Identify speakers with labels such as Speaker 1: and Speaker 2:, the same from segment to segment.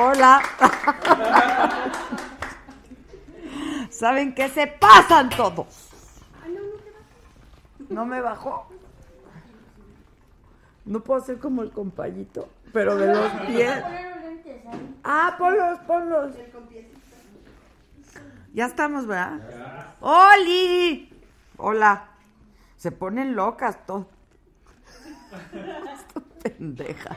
Speaker 1: Hola. ¿Saben qué se pasan todos? No me bajó. No puedo hacer como el compañito, pero de los pies. Ah, ponlos, ponlos. Ya estamos, ¿verdad? ¡Oli! Hola. Se ponen locas todas. Pendeja.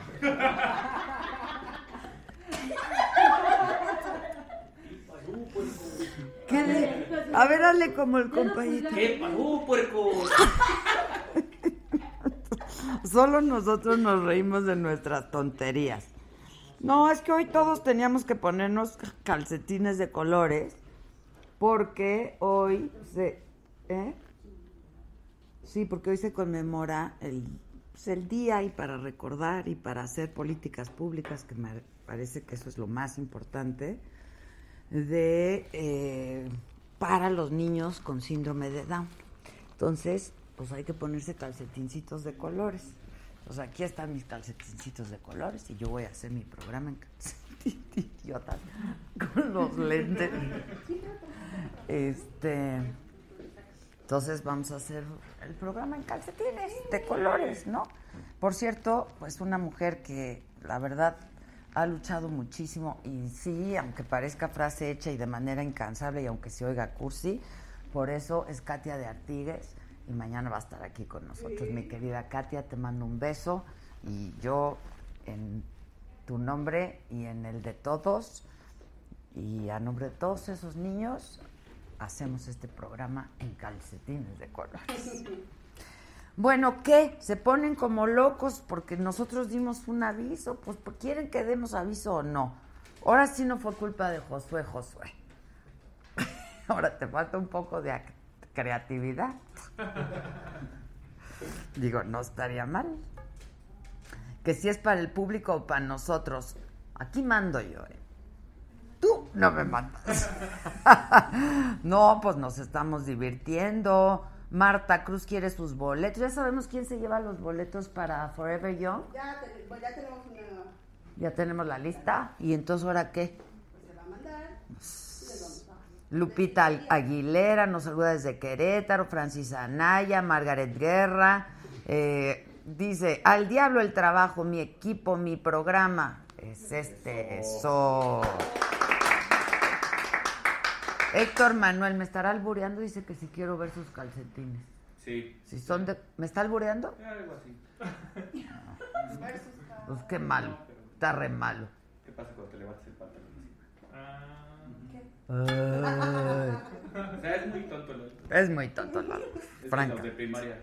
Speaker 1: ¿Qué le- A ver, hazle como el compañito.
Speaker 2: ¡Qué pagú, puerco!
Speaker 1: Solo nosotros nos reímos de nuestras tonterías. No, es que hoy todos teníamos que ponernos calcetines de colores porque hoy se... ¿eh? Sí, porque hoy se conmemora el, pues, el día y para recordar y para hacer políticas públicas, que me parece que eso es lo más importante, de eh, para los niños con síndrome de Down. Entonces, pues hay que ponerse calcetincitos de colores. Pues aquí están mis calcetincitos de colores y yo voy a hacer mi programa en calcetines idiotas con los lentes. Este, entonces vamos a hacer el programa en calcetines de colores, ¿no? Por cierto, pues una mujer que la verdad ha luchado muchísimo y sí, aunque parezca frase hecha y de manera incansable y aunque se oiga cursi, por eso es Katia de Artigues y mañana va a estar aquí con nosotros. Mi querida Katia, te mando un beso y yo en tu nombre y en el de todos y a nombre de todos esos niños hacemos este programa en calcetines de colores. Bueno, ¿qué? Se ponen como locos porque nosotros dimos un aviso, pues pues, quieren que demos aviso o no. Ahora sí no fue culpa de Josué, Josué. Ahora te falta un poco de ac- creatividad. Digo, no estaría mal. Que si es para el público o para nosotros. Aquí mando yo, ¿eh? Tú no me mandas. no, pues nos estamos divirtiendo. Marta Cruz quiere sus boletos. Ya sabemos quién se lleva los boletos para Forever Young.
Speaker 3: Ya, te- pues ya tenemos una.
Speaker 1: Ya tenemos la lista. ¿Y entonces ahora qué?
Speaker 3: Pues Se va a mandar.
Speaker 1: Lupita Al- Aguilera nos saluda desde Querétaro, Francis Anaya, Margaret Guerra. eh, dice, al diablo el trabajo, mi equipo, mi programa. Es este, eso. Héctor Manuel, me estará albureando, dice que si quiero ver sus calcetines.
Speaker 2: Sí,
Speaker 1: Si son de... ¿Me está albureando?
Speaker 2: algo así.
Speaker 1: Pues qué malo, está re malo.
Speaker 2: ¿Qué pasa cuando te levantas el pantalón?
Speaker 1: Ah,
Speaker 2: muy tonto Lolo.
Speaker 1: Es muy tonto, Lolo.
Speaker 2: Es de
Speaker 1: Franca.
Speaker 2: los de primaria.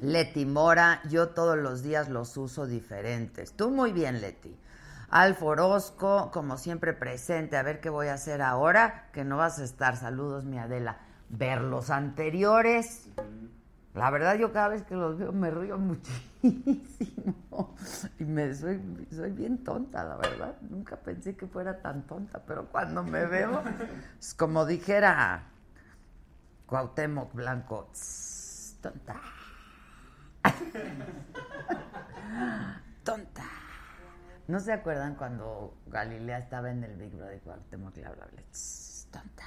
Speaker 1: Leti Mora, yo todos los días los uso diferentes. Tú muy bien, Leti. Alfo Orozco, como siempre presente, a ver qué voy a hacer ahora, que no vas a estar. Saludos, mi Adela. Ver los anteriores. La verdad, yo cada vez que los veo me río muchísimo. Y me soy, soy bien tonta, la verdad. Nunca pensé que fuera tan tonta, pero cuando me veo, es como dijera Cuauhtémoc Blanco, "Tss, tonta. tonta. ¿No se acuerdan cuando Galilea estaba en el Big Brother y Cuauhtémoc le hablaba? le- "Tss, Tonta.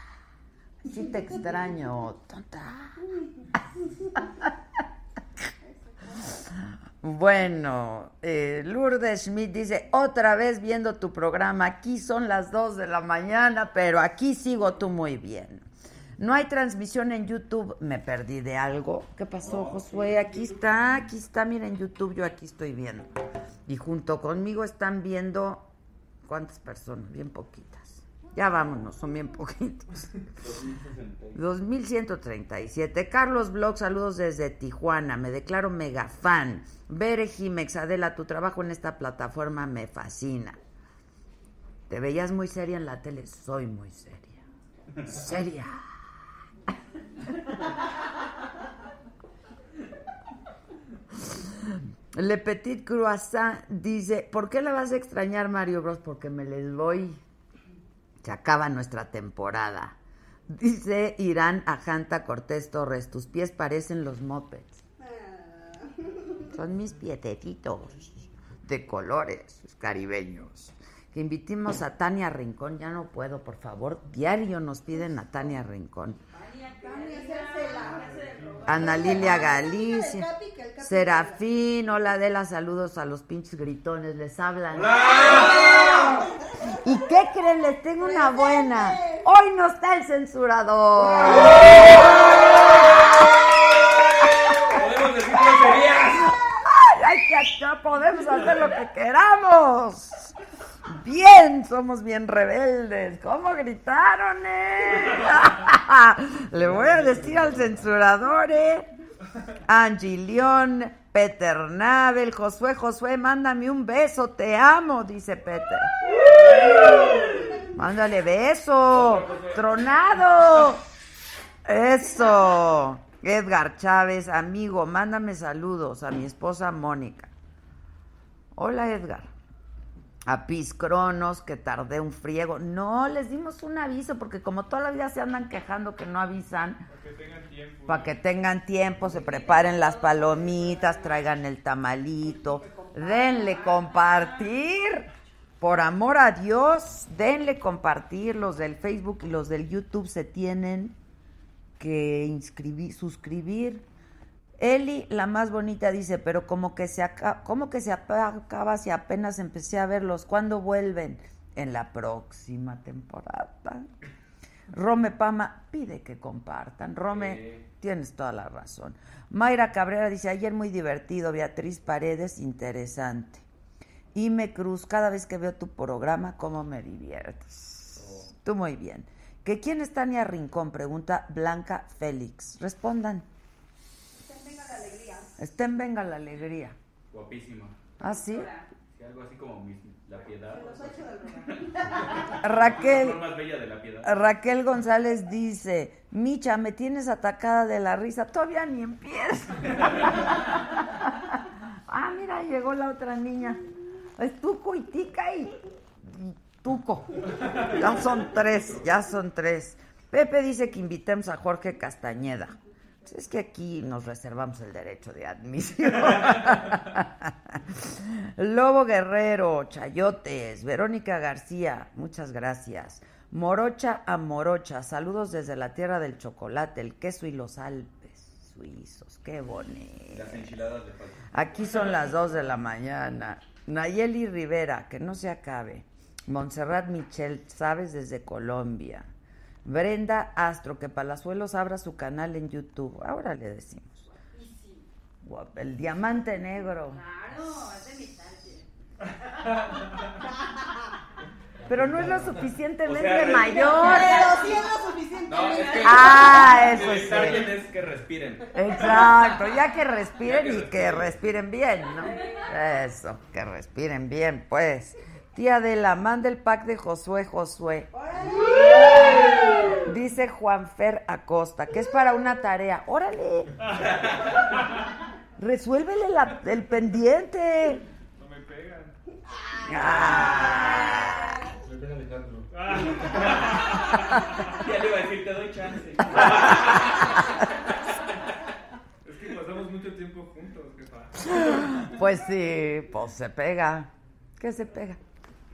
Speaker 1: Sí te extraño, tonta. Bueno, eh, Lourdes Schmidt dice, otra vez viendo tu programa, aquí son las 2 de la mañana, pero aquí sigo tú muy bien. No hay transmisión en YouTube, me perdí de algo. ¿Qué pasó, Josué? Aquí está, aquí está, miren YouTube, yo aquí estoy viendo. Y junto conmigo están viendo, ¿cuántas personas? Bien poquitas. Ya vámonos, son bien poquitos. 2137. Carlos Blog, saludos desde Tijuana. Me declaro mega fan. Bere Jimex, Adela, tu trabajo en esta plataforma me fascina. Te veías muy seria en la tele. Soy muy seria. Seria. Le Petit Croissant dice, ¿por qué la vas a extrañar Mario Bros? Porque me les voy. Se acaba nuestra temporada. Dice Irán Ajanta Cortés Torres, tus pies parecen los mopeds. Son mis pietetitos de colores caribeños. Que invitemos a Tania Rincón, ya no puedo, por favor. Diario nos piden a Tania Rincón. Ana Lilia Galicia, Serafín, hola Adela, saludos a los pinches gritones, les hablan. ¿Y qué creen? Les tengo una buena. Hoy no está el censurador.
Speaker 2: Podemos decir groserías.
Speaker 1: Ay, ya, ya podemos hacer lo que queramos. Bien, somos bien rebeldes. ¿Cómo gritaron, eh? Le voy a decir al censurador, eh. Angie León, Peter Nabel, Josué, Josué, mándame un beso, te amo, dice Peter. Mándale beso. Tronado. Eso. Edgar Chávez, amigo, mándame saludos a mi esposa Mónica. Hola Edgar. A Pis Cronos, que tardé un friego. No, les dimos un aviso, porque como toda la vida se andan quejando que no avisan. Para que tengan tiempo, se preparen las palomitas, traigan el tamalito. Denle compartir. Por amor a Dios, denle compartir. Los del Facebook y los del YouTube se tienen que inscribir, suscribir. Eli, la más bonita, dice, pero como que se acaba, como que se apa- acaba si apenas empecé a verlos. ¿Cuándo vuelven? En la próxima temporada. Rome Pama pide que compartan. Rome,
Speaker 2: Sí.
Speaker 1: tienes toda la razón. Mayra Cabrera dice, ayer muy divertido, Beatriz Paredes, interesante. Y me cruz, cada vez que veo tu programa, cómo me diviertes. Tú muy bien. ¿Que quién es Tania Rincón? Pregunta Blanca Félix. Respondan. Estén venga la alegría.
Speaker 2: Guapísima.
Speaker 1: ¿Ah, sí?
Speaker 2: Sí, algo así como mis- la piedad. La
Speaker 1: Raquel,
Speaker 2: flor más bella de la piedad.
Speaker 1: Raquel González dice, Micha, me tienes atacada de la risa, todavía ni empiezo. ah, mira, llegó la otra niña. Es Tuco y Tica y, y Tuco. Ya son tres, ya son tres. Pepe dice que invitemos a Jorge Castañeda. Pues es que aquí nos reservamos el derecho de admisión. Lobo Guerrero, Chayotes, Verónica García, muchas gracias. Morocha a Morocha, saludos desde la tierra del chocolate, el queso y los Alpes suizos, qué bonito.
Speaker 2: Las enchiladas de falta.
Speaker 1: Aquí son las 2 de la mañana. Nayeli Rivera, que no se acabe. Montserrat Michel, sabes, desde Colombia. Brenda Astro, que Palazuelos abra su canal en YouTube. Ahora le decimos. Guap- El diamante negro.
Speaker 3: Claro, es de mi target.
Speaker 1: Pero no es lo suficientemente
Speaker 2: O sea,
Speaker 1: mayor.
Speaker 3: Pero sí es lo suficiente.
Speaker 2: No, es que
Speaker 1: Ah, eso
Speaker 2: El
Speaker 1: sí.
Speaker 2: target es que respiren.
Speaker 1: Exacto, ya que respiren
Speaker 2: Ya que
Speaker 1: y que respiren bien, ¿no? Eso, que respiren bien, pues. Tía de la manda el pack de Josué Josué. Dice Juanfer Acosta, que es para una tarea. ¡Órale! Resuélvele la- el pendiente. No me pegan.
Speaker 2: Ya le iba a decir, te doy chance.
Speaker 4: Es que pasamos mucho tiempo juntos, jefa.
Speaker 1: Pues sí, pues se pega. ¿Qué se pega?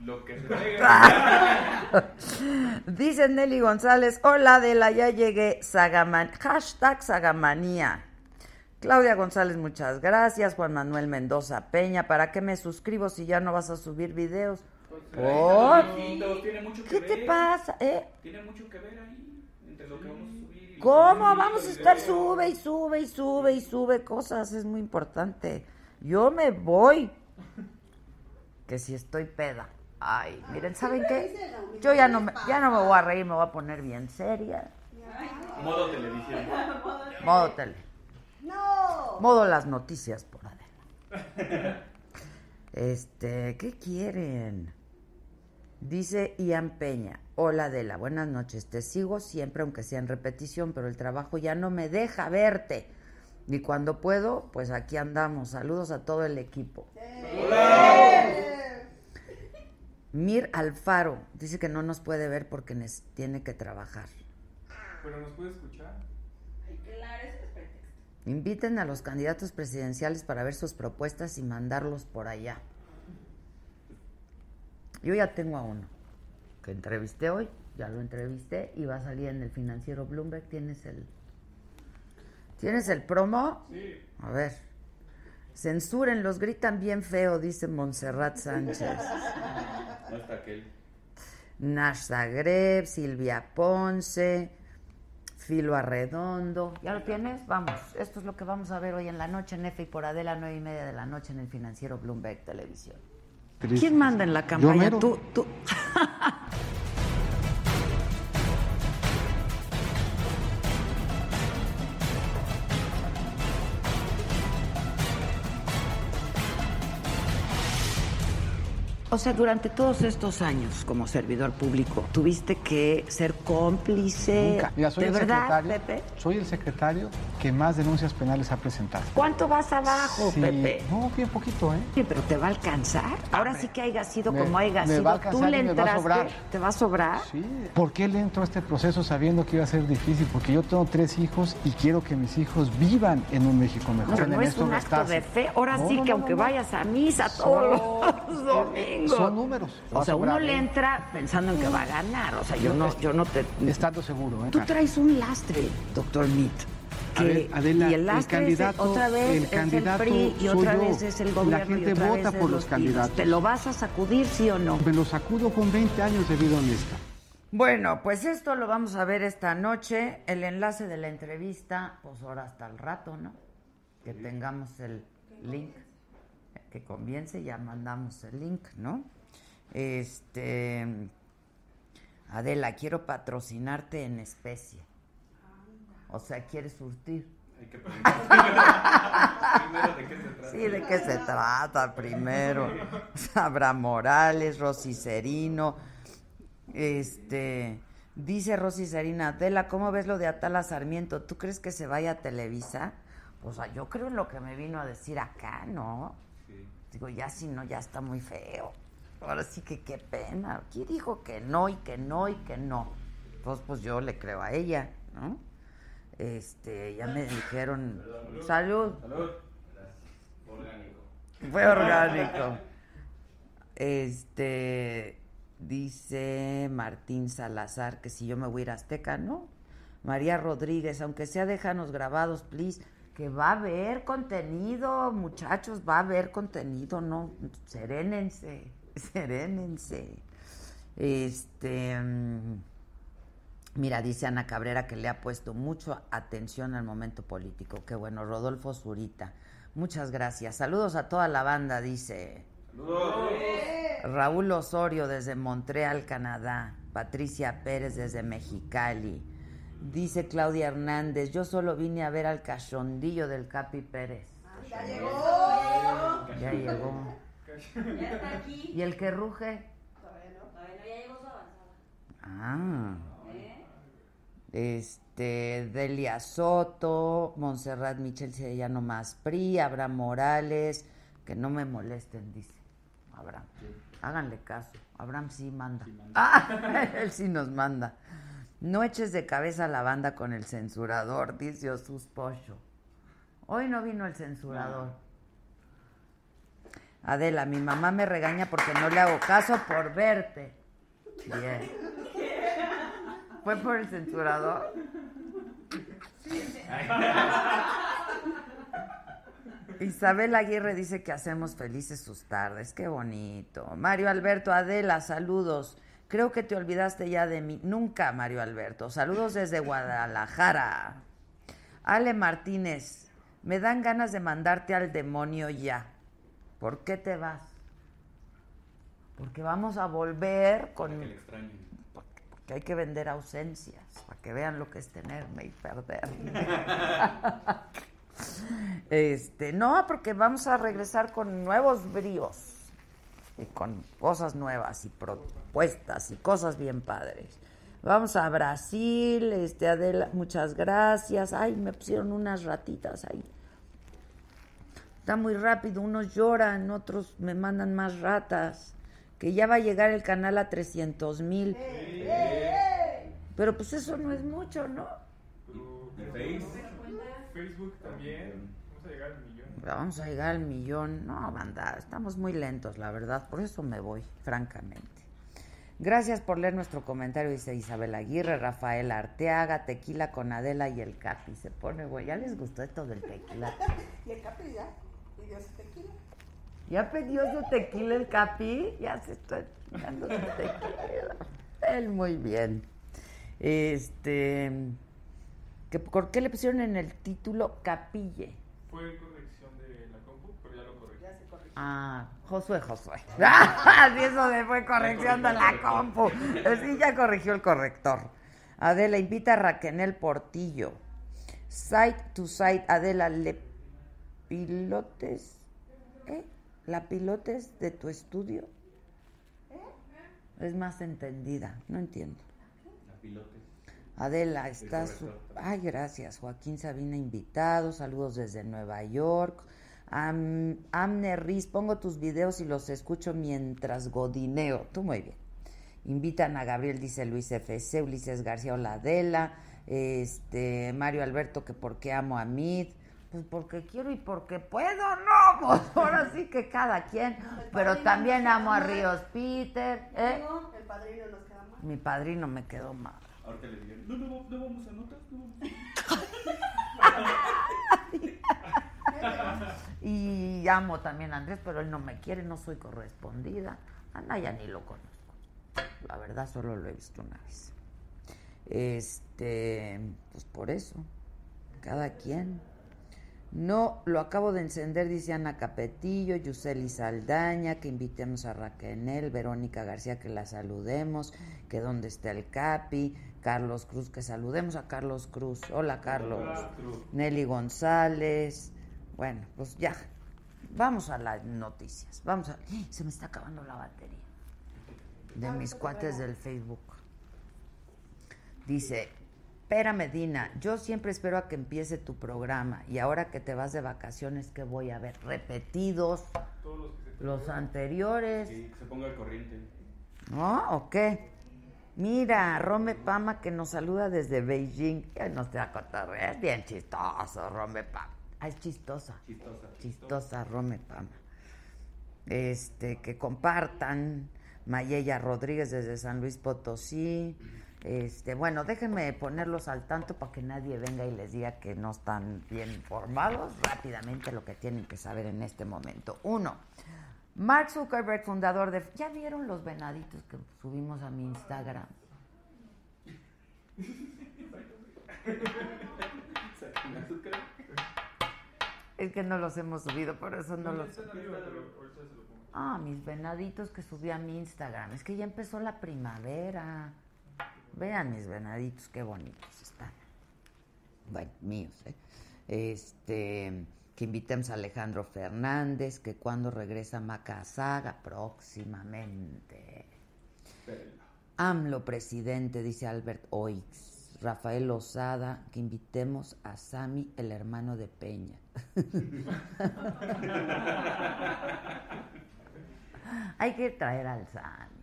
Speaker 2: Lo que se pega.
Speaker 1: Dice Nelly González, hola Adela, ya llegué, Sagaman, hashtag Sagamanía. Claudia González, muchas gracias. Juan Manuel Mendoza Peña, ¿para qué me suscribo si ya no vas a subir videos?
Speaker 2: Pues
Speaker 1: ¿Por?
Speaker 2: Lindo, Tiene mucho que
Speaker 1: ¿Qué
Speaker 2: ver.
Speaker 1: te pasa? eh?
Speaker 2: Tiene mucho que ver ahí. Entre lo que vamos a subir y.
Speaker 1: ¿Cómo? Vamos a estar sube y sube y sube y sube cosas, es muy importante. Yo me voy. Que si estoy peda. Ay, miren, ¿saben qué? Yo ya no me, ya no me voy a reír, me voy a poner bien seria.
Speaker 2: Modo televisión.
Speaker 1: Modo tele. No. Modo las noticias por Adela. Este, ¿qué quieren? Dice Ian Peña. Hola Adela, buenas noches. Te sigo siempre, aunque sea en repetición, pero el trabajo ya no me deja verte. Ni cuando puedo, pues aquí andamos. Saludos a todo el equipo. Mir Alfaro dice que no nos puede ver porque nes- tiene que trabajar.
Speaker 4: Pero nos puede escuchar.
Speaker 1: Inviten a los candidatos presidenciales para ver sus propuestas y mandarlos por allá. Yo ya tengo a uno que entrevisté hoy, ya lo entrevisté y va a salir en el financiero Bloomberg. ¿Tienes el, ¿tienes el promo? Sí. A ver. Censúrenlos, gritan bien feo, dice Montserrat Sánchez.
Speaker 2: No está aquel.
Speaker 1: Nash Zagreb, Silvia Ponce, Filo Arredondo. ¿Ya lo tienes? Vamos. Esto es lo que vamos a ver hoy en la noche en F y por Adela, nueve y media de la noche en el financiero Bloomberg Televisión. ¿Quién manda en la campaña?
Speaker 5: mero.
Speaker 1: Tú, tú. O sea, durante todos estos años como servidor público, ¿tuviste que ser cómplice?
Speaker 5: Nunca. Mira, soy
Speaker 1: ¿De
Speaker 5: el
Speaker 1: verdad,
Speaker 5: secretario.
Speaker 1: Pepe?
Speaker 5: Soy el secretario que más denuncias penales ha presentado.
Speaker 1: ¿Cuánto vas abajo,
Speaker 5: Sí.
Speaker 1: Oh, Pepe?
Speaker 5: No, bien poquito, ¿eh?
Speaker 1: Oye, pero te va a alcanzar. Ahora sí que haya sido
Speaker 5: me-
Speaker 1: como haya
Speaker 5: me
Speaker 1: sido.
Speaker 5: va a alcanzar
Speaker 1: Tú le
Speaker 5: y me va a
Speaker 1: entraste.
Speaker 5: sobrar.
Speaker 1: ¿Te va a sobrar?
Speaker 5: Sí. ¿Por qué le entro a este proceso sabiendo que iba a ser difícil? Porque yo tengo tres hijos y quiero que mis hijos vivan en un México mejor.
Speaker 1: No, pero
Speaker 5: en
Speaker 1: no es
Speaker 5: esto
Speaker 1: un
Speaker 5: de
Speaker 1: acto
Speaker 5: estarse.
Speaker 1: de fe. Ahora
Speaker 5: No,
Speaker 1: sí
Speaker 5: no,
Speaker 1: que
Speaker 5: no,
Speaker 1: aunque
Speaker 5: no.
Speaker 1: vayas a misa
Speaker 5: Son-
Speaker 1: todos los domingos.
Speaker 5: Son números. Va
Speaker 1: O
Speaker 5: a
Speaker 1: sea, uno
Speaker 5: sobrar,
Speaker 1: le
Speaker 5: ¿eh?
Speaker 1: entra pensando en que va a ganar. O sea, yo
Speaker 5: No,
Speaker 1: no, yo no te.
Speaker 5: Estando seguro, ¿eh?
Speaker 1: Tú traes un lastre, doctor Mead.
Speaker 5: A ver, Adela,
Speaker 1: y el
Speaker 5: el
Speaker 1: lastre es
Speaker 5: candidato-
Speaker 1: otra vez
Speaker 5: el
Speaker 1: es
Speaker 5: candidato
Speaker 1: el PRI y
Speaker 5: soy
Speaker 1: otra
Speaker 5: yo.
Speaker 1: vez es el
Speaker 5: La
Speaker 1: gobierno.
Speaker 5: gente
Speaker 1: y otra
Speaker 5: vota
Speaker 1: vez es
Speaker 5: por los
Speaker 1: PRIs.
Speaker 5: candidatos.
Speaker 1: ¿Te lo vas a sacudir, sí o no?
Speaker 5: Me lo sacudo con 20 años de vida honesta.
Speaker 1: Bueno, pues esto lo vamos a ver esta noche. El enlace de la entrevista, pues ahora hasta el rato, ¿no? Que tengamos el link. Que comience, ya mandamos el link, ¿no? Este. Adela, quiero patrocinarte en especie. O sea, quieres surtir.
Speaker 2: Hay que preguntar. Primero, ¿de qué se trata?
Speaker 1: Sí, ¿de qué se trata primero? Sabra Morales, Rosy Serino. Este, dice Rosy Serina, Adela, ¿cómo ves lo de Atala Sarmiento? ¿Tú crees que se vaya a Televisa? O sea, yo creo en lo que me vino a decir acá, ¿no? Digo, ya si no, ya está muy feo. Ahora sí que qué pena. Aquí dijo que no y que no y que no. Entonces, pues yo le creo a ella, ¿no? Este, ya me dijeron, salud.
Speaker 2: Salud. Orgánico.
Speaker 1: Fue orgánico. Este dice Martín Salazar que si yo me voy a ir a Azteca, ¿no? María Rodríguez, aunque sea déjanos grabados, please. Que va a haber contenido, muchachos, va a haber contenido, no, serénense, serénense. Este mm, Mira, dice Ana Cabrera que le ha puesto mucho atención al momento político. Qué bueno, Rodolfo Zurita. Muchas gracias. Saludos a toda la banda, dice. Raúl Osorio desde Montreal, Canadá. Patricia Pérez desde Mexicali. Dice Claudia Hernández, yo solo vine a ver al cachondillo del Capi Pérez. ya llegó. Ya llegó.
Speaker 3: Ya está aquí.
Speaker 1: ¿Y el que ruge?
Speaker 3: Todavía no. Todavía no, ya llegó su avanzada.
Speaker 1: Ah.
Speaker 3: ¿Eh?
Speaker 1: Este, Delia Soto, Montserrat Michel Sellano más PRI, Abraham Morales, que no me molesten, dice. Abraham, háganle caso. Abraham sí manda. Ah, él sí nos manda. No eches de cabeza a la banda con el censurador, dice Osus Pocho. Hoy no vino el censurador. Adela, mi mamá me regaña porque no le hago caso por verte. Bien. ¿Fue por el censurador? Isabel Aguirre dice que hacemos felices sus tardes. Qué bonito. Mario Alberto, Adela, saludos. Creo que te olvidaste ya de mí. Nunca, Mario Alberto. Saludos desde Guadalajara. Ale Martínez, me dan ganas de mandarte al demonio ya. ¿Por qué te vas? Porque vamos a volver con
Speaker 4: Que le extrañen.
Speaker 1: porque, porque hay que vender ausencias, para que vean lo que es tenerme y perderme. este, no, porque vamos a regresar con nuevos bríos y con cosas nuevas y propuestas y cosas bien padres. Vamos a Brasil, este Adela, muchas gracias. Ay, me pusieron unas ratitas ahí. Está muy rápido, unos lloran, otros me mandan más ratas. Que ya va a llegar el canal a 300 mil. Pero pues eso no es mucho, ¿no?
Speaker 4: Facebook, Facebook también. Vamos a llegar al millón.
Speaker 1: Pero Vamos a llegar al millón. No, banda, estamos muy lentos, la verdad. Por eso me voy, francamente. Gracias por leer nuestro comentario, dice Isabel Aguirre, Rafael Arteaga, Tequila con Adela y el Capi. Se pone, güey, ya les gustó esto del tequila.
Speaker 6: Y el Capi ya pidió su tequila.
Speaker 1: ¿Ya pidió su tequila el Capi? Ya se está dando su tequila. Él muy bien. Este. ¿que ¿Por qué le pusieron en el título Capille?
Speaker 4: Fue corrección de la compu, pero ya lo corregí.
Speaker 6: Ya se corrigió.
Speaker 1: Ah, Josué, Josué. Así eso de fue corrección de la compu. Pues Sí, ya corrigió el corrector. Adela, invita a Raquenel Portillo. Side to side, Adela, le pilotes. ¿Qué? ¿La pilotes de tu estudio? Es más entendida, no entiendo.
Speaker 2: La pilotes.
Speaker 1: Adela, está su... Ay, gracias. Joaquín Sabina, invitado. Saludos desde Nueva York. Am- Amner Riz, pongo tus videos y los escucho mientras godineo. Tú muy bien. Invitan a Gabriel, dice Luis FC, Ulises García Oladela, este, Mario Alberto, que por qué amo a Mid. Pues porque quiero y porque puedo, no, pues ahora sí que cada quien. Pero también amo a Ríos Peter, ¿eh?
Speaker 6: Luego, El padrino nos queda mal.
Speaker 1: Mi padrino me quedó mal.
Speaker 4: Ahorita le digo, no, no, no vamos a notas, no vamos a
Speaker 1: Y amo también a Andrés, pero él no me quiere, no soy correspondida. A Naya ni lo conozco. La verdad, solo lo he visto una vez. Este, pues por eso. Cada quien. No, lo acabo de encender, dice Ana Capetillo, Yuseli Saldaña, que invitemos a Raquenel, Verónica García, que la saludemos, que dónde está el Capi, Carlos Cruz, que saludemos a Carlos Cruz. Hola, Carlos. Nelly González. Bueno, pues ya. Vamos a las noticias. Vamos a. ¡Ah! Se me está acabando la batería de mis cuates del Facebook. Dice, Pera Medina, yo siempre espero a que empiece tu programa y ahora que te vas de vacaciones, ¿qué voy a ver? Repetidos
Speaker 4: todos los que se
Speaker 1: los anteriores.
Speaker 4: Sí, que se ponga al corriente.
Speaker 1: ¿No? ¿O qué? Mira, Rome Pama que nos saluda desde Beijing. Ya nos te cotorrea. ¿eh? Es bien chistoso, Rome Pama. Ah, es chistosa.
Speaker 4: Chistosa.
Speaker 1: Chistosa, Rome Pama. Este, que compartan. Mayella Rodríguez desde San Luis Potosí. Este, bueno, déjenme ponerlos al tanto para que nadie venga y les diga que no están bien informados. Rápidamente lo que tienen que saber en este momento. Uno, Mark Zuckerberg, fundador de... ¿Ya vieron los venaditos que subimos a mi Instagram?
Speaker 4: ¿Con azúcar?
Speaker 1: Es que no los hemos subido, por eso no los...
Speaker 4: Arriba, pero ahorita se lo pongo.
Speaker 1: Ah, mis venaditos que subí a mi Instagram. Es que ya empezó la primavera. Vean mis venaditos, qué bonitos están. Bueno, míos, ¿eh? Este, que invitamos a Alejandro Fernández, que cuando regresa Maca Saga, próximamente. AMLO presidente, dice Albert Oix. Rafael Lozada, que invitemos a Sami, el hermano de Peña. Hay que traer al Sami.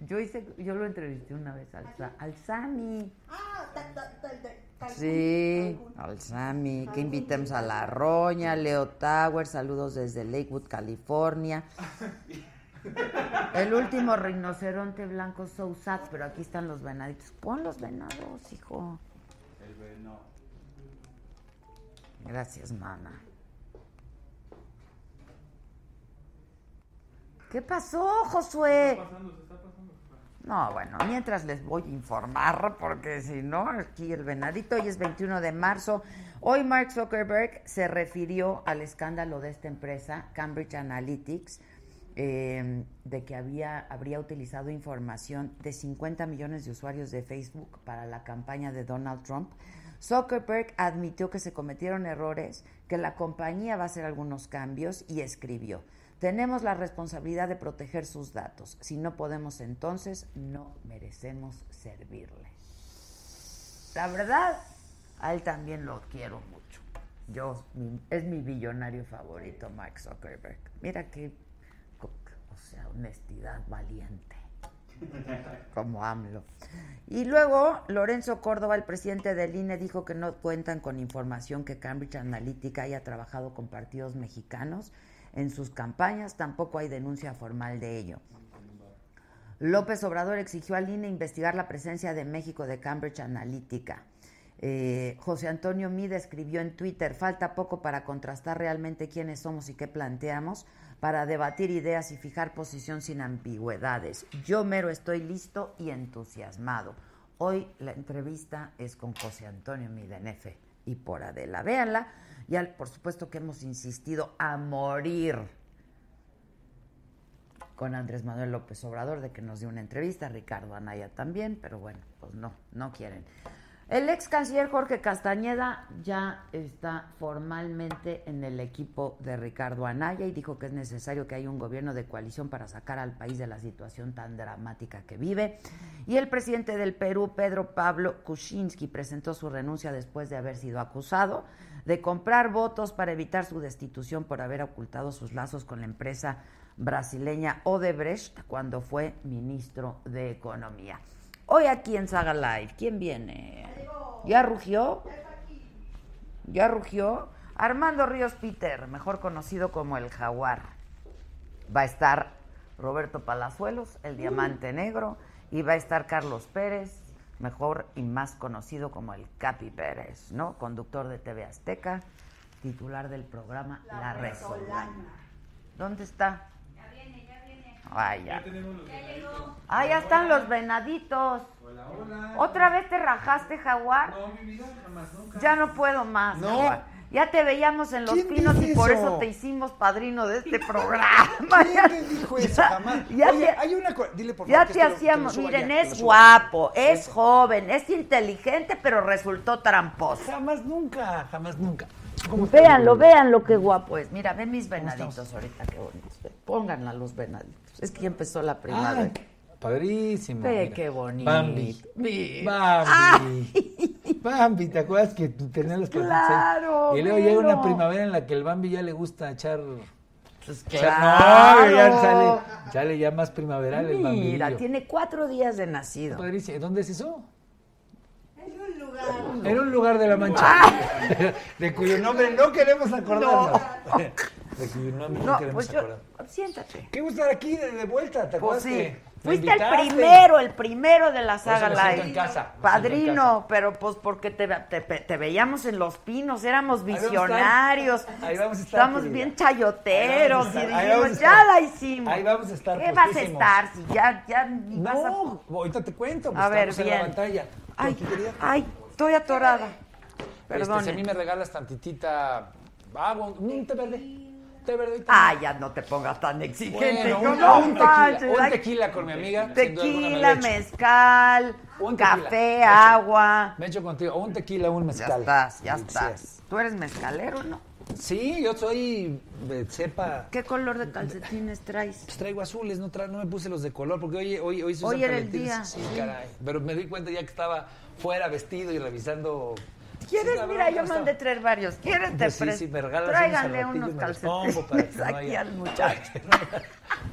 Speaker 1: Yo hice, yo lo entrevisté una vez al, Sa- al Sami.
Speaker 6: Ah, ta- ta- ta- de Cancún,
Speaker 1: Sí,
Speaker 6: Cancún.
Speaker 1: al Sami. Que invitemos a La Roña, Leo Tower, saludos desde Lakewood, California. El último rinoceronte blanco Sousat, pero aquí están los venaditos. Pon los venados, hijo.
Speaker 2: El venado.
Speaker 1: Gracias, mamá. ¿Qué pasó, Josué?
Speaker 4: pasando, se está pasando.
Speaker 1: No, bueno, mientras les voy a informar, porque si no, aquí el venadito, hoy es 21 de marzo. Hoy Mark Zuckerberg se refirió al escándalo de esta empresa, Cambridge Analytics, eh, de que había, habría utilizado información de 50 millones de usuarios de Facebook para la campaña de Donald Trump. Zuckerberg admitió que se cometieron errores, que la compañía va a hacer algunos cambios y escribió, tenemos la responsabilidad de proteger sus datos. Si no podemos entonces, no merecemos servirle. La verdad, a él también lo quiero mucho. Yo, mi- es mi billonario favorito, Mark Zuckerberg. Mira qué, co- o sea, honestidad valiente como AMLO. Y luego Lorenzo Córdoba, el presidente del INE, dijo que no cuentan con información que Cambridge Analytica haya trabajado con partidos mexicanos en sus campañas, tampoco hay denuncia formal de ello. López Obrador exigió al INE investigar la presencia de México de Cambridge Analytica. Eh, José Antonio Mida escribió en Twitter, falta poco para contrastar realmente quiénes somos y qué planteamos, para debatir ideas y fijar posición sin ambigüedades. Yo mero estoy listo y entusiasmado. Hoy la entrevista es con José Antonio Mida en F y por Adela. Véanla. Y al- por supuesto que hemos insistido a morir con Andrés Manuel López Obrador de que nos dio una entrevista, Ricardo Anaya también, pero bueno, pues no, no quieren. El ex canciller Jorge Castañeda ya está formalmente en el equipo de Ricardo Anaya y dijo que es necesario que haya un gobierno de coalición para sacar al país de la situación tan dramática que vive. Y el presidente del Perú, Pedro Pablo Kuczynski, presentó su renuncia después de haber sido acusado de comprar votos para evitar su destitución por haber ocultado sus lazos con la empresa brasileña Odebrecht cuando fue ministro de Economía. Hoy aquí en Saga Live, ¿quién viene? ¿Ya rugió? ¿Ya rugió? Armando Ríos Peter, mejor conocido como el Jaguar. Va a estar Roberto Palazuelos, el Diamante Negro, y va a estar Carlos Pérez, mejor y más conocido como el Capi Pérez, ¿no? Conductor de TV Azteca, titular del programa La, Resolana. ¿Dónde está?
Speaker 3: Ya viene, ya viene.
Speaker 1: Ay, ya.
Speaker 4: Ya tenemos los
Speaker 3: Ya
Speaker 4: venaditos.
Speaker 3: llegó.
Speaker 1: Ah, ya están los venaditos.
Speaker 4: Hola, hola.
Speaker 1: ¿Otra vez te rajaste, jaguar?
Speaker 4: No, mi vida, jamás, nunca.
Speaker 1: Ya no puedo más.
Speaker 7: No.
Speaker 1: Jaguar. Ya te veíamos en Los
Speaker 7: ¿Quién
Speaker 1: Pinos
Speaker 7: dice
Speaker 1: y por
Speaker 7: eso?
Speaker 1: eso te hicimos padrino de este programa.
Speaker 7: ¿Quién te dijo eso?
Speaker 1: ya-
Speaker 7: Jamás.
Speaker 1: ya
Speaker 7: Oye,
Speaker 1: te-
Speaker 7: hay una co- Dile por
Speaker 1: Ya
Speaker 7: favor. que
Speaker 1: te
Speaker 7: esto lo- que lo
Speaker 1: hacíamos,
Speaker 7: suba
Speaker 1: miren,
Speaker 7: ya, que lo
Speaker 1: es
Speaker 7: suba.
Speaker 1: guapo, es joven, es inteligente, pero resultó tramposo.
Speaker 7: Jamás nunca, jamás nunca.
Speaker 1: Véanlo, véanlo qué guapo es. Pues, Mira, ve mis venaditos ahorita, qué bonitos. Pónganla los venaditos. Es que ya empezó la
Speaker 7: Ah,
Speaker 1: primavera.
Speaker 7: padrísimo.
Speaker 1: Ve
Speaker 7: mira.
Speaker 1: qué bonito.
Speaker 7: Bambi.
Speaker 1: Mira.
Speaker 7: Bambi. Bambi, ¿te acuerdas que tú tenías los
Speaker 1: Claro,
Speaker 7: Y luego llega una
Speaker 1: velo.
Speaker 7: primavera en la que el Bambi ya le gusta echar.
Speaker 1: Pues
Speaker 7: echar-
Speaker 1: claro.
Speaker 7: No, ya sale, sale ya más primaveral el Bambi.
Speaker 1: Mira, tiene cuatro días de nacido.
Speaker 7: Padrísimo. ¿Dónde es eso?
Speaker 6: En un lugar.
Speaker 7: En un lugar de la Mancha.
Speaker 1: Ah.
Speaker 7: De cuyo nombre no queremos acordarnos. De cuyo nombre no,
Speaker 1: No,
Speaker 7: queremos
Speaker 1: pues yo,
Speaker 7: acordarnos.
Speaker 1: siéntate.
Speaker 7: Qué gusto estar aquí de, de vuelta, ¿te
Speaker 1: Pues
Speaker 7: acuerdas?
Speaker 1: sí.
Speaker 7: que me
Speaker 1: Fuiste el
Speaker 7: invitaste?
Speaker 1: primero, el primero de la
Speaker 7: Por eso
Speaker 1: saga
Speaker 7: me siento
Speaker 1: live.
Speaker 7: en casa, me siento en
Speaker 1: Padrino,
Speaker 7: casa.
Speaker 1: pero pues porque te, te- te veíamos en los pinos, éramos
Speaker 7: vamos a estar.
Speaker 1: visionarios,
Speaker 7: Ahí vamos a estar,
Speaker 1: estamos
Speaker 7: querida.
Speaker 1: bien
Speaker 7: Ahí vamos
Speaker 1: chayoteros
Speaker 7: a estar,
Speaker 1: y
Speaker 7: ahí vamos a
Speaker 1: dijimos, ya
Speaker 7: estar.
Speaker 1: la hicimos.
Speaker 7: Ahí vamos a estar,
Speaker 1: ¿Qué vas a
Speaker 7: puestísimos.
Speaker 1: estar? Si ya, ya ni vas a...
Speaker 7: No, ahorita te cuento, pues
Speaker 1: A ver,
Speaker 7: estamos en la
Speaker 1: bien.
Speaker 7: pantalla.
Speaker 1: Ay,
Speaker 7: Aquí, este, querida.
Speaker 1: ay, estoy atorada.
Speaker 7: Este,
Speaker 1: Perdón.
Speaker 7: si a mí me regalas tantitita agua, un té verde. Té verde y té
Speaker 1: Ah, ya no te pongas tan exigente.
Speaker 7: Bueno,
Speaker 1: yo
Speaker 7: un-
Speaker 1: no
Speaker 7: un tequila,
Speaker 1: manches,
Speaker 7: un
Speaker 1: ay,
Speaker 7: tequila con mi amiga, sin duda alguna me
Speaker 1: Tequila,
Speaker 7: lo echo.
Speaker 1: mezcal,
Speaker 7: Un tequila.
Speaker 1: café,
Speaker 7: Eso.
Speaker 1: agua.
Speaker 7: Me echo contigo, o un tequila, un
Speaker 1: Ya
Speaker 7: mezcal.
Speaker 1: estás, ya
Speaker 7: Sí,
Speaker 1: estás. ¿Tú eres mezcalero, no?
Speaker 7: Sí, yo soy de cepa.
Speaker 1: ¿Qué color de calcetines traes?
Speaker 7: Pues traigo azules, no, tra- no me puse los de color, porque hoy, hoy, hoy se
Speaker 1: Hoy
Speaker 7: usan
Speaker 1: era el
Speaker 7: calentines.
Speaker 1: día,
Speaker 7: Sí,
Speaker 1: sí.
Speaker 7: caray. Pero me di cuenta ya que estaba fuera vestido y revisando. Sí,
Speaker 1: ¿Quieres?
Speaker 7: la
Speaker 1: Mira,
Speaker 7: broma,
Speaker 1: yo
Speaker 7: estaba-
Speaker 1: mandé traer varios. ¿Quieres? Te
Speaker 7: Pues sí,
Speaker 1: pres-
Speaker 7: sí, me regalas unos
Speaker 1: Tráiganle
Speaker 7: al ratito y
Speaker 1: unos
Speaker 7: me los pongo
Speaker 1: calcetines
Speaker 7: para que no
Speaker 1: aquí
Speaker 7: haya-
Speaker 1: al muchacho.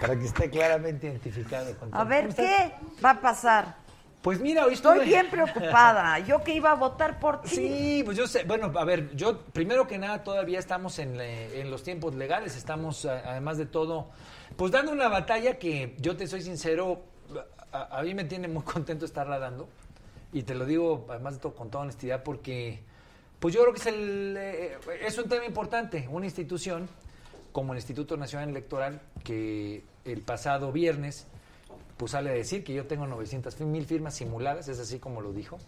Speaker 7: Para que esté claramente identificado. con
Speaker 1: A
Speaker 7: todo.
Speaker 1: ver,
Speaker 7: ¿Cómo estás?
Speaker 1: ¿qué va a pasar?
Speaker 7: Pues mira, hoy estuve...
Speaker 1: Estoy bien preocupada. Yo que iba a votar por ti.
Speaker 7: Sí, pues yo sé. Bueno, a ver, yo primero que nada todavía estamos en, eh, en los tiempos legales, estamos a- además de todo, pues dando una batalla que yo te soy sincero, a, a mí me tiene muy contento estarla dando y te lo digo además de todo con toda honestidad porque, pues yo creo que es el, eh, es un tema importante, una institución como el Instituto Nacional Electoral que el pasado viernes pues sale a decir que yo tengo 900 mil firmas simuladas, es así como lo dijo.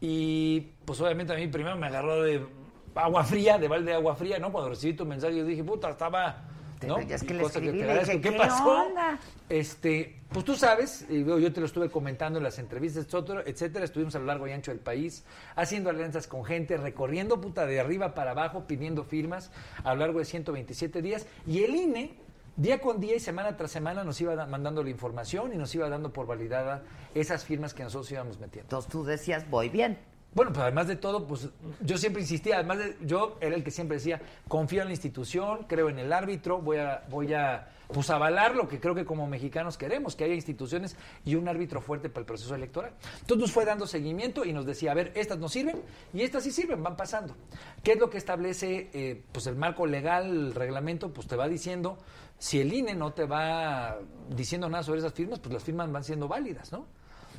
Speaker 7: Y pues obviamente a mí primero me agarró de agua fría, de balde de agua fría, ¿no? Cuando recibí tu mensaje yo dije, puta, estaba... ¿no?
Speaker 1: Pero ya es que
Speaker 7: Y
Speaker 1: le
Speaker 7: cosa
Speaker 1: escribí,
Speaker 7: te
Speaker 1: le dije,
Speaker 7: agradezco. ¿Qué,
Speaker 1: ¿qué
Speaker 7: pasó?
Speaker 1: onda?
Speaker 7: Este, pues tú sabes, y yo, yo te lo estuve comentando en las entrevistas, etcétera, etcétera, estuvimos a lo largo y ancho del país, haciendo alianzas con gente, recorriendo puta de arriba para abajo, pidiendo firmas a lo largo de 127 días, y el INE, día con día y semana tras semana, nos iba da- mandando la información y nos iba dando por validada esas firmas que nosotros íbamos metiendo.
Speaker 1: Entonces tú decías, voy bien.
Speaker 7: Bueno, pues además de todo, pues yo siempre insistía, además de, yo era el que siempre decía, confío en la institución, creo en el árbitro, voy a, voy a pues avalar lo que creo que como mexicanos queremos, que haya instituciones y un árbitro fuerte para el proceso electoral. Entonces nos fue dando seguimiento y nos decía, a ver, estas no sirven y estas sí sirven, van pasando. ¿Qué es lo que establece eh, pues el marco legal, el reglamento? Pues te va diciendo, si el INE no te va diciendo nada sobre esas firmas, pues las firmas van siendo válidas, ¿no?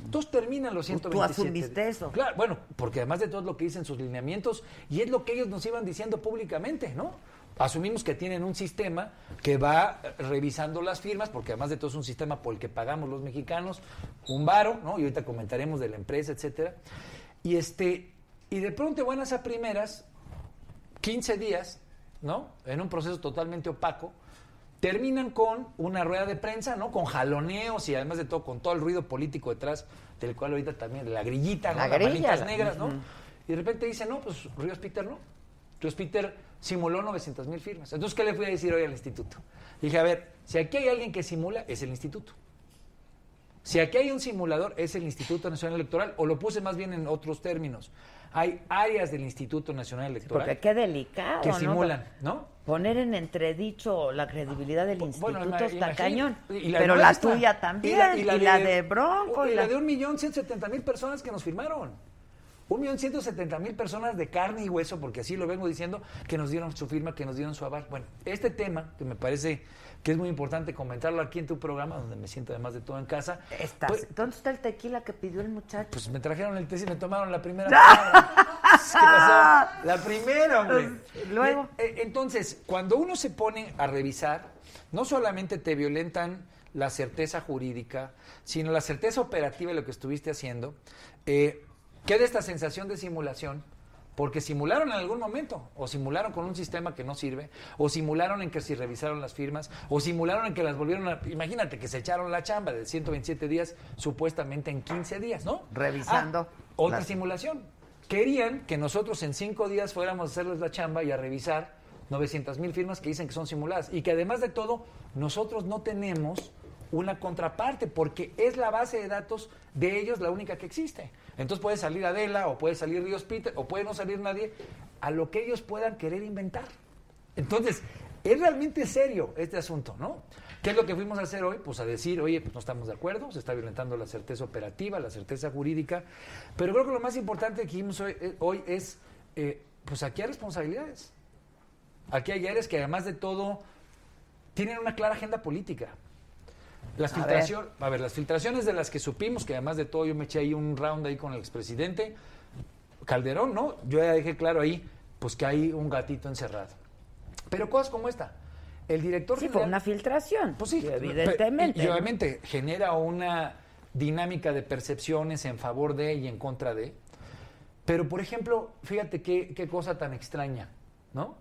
Speaker 7: Entonces terminan los
Speaker 1: Pues, tú
Speaker 7: 127.
Speaker 1: asumiste eso.
Speaker 7: Claro, Claro, bueno, porque además de todo es lo que dicen sus lineamientos y es lo que ellos nos iban diciendo públicamente, ¿no? Asumimos que tienen un sistema que va eh, revisando las firmas, porque además de todo es un sistema por el que pagamos los mexicanos, un varo, ¿no? Y ahorita comentaremos de la empresa, etcétera. Y este, y de pronto van a esas primeras, 15 días, ¿no? En un proceso totalmente opaco, terminan con una rueda de prensa, ¿no? Con jaloneos y además de todo, con todo el ruido político detrás, del cual ahorita también, la grillita, ¿no?
Speaker 1: La
Speaker 7: Las
Speaker 1: grilla,
Speaker 7: manitas
Speaker 1: la-
Speaker 7: negras, ¿no? Y de repente dicen, no, pues Ríos Peter no. Ríos Peter simuló 900 mil firmas. Entonces, ¿qué le fui a decir hoy al instituto? Dije, a ver, si aquí hay alguien que simula, es el instituto. Si aquí hay un simulador, es el Instituto Nacional Electoral, o lo puse más bien en otros términos. Hay áreas del Instituto Nacional Electoral
Speaker 1: Porque qué delicado.
Speaker 7: que
Speaker 1: ¿no?
Speaker 7: simulan, ¿no?
Speaker 1: Poner en entredicho la credibilidad del instituto
Speaker 7: ima-
Speaker 1: está
Speaker 7: imagínate.
Speaker 1: cañón.
Speaker 7: Y la
Speaker 1: Pero la
Speaker 7: nuestra.
Speaker 1: tuya también. Y la, de, Bronco.
Speaker 7: Y la de un millón ciento setenta mil personas que nos firmaron. Un millón ciento setenta mil personas de carne y hueso, porque así lo vengo diciendo, que nos dieron su firma, que nos dieron su aval. Bueno, este tema, que me parece que es muy importante comentarlo aquí en tu programa, donde me siento además de todo en casa.
Speaker 1: Estás-
Speaker 7: pues-
Speaker 1: ¿Dónde está el tequila que pidió el muchacho?
Speaker 7: pues me trajeron el té y me tomaron la primera. ¿Qué pasó? La primera, hombre.
Speaker 1: Pues, luego.
Speaker 7: Eh, eh, Entonces, cuando uno se pone a revisar, no solamente te violentan la certeza jurídica, sino la certeza operativa de lo que estuviste haciendo, eh, queda esta sensación de simulación. Porque simularon en algún momento, o simularon con un sistema que no sirve, o simularon en que si revisaron las firmas, o simularon en que las volvieron a... Imagínate que se echaron la chamba de 127 días, supuestamente en 15 días, ¿no?
Speaker 1: Revisando
Speaker 7: Ah, otra
Speaker 1: las-
Speaker 7: simulación. Querían que nosotros en cinco días fuéramos a hacerles la chamba y a revisar 900 mil firmas que dicen que son simuladas. Y que además de todo, nosotros no tenemos una contraparte porque es la base de datos de ellos la única que existe. Entonces puede salir Adela o puede salir Ríos Peter o puede no salir nadie a lo que ellos puedan querer inventar. Entonces, es realmente serio este asunto, ¿no? ¿Qué es lo que fuimos a hacer hoy? Pues a decir, oye, pues no estamos de acuerdo, se está violentando la certeza operativa, la certeza jurídica, pero creo que lo más importante que dijimos hoy, eh, hoy es, eh, pues aquí hay responsabilidades. Aquí hay áreas que además de todo tienen una clara agenda política. Las filtraciones, a ver, las filtraciones de las que supimos, que además de todo yo me eché ahí un round ahí con el expresidente, Calderón, ¿no? Yo ya dejé claro ahí, pues que hay un gatito encerrado. Pero cosas como esta. El director
Speaker 1: Sí, fue
Speaker 7: general-
Speaker 1: una filtración.
Speaker 7: pues sí,
Speaker 1: evidentemente.
Speaker 7: pe- Y, y obviamente genera una dinámica de percepciones en favor de y en contra de. Pero, por ejemplo, fíjate qué, qué cosa tan extraña, ¿no?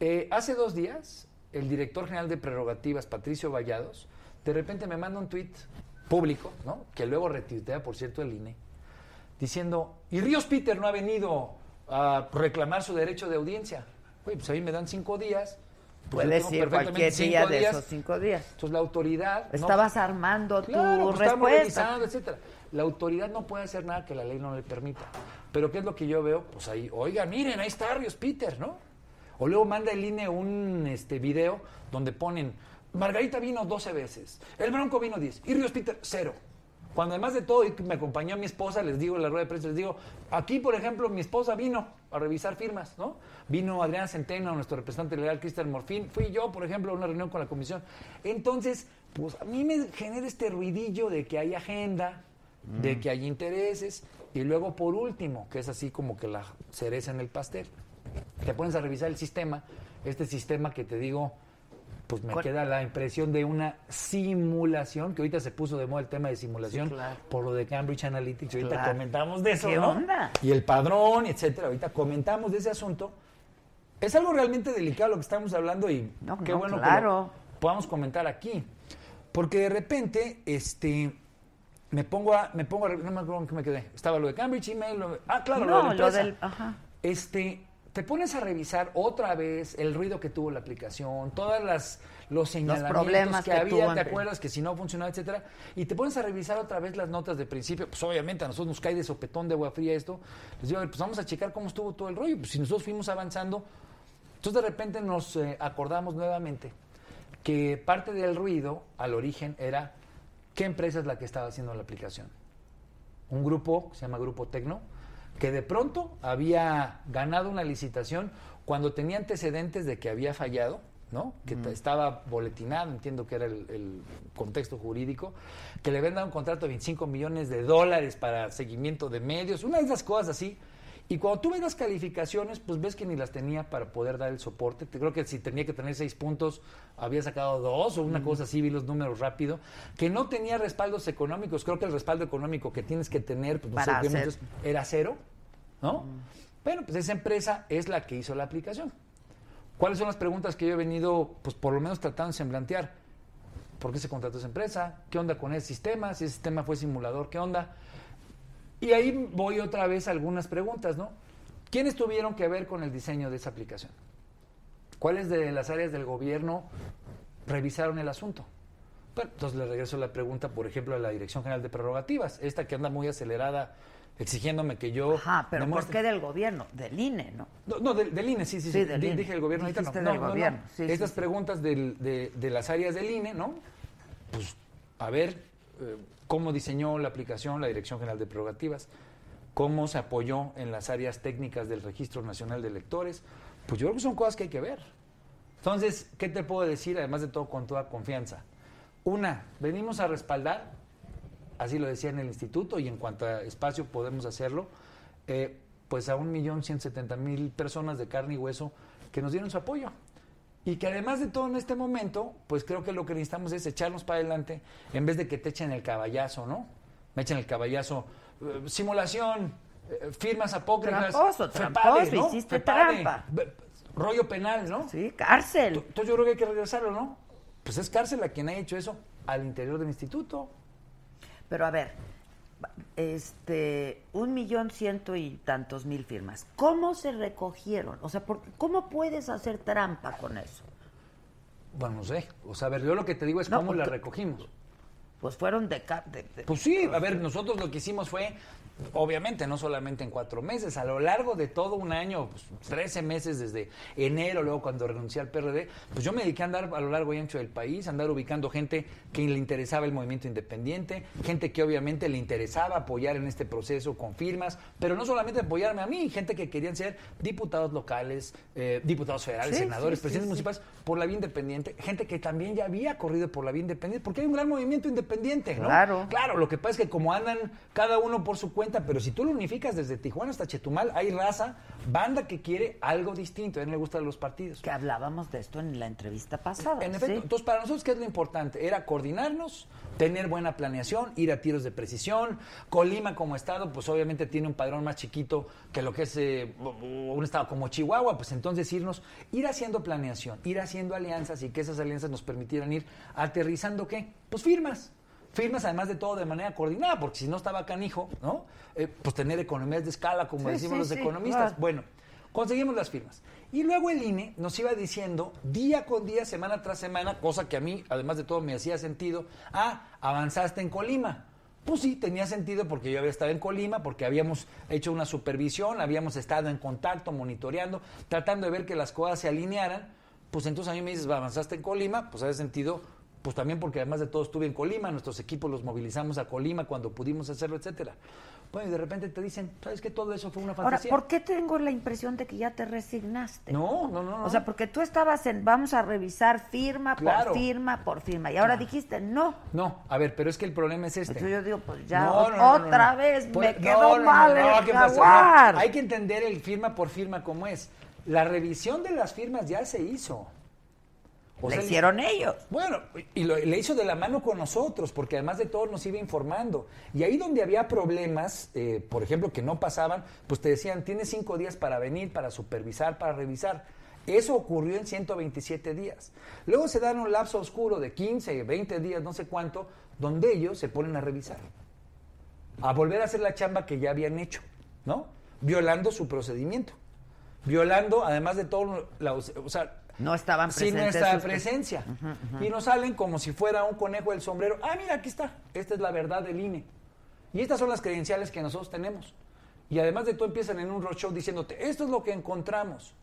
Speaker 7: Eh, hace dos días, el director general de prerrogativas, Patricio Vallados, de repente me manda un tuit público, ¿no? que luego retuitea, por cierto, el INE, diciendo, y Ríos Peter no ha venido a reclamar su derecho de audiencia. Oye, pues a mí me dan cinco días. pues yo
Speaker 1: Puedes
Speaker 7: tengo
Speaker 1: ir
Speaker 7: perfectamente
Speaker 1: cualquier
Speaker 7: cinco
Speaker 1: día de
Speaker 7: días.
Speaker 1: esos cinco días.
Speaker 7: Entonces la autoridad... no-
Speaker 1: Estabas armando
Speaker 7: Claro,
Speaker 1: tu
Speaker 7: pues, estamos
Speaker 1: respuesta.
Speaker 7: revisando, etcétera. La autoridad no puede hacer nada que la ley no le permita. Pero ¿qué es lo que yo veo? Pues ahí, oiga, miren, ahí está Rios Peter, ¿no? O luego manda el INE un este, video donde ponen, Margarita vino 12 veces, el Bronco vino 10 y Rios Peter cero. Cuando además de todo, y me acompañó mi esposa, les digo en la rueda de prensa, les digo, aquí por ejemplo mi esposa vino a revisar firmas, ¿no? Vino Adrián Centeno, nuestro representante legal, Cristian Morfín, fui yo, por ejemplo, a una reunión con la comisión. Entonces, pues a mí me genera este ruidillo de que hay agenda, de que hay intereses, y luego por último, que es así como que la cereza en el pastel, te pones a revisar el sistema, este sistema que te digo, pues me
Speaker 1: Con-
Speaker 7: queda la impresión de una simulación, que ahorita se puso de moda el tema de simulación
Speaker 1: Sí, claro.
Speaker 7: por lo de Cambridge Analytics, ahorita
Speaker 1: Claro.
Speaker 7: comentamos de eso,
Speaker 1: ¿Qué
Speaker 7: ¿no?
Speaker 1: onda?
Speaker 7: Y el padrón, etcétera, ahorita comentamos de ese asunto. Es algo realmente delicado lo que estamos hablando y
Speaker 1: No,
Speaker 7: qué
Speaker 1: no,
Speaker 7: bueno
Speaker 1: claro.
Speaker 7: que lo podamos comentar aquí. Porque de repente, este me pongo a, me pongo a, no me acuerdo en qué me quedé. Estaba lo de Cambridge Email, lo de- ah, claro, lo de la
Speaker 1: No, lo
Speaker 7: empresa
Speaker 1: del... Ajá.
Speaker 7: este, te pones a revisar otra vez el ruido que tuvo la aplicación, todas las los señalamientos
Speaker 1: problemas
Speaker 7: que,
Speaker 1: que tuvo
Speaker 7: había, te
Speaker 1: en-
Speaker 7: acuerdas que si no funcionaba, etcétera, y te pones a revisar otra vez las notas de principio, pues obviamente a nosotros nos cae de sopetón de agua fría esto. Les digo, "A ver, pues vamos a checar cómo estuvo todo el rollo, pues si nosotros fuimos avanzando, entonces de repente nos eh, acordamos nuevamente que parte del ruido al origen era qué empresa es la que estaba haciendo la aplicación un grupo que se llama Grupo Tecno, que de pronto había ganado una licitación cuando tenía antecedentes de que había fallado, ¿no? Que t- estaba boletinado, entiendo que era el, el contexto jurídico, que le habían dado un contrato de 25 millones de dólares para seguimiento de medios, una de esas cosas así. Y cuando tú ves las calificaciones, pues ves que ni las tenía para poder dar el soporte. Te- Creo que si tenía que tener seis puntos, había sacado dos o una cosa así, vi los números rápido. Que no tenía respaldos económicos. Creo que el respaldo económico que tienes que tener pues, no sé
Speaker 1: Para
Speaker 7: qué
Speaker 1: hacer.
Speaker 7: muchos, era cero, ¿no? Bueno, pues esa empresa es la que hizo la aplicación. ¿Cuáles son las preguntas que yo he venido, pues por lo menos tratando de semblantear? ¿Por qué se contrató esa empresa? ¿Qué onda con ese sistema? Si ese sistema fue simulador, ¿qué onda? Y ahí voy otra vez a algunas preguntas, ¿no? ¿Quiénes tuvieron que ver con el diseño de esa aplicación? ¿Cuáles de las áreas del gobierno revisaron el asunto? Bueno, entonces le regreso la pregunta, por ejemplo, a la Dirección General de Prerrogativas, esta que anda muy acelerada exigiéndome que yo...
Speaker 1: Ajá, pero ¿por
Speaker 7: demuestre-
Speaker 1: qué del gobierno? Del INE, ¿no?
Speaker 7: no, no, del, del INE, sí, sí,
Speaker 1: Sí,
Speaker 7: sí.
Speaker 1: del
Speaker 7: Di-
Speaker 1: INE.
Speaker 7: Dije el gobierno ahorita no.
Speaker 1: Dijiste
Speaker 7: No,
Speaker 1: del
Speaker 7: no, no.
Speaker 1: gobierno, sí, sí,
Speaker 7: Estas
Speaker 1: sí.
Speaker 7: preguntas del- de, de las áreas del INE, ¿no? Pues, a ver, eh, cómo diseñó la aplicación la Dirección General de Prerrogativas, cómo se apoyó en las áreas técnicas del Registro Nacional de Electores. Pues yo creo que son cosas que hay que ver. Entonces, ¿qué te puedo decir, además de todo, con toda confianza? Una, venimos a respaldar así lo decía en el instituto y en cuanto a espacio podemos hacerlo, eh, pues a un millón ciento setenta mil personas de carne y hueso que nos dieron su apoyo. Y que además de todo en este momento, pues creo que lo que necesitamos es echarnos para adelante en vez de que te echen el caballazo, ¿no? Me echen el caballazo. eh, simulación, eh, firmas apócrifas.
Speaker 1: Tramposo,
Speaker 7: FEPADE,
Speaker 1: tramposo, hiciste
Speaker 7: FEPADE,
Speaker 1: trampa.
Speaker 7: be- Rollo penal, ¿no?
Speaker 1: Sí, cárcel.
Speaker 7: Entonces yo creo que hay que regresarlo, ¿no? Pues es cárcel a quien ha hecho eso al interior del instituto.
Speaker 1: Pero a ver, este, un millón ciento y tantos mil firmas. ¿Cómo se recogieron? O sea, ¿por- ¿cómo puedes hacer trampa con eso?
Speaker 7: Bueno, no sé. O sea, a ver, yo lo que te digo es
Speaker 1: No,
Speaker 7: cómo la
Speaker 1: porque-
Speaker 7: recogimos.
Speaker 1: Pues fueron de... ca- de- de-
Speaker 7: Pues sí, a ver, nosotros lo que hicimos fue, obviamente, no solamente en cuatro meses, a lo largo de todo un año, pues, 13 meses desde enero, luego cuando renuncié al PRD, pues yo me dediqué a andar a lo largo y ancho del país, a andar ubicando gente que le interesaba el movimiento independiente, gente que obviamente le interesaba apoyar en este proceso con firmas, pero no solamente apoyarme a mí, gente que querían ser diputados locales, eh, diputados federales,
Speaker 1: Sí,
Speaker 7: senadores,
Speaker 1: sí, sí,
Speaker 7: presidentes
Speaker 1: sí.
Speaker 7: municipales, por la vía independiente, gente que también ya había corrido por la vía independiente, porque hay un gran movimiento independiente, ¿no?
Speaker 1: Claro.
Speaker 7: Claro, lo que pasa es que como andan cada uno por su cuenta, pero si tú lo unificas desde Tijuana hasta Chetumal, hay raza, banda que quiere algo distinto, a él le gustan los partidos.
Speaker 1: Que hablábamos de esto en la entrevista pasada.
Speaker 7: En efecto,
Speaker 1: ¿sí?
Speaker 7: entonces para nosotros, ¿qué es lo importante? Era coordinarnos, tener buena planeación, ir a tiros de precisión. Colima como estado, pues obviamente tiene un padrón más chiquito que lo que es eh, un estado como Chihuahua, pues entonces irnos, ir haciendo planeación, ir haciendo alianzas y que esas alianzas nos permitieran ir aterrizando, ¿qué? Pues firmas. Firmas además de todo de manera coordinada, porque si no estaba canijo, ¿no? Eh, pues tener economías de escala, como
Speaker 1: Sí,
Speaker 7: decimos
Speaker 1: sí,
Speaker 7: los
Speaker 1: sí,
Speaker 7: economistas.
Speaker 1: claro.
Speaker 7: Bueno, conseguimos las firmas. Y luego el INE nos iba diciendo día con día, semana tras semana, cosa que a mí, además de todo, me hacía sentido. Ah, avanzaste en Colima. Pues sí, tenía sentido porque yo había estado en Colima, porque habíamos hecho una supervisión, habíamos estado en contacto, monitoreando, tratando de ver que las cosas se alinearan. Pues entonces a mí me dices, "Va, avanzaste en Colima, pues hace sentido, pues también porque además de todo estuve en Colima, nuestros equipos los movilizamos a Colima cuando pudimos hacerlo, etcétera. Bueno, y de repente te dicen, ¿sabes que Todo eso fue una
Speaker 1: Ahora,
Speaker 7: fantasía.
Speaker 1: ¿por qué tengo la impresión de que ya te resignaste?
Speaker 7: No, no, no. no.
Speaker 1: este. O sea, porque tú estabas en vamos a revisar firma
Speaker 7: Claro.
Speaker 1: por firma por firma. Y ahora
Speaker 7: Claro.
Speaker 1: dijiste, no.
Speaker 7: No, a ver, pero es que el problema es este.
Speaker 1: Entonces yo digo, pues ya,
Speaker 7: No, no, no, no,
Speaker 1: otra
Speaker 7: no.
Speaker 1: vez, me
Speaker 7: Pues,
Speaker 1: quedó
Speaker 7: no, no, no,
Speaker 1: mal
Speaker 7: no,
Speaker 1: el
Speaker 7: ¿qué pasó?
Speaker 1: jaguar.
Speaker 7: No, hay que entender el firma por firma cómo es. La revisión de las firmas ya se hizo. O
Speaker 1: Le
Speaker 7: sea,
Speaker 1: hicieron ellos.
Speaker 7: Bueno, y lo, le hizo de la mano con nosotros, porque además de todo nos iba informando. Y ahí donde había problemas, eh, por ejemplo, que no pasaban, pues te decían, tienes cinco días para venir, para supervisar, para revisar. Eso ocurrió en 127 días. Luego se dan un lapso oscuro de 15, 20 días, no sé cuánto, donde ellos se ponen a revisar a volver a hacer la chamba que ya habían hecho, ¿no? Violando su procedimiento. Violando, además de todo, la, aus- o sea,
Speaker 1: No estaban
Speaker 7: sin
Speaker 1: presentes
Speaker 7: nuestra
Speaker 1: sus-
Speaker 7: presencia. Y nos salen como si fuera un conejo del sombrero. Ah, mira, aquí está. Esta es la verdad del INE. Y estas son las credenciales que nosotros tenemos. Y además de todo, empiezan en un roadshow diciéndote, esto es lo que encontramos.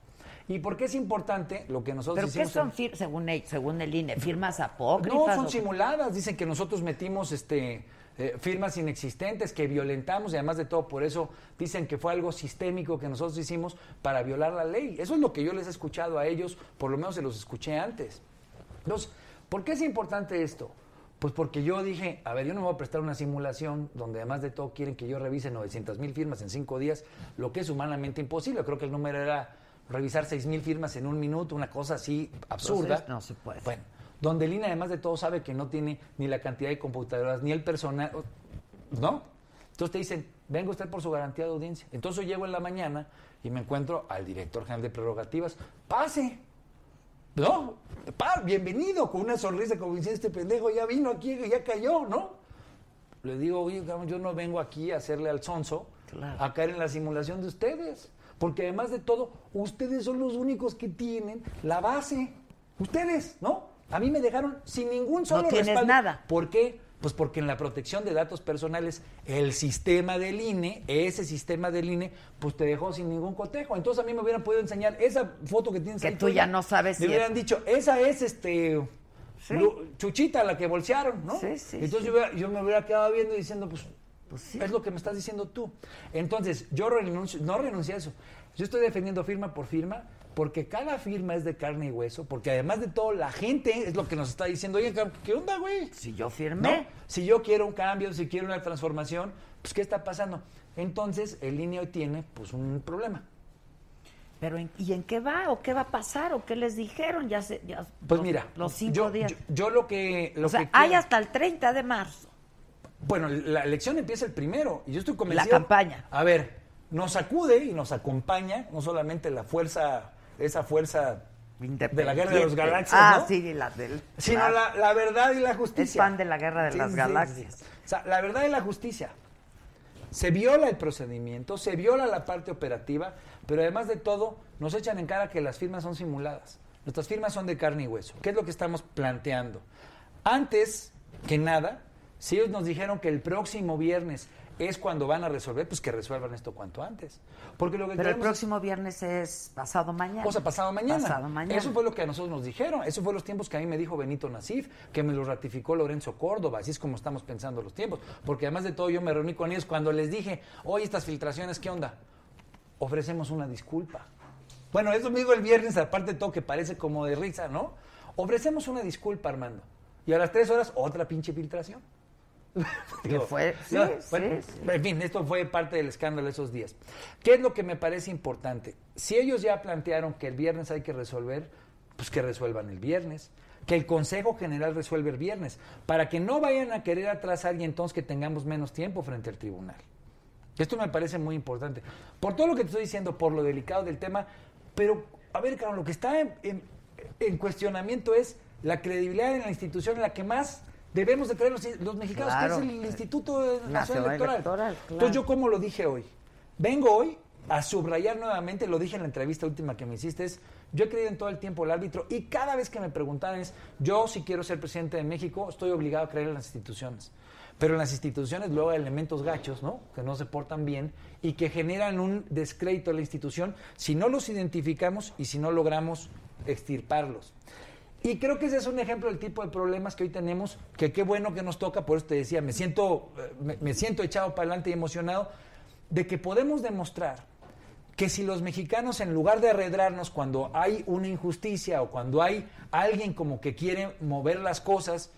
Speaker 7: ¿Y por qué es importante lo que nosotros
Speaker 1: ¿Pero qué
Speaker 7: hicimos en-
Speaker 1: son firmas, según, el- según el INE? ¿Firmas apócrifas?
Speaker 7: no, son
Speaker 1: o-
Speaker 7: simuladas. Dicen que nosotros metimos este, eh, firmas inexistentes, que violentamos y además de todo, por eso dicen que fue algo sistémico que nosotros hicimos para violar la ley. Eso es lo que yo les he escuchado a ellos, por lo menos se los escuché antes. Entonces, ¿por qué es importante esto? Pues porque yo dije, a ver, yo no me voy a prestar una simulación donde además de todo quieren que yo revise 900 mil firmas en cinco días, lo que es humanamente imposible. Creo que el número era revisar 6 mil firmas en un minuto, una cosa así absurda.
Speaker 1: Entonces, no se puede.
Speaker 7: Bueno, donde Lina además de todo sabe que no tiene ni la cantidad de computadoras, ni el personal, ¿no? Entonces te dicen, venga usted por su garantía de audiencia. Entonces yo llego en la mañana y me encuentro al director general de prerrogativas, pase, ¿no? Pa, bienvenido, con una sonrisa como diciendo, este pendejo ya vino aquí, ya cayó, ¿no? Le digo, oye, cabrón, yo no vengo aquí a hacerle al sonso,
Speaker 1: Claro.
Speaker 7: a caer en la simulación de ustedes. Porque además de todo, ustedes son los únicos que tienen la base. Ustedes, ¿no? A mí me dejaron sin ningún solo
Speaker 1: tienes
Speaker 7: respaldo.
Speaker 1: nada.
Speaker 7: ¿Por qué? Pues porque en la protección de datos personales, el sistema del INE, ese sistema del INE, pues te dejó sin ningún cotejo. Entonces a mí me hubieran podido enseñar esa foto que tienes
Speaker 1: Que
Speaker 7: ahí
Speaker 1: tú ya no sabes
Speaker 7: Me
Speaker 1: si
Speaker 7: hubieran
Speaker 1: es-
Speaker 7: dicho, esa es este.
Speaker 1: Sí.
Speaker 7: Lu- Chuchita, la que bolsearon, ¿no?
Speaker 1: Sí, sí,
Speaker 7: Entonces
Speaker 1: sí.
Speaker 7: Yo, hubiera- yo me hubiera quedado viendo y diciendo, pues,
Speaker 1: Pues sí.
Speaker 7: es lo que me estás diciendo tú. Entonces, yo renuncio, no renuncié a eso. Yo estoy defendiendo firma por firma porque cada firma es de carne y hueso, porque además de todo, la gente es lo que nos está diciendo, oye, cabrón, ¿qué onda, güey?
Speaker 1: Si yo
Speaker 7: ¿no?
Speaker 1: firmé.
Speaker 7: Si yo quiero un cambio, si quiero una transformación, pues ¿qué está pasando? Entonces, el INE hoy tiene pues un problema.
Speaker 1: Pero en- ¿y en qué va? ¿O qué va a pasar? ¿O qué les dijeron? Ya se, ya-
Speaker 7: Pues
Speaker 1: los-
Speaker 7: mira,
Speaker 1: los cinco
Speaker 7: yo,
Speaker 1: días.
Speaker 7: yo- yo lo que lo
Speaker 1: o sea,
Speaker 7: que
Speaker 1: hay
Speaker 7: quiero-
Speaker 1: hasta el 30 de marzo.
Speaker 7: Bueno, la elección empieza el primero y yo estoy convencido.
Speaker 1: La campaña.
Speaker 7: A ver, nos acude y nos acompaña no solamente la fuerza, esa fuerza de la guerra de los
Speaker 1: Independiente.
Speaker 7: galaxias,
Speaker 1: Ah,
Speaker 7: ¿no?
Speaker 1: sí, de la del.
Speaker 7: sino
Speaker 1: claro.
Speaker 7: la, la verdad y la justicia.
Speaker 1: Es fan de la guerra de las galaxias.
Speaker 7: O sea, la verdad y la justicia. Se viola el procedimiento, se viola la parte operativa, pero además de todo, nos echan en cara que las firmas son simuladas. Nuestras firmas son de carne y hueso. ¿Qué es lo que estamos planteando? Antes que nada, si ellos nos dijeron que el próximo viernes es cuando van a resolver, pues que resuelvan esto cuanto antes. Porque lo que
Speaker 1: Pero el
Speaker 7: queremos es-
Speaker 1: próximo viernes es pasado mañana.
Speaker 7: o sea, pasado mañana.
Speaker 1: Pasado mañana.
Speaker 7: Eso fue lo que a nosotros nos dijeron. Eso fue los tiempos que a mí me dijo Benito Nasif, que me lo ratificó Lorenzo Córdoba. Así es como estamos pensando los tiempos. Porque además de todo, yo me reuní con ellos cuando les dije, oye, estas filtraciones, ¿qué onda? Ofrecemos una disculpa. Bueno, eso me dijo el viernes, aparte de todo, que parece como de risa, ¿no? Ofrecemos una disculpa, Armando. Y a las tres horas, otra pinche filtración.
Speaker 1: Que fue. Sí,
Speaker 7: No,
Speaker 1: sí,
Speaker 7: bueno,
Speaker 1: sí.
Speaker 7: En fin, esto fue parte del escándalo esos días. ¿Qué es lo que me parece importante? Si ellos ya plantearon que el viernes hay que resolver, pues que resuelvan el viernes. Que el Consejo General resuelva el viernes. Para que no vayan a querer atrasar y entonces que tengamos menos tiempo frente al tribunal. Esto me parece muy importante. Por todo lo que te estoy diciendo, por lo delicado del tema, pero, a ver, Carlos, lo que está en, en- en cuestionamiento es la credibilidad en la institución en la que más debemos de creer los, los mexicanos,
Speaker 1: Claro.
Speaker 7: que es el Instituto
Speaker 1: Nacional
Speaker 7: Nacional Electoral.
Speaker 1: Electoral, claro.
Speaker 7: Entonces, yo como lo dije hoy, vengo hoy a subrayar nuevamente, lo dije en la entrevista última que me hiciste, es, yo he creído en todo el tiempo el árbitro y cada vez que me preguntan es, yo si quiero ser presidente de México, estoy obligado a creer en las instituciones. Pero en las instituciones luego hay elementos gachos, ¿no? Que no se portan bien y que generan un descrédito a la institución si no los identificamos y si no logramos extirparlos. Y creo que ese es un ejemplo del tipo de problemas que hoy tenemos, que qué bueno que nos toca, por eso te decía, me siento, eh, me, me siento echado para adelante y emocionado, de que podemos demostrar que si los mexicanos en lugar de arredrarnos cuando hay una injusticia o cuando hay alguien como que quiere mover las cosas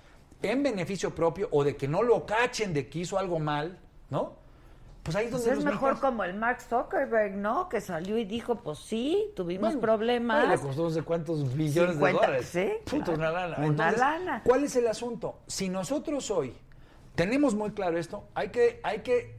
Speaker 7: en beneficio propio o de que no lo cachen de que hizo algo mal, ¿no? Pues ahí es
Speaker 1: Pues
Speaker 7: donde
Speaker 1: es
Speaker 7: los
Speaker 1: mejor
Speaker 7: mexicanos-
Speaker 1: como el Mark Zuckerberg, ¿no? Que salió y dijo, pues sí, tuvimos
Speaker 7: Bueno,
Speaker 1: problemas.
Speaker 7: ay, le costó no sé cuántos billones
Speaker 1: 50,
Speaker 7: de dólares.
Speaker 1: sí,
Speaker 7: Puta,
Speaker 1: claro.
Speaker 7: una lana.
Speaker 1: Una
Speaker 7: Entonces,
Speaker 1: lana.
Speaker 7: ¿Cuál es el asunto? Si nosotros hoy tenemos muy claro esto, hay que, hay que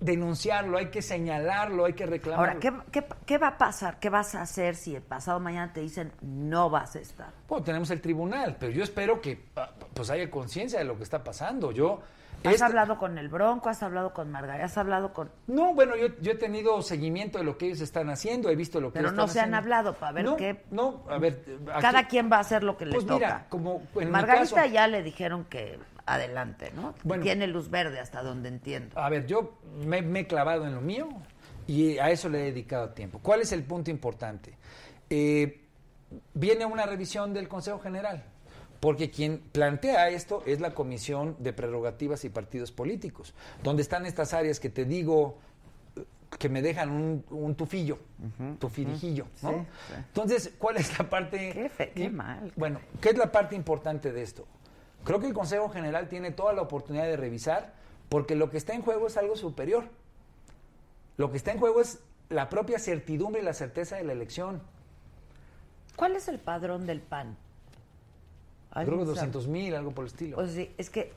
Speaker 7: denunciarlo, hay que señalarlo, hay que reclamarlo.
Speaker 1: Ahora, ¿qué, qué, qué va a pasar? ¿Qué vas a hacer si el pasado mañana te dicen no vas a estar?
Speaker 7: Bueno, tenemos el tribunal, pero yo espero que ah, pues haya conciencia de lo que está pasando. Yo este,
Speaker 1: ¿Has
Speaker 7: esta-
Speaker 1: hablado con el Bronco? ¿Has hablado con Margarita? ¿Has hablado con...?
Speaker 7: No, bueno, yo, yo he tenido seguimiento de lo que ellos están haciendo, he visto lo que
Speaker 1: Pero
Speaker 7: ellos
Speaker 1: no
Speaker 7: están
Speaker 1: se han
Speaker 7: haciendo.
Speaker 1: hablado, para ver
Speaker 7: No,
Speaker 1: qué-
Speaker 7: No, a ver. eh, aquí-
Speaker 1: Cada quien va a hacer lo que
Speaker 7: Pues
Speaker 1: le toca.
Speaker 7: mira, como en mi
Speaker 1: Margarita
Speaker 7: caso-
Speaker 1: ya le dijeron que adelante, ¿no?
Speaker 7: Bueno. Ah.
Speaker 1: Tiene luz verde, hasta donde entiendo.
Speaker 7: A ver, yo me, me he clavado en lo mío y a eso le he dedicado tiempo. ¿Cuál es el punto importante? Eh, viene una revisión del Consejo General, porque quien plantea esto es la Comisión de Prerrogativas y Partidos Políticos, donde están estas áreas que te digo eh, que me dejan un, un tufillo, tufirijillo, ¿no?
Speaker 1: sí, sí.
Speaker 7: Entonces, ¿cuál es la parte?
Speaker 1: Qué fe- qué
Speaker 7: y-
Speaker 1: mal.
Speaker 7: Bueno, ¿qué es la parte importante de esto? Creo que el Consejo General tiene toda la oportunidad de revisar, porque lo que está en juego es algo superior. Lo que está en juego es la propia certidumbre y la certeza de la elección.
Speaker 1: ¿Cuál es el padrón del PAN?
Speaker 7: Creo que
Speaker 1: ¿Alguien sabe?
Speaker 7: 200 mil, algo por el estilo.
Speaker 1: Pues sí, es que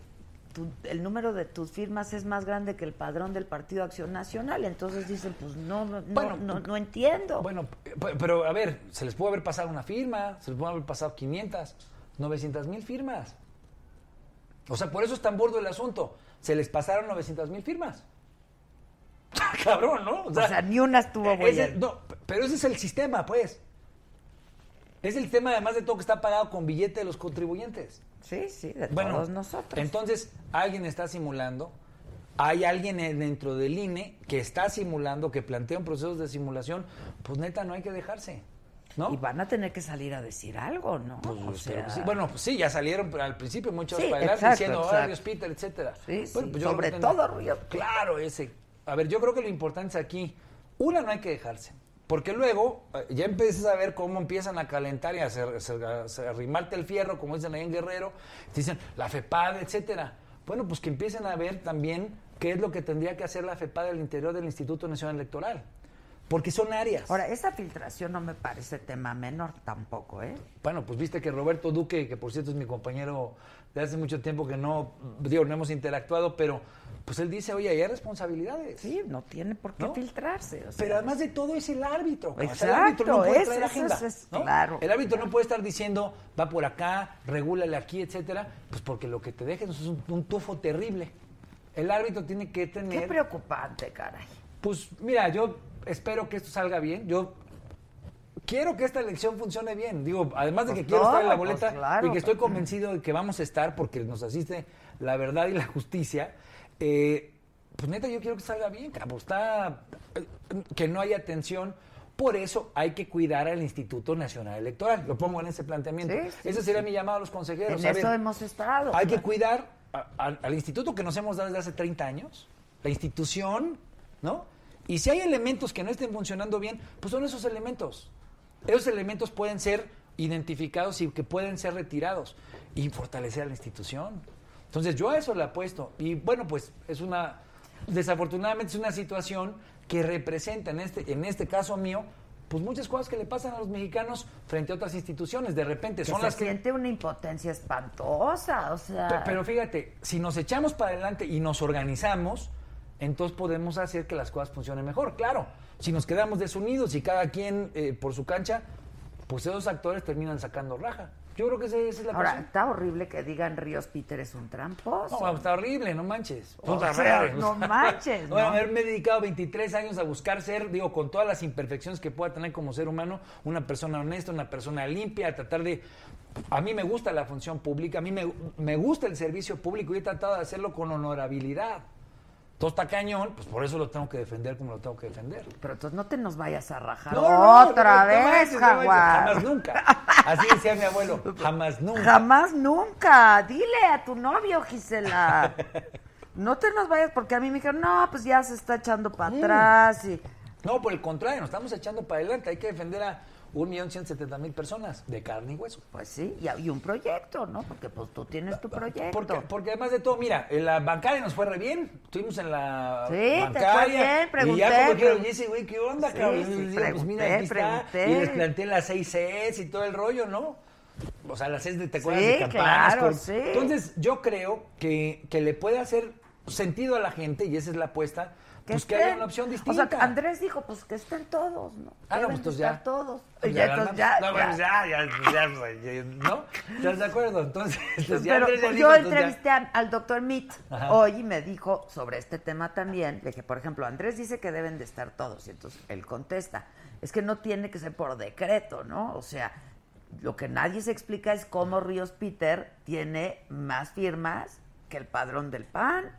Speaker 1: tu- el número de tus firmas es más grande que el padrón del Partido Acción Nacional, entonces dicen, pues no, no, no,
Speaker 7: Bueno,
Speaker 1: no, no entiendo.
Speaker 7: bueno, eh, p- pero a ver, se les puede haber pasado una firma, se les puede haber pasado 500, 900 mil firmas. O sea, por eso es tan burdo el asunto. Se les pasaron 900 mil firmas. Cabrón, ¿no?
Speaker 1: o sea, ni una estuvo buena.
Speaker 7: eh, Ese- no, p- pero ese es el sistema, pues. Es el tema, además de todo, que está pagado con billete de los contribuyentes.
Speaker 1: sí, sí, de
Speaker 7: Bueno,
Speaker 1: todos nosotros.
Speaker 7: Entonces, alguien está simulando. Hay alguien en- dentro del INE que está simulando, que plantea un proceso de simulación. Pues neta, no hay que dejarse. ¿No?
Speaker 1: Y van a tener que salir a decir algo, ¿no?
Speaker 7: Pues,
Speaker 1: O
Speaker 7: espero
Speaker 1: sea,
Speaker 7: que sí. Bueno, pues sí, ya salieron pero al principio muchos
Speaker 1: Sí,
Speaker 7: para adelante
Speaker 1: exacto,
Speaker 7: diciendo,
Speaker 1: exacto.
Speaker 7: varios Peter, etcétera. pues
Speaker 1: Sí, sí,
Speaker 7: yo
Speaker 1: sobre
Speaker 7: creo que
Speaker 1: todo
Speaker 7: no.
Speaker 1: Ruiz.
Speaker 7: Claro, ese. A ver, yo creo que lo importante es aquí, una, no hay que dejarse. Porque luego eh, ya empiezas a ver cómo empiezan a calentar y a, hacer- hacer- a hacer- a arrimarte el fierro, como dicen ahí en Guerrero. Te dicen la FEPAD, etcétera. Bueno, pues que empiecen a ver también qué es lo que tendría que hacer la FEPAD al interior del Instituto Nacional Electoral. Porque son áreas.
Speaker 1: Ahora, esa filtración no me parece tema menor tampoco, ¿eh?
Speaker 7: Bueno, pues viste que Roberto Duque, que por cierto es mi compañero de hace mucho tiempo que no, digo, no hemos interactuado, pero pues él dice, oye, ahí hay responsabilidades.
Speaker 1: Sí, no tiene por qué
Speaker 7: ¿No?
Speaker 1: filtrarse. o sea.
Speaker 7: Pero además de todo es el árbitro. cabrón. O sea,
Speaker 1: Exacto,
Speaker 7: el árbitro no puede
Speaker 1: es-
Speaker 7: traer
Speaker 1: eso
Speaker 7: agenda,
Speaker 1: es- es-
Speaker 7: ¿no?
Speaker 1: claro.
Speaker 7: El árbitro no puede estar diciendo, va por acá, regúlale aquí, etcétera, pues porque lo que te dejen es un, un tufo terrible. El árbitro tiene
Speaker 1: qué
Speaker 7: que tener...
Speaker 1: preocupante, caray.
Speaker 7: Pues mira, yo espero que esto salga bien. Yo quiero que esta elección funcione bien. Digo, además de que
Speaker 1: Pues
Speaker 7: quiero estar en la
Speaker 1: todo, pues
Speaker 7: boleta
Speaker 1: claro.
Speaker 7: y que estoy convencido de que vamos a estar porque nos asiste la verdad y la justicia. eh, pues neta, yo quiero que salga bien, cabrón. Está, eh, que no haya tensión. Por eso hay que cuidar al Instituto Nacional Electoral. Lo pongo en ese planteamiento.
Speaker 1: Sí, sí,
Speaker 7: ese sería mi llamado a los consejeros.
Speaker 1: En
Speaker 7: A ver,
Speaker 1: eso hemos estado.
Speaker 7: hay que cuidar a- a- al instituto que nos hemos dado desde hace 30 años, la institución, ¿no? Y si hay elementos que no estén funcionando bien, pues son esos elementos. Esos elementos pueden ser identificados y que pueden ser retirados y fortalecer a la institución. Entonces yo a eso le apuesto. Y bueno, pues es una, desafortunadamente es una situación que representa en este, en este caso mío, pues muchas cosas que le pasan a los mexicanos frente a otras instituciones. De repente
Speaker 1: Que
Speaker 7: son
Speaker 1: se
Speaker 7: las que...
Speaker 1: siente una impotencia espantosa, o sea...
Speaker 7: Pe- Pero fíjate, si nos echamos para adelante y nos organizamos, entonces podemos hacer que las cosas funcionen mejor. Claro, si nos quedamos desunidos y cada quien eh, por su cancha, pues esos actores terminan sacando raja. Yo creo que esa, esa es la
Speaker 1: Ahora,
Speaker 7: cuestión.
Speaker 1: está horrible que digan Ríos Peter es un tramposo.
Speaker 7: No, vamos, está horrible, no manches.
Speaker 1: O
Speaker 7: Puta
Speaker 1: sea,
Speaker 7: madre, o
Speaker 1: no
Speaker 7: sea.
Speaker 1: manches,
Speaker 7: Bueno,
Speaker 1: ¿no?
Speaker 7: haberme dedicado 23 años a buscar ser, digo, con todas las imperfecciones que pueda tener como ser humano, una persona honesta, una persona limpia, a tratar de... A mí me gusta la función pública, a mí me, me gusta el servicio público y he tratado de hacerlo con honorabilidad. Todo está cañón, pues por eso lo tengo que defender como lo tengo que defender.
Speaker 1: Pero entonces no te nos vayas a rajar
Speaker 7: No, no, no,
Speaker 1: otra
Speaker 7: no, no
Speaker 1: vez,
Speaker 7: manches, no manches,
Speaker 1: Jaguar.
Speaker 7: Jamás nunca. Así decía mi abuelo, jamás nunca.
Speaker 1: Jamás nunca. Dile a tu novio, Gisela. No te nos vayas porque a mí me dijeron, no, pues ya se está echando
Speaker 7: Mm.
Speaker 1: para atrás. Y...
Speaker 7: No, por el contrario, nos estamos echando para adelante. Hay que defender a 1.170.000 personas de carne y hueso.
Speaker 1: Pues sí, y, y un proyecto, ¿no? Porque pues tú tienes
Speaker 7: Ah,
Speaker 1: tu proyecto.
Speaker 7: Porque, porque además de todo, mira, en la bancaria nos fue re bien. Estuvimos en la
Speaker 1: Sí, te fue
Speaker 7: bancaria.
Speaker 1: bien, pregunté,
Speaker 7: y ya cuando quiero,
Speaker 1: pregun-
Speaker 7: Jesse, güey, ¿qué onda,
Speaker 1: Sí,
Speaker 7: cabrón? Y
Speaker 1: sí,
Speaker 7: les digo, pues mira,
Speaker 1: pregunté,
Speaker 7: aquí está.
Speaker 1: pregunté.
Speaker 7: Y les planteé las seis Cs y todo el rollo, ¿no? O sea, las Cs de te acuerdas
Speaker 1: Sí,
Speaker 7: de campanas.
Speaker 1: claro,
Speaker 7: cor-
Speaker 1: sí.
Speaker 7: Entonces, yo creo que, que le puede hacer sentido a la gente, y esa es la apuesta,
Speaker 1: Que
Speaker 7: pues que haya
Speaker 1: estén.
Speaker 7: una opción
Speaker 1: O
Speaker 7: distinta.
Speaker 1: sea, Andrés dijo, pues que estén todos, ¿no?
Speaker 7: Ah,
Speaker 1: Deben
Speaker 7: no, pues
Speaker 1: de
Speaker 7: entonces ya. Pues
Speaker 1: estar todos.
Speaker 7: Ya,
Speaker 1: Y ya, entonces ya,
Speaker 7: no,
Speaker 1: ya.
Speaker 7: bueno, ya, ya, ya, pues, ya, ¿no? ¿Estás de acuerdo? Entonces, entonces ya
Speaker 1: Pero
Speaker 7: Andrés ya dijo,
Speaker 1: yo
Speaker 7: entonces ya-
Speaker 1: entrevisté a- al doctor Mitt
Speaker 7: Ajá.
Speaker 1: hoy y me dijo sobre este tema también. Le dije, por ejemplo, Andrés dice que deben de estar todos. Y entonces él contesta, es que no tiene que ser por decreto, ¿no? O sea, lo que nadie se explica es cómo Ríos Peter tiene más firmas que el padrón del PAN.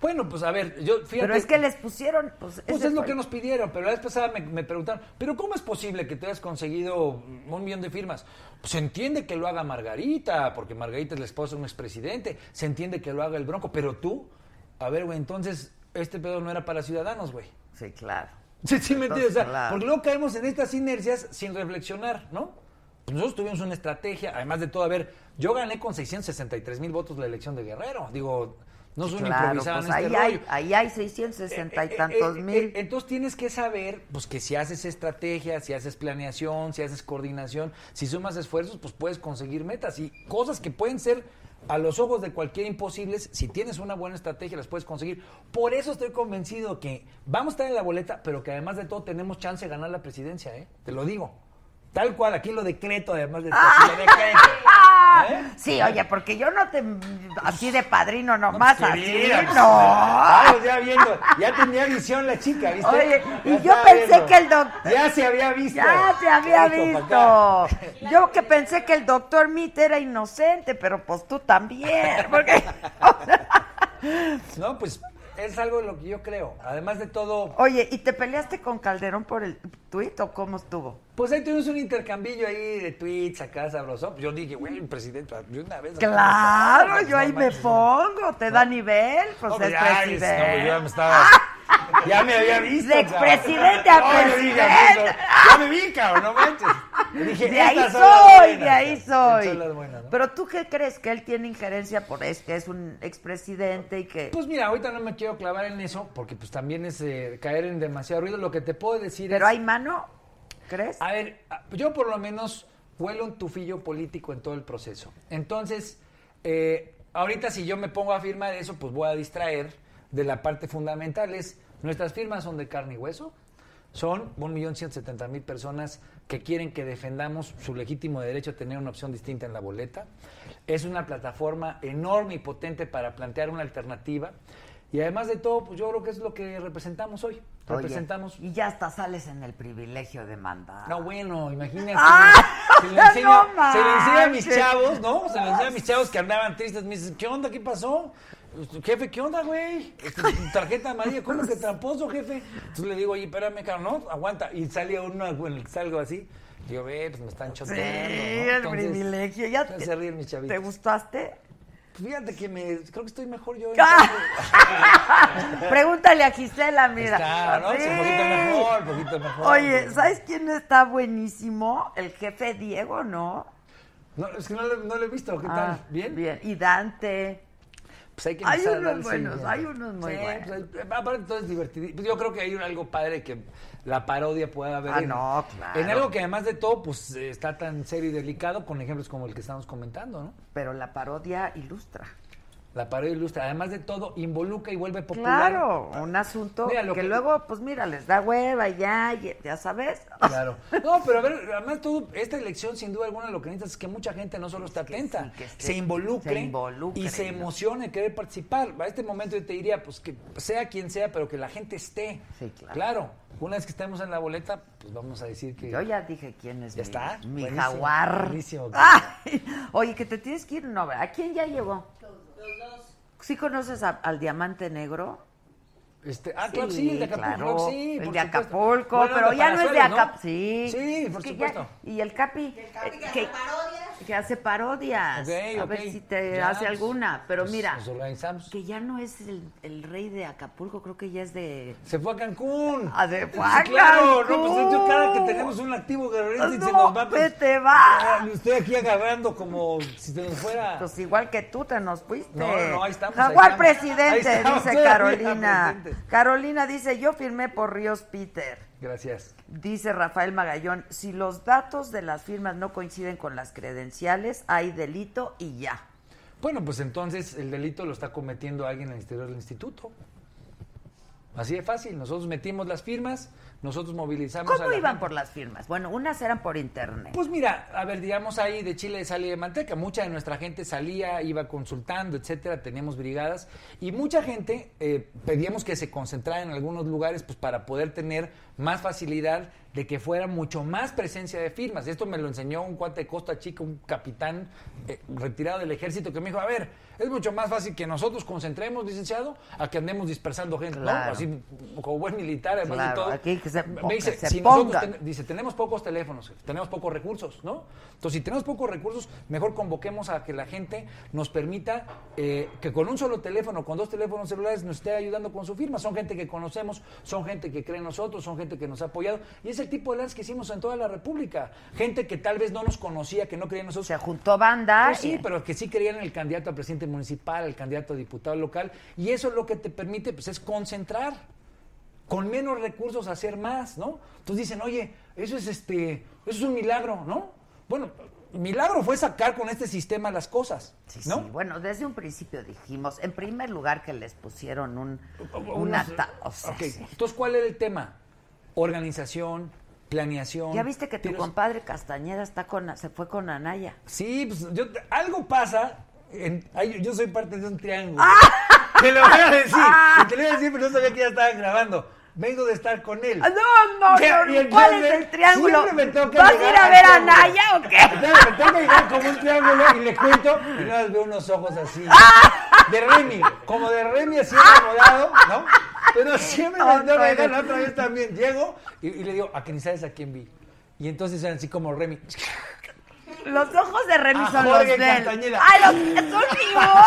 Speaker 7: Bueno, pues a ver, yo fíjate.
Speaker 1: Pero es que les pusieron... Pues,
Speaker 7: Pues
Speaker 1: ese
Speaker 7: es lo
Speaker 1: fue-
Speaker 7: que nos pidieron, pero la vez pasada me, me preguntaron, ¿pero cómo es posible que te hayas conseguido un millón de firmas? Pues se entiende que lo haga Margarita, porque Margarita es la esposa de un expresidente, se entiende que lo haga el Bronco, pero tú, a ver, güey, entonces este pedo no era para ciudadanos, güey.
Speaker 1: Sí, claro.
Speaker 7: Sí, sí, me entiendes. O sea,
Speaker 1: Claro.
Speaker 7: Porque luego caemos en estas inercias sin reflexionar, ¿no? Pues nosotros tuvimos una estrategia, además de todo, a ver, yo gané con 663 mil votos la elección de Guerrero. Digo, no soy un
Speaker 1: Claro,
Speaker 7: improvisado
Speaker 1: pues
Speaker 7: en este
Speaker 1: ahí
Speaker 7: rollo.
Speaker 1: hay, ahí hay 660 y
Speaker 7: Eh, eh,
Speaker 1: tantos
Speaker 7: eh, eh,
Speaker 1: mil.
Speaker 7: entonces tienes que saber, pues que si haces estrategia, si haces planeación, si haces coordinación, si sumas esfuerzos, pues puedes conseguir metas y cosas que pueden ser a los ojos de cualquier imposibles, si tienes una buena estrategia las puedes conseguir. Por eso estoy convencido que vamos a estar en la boleta, pero que además de todo tenemos chance de ganar la presidencia, ¿eh? Te lo digo. Tal cual, aquí lo decreto además de todo. lo
Speaker 1: ¡Ah!
Speaker 7: decreto. ¿eh?
Speaker 1: Sí, oye, porque yo no te. Así de padrino nomás, así,
Speaker 7: Querida, pues,
Speaker 1: no.
Speaker 7: estábamos ya viendo, ya tenía visión la chica, ¿viste?
Speaker 1: Oye,
Speaker 7: Ya
Speaker 1: y yo
Speaker 7: estaba
Speaker 1: pensé
Speaker 7: viendo.
Speaker 1: que el doctor-
Speaker 7: Ya se había visto.
Speaker 1: Ya te había
Speaker 7: Exacto, pa'
Speaker 1: visto.
Speaker 7: acá.
Speaker 1: Yo que pensé que el doctor Mitt era inocente, pero pues tú también. Porque, o sea,
Speaker 7: No, pues es algo de lo que yo creo. Además de todo,
Speaker 1: oye, ¿y te peleaste con Calderón por el tuit o cómo estuvo?
Speaker 7: pues ahí tuvimos un intercambillo ahí de tweets acá sabroso. Yo dije, güey, el presidente, de una vez.
Speaker 1: Claro, yo
Speaker 7: No
Speaker 1: ahí me
Speaker 7: manches,
Speaker 1: pongo, te da nivel, pues
Speaker 7: No,
Speaker 1: es
Speaker 7: pues ya, es- no, yo ya me
Speaker 1: presidente.
Speaker 7: estaba. Ya me había visto.
Speaker 1: De
Speaker 7: cabrón.
Speaker 1: expresidente a
Speaker 7: No, yo dije,
Speaker 1: presidente.
Speaker 7: Ya me vi, cabrón, no manches. Yo dije,
Speaker 1: De ahí
Speaker 7: estas son las
Speaker 1: soy,
Speaker 7: buenas,
Speaker 1: de ahí
Speaker 7: cabrón.
Speaker 1: soy.
Speaker 7: Son las buenas, ¿no?
Speaker 1: Pero tú qué crees que él tiene injerencia por es que es un expresidente y que
Speaker 7: Pues mira, ahorita no me quiero clavar en eso, porque pues también es eh, caer en demasiado ruido. Lo que te puedo decir
Speaker 1: pero
Speaker 7: es...
Speaker 1: hay mano, ¿crees?
Speaker 7: A ver, a- yo por lo menos huelo un tufillo político en todo el proceso. Entonces, eh, ahorita si yo me pongo a firmar eso, pues voy a distraer de la parte fundamental. Es, nuestras firmas son de carne y hueso. Son 1.170.000 personas que quieren que defendamos su legítimo derecho a tener una opción distinta en la boleta. Es una plataforma enorme y potente para plantear una alternativa. Y además de todo, pues yo creo que es lo que representamos hoy.
Speaker 1: Oye,
Speaker 7: Representamos
Speaker 1: y ya hasta sales en el privilegio de mandar.
Speaker 7: no, bueno, imagínate.
Speaker 1: Ah,
Speaker 7: se,
Speaker 1: o
Speaker 7: le
Speaker 1: sea,
Speaker 7: enseña,
Speaker 1: no
Speaker 7: se le enseña a mis
Speaker 1: manches.
Speaker 7: chavos, ¿no? Se le enseña a mis chavos que andaban tristes. Me dicen, ¿qué onda? ¿Qué pasó? Este, Jefe, ¿qué onda, güey? Este, Tarjeta amarilla, ¿cómo que tramposo, jefe? Entonces le digo, oye, espérame, cabrón, no, aguanta. Y salía uno, bueno, salgo así. Digo, ve, pues me están
Speaker 1: sí,
Speaker 7: choteando. ¿no?
Speaker 1: el
Speaker 7: Entonces,
Speaker 1: privilegio. Ya
Speaker 7: entonces se ríen mis chavitos.
Speaker 1: ¿Te gustaste?
Speaker 7: Fíjate que me, creo que estoy mejor yo.
Speaker 1: Pregúntale a Gisela, mira.
Speaker 7: Está, ¿no? Sí, un poquito mejor, un poquito mejor.
Speaker 1: Oye, ¿sabes quién está buenísimo? El jefe Diego, ¿no?
Speaker 7: No, es que no, lo- no lo he visto, ¿qué tal?
Speaker 1: Ah,
Speaker 7: ¿Bien?
Speaker 1: Bien. Y Dante.
Speaker 7: pues hay que
Speaker 1: Hay
Speaker 7: empezar a
Speaker 1: unos
Speaker 7: darle
Speaker 1: buenos,
Speaker 7: seguimiento.
Speaker 1: hay unos muy
Speaker 7: Sí,
Speaker 1: buenos.
Speaker 7: pues, hay- aparte, todo es divertido. Pues, Yo creo que hay algo padre que la parodia pueda haber.
Speaker 1: Ah,
Speaker 7: en-
Speaker 1: no, claro.
Speaker 7: En algo que además de todo, pues eh, está tan serio y delicado, con ejemplos como el que estamos comentando, ¿no?
Speaker 1: Pero la parodia ilustra.
Speaker 7: La parodia ilustra, además de todo, involucra y vuelve popular.
Speaker 1: Claro, un asunto
Speaker 7: Mira, lo
Speaker 1: que,
Speaker 7: que-
Speaker 1: luego, pues mira, les da hueva y ya, y- ya sabes.
Speaker 7: Claro. No, pero a ver, además tú, esta elección sin duda alguna lo que necesitas es que mucha gente no solo esté
Speaker 1: que
Speaker 7: atenta,
Speaker 1: sí, que esté-
Speaker 7: se, involucre
Speaker 1: se involucre,
Speaker 7: y se
Speaker 1: ¿no?
Speaker 7: emocione, en querer participar. A este momento yo te diría, pues que sea quien sea, pero que la gente esté.
Speaker 1: Sí, claro.
Speaker 7: Una vez que estemos en la boleta, pues vamos a decir que...
Speaker 1: Yo ya dije quién es
Speaker 7: ¿Ya
Speaker 1: mi,
Speaker 7: está?
Speaker 1: mi
Speaker 7: Buenísimo,
Speaker 1: jaguar.
Speaker 7: buenísimo.
Speaker 1: Ay, oye, que te tienes que ir, no, ¿a quién ya llegó? ¿Sí conoces a- al diamante negro?
Speaker 7: Este, ah, claro, sí, el de Acapulco.
Speaker 1: claro,
Speaker 7: claro, sí,
Speaker 1: el
Speaker 7: por
Speaker 1: de
Speaker 7: supuesto.
Speaker 1: Acapulco,
Speaker 7: Bueno,
Speaker 1: pero ya no es de
Speaker 7: Palazuelos,
Speaker 1: Acapulco. Sí,
Speaker 7: Sí, por
Speaker 1: Es que ya-
Speaker 7: supuesto.
Speaker 1: y el Capi, eh,
Speaker 6: que
Speaker 1: que,
Speaker 6: hace parodias.
Speaker 1: que hace parodias.
Speaker 7: Ok,
Speaker 1: a
Speaker 7: ok.
Speaker 1: ver si te
Speaker 7: Ya,
Speaker 1: hace
Speaker 7: pues,
Speaker 1: alguna. Pero
Speaker 7: pues,
Speaker 1: mira,
Speaker 7: Nos organizamos.
Speaker 1: que ya no es el, el rey de Acapulco, creo que ya es de...
Speaker 7: Se fue a Cancún.
Speaker 1: Ah, de-
Speaker 7: Sí,
Speaker 1: fue a
Speaker 7: claro, no, pues
Speaker 1: Cancún.
Speaker 7: yo cada que tenemos un activo guerrero y
Speaker 1: No,
Speaker 7: se nos va. pues,
Speaker 1: vete, va.
Speaker 7: ah, Estoy aquí agarrando como si se nos fuera.
Speaker 1: Pues igual que tú te nos fuiste.
Speaker 7: No, no, no, ahí estamos, ahí
Speaker 1: Jaguar
Speaker 7: estamos.
Speaker 1: presidente,
Speaker 7: Ahí estamos,
Speaker 1: dice
Speaker 7: todavía
Speaker 1: Carolina.
Speaker 7: presentes.
Speaker 1: Carolina dice, yo firmé por Ríos Peter.
Speaker 7: Gracias.
Speaker 1: Dice Rafael Magallón, si los datos de las firmas no coinciden con las credenciales, hay delito y ya.
Speaker 7: Bueno, pues entonces el delito lo está cometiendo alguien al exterior del instituto. Así de fácil. Nosotros metimos las firmas, nosotros movilizamos. a
Speaker 1: ¿Cómo
Speaker 7: la
Speaker 1: iban
Speaker 7: gente.
Speaker 1: por las firmas? Bueno, unas eran por internet.
Speaker 7: Pues mira, a ver, digamos ahí de Chile de sal y de manteca, mucha de nuestra gente salía, iba consultando, etcétera, teníamos brigadas y mucha gente eh, pedíamos que se concentrara en algunos lugares pues para poder tener más facilidad de que fuera mucho más presencia de firmas. Esto me lo enseñó un cuate de Costa Chica, un capitán eh, retirado del ejército que me dijo, a ver, es mucho más fácil que nosotros concentremos, licenciado, a que andemos dispersando gente, ¿no?
Speaker 1: Claro.
Speaker 7: Así como buen militar, además de
Speaker 1: Claro,
Speaker 7: todo.
Speaker 1: aquí que se
Speaker 7: me
Speaker 1: ponga,
Speaker 7: dice,
Speaker 1: se
Speaker 7: si nosotros
Speaker 1: ponga.
Speaker 7: ten- dice, tenemos pocos teléfonos, tenemos pocos recursos, ¿no? Entonces, si tenemos pocos recursos, mejor convoquemos a que la gente nos permita eh, que con un solo teléfono, con dos teléfonos celulares, nos esté ayudando con su firma. Son gente que conocemos, son gente que cree en nosotros, son gente que nos ha apoyado. Y es el tipo de lances que hicimos en toda la República. Gente que tal vez no nos conocía, que no creía en nosotros.
Speaker 1: Se juntó banda.
Speaker 7: Pues sí,
Speaker 1: y-
Speaker 7: pero que sí creían en el candidato a presidente municipal, el candidato a diputado local, y eso es lo que te permite, pues, es concentrar, con menos recursos hacer más, ¿no? Entonces dicen, oye, eso es este, eso es un milagro, ¿no? Bueno, milagro fue sacar con este sistema las cosas,
Speaker 1: Sí,
Speaker 7: ¿no?
Speaker 1: sí, bueno, desde un principio dijimos, en primer lugar que les pusieron un,
Speaker 7: O-
Speaker 1: un
Speaker 7: unos-
Speaker 1: ata- o sea,
Speaker 7: Ok,
Speaker 1: sí.
Speaker 7: Entonces, ¿cuál era el tema? Organización, planeación.
Speaker 1: Ya viste que tu
Speaker 7: tiros-
Speaker 1: compadre Castañeda está con, se fue con Anaya.
Speaker 7: Sí, pues yo, algo pasa. en- ay, yo soy parte de un triángulo.
Speaker 1: Ah.
Speaker 7: Te lo voy a decir. y Te lo voy a decir, pero no sabía que ya estaban grabando. Vengo de estar con él.
Speaker 1: Ah, No, no,
Speaker 7: Ya,
Speaker 1: no,
Speaker 7: y
Speaker 1: ¿cuál
Speaker 7: entonces,
Speaker 1: es el triángulo?
Speaker 7: siempre me toca
Speaker 1: ¿Vas a
Speaker 7: llegar
Speaker 1: ir a
Speaker 7: al
Speaker 1: ver a
Speaker 7: triángulo.
Speaker 1: Anaya o qué?
Speaker 7: Entonces, me toca llegar como un triángulo y le cuento y nada más veo unos ojos así.
Speaker 1: Ah.
Speaker 7: De Remy, como de Remy así enamorado, ¿no? Pero siempre me
Speaker 1: Tonto
Speaker 7: toca
Speaker 1: eres.
Speaker 7: llegar, la otra vez también llego y, y le digo, a que ni sabes a quién vi. Y entonces eran así como Remy.
Speaker 1: Los ojos de Remy
Speaker 7: A
Speaker 1: son los
Speaker 7: Jorge
Speaker 1: de él.
Speaker 7: Castañeda.
Speaker 1: ¡Ay, los son míos!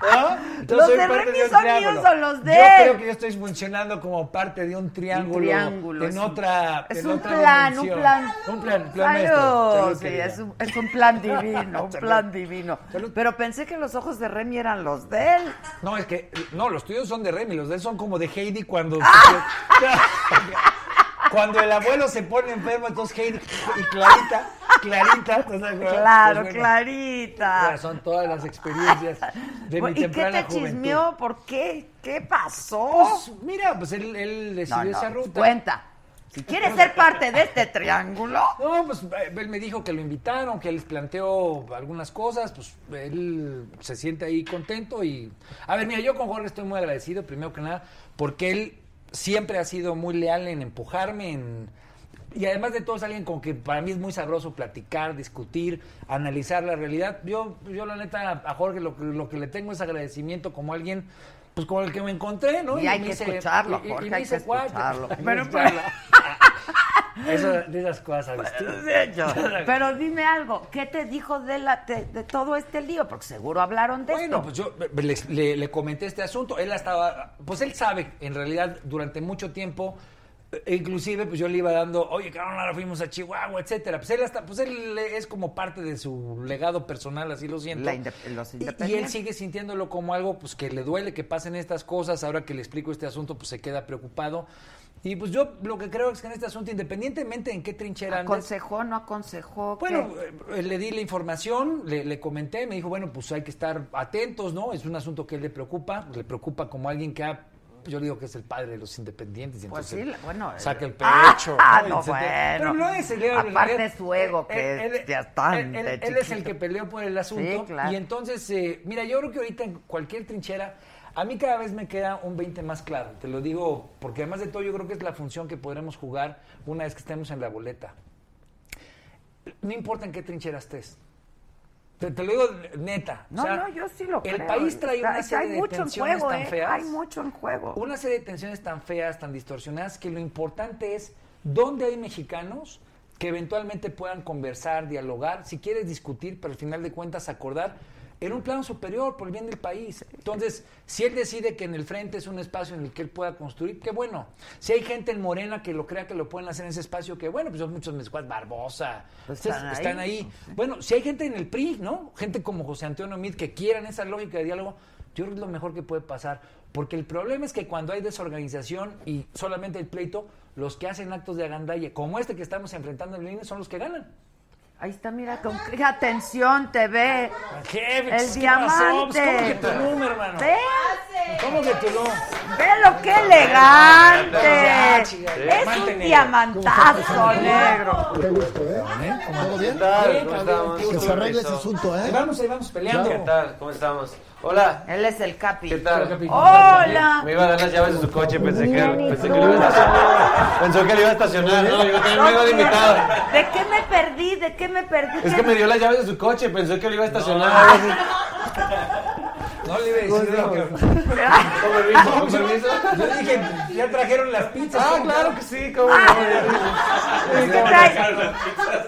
Speaker 7: ¿no? Yo
Speaker 1: Los
Speaker 7: soy
Speaker 1: de
Speaker 7: parte
Speaker 1: Remy
Speaker 7: un
Speaker 1: son
Speaker 7: triángulo.
Speaker 1: míos o los de
Speaker 7: Yo
Speaker 1: él.
Speaker 7: creo que yo estoy funcionando como parte de un triángulo.
Speaker 1: Un triángulo, es
Speaker 7: En
Speaker 1: un-
Speaker 7: otra.
Speaker 1: Es
Speaker 7: en
Speaker 1: un
Speaker 7: otra
Speaker 1: plan, un
Speaker 7: dimensión.
Speaker 1: plan.
Speaker 7: Un plan, un plan
Speaker 1: Claro,
Speaker 7: maestro. Salud,
Speaker 1: sí,
Speaker 7: querida.
Speaker 1: es un, es un plan divino, un
Speaker 7: Salud.
Speaker 1: plan divino.
Speaker 7: Salud. Ah,
Speaker 1: Pero pensé que los ojos de Remy eran los de él.
Speaker 7: No, es que. No, los tuyos son de Remy, los de él son como de Heidi cuando.
Speaker 1: ¡Ah!
Speaker 7: cuando el abuelo se pone enfermo, entonces Heidi y Clarita. Clarita, ¿te acuerdas?
Speaker 1: Claro,
Speaker 7: Pues bueno,
Speaker 1: Clarita. Pues,
Speaker 7: ya son todas las experiencias de mi
Speaker 1: ¿Y qué
Speaker 7: temprana
Speaker 1: te
Speaker 7: juventud.
Speaker 1: chismeó? ¿Por qué? ¿Qué pasó?
Speaker 7: Pues, mira, pues él, él decidió
Speaker 1: no, no,
Speaker 7: esa ruta.
Speaker 1: cuenta. Si quieres ser parte de este triángulo,
Speaker 7: No, pues eh, él me dijo que lo invitaron, que él planteó algunas cosas, pues él se siente ahí contento y... A ver, mira, yo con Jorge estoy muy agradecido, primero que nada, porque él siempre ha sido muy leal en empujarme, en... Y además de todo es alguien con que para mí es muy sabroso platicar, discutir, analizar la realidad. Yo, yo la neta, a Jorge lo que, lo que le tengo es agradecimiento como alguien, pues como el que me encontré, ¿no?
Speaker 1: Y hay
Speaker 7: me
Speaker 1: que
Speaker 7: hice-
Speaker 1: escucharlo,
Speaker 7: y- y- y
Speaker 1: Jorge,
Speaker 7: me Ah,
Speaker 1: hay
Speaker 7: hice
Speaker 1: que
Speaker 7: cuate.
Speaker 1: escucharlo.
Speaker 7: Y me
Speaker 1: Pero,
Speaker 7: hice
Speaker 1: pero-
Speaker 7: cuate. Eso, de esas cosas, ¿sabes tú?
Speaker 1: de hecho, pero dime algo, ¿qué te dijo de, la, de, de todo este lío? Porque seguro hablaron de
Speaker 7: Bueno,
Speaker 1: esto.
Speaker 7: pues yo le, le- le comenté este asunto. Él estaba, pues él sabe, en realidad, durante mucho tiempo E Inclusive, pues yo le iba dando, oye, cabrón, ahora fuimos a Chihuahua, etcétera. Pues él hasta, pues él es como parte de su legado personal, así lo siento.
Speaker 1: La inde- los
Speaker 7: Y- Y, él
Speaker 1: independientes.
Speaker 7: sigue sintiéndolo como algo, pues que le duele que pasen estas cosas. Ahora que le explico este asunto, pues se queda preocupado. Y pues yo lo que creo es que en este asunto, independientemente en qué trinchera andes,
Speaker 1: ¿Aconsejó, no aconsejó? ¿Qué?
Speaker 7: bueno, eh, le di la información, le, le comenté, me dijo, bueno, pues hay que estar atentos, ¿no? Es un asunto que le preocupa, le preocupa como alguien que ha, yo le digo que es el padre de los independientes. y
Speaker 1: Pues
Speaker 7: entonces
Speaker 1: sí, la- bueno, el-
Speaker 7: Saca el
Speaker 1: ¡Ah!
Speaker 7: pecho.
Speaker 1: No,
Speaker 7: Etcétera.
Speaker 1: bueno.
Speaker 7: Pero no es el en
Speaker 1: Aparte
Speaker 7: realidad, Eh,
Speaker 1: su ego, que
Speaker 7: él-
Speaker 1: es
Speaker 7: él-
Speaker 1: ya tan
Speaker 7: Él,
Speaker 1: de
Speaker 7: él- él es el
Speaker 1: chiquito.
Speaker 7: que peleó por el asunto.
Speaker 1: Sí, claro.
Speaker 7: Y entonces, eh, mira, yo creo que ahorita en cualquier trinchera, a mí cada vez me queda un 20 más claro. Te lo digo porque además de todo, yo creo que es la función que podremos jugar una vez que estemos en la boleta no importa en qué trinchera estés. Te, te lo digo neta.
Speaker 1: No,
Speaker 7: o sea,
Speaker 1: no, yo sí lo creo.
Speaker 7: El país trae
Speaker 1: Está-
Speaker 7: una
Speaker 1: está- hay
Speaker 7: serie de
Speaker 1: mucho en
Speaker 7: tensiones
Speaker 1: juego,
Speaker 7: tan
Speaker 1: ¿eh?
Speaker 7: feas.
Speaker 1: Hay mucho en juego.
Speaker 7: Una serie de tensiones tan feas, tan distorsionadas, que lo importante es dónde hay mexicanos que eventualmente puedan conversar, dialogar, si quieres discutir, pero al final de cuentas acordar en un plano superior por el bien del país. Entonces, si él decide que en el frente es un espacio en el que él pueda construir, qué bueno. Si hay gente en Morena que lo crea que lo pueden hacer en ese espacio, qué bueno, pues son muchos mezcuas, Barbosa,
Speaker 1: Pues
Speaker 7: Ustedes
Speaker 1: están ahí.
Speaker 7: están ahí. Bueno, si hay gente en el PRI, ¿no? Gente como José Antonio Meade que quieran esa lógica de diálogo, yo creo que es lo mejor que puede pasar. Porque el problema es que cuando hay desorganización y solamente el pleito, los que hacen actos de agandalle, como este que estamos enfrentando en línea, son los que ganan.
Speaker 1: Ahí está, mira, con qué atención te ve.
Speaker 7: Ah, Jefe,
Speaker 1: El
Speaker 7: ¿qué pasó? Pues, ¿Cómo que
Speaker 1: diamante.
Speaker 7: Tulum, hermano?
Speaker 1: Ve,
Speaker 7: ¿Cómo que
Speaker 2: ¿Eh?
Speaker 7: Tulum?
Speaker 1: ve lo que elegante.
Speaker 7: Ah, chica,
Speaker 1: Es
Speaker 7: diamante
Speaker 1: un
Speaker 7: negro.
Speaker 1: diamantazo negro.
Speaker 8: Qué gusto, ¿eh? ¿Todo bien?
Speaker 2: ¿Cómo
Speaker 8: Que se arregle ese asunto,
Speaker 7: Ahí
Speaker 8: ¿eh?
Speaker 7: vamos, ahí vamos peleando.
Speaker 8: Claro.
Speaker 2: tal? ¿Cómo estamos? Hola.
Speaker 1: Él es el capi.
Speaker 2: ¿Qué tal?
Speaker 1: Hola.
Speaker 2: Me iba a dar las llaves de su coche, pensé que, pensé que lo iba a estacionar. Pensó que lo iba a estacionar, ¿eh? ¿no? Iba a tener miedo de invitado.
Speaker 1: ¿De qué me perdí? ¿De qué me perdí?
Speaker 2: Es que me dio las llaves de su coche, pensó que lo iba a estacionar.
Speaker 7: No le iba a decir, que-
Speaker 2: Con permiso, con permiso.
Speaker 7: yo dije, ya trajeron las pizzas.
Speaker 2: Ah,
Speaker 7: ¿cómo Ah, que
Speaker 2: claro que sí, cómo no.
Speaker 1: Trae,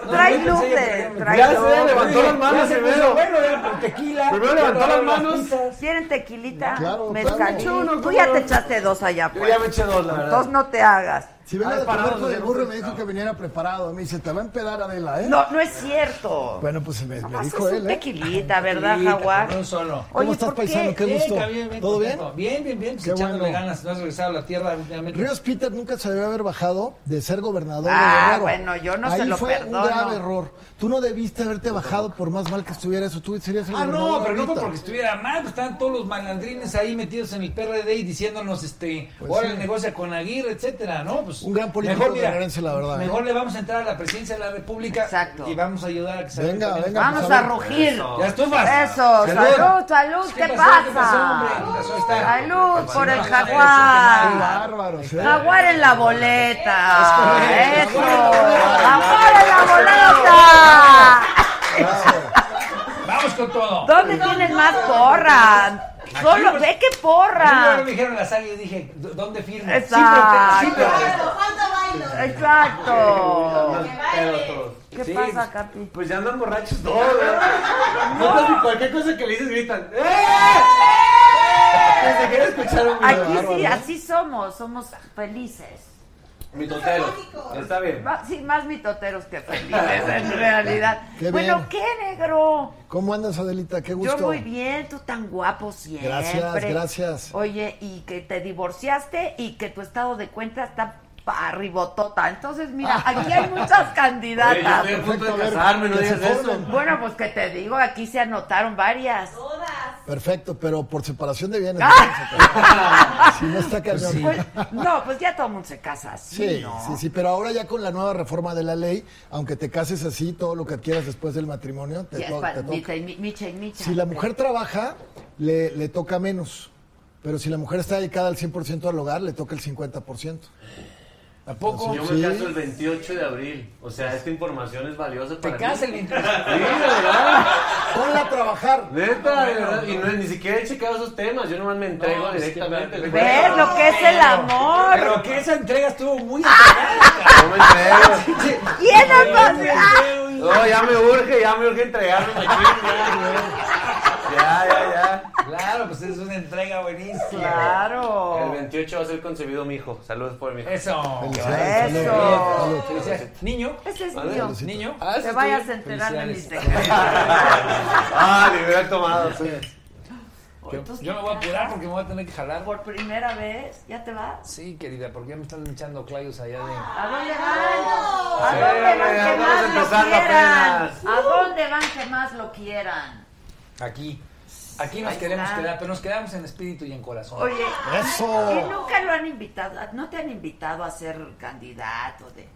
Speaker 1: trae luces, trae
Speaker 2: Ya se
Speaker 1: luces.
Speaker 2: levantó las manos
Speaker 7: se
Speaker 2: primero.
Speaker 7: puso Bueno, era con tequila.
Speaker 2: Primero levantó
Speaker 7: ya
Speaker 2: las
Speaker 7: las
Speaker 2: manos.
Speaker 7: pizzas.
Speaker 1: ¿Quieren tequilita?
Speaker 8: Claro,
Speaker 1: Mezcal.
Speaker 8: claro.
Speaker 2: Yo no,
Speaker 1: Tú
Speaker 2: ¿cómo
Speaker 1: ya
Speaker 2: no?
Speaker 1: te echaste dos allá
Speaker 2: Yo ya
Speaker 1: afuera.
Speaker 2: me eché dos, la verdad.
Speaker 1: Dos no te hagas.
Speaker 8: Si venía
Speaker 2: Ah,
Speaker 8: de
Speaker 2: parados,
Speaker 8: comer con el
Speaker 2: ¿no?
Speaker 8: burro, me dijo que viniera preparado. Me dice, te va a empedar Adela, ¿eh?
Speaker 1: No, no es cierto.
Speaker 8: Bueno, pues me, me
Speaker 1: Nomás
Speaker 8: dijo
Speaker 1: es un
Speaker 8: él, ¿eh?
Speaker 1: tequilita, ¿verdad, Jaguar?
Speaker 7: No solo.
Speaker 8: ¿Cómo
Speaker 1: Oye,
Speaker 8: estás,
Speaker 1: ¿por qué?
Speaker 8: paisano? Qué gusto. ¿Todo bien?
Speaker 7: contento. Bien, bien, bien. Pues
Speaker 8: Qué
Speaker 7: echándole
Speaker 8: bueno.
Speaker 7: ganas. No has regresado a la tierra últimamente.
Speaker 8: Ríos Peter nunca se debió haber bajado de ser gobernador. de
Speaker 1: Ah,
Speaker 8: Guerrero.
Speaker 1: bueno, yo no
Speaker 8: Ahí
Speaker 1: se lo
Speaker 8: fue
Speaker 1: perdono.
Speaker 8: un grave error. Tú no debiste haberte bajado por más mal que estuviera eso. Tú serías el
Speaker 7: Ah,
Speaker 8: gobernador.
Speaker 7: no, pero no fue
Speaker 8: ahorita.
Speaker 7: porque estuviera mal, pues estaban todos los malandrines ahí metidos en el PRD y diciéndonos, este, ahora
Speaker 8: Pues sí.
Speaker 7: el negocio con Aguirre, etcétera, ¿no? Pues
Speaker 8: Un gran político
Speaker 7: mejor,
Speaker 8: de
Speaker 7: mira,
Speaker 8: Guerrero, la verdad, ¿eh?
Speaker 7: Mejor le vamos a entrar a la presidencia de la República
Speaker 1: Exacto.
Speaker 7: y vamos a ayudar a que se
Speaker 8: Venga,
Speaker 7: avienten
Speaker 8: venga.
Speaker 1: Vamos
Speaker 8: pues,
Speaker 1: a
Speaker 8: ver.
Speaker 1: rugir.
Speaker 7: ¿Ya estufas?
Speaker 1: Eso, salud, salud, ¿qué
Speaker 7: pasó? ¿Qué
Speaker 1: pasa?
Speaker 7: pasó, hombre? Eso está.
Speaker 1: Salud por el
Speaker 7: no,
Speaker 8: Qué
Speaker 1: jaguar.
Speaker 8: bárbaros, ¿eh?
Speaker 1: Jaguar en la boleta.
Speaker 7: Es
Speaker 1: Eso.
Speaker 7: correcto. Jaguar
Speaker 1: Jaguar en la boleta.
Speaker 7: Vamos con todo.
Speaker 1: ¿Dónde tienes más porra? Solo, ve qué
Speaker 7: A mí
Speaker 1: porra.
Speaker 7: me dijeron la sal y yo dije, "¿Dó- ¿dónde firmo?
Speaker 1: Exacto.
Speaker 7: Sí, protesto,
Speaker 6: ¿Cuánto bailo?
Speaker 1: Exacto.
Speaker 2: todos.
Speaker 1: ¿Qué
Speaker 7: Sí.
Speaker 1: pasa, Capi?
Speaker 2: Pues ya andan borrachos todos, ¿verdad? No, casi cualquier cosa que le dices gritan. ¡Eh!
Speaker 8: Pues,
Speaker 2: Desde que escuchar un
Speaker 1: Aquí sí, así somos, somos felices.
Speaker 2: Mitotero. Está bien.
Speaker 1: Ma- sí, más mitoteros que felices en realidad.
Speaker 8: Qué
Speaker 1: bueno,
Speaker 8: bien.
Speaker 1: qué negro.
Speaker 8: ¿Cómo andas, Adelita? Qué gusto.
Speaker 1: Yo muy bien, tú tan guapo siempre.
Speaker 8: Gracias, gracias.
Speaker 1: Oye, y que te divorciaste y que tu estado de cuenta está pa' arribotota. Entonces, mira, aquí hay muchas
Speaker 2: Oye, yo
Speaker 1: candidatas.
Speaker 2: estoy a punto
Speaker 8: Perfecto, a
Speaker 2: de
Speaker 8: ver,
Speaker 2: casarme, no
Speaker 8: que se
Speaker 2: digas eso.
Speaker 8: formen.
Speaker 1: Bueno, pues que te digo, aquí se anotaron varias.
Speaker 8: Perfecto, pero por separación de bienes. si no está cañón.
Speaker 1: Pues, no, pues ya todo el mundo se casa así,
Speaker 8: Sí,
Speaker 1: ¿no?
Speaker 8: sí, sí, pero ahora ya con la nueva reforma de la ley, aunque te cases así, todo lo que adquieras después del matrimonio te,
Speaker 1: Ya es
Speaker 8: to-
Speaker 1: pa-
Speaker 8: te toca.
Speaker 1: Micha y mi- Micha y Micha.
Speaker 8: Si la mujer trabaja, le, le toca menos, pero si la mujer está dedicada al 100% al hogar, le toca el 50%.
Speaker 7: ¿A poco?
Speaker 2: Yo
Speaker 8: Yo me
Speaker 2: me
Speaker 8: Sí.
Speaker 2: caso
Speaker 8: caso
Speaker 2: el
Speaker 8: el
Speaker 2: 28 de abril. O sea, esta información es valiosa
Speaker 7: Te
Speaker 2: para
Speaker 7: casas el 23.
Speaker 2: Sí, de verdad.
Speaker 8: Ponla a trabajar.
Speaker 2: Neta, de verdad. Y no, ni siquiera he checado esos temas. Yo nomás me entrego
Speaker 7: No, es que
Speaker 2: directamente.
Speaker 7: me-
Speaker 1: ¿Ves lo que es el amor?
Speaker 7: Pero que esa entrega estuvo muy apagada.
Speaker 2: No me entrego.
Speaker 1: ¿Quién Ah, es más?
Speaker 2: No, ya me urge, ya me urge entregarme. machín, Ya, ya, ya. ya.
Speaker 7: Claro, pues es una entrega buenísima.
Speaker 1: Claro.
Speaker 2: El 28 va a ser concebido mi hijo. Saludos por mi hijo.
Speaker 7: Eso.
Speaker 8: Felicidades,
Speaker 1: Eso.
Speaker 8: saludos.
Speaker 7: Felicidades. Niño.
Speaker 1: Ese es
Speaker 2: Vale,
Speaker 1: mío.
Speaker 2: Luisito.
Speaker 7: Niño.
Speaker 2: Ah, ese
Speaker 1: Te
Speaker 2: es
Speaker 1: vayas
Speaker 2: tuyo.
Speaker 1: a enterar de mis
Speaker 7: Felicidades.
Speaker 1: secretos.
Speaker 2: Ah, le hubiera tomado. sí.
Speaker 7: Yo, yo me voy a apurar porque me voy a tener que jalar.
Speaker 1: Por primera vez, ¿ya te vas?
Speaker 7: Sí, querida, porque ya me están echando clayos allá de.
Speaker 1: ¿A dónde van? ¿A
Speaker 2: Sí,
Speaker 1: dónde van
Speaker 2: ya
Speaker 1: que
Speaker 2: estamos
Speaker 1: más lo
Speaker 2: empezando
Speaker 1: quieran?
Speaker 2: apenas.
Speaker 1: ¿A dónde van que más lo quieran?
Speaker 7: Aquí. Aquí nos
Speaker 1: Ahí
Speaker 7: queremos
Speaker 1: está.
Speaker 7: quedar, pero nos quedamos en espíritu y en corazón.
Speaker 1: Oye,
Speaker 8: Eso.
Speaker 1: ¿y nunca lo han invitado? ¿No te han invitado a ser candidato de...?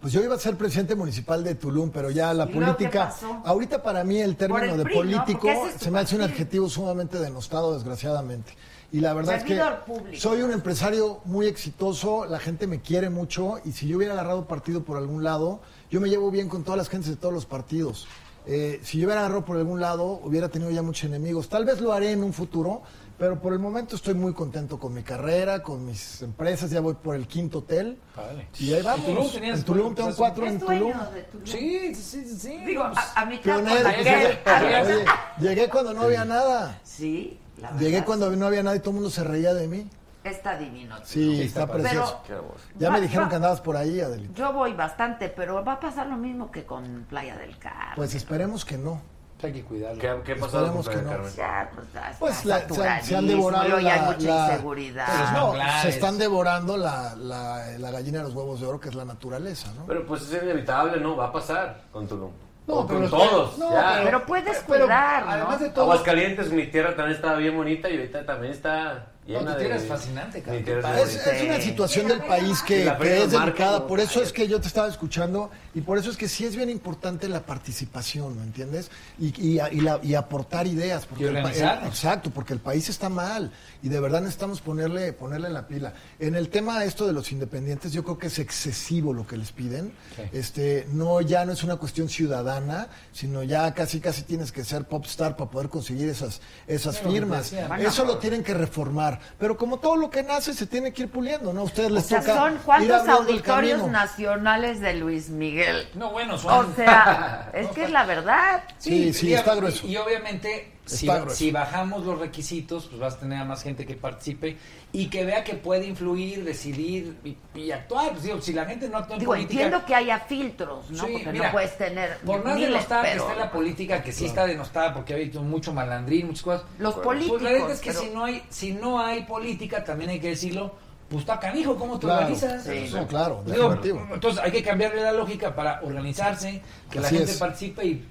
Speaker 8: Pues yo iba a ser presidente municipal de Tulum, pero ya la
Speaker 1: ¿Y luego qué
Speaker 8: política.
Speaker 1: pasó?
Speaker 8: Ahorita para mí el término
Speaker 1: el
Speaker 8: de
Speaker 1: PRI, ¿no?
Speaker 8: político
Speaker 1: Porque ese es tu
Speaker 8: se me hace un
Speaker 1: partido.
Speaker 8: adjetivo sumamente denostado, desgraciadamente. Y la verdad es
Speaker 1: Servidor
Speaker 8: que
Speaker 1: público.
Speaker 8: soy un empresario muy exitoso, la gente me quiere mucho y si yo hubiera agarrado partido por algún lado, yo me llevo bien con todas las gentes de todos los partidos. Eh, si yo hubiera agarrado por algún lado, hubiera tenido ya muchos enemigos. Tal vez lo haré en un futuro, pero por el momento estoy muy contento con mi carrera, con mis empresas, ya voy por el quinto hotel.
Speaker 7: Padre.
Speaker 8: Y ahí vamos.
Speaker 7: Tulum tenías-
Speaker 8: en Tulum tengo cuatro en
Speaker 1: ¿Es
Speaker 8: Tulum.
Speaker 1: dueño de Tulum?
Speaker 7: Sí, sí, sí, sí.
Speaker 1: Digo,
Speaker 7: no, pues,
Speaker 1: a, a mitad con
Speaker 8: Pionero. pues,
Speaker 1: aquel.
Speaker 8: llegué- oye, llegué cuando no había nada.
Speaker 1: Sí, la verdad.
Speaker 8: Llegué cuando no había nada y todo el mundo se reía de mí.
Speaker 1: Está divino.
Speaker 8: Sí, está
Speaker 1: Tulum.
Speaker 8: precioso.
Speaker 2: Qué hermoso.
Speaker 8: Ya
Speaker 1: va-
Speaker 8: me dijeron
Speaker 1: va-
Speaker 8: que andabas por ahí, Adelita.
Speaker 1: Yo voy bastante, pero va a pasar lo mismo que con Playa del Carmen.
Speaker 8: Pues esperemos que no.
Speaker 7: hay que cuidarlo.
Speaker 2: ¿Qué, qué pasó con
Speaker 8: Esperemos que
Speaker 2: Playa del Carmen?
Speaker 8: no.
Speaker 1: Ya, pues, ya está
Speaker 8: Pues la- se, han- se han
Speaker 1: saturadísimo,
Speaker 8: devorado
Speaker 1: y hay
Speaker 8: la,
Speaker 1: mucha
Speaker 8: la- Pues
Speaker 1: inseguridad.
Speaker 8: no,
Speaker 7: manglares.
Speaker 8: se están devorando la, la- la gallina de los huevos de oro, que es la naturaleza, ¿no?
Speaker 2: Pero pues es inevitable, ¿no? Va a pasar con Tulum.
Speaker 8: No,
Speaker 2: O
Speaker 8: pero
Speaker 2: con
Speaker 8: los-
Speaker 2: todos.
Speaker 8: no,
Speaker 2: ya.
Speaker 1: Pero puedes
Speaker 8: Pero
Speaker 1: cuidar, ¿no?
Speaker 8: además de todo,
Speaker 2: Aguascalientes, mi tierra también estaba bien bonita y ahorita también está llena
Speaker 7: No, tu
Speaker 2: de...
Speaker 7: tierra es fascinante, cabrón.
Speaker 2: Mi tierra
Speaker 8: Es,
Speaker 2: es
Speaker 8: es una situación del país
Speaker 2: Y
Speaker 8: que,
Speaker 2: la
Speaker 8: que
Speaker 2: feria
Speaker 8: es
Speaker 2: del marco,
Speaker 8: delicada.
Speaker 2: ¿no?
Speaker 8: Por eso es que yo te estaba escuchando y por eso es que sí es bien importante la participación, ¿me entiendes? Y, y a- y la- y aportar ideas. Porque
Speaker 7: Y
Speaker 8: el pa- el-
Speaker 7: organizarnos.
Speaker 8: exacto, porque el país está mal y de verdad necesitamos ponerle, ponerle la pila. En el tema esto de los independientes, yo creo que es excesivo lo que les piden. Este, no, ya no es una cuestión ciudadana, sino ya casi casi tienes que ser popstar para poder conseguir esas, esas
Speaker 7: lo que te
Speaker 8: firmas.
Speaker 7: decía,
Speaker 1: Ah,
Speaker 8: Eso lo tienen que reformar. Pero como todo lo que nace se tiene que ir puliendo, ¿no? A ustedes
Speaker 1: O
Speaker 8: les
Speaker 1: sea,
Speaker 8: toca
Speaker 1: son
Speaker 8: ir
Speaker 1: cuántos
Speaker 8: abriendo el
Speaker 1: auditorios
Speaker 8: camino.
Speaker 1: nacionales de Luis Miguel.
Speaker 7: Pues, No, bueno, son.
Speaker 1: O sea, es que es la verdad.
Speaker 8: Sí, sí,
Speaker 7: y-
Speaker 8: está grueso.
Speaker 7: Y, obviamente, si,
Speaker 8: Está grueso.
Speaker 7: si bajamos los requisitos, pues vas a tener a más gente que participe y que vea que puede influir, decidir y, y actuar. Pues, digo, si la gente no actúa en
Speaker 1: Digo,
Speaker 7: política...
Speaker 1: entiendo que haya filtros, ¿no?
Speaker 7: Sí,
Speaker 1: Porque
Speaker 7: mira,
Speaker 1: no puedes tener
Speaker 7: Por más
Speaker 1: miles,
Speaker 7: denostada que
Speaker 1: pero
Speaker 7: esté la política, que sí está denostada porque ha habido mucho malandrín, muchas cosas.
Speaker 1: Los
Speaker 7: Pues la verdad
Speaker 1: políticos,
Speaker 7: es que
Speaker 1: pero-
Speaker 7: si, no hay, si no hay política, también hay que decirlo, pues está canijo, ¿cómo te
Speaker 8: Claro,
Speaker 7: organizas?
Speaker 8: sí, no, claro,
Speaker 7: Digo,
Speaker 8: definitivo.
Speaker 7: entonces hay que cambiarle la lógica para organizarse, que la
Speaker 8: Así
Speaker 7: gente
Speaker 8: es.
Speaker 7: participe y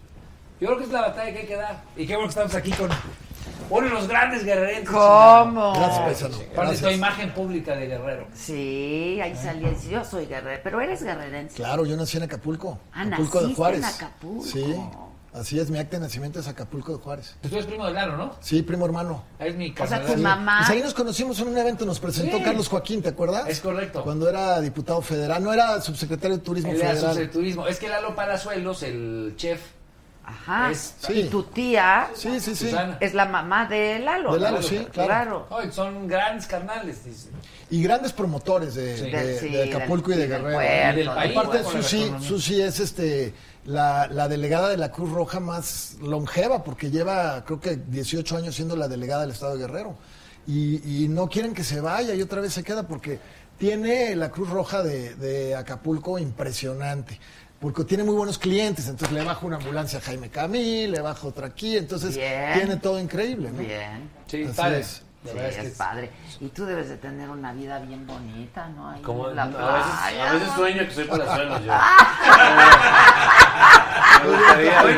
Speaker 7: yo creo que es la batalla que hay que dar. Y qué bueno que estamos aquí con uno de los grandes guerreros.
Speaker 1: ¿Cómo?
Speaker 8: Gracias, paisano.
Speaker 7: Parte de tu
Speaker 8: Gracias.
Speaker 7: imagen pública de guerrero.
Speaker 1: Sí, ahí salí. Yo soy guerrero, pero eres guerrerense.
Speaker 8: Claro, yo nací en Acapulco.
Speaker 1: Ah,
Speaker 8: Acapulco de
Speaker 1: naciste
Speaker 8: Juárez.
Speaker 1: en Acapulco.
Speaker 8: Sí. Así es, mi acta de nacimiento es Acapulco de Juárez.
Speaker 7: Pues tú eres primo de Laro, ¿no?
Speaker 8: Sí, primo hermano.
Speaker 7: Ahí Es mi
Speaker 1: O sea,
Speaker 7: carnal.
Speaker 1: tu
Speaker 8: Sí.
Speaker 1: mamá.
Speaker 8: Pues ahí nos conocimos en un evento, nos presentó
Speaker 7: Sí.
Speaker 8: Carlos Joaquín, ¿te acuerdas?
Speaker 7: Es correcto.
Speaker 8: Cuando era diputado federal, no era subsecretario de Turismo
Speaker 7: El de
Speaker 8: Federal.
Speaker 7: Asos del turismo. Es que Lalo Palazuelos, el chef,
Speaker 1: Ajá.
Speaker 7: Es-
Speaker 8: Sí.
Speaker 1: Y tu tía
Speaker 8: Sí, sí, sí.
Speaker 7: Susana.
Speaker 1: es la mamá de Lalo.
Speaker 8: De Lalo,
Speaker 1: ¿no?
Speaker 8: sí,
Speaker 1: claro.
Speaker 8: claro.
Speaker 7: Ay, son grandes carnales, dice.
Speaker 8: Y grandes promotores de,
Speaker 7: Sí.
Speaker 8: Eh, de-
Speaker 1: Sí,
Speaker 8: de Acapulco
Speaker 1: del-
Speaker 8: y de Guerrero.
Speaker 1: puerto,
Speaker 7: Y del país.
Speaker 8: Aparte,
Speaker 7: Con la
Speaker 8: Susi,
Speaker 7: gastronomía.
Speaker 8: Susi es este la, la delegada de la Cruz Roja más longeva, porque lleva creo que 18 años siendo la delegada del Estado de Guerrero. Y, y no quieren que se vaya y otra vez se queda porque tiene la Cruz Roja de, de Acapulco impresionante. Porque tiene muy buenos clientes, entonces le bajo una ambulancia a Jaime Camil, le bajo otra aquí, entonces
Speaker 1: Bien.
Speaker 8: tiene todo increíble, ¿no?
Speaker 1: Bien.
Speaker 7: Sí,
Speaker 8: Así
Speaker 7: padre.
Speaker 8: es.
Speaker 7: La
Speaker 1: Sí,
Speaker 7: verdad
Speaker 1: es,
Speaker 7: que es-
Speaker 1: padre. Y tú debes de tener una vida bien bonita, ¿no? Ahí
Speaker 2: Como,
Speaker 1: en la
Speaker 2: a, veces,
Speaker 1: playa,
Speaker 2: a veces
Speaker 1: ¿no?
Speaker 2: sueño que soy palazuelos yo. Me gustaría, güey.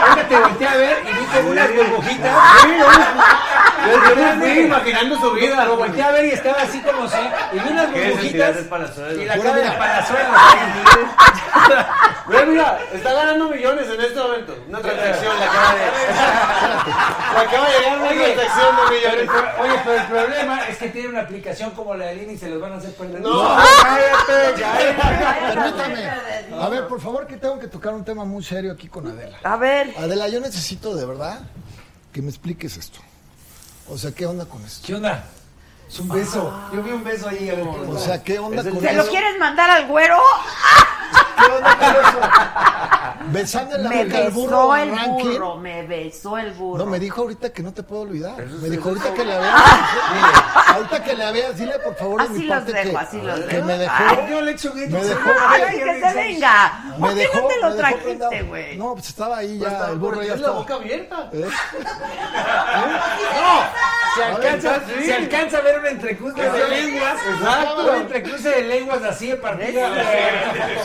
Speaker 7: Ahorita te volteé a ver y vi como unas burbujitas.
Speaker 2: Yo, yo me fui imaginando su vida.
Speaker 7: Lo volteé a ver y estaba así como se. Y vi unas
Speaker 2: ¿Qué necesidad
Speaker 7: burbujitas.
Speaker 2: de Palazuelos?
Speaker 7: Y la
Speaker 8: Pura
Speaker 7: cara de
Speaker 8: vida.
Speaker 7: Palazuelos.
Speaker 2: Güey, mira, está ganando millones en este momento. Una transacción le acaba de. Le acaba de llegar una transacción de millones.
Speaker 7: Oye, pero el problema es que tiene una aplicación como la de Lini y se los van a hacer perder.
Speaker 2: No, cállate, cállate.
Speaker 8: Permítame. A ver, por favor, que tengo que tocar un tema muy serio aquí con Adela.
Speaker 1: A ver,
Speaker 8: Adela, yo necesito de verdad que me expliques esto. O sea, ¿qué onda con esto?
Speaker 7: ¿Qué onda? Es un beso. Yo vi un beso ahí. A ver, ¿qué
Speaker 8: O
Speaker 7: onda?
Speaker 8: sea, ¿qué onda con
Speaker 1: ¿se lo
Speaker 8: eso?
Speaker 1: quieres mandar al güero?
Speaker 8: ¿Qué onda con eso? Besando en la
Speaker 1: me
Speaker 8: boca al
Speaker 1: besó
Speaker 8: burro
Speaker 1: el
Speaker 8: Rankin.
Speaker 1: burro, me besó el burro.
Speaker 8: No, me dijo ahorita que no te puedo olvidar. me dijo ahorita que la veas. ahorita que la veas, dile por favor de
Speaker 1: Ah. Así
Speaker 8: mi
Speaker 1: los
Speaker 8: parte
Speaker 1: dejo,
Speaker 8: que,
Speaker 1: así los
Speaker 8: que
Speaker 1: dejo.
Speaker 8: me dejó.
Speaker 1: Ay,
Speaker 4: Yo le echo grito.
Speaker 8: Me dejó.
Speaker 1: Ay, que se venga.
Speaker 8: Me
Speaker 1: ¿Por qué no
Speaker 8: dejó-
Speaker 1: te
Speaker 8: me
Speaker 1: lo
Speaker 8: dejó
Speaker 1: trajiste,
Speaker 8: prendado.
Speaker 1: güey?
Speaker 8: No, pues estaba ahí
Speaker 2: Pero
Speaker 8: ya,
Speaker 2: estaba-
Speaker 8: el burro
Speaker 2: pero
Speaker 8: ya
Speaker 2: tenés la
Speaker 8: estaba.
Speaker 2: boca abierta.
Speaker 8: ¿Eh?
Speaker 7: Se alcanza,
Speaker 2: Sí.
Speaker 7: se alcanza a ver un entrecruce de lenguas.
Speaker 8: Exacto.
Speaker 7: Un entrecruce de lenguas así de partida.
Speaker 8: Súbala,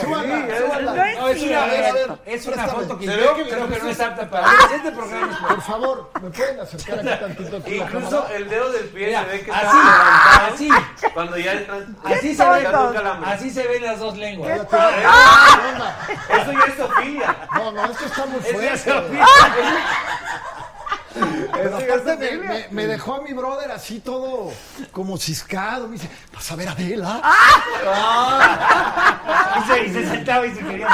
Speaker 8: súbala.
Speaker 1: No es
Speaker 7: No, es una,
Speaker 8: A ver, a ver,
Speaker 7: es una
Speaker 8: préstame.
Speaker 7: foto que
Speaker 2: Se
Speaker 7: yo
Speaker 2: ve que-
Speaker 7: creo que no es apta
Speaker 1: Ah.
Speaker 7: para ver. este programa. es para-
Speaker 8: Por favor, ¿me pueden acercar aquí tantito? aquí la
Speaker 2: Incluso
Speaker 8: cámara?
Speaker 2: el dedo del pie
Speaker 7: Mira,
Speaker 2: se ve que
Speaker 7: así,
Speaker 2: está levantado.
Speaker 7: así.
Speaker 2: Cuando ya entran. ya
Speaker 7: Así se ve-
Speaker 2: entra un calambre.
Speaker 7: Así se ven las dos lenguas.
Speaker 2: Eso ya es Sofía.
Speaker 8: No, no, esto está muy
Speaker 2: Eso ya es
Speaker 8: fuerte.
Speaker 2: Sofía.
Speaker 8: Pero
Speaker 2: Eso ya es
Speaker 8: aparte me,
Speaker 2: Sofía.
Speaker 8: me- me dejó a mi brother así todo como ciscado. Me dice, vas a ver a Adela.
Speaker 7: Y se, y se sentaba y se quería.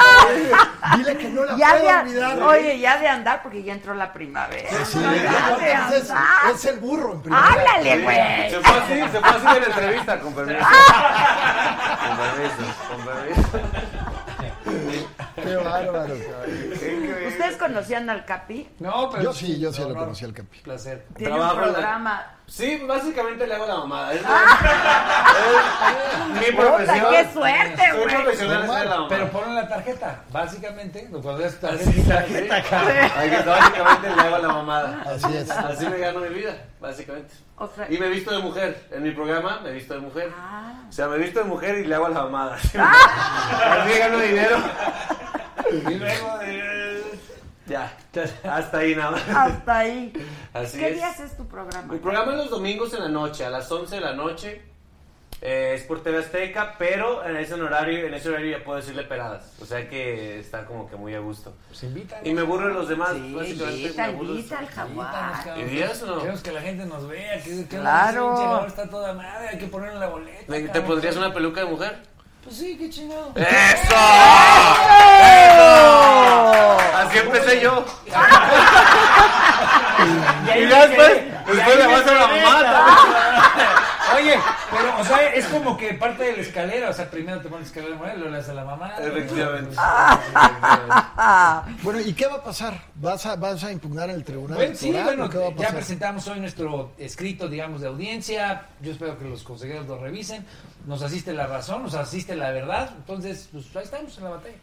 Speaker 8: Dile que no la
Speaker 1: Ah. Ya
Speaker 8: puedo
Speaker 1: de, a-
Speaker 8: olvidar.
Speaker 1: oye, ya de andar porque ya entró la primavera.
Speaker 8: Sí,
Speaker 1: No, ya de
Speaker 8: es, es-
Speaker 1: andar.
Speaker 8: es el burro en primer lugar.
Speaker 1: Háblale, güey.
Speaker 2: Se fue así, se fue así de la entrevista, con permiso. Con permiso, con permiso.
Speaker 8: Qué bárbaro.
Speaker 1: ¿Ustedes conocían al Capi?
Speaker 7: No, pero
Speaker 8: Yo sí, yo sí
Speaker 7: No,
Speaker 8: lo
Speaker 7: no,
Speaker 8: conocí al Capi.
Speaker 7: Placer.
Speaker 1: Tiene
Speaker 2: Trabajo,
Speaker 1: un programa.
Speaker 2: Sí, básicamente le hago la mamada. Es, es mi
Speaker 1: Ah. Puta,
Speaker 2: profesión.
Speaker 1: ¡Qué suerte,
Speaker 2: Soy
Speaker 1: güey!
Speaker 2: profesional en hacer la mamada.
Speaker 7: Pero ponle la tarjeta. Básicamente, lo cuando es tarjeta. tarjeta
Speaker 2: Ay, que básicamente le hago la mamada.
Speaker 8: Así es.
Speaker 2: Así me gano mi vida, básicamente.
Speaker 1: O sea- Ah.
Speaker 2: y me visto de mujer. En mi programa me visto de mujer. O sea, me visto de mujer y le hago la mamada. Así gano dinero.
Speaker 7: Y luego, eh,
Speaker 2: Ya, hasta ahí nada más.
Speaker 1: Hasta ahí.
Speaker 2: Así
Speaker 1: Ah. ¿Qué
Speaker 2: es.
Speaker 1: días es tu programa?
Speaker 2: Mi programa es los domingos en la noche, a las 11 de la noche. Eh, es por TV Azteca, pero en ese horario, en ese horario ya puedo decirle peladas. O sea que está como que muy a gusto.
Speaker 7: pues invitan.
Speaker 2: Y me burro de los demás,
Speaker 1: Sí,
Speaker 2: básicamente.
Speaker 1: invita,
Speaker 2: me burlo de-
Speaker 1: invita al jaguar.
Speaker 2: ¿Irías o no?
Speaker 7: Queremos que la gente nos vea. Que, que
Speaker 1: Claro.
Speaker 7: ese pinche valor está toda madre. Hay que ponerle la boleta.
Speaker 2: ¿Te te
Speaker 7: cabrón.
Speaker 2: pondrías una peluca de mujer?
Speaker 7: Pues sí, qué chingado.
Speaker 2: ¡Eso! Así empecé yo. Y ya después, después le vas a Pues la mamada.
Speaker 7: Oye, pero, o sea, es como que parte de la escalera. O sea, primero te pones escalera de mujer, luego le haces a la mamá.
Speaker 2: Efectivamente.
Speaker 8: Bueno, ¿y qué va a pasar? ¿Vas a, vas a impugnar en el tribunal?
Speaker 7: Bueno, Pues, sí,
Speaker 8: electoral o
Speaker 7: bueno,
Speaker 8: ¿qué va a
Speaker 7: ya
Speaker 8: pasar?
Speaker 7: presentamos hoy nuestro escrito, digamos, de audiencia. Yo espero que los consejeros lo revisen. Nos asiste la razón, nos asiste la verdad. Entonces, pues ahí estamos en la batalla.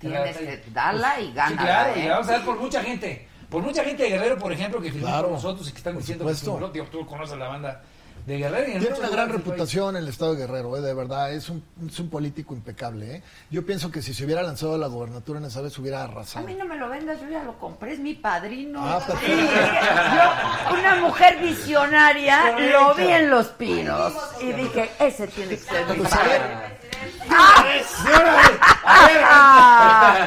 Speaker 7: En la
Speaker 1: Tienes
Speaker 7: batalla. Pues,
Speaker 1: que darla y
Speaker 7: Sí,
Speaker 1: ganarla.
Speaker 7: claro, y
Speaker 1: ¿eh?
Speaker 7: la vamos a dar por mucha gente. Por mucha gente de Guerrero, por ejemplo, que firmó
Speaker 8: Claro,
Speaker 7: con nosotros y que están
Speaker 8: por
Speaker 7: diciendo
Speaker 8: supuesto.
Speaker 7: que firmó. Digo, tú conoces la banda de Guerrero. y en
Speaker 8: Tiene
Speaker 7: muchos
Speaker 8: una gran
Speaker 7: lugares del país.
Speaker 8: reputación el Estado de Guerrero, eh, de verdad, es un, es un político impecable. eh. Yo pienso que si se hubiera lanzado a la gubernatura en esa vez hubiera
Speaker 1: A
Speaker 8: arrasado.
Speaker 1: mí no me lo vendas, yo ya lo compré, es mi padrino.
Speaker 8: Ah,
Speaker 1: pues Sí,
Speaker 8: perfecto.
Speaker 1: es que yo, una mujer visionaria, lo vi en los pinos y dije, ese tiene que ser mi
Speaker 8: Pues a ver,
Speaker 1: padre.
Speaker 7: A ver,
Speaker 1: Ah,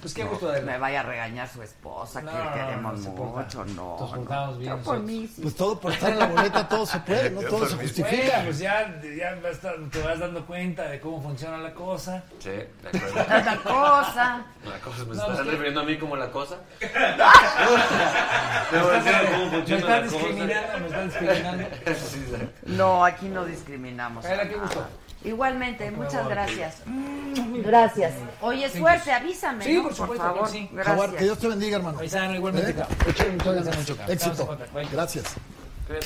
Speaker 7: pues qué gusto
Speaker 1: me
Speaker 7: de
Speaker 1: vaya a regañar su esposa, que
Speaker 7: No,
Speaker 1: le queremos
Speaker 7: no se porta.
Speaker 1: mucho, no.
Speaker 7: Nos
Speaker 1: no.
Speaker 7: portamos bien
Speaker 1: Yo por
Speaker 7: nosotros.
Speaker 1: mí sí.
Speaker 8: pues todo por estar en la boleta, todo se puede, no todo se justifica.
Speaker 7: Bueno, pues ya, ya vas- te vas dando cuenta de cómo funciona la cosa.
Speaker 2: Sí, de acuerdo.
Speaker 1: Otra cosa.
Speaker 2: La cosa, ¿me
Speaker 7: No,
Speaker 2: estás
Speaker 7: es que-
Speaker 2: refiriendo a mí como la cosa? Me
Speaker 7: Me
Speaker 2: voltearon
Speaker 7: están-
Speaker 2: como
Speaker 7: me
Speaker 2: funciona
Speaker 7: están
Speaker 2: la cosa.
Speaker 7: discriminando, me están discriminando.
Speaker 2: Sí, exacto.
Speaker 1: No, aquí no discriminamos.
Speaker 7: Era qué gusto.
Speaker 1: Igualmente, muchas gracias.
Speaker 7: Mm,
Speaker 1: Gracias. Oye, suerte, avísame.
Speaker 7: pues. Sí,
Speaker 1: ¿no?
Speaker 7: por supuesto,
Speaker 1: favor.
Speaker 7: claro que sí.
Speaker 8: Jaguar, que
Speaker 1: Gracias.
Speaker 8: Dios te bendiga, hermano.
Speaker 7: Paisano, igualmente.
Speaker 8: ¿Eh?
Speaker 7: cabrón.
Speaker 8: Échale muchas ganas.
Speaker 7: Mucho, cabrón.
Speaker 8: Éxito.
Speaker 7: Estamos en contacto.
Speaker 8: Gracias.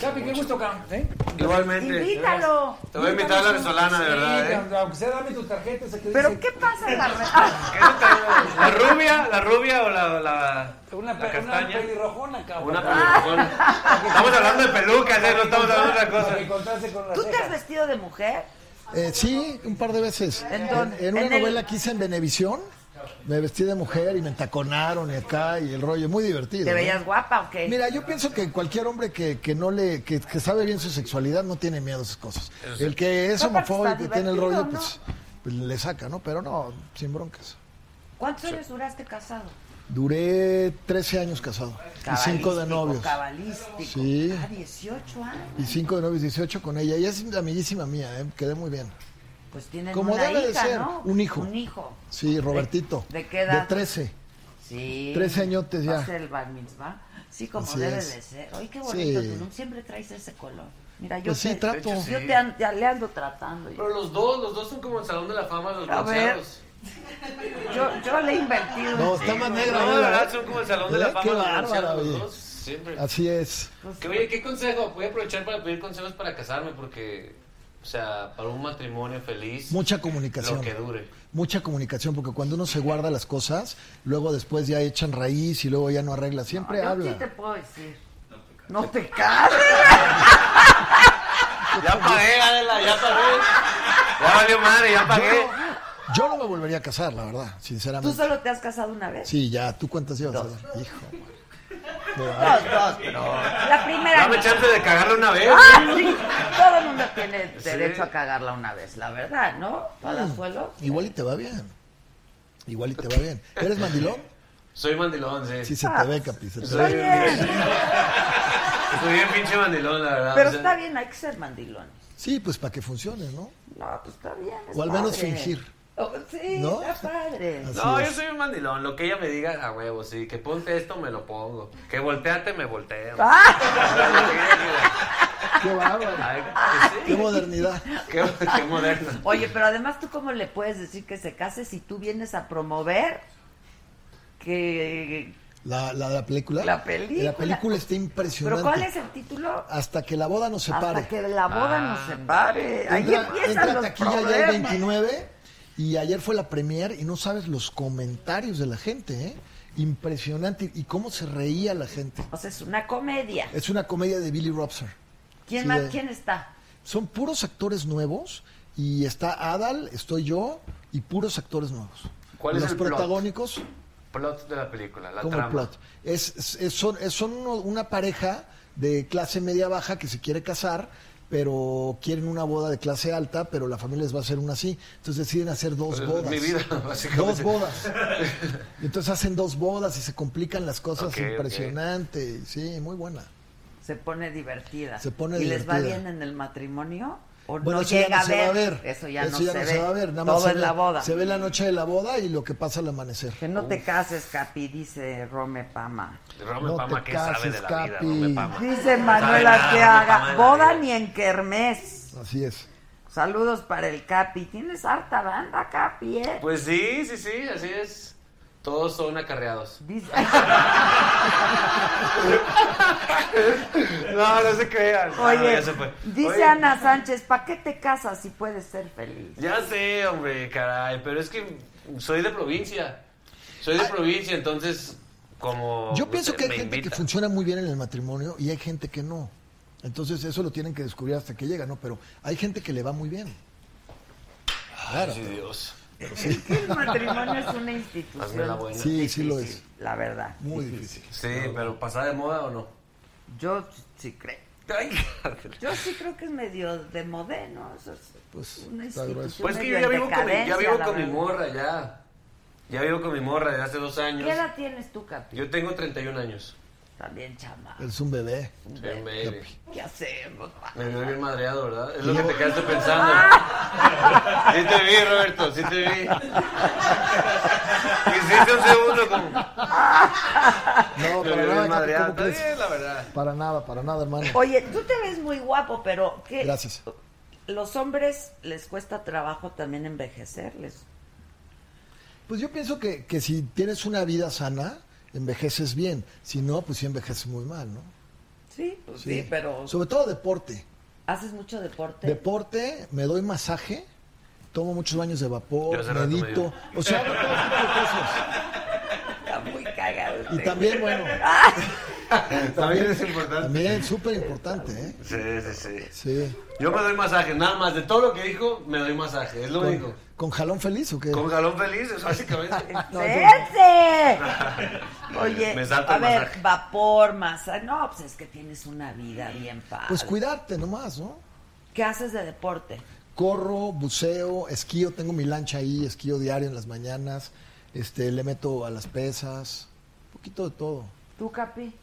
Speaker 7: Capi, qué gusto, cabrón. ¿Eh?
Speaker 2: Igualmente.
Speaker 1: Invítalo.
Speaker 2: Te voy a invitar a la venezolana, de verdad, ¿eh?
Speaker 7: Sí, Aunque sea, dame tu tarjeta. esa que
Speaker 1: Pero,
Speaker 7: dice-
Speaker 1: ¿qué pasa en la red?
Speaker 2: ¿eh? ¿La rubia? ¿La rubia o la, la,
Speaker 7: Una,
Speaker 2: la
Speaker 7: pe- una
Speaker 2: castaña?
Speaker 7: pelirrojona, cabrón.
Speaker 2: Una pelucona. Estamos hablando de pelucas, ¿eh? No estamos hablando de otra
Speaker 7: Para
Speaker 2: cosa.
Speaker 7: que contraste con la
Speaker 1: ¿Tú te
Speaker 7: ceja.
Speaker 1: has vestido de mujer?
Speaker 8: Eh, sí, un par de veces.
Speaker 1: ¿En dónde?
Speaker 8: En, en una
Speaker 1: ¿En el-
Speaker 8: novela que hice en Venevisión, me vestí de mujer y me entaconaron y acá y el rollo. Muy divertido. ¿eh?
Speaker 1: ¿Te
Speaker 8: ¿no?
Speaker 1: veías guapa o qué?
Speaker 8: Mira, yo pienso que cualquier hombre que, que no le que, que sabe bien su sexualidad no tiene miedo a esas cosas. El que es
Speaker 1: No, aparte está
Speaker 8: homofóbico y tiene el
Speaker 1: divertido,
Speaker 8: rollo,
Speaker 1: ¿no?
Speaker 8: pues, pues, le saca, ¿no? Pero no, sin broncas.
Speaker 1: ¿Cuántos años duraste casado?
Speaker 8: Duré 13 años casado y 5 de
Speaker 1: Cabalístico,
Speaker 8: novios.
Speaker 1: Cabalístico.
Speaker 8: Sí.
Speaker 1: Ah, 18 años.
Speaker 8: Y 5 de novios, 18 con ella. Ella es amiguísima mía, ¿eh? quedé muy bien.
Speaker 1: Pues tienen
Speaker 8: Como
Speaker 1: una
Speaker 8: debe de
Speaker 1: hija,
Speaker 8: ser,
Speaker 1: ¿no?
Speaker 8: un hijo.
Speaker 1: Un hijo.
Speaker 8: Sí, Robertito.
Speaker 1: ¿De qué edad?
Speaker 8: De 13.
Speaker 1: Sí.
Speaker 8: Trece añotes ya.
Speaker 1: Va a ser el bar mitzvah. Sí, como
Speaker 8: Así
Speaker 1: debe
Speaker 8: es.
Speaker 1: de ser. Oye, qué bonito
Speaker 8: Sí.
Speaker 1: tu look. Siempre traes ese color. Mira, yo
Speaker 8: Pues sí,
Speaker 1: te,
Speaker 8: trato.
Speaker 2: De hecho, sí.
Speaker 1: yo te, an- te- le ando tratando. yo.
Speaker 2: Pero los dos, los dos son como el Salón de la Fama de los
Speaker 1: A ver.
Speaker 2: bronceados.
Speaker 1: Yo, yo le he invertido.
Speaker 8: No, está más negra.
Speaker 2: No,
Speaker 8: ¿eh?
Speaker 2: la verdad, son como el salón de la
Speaker 8: ¿Eh?
Speaker 2: fama
Speaker 8: Qué
Speaker 2: de los
Speaker 8: bárbara,
Speaker 2: ancianos,
Speaker 8: oye.
Speaker 2: ¿no? Siempre.
Speaker 8: Así es.
Speaker 2: Que, oye, ¿qué consejo? Voy a aprovechar para pedir consejos para casarme, porque, o sea, para un matrimonio feliz.
Speaker 8: Mucha comunicación.
Speaker 2: Lo que dure.
Speaker 8: Mucha comunicación, porque cuando uno se guarda las cosas, luego después ya echan raíz y luego ya no arregla. Siempre
Speaker 1: Yo
Speaker 8: habla.
Speaker 1: sí te puedo decir. No te cases.
Speaker 2: Ya pagué, Adela, ya pagué. Ya valió madre, ya pagué.
Speaker 8: Yo no me volvería a casar, la verdad,
Speaker 1: ¿Tú
Speaker 8: sinceramente.
Speaker 1: solo te has casado una vez?
Speaker 8: Sí, ya, ¿tú cuántas llevas? Adela? Hijo. man. No,
Speaker 1: Dos, dos, pero. La primera.
Speaker 2: Dame
Speaker 1: no.
Speaker 2: chance de cagarla una vez.
Speaker 1: Ah, sí. Todo el mundo tiene
Speaker 2: Sí.
Speaker 1: derecho a cagarla una vez, la verdad, ¿no? Palazuelo.
Speaker 8: Igual Mm. y te va bien. Igual y te va bien. ¿Eres mandilón?
Speaker 2: Soy mandilón, sí.
Speaker 8: Sí, se te ve, Capi. se te
Speaker 1: Ah.
Speaker 2: Soy
Speaker 8: ve.
Speaker 2: bien, soy bien pinche mandilón, la verdad.
Speaker 1: Pero
Speaker 2: o sea,
Speaker 1: está bien, hay que ser mandilones.
Speaker 8: Sí, pues para que funcione, ¿no?
Speaker 1: No, pues está bien. es
Speaker 8: O al menos
Speaker 1: padre.
Speaker 8: fingir.
Speaker 1: Oh, sí,
Speaker 8: ¿No?
Speaker 1: está padre.
Speaker 8: Así
Speaker 2: No, yo
Speaker 8: es.
Speaker 2: soy un mandilón. Lo que ella me diga, a huevo, sí. Que ponte esto, me lo pongo. Que volteate, me volteo.
Speaker 1: Ah,
Speaker 8: Qué bárbaro.
Speaker 2: Ay, que
Speaker 8: Qué
Speaker 2: sí.
Speaker 8: modernidad.
Speaker 2: Qué, qué moderno.
Speaker 1: Oye, pero además, ¿tú cómo le puedes decir que se case si tú vienes a promover que.
Speaker 8: La, la, la película.
Speaker 1: La película.
Speaker 8: La película está impresionante.
Speaker 1: ¿Pero cuál es el título?
Speaker 8: Hasta que la boda nos separe.
Speaker 1: Hasta que la boda nos
Speaker 2: Ah.
Speaker 1: separe. Ahí
Speaker 8: entra,
Speaker 1: empiezan
Speaker 8: entra
Speaker 1: los
Speaker 8: taquilla
Speaker 1: problemas.
Speaker 8: ya el 29 y ayer fue la premier y no sabes los comentarios de la gente, ¿eh? Impresionante. Y cómo se reía la gente.
Speaker 1: O sea, es una comedia.
Speaker 8: Es una comedia de Billy Robson.
Speaker 1: ¿Quién
Speaker 8: Sí,
Speaker 1: más?
Speaker 8: de-
Speaker 1: ¿Quién está?
Speaker 8: Son puros actores nuevos y está Adal, estoy yo y puros actores nuevos.
Speaker 2: ¿Cuál es
Speaker 8: los
Speaker 2: el plot?
Speaker 8: protagónicos
Speaker 2: Plot de la película, la
Speaker 8: como
Speaker 2: trama.
Speaker 8: plot. Es, es- es- son es- son uno- una pareja de clase media baja que se quiere casar, pero quieren una boda de clase alta, pero la familia les va a hacer una así. Entonces deciden hacer dos
Speaker 2: Pues,
Speaker 8: bodas.
Speaker 2: mi vida,
Speaker 8: dos
Speaker 2: básicamente.
Speaker 8: bodas. Y Entonces hacen dos bodas y se complican las cosas
Speaker 2: Ok, ok.
Speaker 8: impresionante. Sí, muy buena.
Speaker 1: Se pone divertida.
Speaker 8: Se pone
Speaker 1: ¿Y les va
Speaker 8: divertida.
Speaker 1: bien en el matrimonio? ¿O
Speaker 8: Bueno,
Speaker 1: no
Speaker 8: eso ya
Speaker 1: llega
Speaker 8: no se va a ver.
Speaker 1: Eso ya no, se, ve.
Speaker 8: va a ver. Nada más
Speaker 1: Todo
Speaker 8: se
Speaker 1: es
Speaker 8: ve-
Speaker 1: la boda.
Speaker 8: Se ve la noche de la boda y lo que pasa al amanecer.
Speaker 1: Que no te cases, Capi, dice Rome Pama.
Speaker 2: Rome
Speaker 8: No
Speaker 2: Pama,
Speaker 8: te
Speaker 2: ¿qué sabe
Speaker 8: cases,
Speaker 2: de la vida?
Speaker 8: Capi.
Speaker 2: Rome Pama.
Speaker 1: Dice
Speaker 2: Sabe
Speaker 1: Manuela
Speaker 2: nada,
Speaker 1: que
Speaker 2: Rome Pama
Speaker 1: haga
Speaker 2: de la
Speaker 1: boda
Speaker 2: vida.
Speaker 1: ni en kermés.
Speaker 8: Así es.
Speaker 1: Saludos para el Capi. Tienes harta banda, Capi, ¿eh?
Speaker 2: Pues sí, sí, sí, así es. Todos son acarreados.
Speaker 1: Dice...
Speaker 2: No, no se crean. No,
Speaker 1: Oye,
Speaker 2: Ah, ya se fue.
Speaker 1: dice
Speaker 2: Oye,
Speaker 1: Ana Sánchez, ¿para qué te casas si puedes ser feliz?
Speaker 2: Ya sé, hombre, caray, pero es que soy de provincia. Soy de provincia, entonces, como.
Speaker 8: Yo pienso
Speaker 2: me-
Speaker 8: que hay
Speaker 2: me
Speaker 8: gente que
Speaker 2: invita.
Speaker 8: funciona muy bien en el matrimonio y hay gente que no. Entonces eso lo tienen que descubrir hasta que llega, ¿no? Pero hay gente que le va muy bien. Claro.
Speaker 2: Sí, Dios.
Speaker 1: El matrimonio es una
Speaker 2: Hazme la
Speaker 1: institución.
Speaker 2: buena.
Speaker 8: Sí, sí lo es.
Speaker 1: difícil, La verdad.
Speaker 8: Muy difícil.
Speaker 2: Sí, pero ¿pasada de moda o no?
Speaker 1: Yo sí creo.
Speaker 2: Ay, caray.
Speaker 1: Yo sí creo que es medio de modé, ¿no? Eso es
Speaker 8: Pues,
Speaker 1: una
Speaker 8: está grueso.
Speaker 1: institución.
Speaker 2: Pues que
Speaker 1: medio
Speaker 2: yo ya
Speaker 1: en
Speaker 2: vivo con mi, ya
Speaker 1: decadencia,
Speaker 2: vivo
Speaker 1: la
Speaker 2: con mi
Speaker 1: verdad.
Speaker 2: morra, ya. Ya vivo con mi morra desde hace dos años.
Speaker 1: ¿Qué edad tienes tú, Capi?
Speaker 2: Yo tengo 31 años.
Speaker 1: También, chama.
Speaker 8: Es un bebé.
Speaker 2: Bien, baby.
Speaker 1: ¿Qué hacemos?
Speaker 2: Me veo bien madreado, ¿verdad? Es lo que te quedaste pensando. Sí te vi, Roberto, sí te vi. Hiciste un segundo como...
Speaker 8: No,
Speaker 2: Me veo
Speaker 8: para
Speaker 2: bien
Speaker 8: nada, Capi,
Speaker 2: madreado. Está
Speaker 8: ¿cómo crees?
Speaker 2: bien, la verdad.
Speaker 8: Para nada, para nada, hermano.
Speaker 1: Oye, tú te ves muy guapo, pero ¿qué?
Speaker 8: Gracias.
Speaker 1: ¿Los hombres les cuesta trabajo también envejecerles?
Speaker 8: Pues yo pienso que, que si tienes una vida sana, envejeces bien. Si no, pues sí envejeces muy mal, ¿no?
Speaker 1: Sí, pues sí, pero
Speaker 8: Sobre todo deporte.
Speaker 1: ¿haces mucho deporte?
Speaker 8: Deporte, me doy masaje, tomo muchos baños de
Speaker 2: Yo
Speaker 8: vapor,
Speaker 2: hace rato me
Speaker 8: medito.
Speaker 2: digo.
Speaker 8: O sea, hago todo tipo de cosas.
Speaker 1: Está muy cagado. Ah,
Speaker 8: Y
Speaker 1: este.
Speaker 8: también, bueno,
Speaker 2: También es importante.
Speaker 8: también súper importante, ¿eh?
Speaker 2: Sí, sí, sí.
Speaker 8: Sí.
Speaker 2: Yo me doy masaje, nada más. De todo lo que dijo, me doy masaje. Es lo único.
Speaker 8: ¿Con, con jalón feliz o qué?
Speaker 2: Con galón feliz, es básicamente.
Speaker 1: ¡Sense! Oye,
Speaker 2: Me salta
Speaker 1: a
Speaker 2: el
Speaker 1: ver,
Speaker 2: masaje.
Speaker 1: vapor, masa. No, pues es que tienes una vida bien padre.
Speaker 8: Pues cuidarte nomás, ¿no?
Speaker 1: ¿Qué haces de deporte?
Speaker 8: Corro, buceo, esquío, tengo mi lancha ahí, esquío diario en las mañanas, este, le meto a las pesas, un poquito de todo.
Speaker 1: ¿Tú, Capi?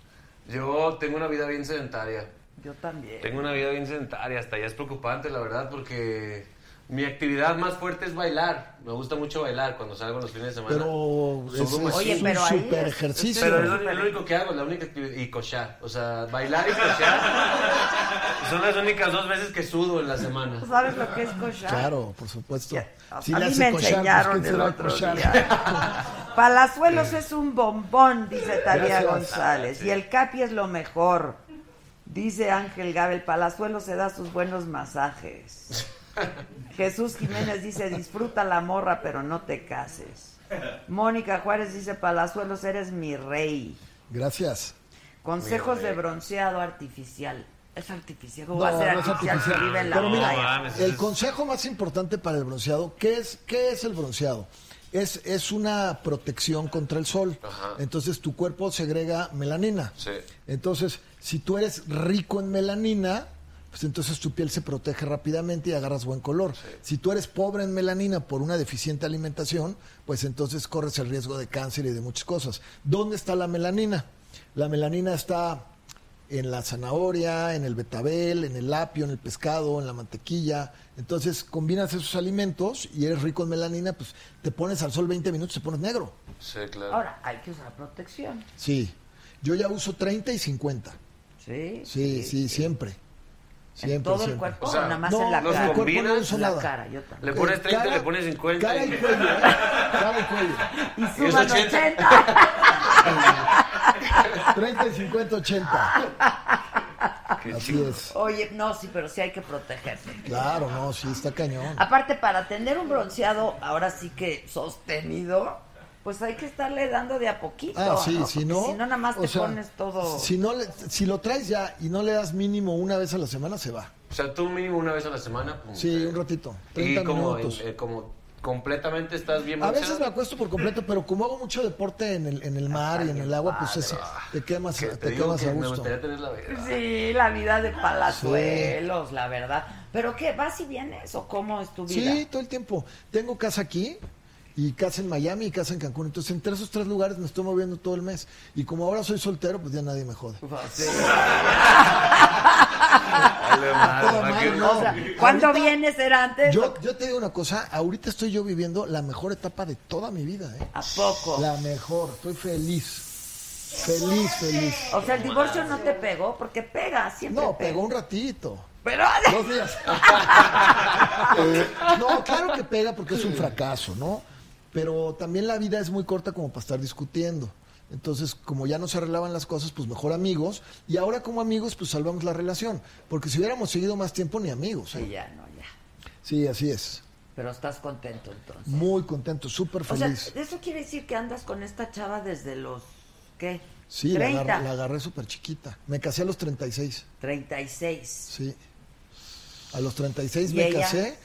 Speaker 2: Yo tengo una vida bien sedentaria.
Speaker 1: Yo también.
Speaker 2: Tengo una vida bien sedentaria, hasta ya es preocupante, la verdad, porque Mi actividad más fuerte es bailar. Me gusta mucho bailar cuando salgo los fines de semana.
Speaker 8: Pero es,
Speaker 2: Subo
Speaker 8: es
Speaker 2: mucho.
Speaker 8: un super ejercicio.
Speaker 2: Pero es lo, es lo único que hago, la única actividad. Y cochar. O sea, bailar y cochar son las únicas dos veces que sudo en la semana.
Speaker 1: ¿Tú sabes lo que es cochar?
Speaker 8: Claro, por supuesto. Si
Speaker 1: a
Speaker 8: le
Speaker 1: mí
Speaker 8: hace
Speaker 1: me
Speaker 8: cochar, pues,
Speaker 1: enseñaron
Speaker 8: ¿quién
Speaker 1: el
Speaker 8: será
Speaker 1: otro
Speaker 8: cochar?
Speaker 1: día. Palazuelos es un bombón, dice Tania
Speaker 8: Gracias.
Speaker 1: González. Y el Capi es lo mejor. Dice Ángel Gabel, Palazuelos se da sus buenos masajes. Jesús Jiménez dice, disfruta la morra, pero no te cases. Mónica Juárez dice, Palazuelos, eres mi rey.
Speaker 8: Gracias.
Speaker 1: Consejos de bronceado artificial. Es artificial. ¿Cómo va a ser
Speaker 8: no es
Speaker 1: artificial?
Speaker 8: artificial.
Speaker 1: Vive en la
Speaker 8: Pero mira,
Speaker 1: playa.
Speaker 8: el consejo más importante para el bronceado, ¿qué es, qué es el bronceado? Es, es una protección contra el sol. Entonces tu cuerpo segrega melanina.
Speaker 2: Sí.
Speaker 8: Entonces, si tú eres rico en melanina, pues entonces tu piel se protege rápidamente y agarras buen color. Si tú eres pobre en melanina por una deficiente alimentación, pues entonces corres el riesgo de cáncer y de muchas cosas. ¿Dónde está la melanina? La melanina está en la zanahoria, en el betabel, en el apio, en el pescado, en la mantequilla. Entonces combinas esos alimentos y eres rico en melanina, pues te pones al sol 20 minutos y te pones negro.
Speaker 2: Sí, claro.
Speaker 1: Ahora, hay que usar protección.
Speaker 8: Sí. Yo ya uso 30 y 50.
Speaker 1: Sí.
Speaker 8: Sí, sí, siempre. Siempre,
Speaker 1: Eh, todo el
Speaker 8: siempre.
Speaker 1: cuerpo
Speaker 2: O sea,
Speaker 1: o nada más
Speaker 8: no,
Speaker 1: en la
Speaker 8: no,
Speaker 2: los
Speaker 8: en
Speaker 1: cara.
Speaker 8: el cuerpo no
Speaker 2: combinas,
Speaker 8: uso
Speaker 1: En la
Speaker 8: nada.
Speaker 1: cara, yo también.
Speaker 2: Le pones
Speaker 8: Eh,
Speaker 2: 30,
Speaker 8: cara-
Speaker 2: le pones 50.
Speaker 8: Cara y
Speaker 2: y-
Speaker 8: cuello, ¿eh? Cara y cuello.
Speaker 1: Y
Speaker 2: Y es
Speaker 1: suman
Speaker 2: 80.
Speaker 1: 80.
Speaker 8: 30 y 50, 80. Así es.
Speaker 1: Oye, no, sí, pero sí hay que protegerse.
Speaker 8: Claro, no, sí, está cañón.
Speaker 1: Aparte, para tener un bronceado ahora sí que sostenido, pues hay que estarle dando de a poquito.
Speaker 8: Ah, sí,
Speaker 1: ¿no?
Speaker 8: si
Speaker 1: Porque
Speaker 8: no.
Speaker 1: Si no, nada más
Speaker 8: o
Speaker 1: te
Speaker 8: sea,
Speaker 1: pones todo.
Speaker 8: Si, no le- si lo traes ya y no le das mínimo una vez a la semana, se va.
Speaker 2: O sea, tú mínimo una vez a la semana. pum,
Speaker 8: Sí,
Speaker 2: eh,
Speaker 8: un ratito.
Speaker 2: Y
Speaker 8: 30
Speaker 2: como,
Speaker 8: minutos.
Speaker 2: eh, como completamente estás bien
Speaker 8: A
Speaker 2: bronceado.
Speaker 8: veces me acuesto por completo, pero como hago mucho deporte en el, en
Speaker 2: Ah,
Speaker 8: el mar y en el agua, pues es- te quemas,
Speaker 2: Que
Speaker 8: te
Speaker 2: te, digo
Speaker 8: quemas
Speaker 2: que
Speaker 8: a
Speaker 2: me
Speaker 8: gusto.
Speaker 2: gustaría tener la vida.
Speaker 1: Sí, la vida de palazuelos, la verdad. ¿Pero qué? ¿Vas y vienes o cómo es tu vida?
Speaker 8: Sí, todo el tiempo. Tengo casa aquí y casa en Miami y casa en Cancún. Entonces, entre esos tres lugares me estoy moviendo todo el mes. Y como ahora soy soltero, pues ya nadie me jode.
Speaker 2: Vale, madre,
Speaker 8: Toda
Speaker 2: ¿para
Speaker 8: madre,
Speaker 2: qué?
Speaker 8: no.
Speaker 1: O sea, ¿cuándo
Speaker 8: Ahorita-
Speaker 1: vienes? ¿Era antes?
Speaker 8: Yo, yo te digo una cosa, ahorita estoy yo viviendo la mejor etapa de toda mi vida, ¿eh?
Speaker 1: ¿A poco?
Speaker 8: La mejor, estoy feliz. Feliz, feliz.
Speaker 1: O sea, el divorcio no te pegó, porque pega, siempre
Speaker 8: No,
Speaker 1: pega.
Speaker 8: pegó un ratito.
Speaker 1: Pero,
Speaker 8: Dos días. Eh, no, claro que pega porque es un fracaso, ¿no? Pero también la vida es muy corta como para estar discutiendo. Entonces, como ya no se arreglaban las cosas, pues mejor amigos. Y ahora como amigos, pues salvamos la relación. Porque si hubiéramos seguido más tiempo, ni amigos.
Speaker 1: sí,
Speaker 8: ¿eh?
Speaker 1: Pues ya, no, ya.
Speaker 8: Sí, así es.
Speaker 1: Pero estás contento entonces.
Speaker 8: Muy contento, súper
Speaker 1: o sea, eh,
Speaker 8: feliz.
Speaker 1: eso quiere decir que andas con esta chava desde los, ¿qué?
Speaker 8: Sí, la
Speaker 1: 30,
Speaker 8: agarré, la agarré súper chiquita. Me casé a los 36.
Speaker 1: 36.
Speaker 8: Sí. A los 36
Speaker 1: ¿Y
Speaker 8: me
Speaker 1: ella?
Speaker 8: casé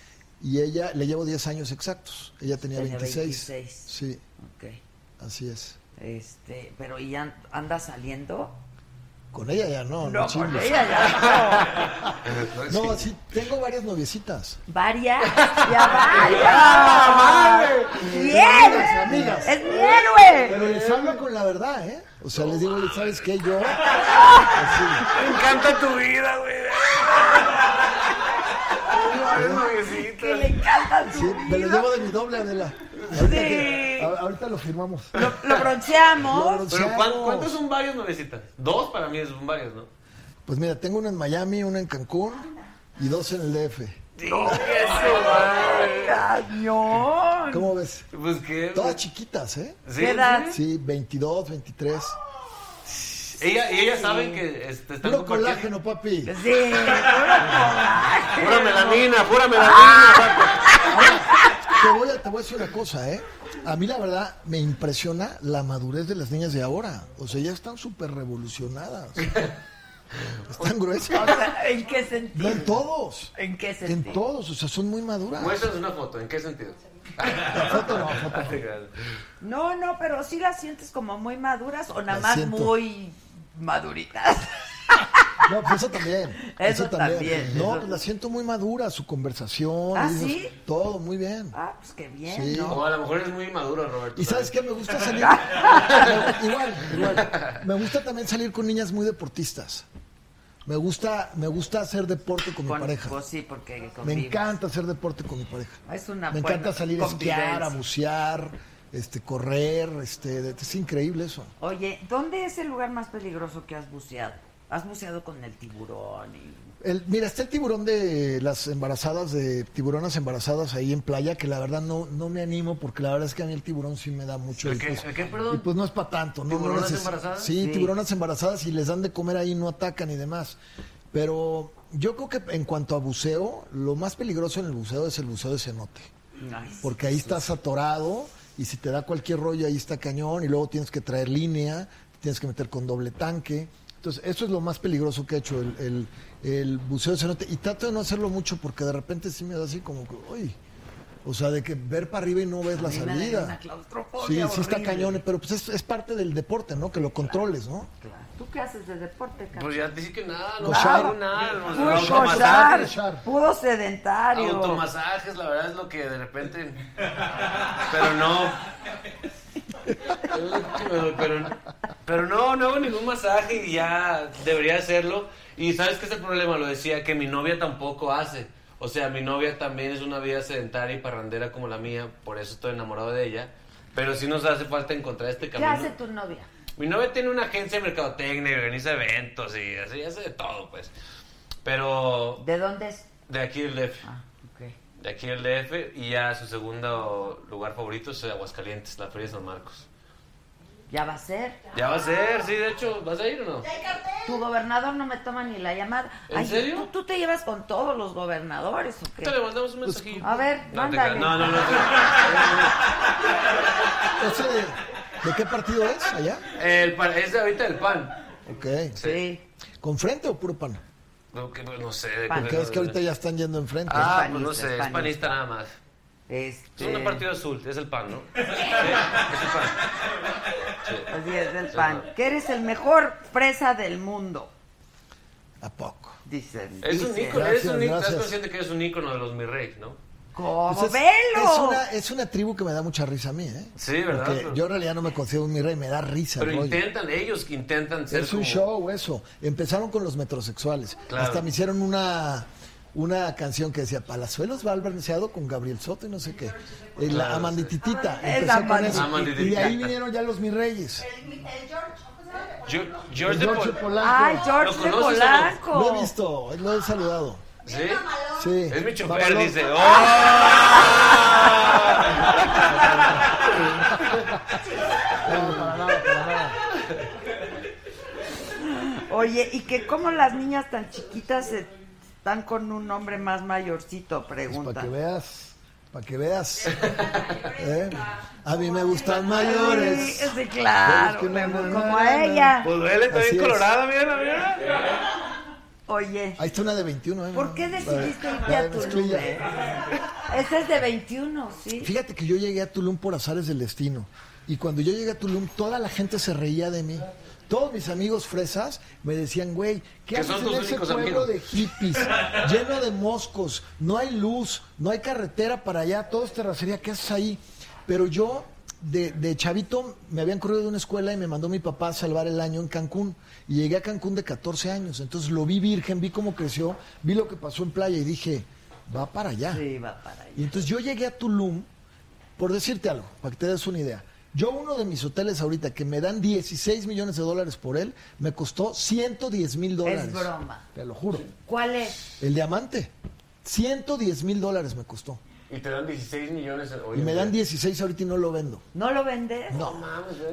Speaker 8: y ella le llevo 10 años exactos. Ella tenía,
Speaker 1: Tenía
Speaker 8: 26.
Speaker 1: 26.
Speaker 8: Sí,
Speaker 1: Ok.
Speaker 8: así es.
Speaker 1: Este, pero ¿y an- andas saliendo?
Speaker 8: Con ella ya no, no,
Speaker 1: No, con
Speaker 8: chingues.
Speaker 1: ella ya no.
Speaker 8: No, sí, tengo varias noviecitas.
Speaker 1: Varias, ya varias.
Speaker 8: Amigas,
Speaker 1: Bien,
Speaker 8: amigas.
Speaker 1: es mi héroe.
Speaker 8: Pero les hablo con la verdad, ¿eh? O sea, les digo, ¿sabes qué? Yo.
Speaker 2: Me encanta tu vida, güey.
Speaker 1: Que le encanta su
Speaker 8: Sí, me lo
Speaker 1: vida.
Speaker 8: llevo de mi doble, Adela. Ahorita,
Speaker 1: Sí.
Speaker 8: que- a- ahorita lo firmamos.
Speaker 1: Lo, lo bronceamos.
Speaker 2: Pero
Speaker 8: Lo
Speaker 2: ¿cuán-
Speaker 8: bronceamos.
Speaker 2: ¿cuántos son varios novecitas? Dos para mí son varios, ¿no?
Speaker 8: Pues mira, tengo una en Miami, una en Cancún y dos en el DF.
Speaker 1: Cañón.
Speaker 8: ¿Cómo ves?
Speaker 2: Pues que.
Speaker 8: Todas chiquitas, ¿eh?
Speaker 2: Sí,
Speaker 1: ¿Qué edad?
Speaker 8: Sí, 22, 23.
Speaker 2: sí. Ella, y ellas saben que este, están
Speaker 8: Puro
Speaker 2: compartiendo-
Speaker 8: colágeno, papi.
Speaker 1: Sí, puro
Speaker 2: Pura melanina, pura
Speaker 8: Ah.
Speaker 2: melanina.
Speaker 8: Te voy, a, te voy a decir una cosa, ¿eh? A mí la verdad me impresiona la madurez de las niñas de ahora. O sea, ya están súper revolucionadas. Están gruesas.
Speaker 1: colágeno. ¿En qué sentido?
Speaker 8: No en todos.
Speaker 1: ¿En qué
Speaker 8: En
Speaker 1: sentido? Pues
Speaker 8: todos. O sea, son muy maduras.
Speaker 2: Muéstranos una foto, ¿en qué sentido?
Speaker 8: Foto no, foto no.
Speaker 1: No, no, pero sí las sientes como muy maduras o nada
Speaker 8: Las
Speaker 1: más
Speaker 8: siento.
Speaker 1: muy maduritas.
Speaker 8: No, pues eso también.
Speaker 1: Eso también,
Speaker 8: No,
Speaker 1: eso-
Speaker 8: pues la siento muy madura, su conversación.
Speaker 1: ¿Ah,
Speaker 8: y dices,
Speaker 1: sí?
Speaker 8: Todo, muy bien.
Speaker 1: Ah, pues qué bien,
Speaker 8: Sí.
Speaker 1: ¿no?
Speaker 2: O a lo mejor es muy maduro, Roberto.
Speaker 8: ¿Y sabes qué? Me gusta salir. igual, igual. Me gusta también salir con niñas muy deportistas. Me gusta, me gusta hacer deporte con, mi
Speaker 1: Con-
Speaker 8: pareja.
Speaker 1: Pues sí, porque
Speaker 8: me
Speaker 1: convives.
Speaker 8: encanta hacer deporte con mi pareja.
Speaker 1: Es una
Speaker 8: me
Speaker 1: buena
Speaker 8: encanta salir a esquiar,
Speaker 1: convivencia.
Speaker 8: a bucear, este, correr, este, de- es increíble eso.
Speaker 1: Oye, ¿dónde es el lugar más peligroso que has buceado? ¿Has buceado con el tiburón? y-
Speaker 8: El- mira, está el tiburón de las embarazadas, de tiburonas embarazadas ahí en playa, que la verdad no, no me animo porque la verdad es que a mí el tiburón sí me da mucho.
Speaker 9: ¿El
Speaker 8: y
Speaker 9: qué?
Speaker 8: pues-
Speaker 9: ¿El qué, perdón?
Speaker 8: Y pues no es para tanto. No,
Speaker 9: ¿Tiburonas
Speaker 8: No neces-
Speaker 9: embarazadas?
Speaker 8: Sí,
Speaker 9: Sí.
Speaker 8: tiburonas embarazadas y les dan de comer ahí, no atacan y demás. Pero yo creo que en cuanto a buceo, lo más peligroso en el buceo es el buceo de cenote. Porque ahí estás atorado y si te da cualquier rollo ahí está cañón y luego tienes que traer línea, tienes que meter con doble tanque. Entonces, eso es lo más peligroso que he hecho, el, el- el buceo de cenote. Y trato de no hacerlo mucho porque de repente sí me da así como que, uy, o sea, de que ver para arriba y no ves la
Speaker 1: A mí me daría
Speaker 8: salida.
Speaker 1: una claustrofobia
Speaker 8: Sí, sí está
Speaker 1: horrible.
Speaker 8: cañón, pero pues es, es parte del deporte, ¿no? Que lo controles, ¿no?
Speaker 1: ¿Tú qué haces de deporte, Carlos?
Speaker 2: Pues ya pues, te dije que nada, no
Speaker 8: Cochar.
Speaker 2: hago nada. o sea,
Speaker 1: Puro
Speaker 2: automasajes.
Speaker 1: cochar, puro sedentario.
Speaker 2: Automasajes, la verdad es lo que de repente. Pero no. Pero, pero- pero no, no hago ningún masaje y ya debería hacerlo. Y sabes que ese problema lo decía que mi novia tampoco hace. O sea, mi novia también es una vida sedentaria y parrandera como la mía, por eso estoy enamorado de ella. Pero sí nos hace falta encontrar este
Speaker 1: ¿Qué
Speaker 2: camino.
Speaker 1: hace tu novia?
Speaker 2: Mi novia tiene una agencia de mercadotecnia y organiza eventos y así, hace de todo, pues. Pero
Speaker 1: ¿De dónde es?
Speaker 2: de aquí del DF.
Speaker 1: Ah.
Speaker 2: De aquí del DF y ya su segundo lugar favorito es Aguascalientes, la Feria de San Marcos.
Speaker 1: Ya va a ser.
Speaker 2: Ya va a ser, sí, de hecho, ¿vas a ir o no?
Speaker 1: Tu gobernador no me toma ni la llamada.
Speaker 2: ¿En serio?
Speaker 1: ¿tú, tú te llevas con todos los gobernadores o qué?
Speaker 2: Ahorita le mandamos un
Speaker 8: Pues,
Speaker 2: mensajillo.
Speaker 8: ah,
Speaker 1: A ver,
Speaker 2: No, te
Speaker 1: mándale.
Speaker 2: creas, no, no, no.
Speaker 8: Ese de, ¿de qué partido es allá?
Speaker 2: El pan, es de ahorita el pan.
Speaker 8: Ok. Sí. ¿Con frente o puro pan?
Speaker 2: No, que- no sé. de qué-
Speaker 8: Porque es que ahorita ya están yendo enfrente.
Speaker 2: Ah, pues no sé, es panista nada más.
Speaker 1: Este...
Speaker 2: Es un partido azul, es el pan, ¿no? Sí, es el pan. Sí.
Speaker 1: Así es, del
Speaker 2: Sí,
Speaker 1: pan.
Speaker 2: no.
Speaker 1: Que eres el mejor fresa del mundo.
Speaker 8: ¿A poco?
Speaker 1: Dicen.
Speaker 2: Es un
Speaker 1: dicen.
Speaker 2: ícono, eres un ícono, estás
Speaker 8: gracias.
Speaker 2: consciente que eres un ícono de los mi rey, ¿no?
Speaker 1: ¿Cómo?
Speaker 8: Pues es,
Speaker 1: ¡Velo!
Speaker 8: es una, es una tribu que me da mucha risa a mí, ¿eh?
Speaker 2: Sí, ¿verdad?
Speaker 8: Porque
Speaker 2: Pero-
Speaker 8: yo en realidad no me considero un mi rey, me da risa. el
Speaker 2: Pero
Speaker 8: rollo.
Speaker 2: intentan, ellos que intentan ser
Speaker 8: Es un
Speaker 2: como-
Speaker 8: show eso. Empezaron con los metrosexuales.
Speaker 2: Claro.
Speaker 8: Hasta me hicieron una, una canción que decía Palazuelos va al verneseado con Gabriel Soto y no sé qué. Eh, la
Speaker 2: Claro, sí.
Speaker 8: Amandititita. Empezó con
Speaker 2: Amandititita.
Speaker 8: eso.
Speaker 2: Amandititita.
Speaker 8: Y de ahí vinieron ya los mis reyes.
Speaker 2: Yo- George,
Speaker 8: El
Speaker 2: de
Speaker 8: George
Speaker 2: Pol-
Speaker 8: Polanco.
Speaker 1: Ay, George
Speaker 2: ¿Lo
Speaker 1: de
Speaker 2: conoces o no?
Speaker 1: Polanco.
Speaker 8: Lo he visto, lo he saludado.
Speaker 2: ¿Sí?
Speaker 8: Sí.
Speaker 2: Es mi chofer,
Speaker 8: Babalón.
Speaker 2: dice. ¡Oh!
Speaker 8: No, para nada, para nada.
Speaker 1: Oye, y que como las niñas tan chiquitas se- están con un hombre más mayorcito,
Speaker 8: Para que
Speaker 1: pregunta.
Speaker 8: veas, para que veas. ¿Eh? A mí me gustan mayores.
Speaker 1: Sí, sí, claro,
Speaker 8: Pero es que no,
Speaker 1: como
Speaker 8: no, no,
Speaker 1: a
Speaker 8: no.
Speaker 1: ella.
Speaker 2: Pues duele, está
Speaker 8: Así
Speaker 2: bien
Speaker 8: es.
Speaker 2: colorada, mira, mira.
Speaker 1: Oye,
Speaker 8: Ahí está una de 21. ¿eh?
Speaker 1: ¿por qué decidiste irte
Speaker 8: La de
Speaker 1: a Tulum?
Speaker 8: mezclilla.
Speaker 1: eh? Ese es de 21, ¿sí?
Speaker 8: Fíjate que yo llegué a Tulum por azares del destino. Y cuando yo llegué a Tulum, toda la gente se reía de mí. Todos mis amigos fresas me decían, güey, ¿qué
Speaker 2: Que
Speaker 8: haces
Speaker 2: son tus
Speaker 8: en ese
Speaker 2: únicos
Speaker 8: pueblo
Speaker 2: amigos".
Speaker 8: de hippies? lleno de moscos, no hay luz, no hay carretera para allá, todo es terracería, ¿qué haces ahí? Pero yo, de, de chavito, me habían corrido de una escuela y me mandó mi papá a salvar el año en Cancún. Y llegué a Cancún de 14 años, entonces lo vi virgen, vi cómo creció, vi lo que pasó en playa y dije, va para allá.
Speaker 1: Sí, va para allá.
Speaker 8: Y entonces yo llegué a Tulum, por decirte algo, para que te des una idea. Yo uno de mis hoteles ahorita, que me dan 16 millones de dólares por él, me costó 110 mil dólares.
Speaker 1: Es broma.
Speaker 8: Te lo juro.
Speaker 1: ¿Cuál es?
Speaker 8: El diamante. 110 mil dólares me costó.
Speaker 2: Y te dan 16 millones. hoy
Speaker 8: Y
Speaker 2: en
Speaker 8: me
Speaker 2: día.
Speaker 8: dan 16 ahorita y no lo vendo.
Speaker 1: ¿No lo vendes?
Speaker 8: No,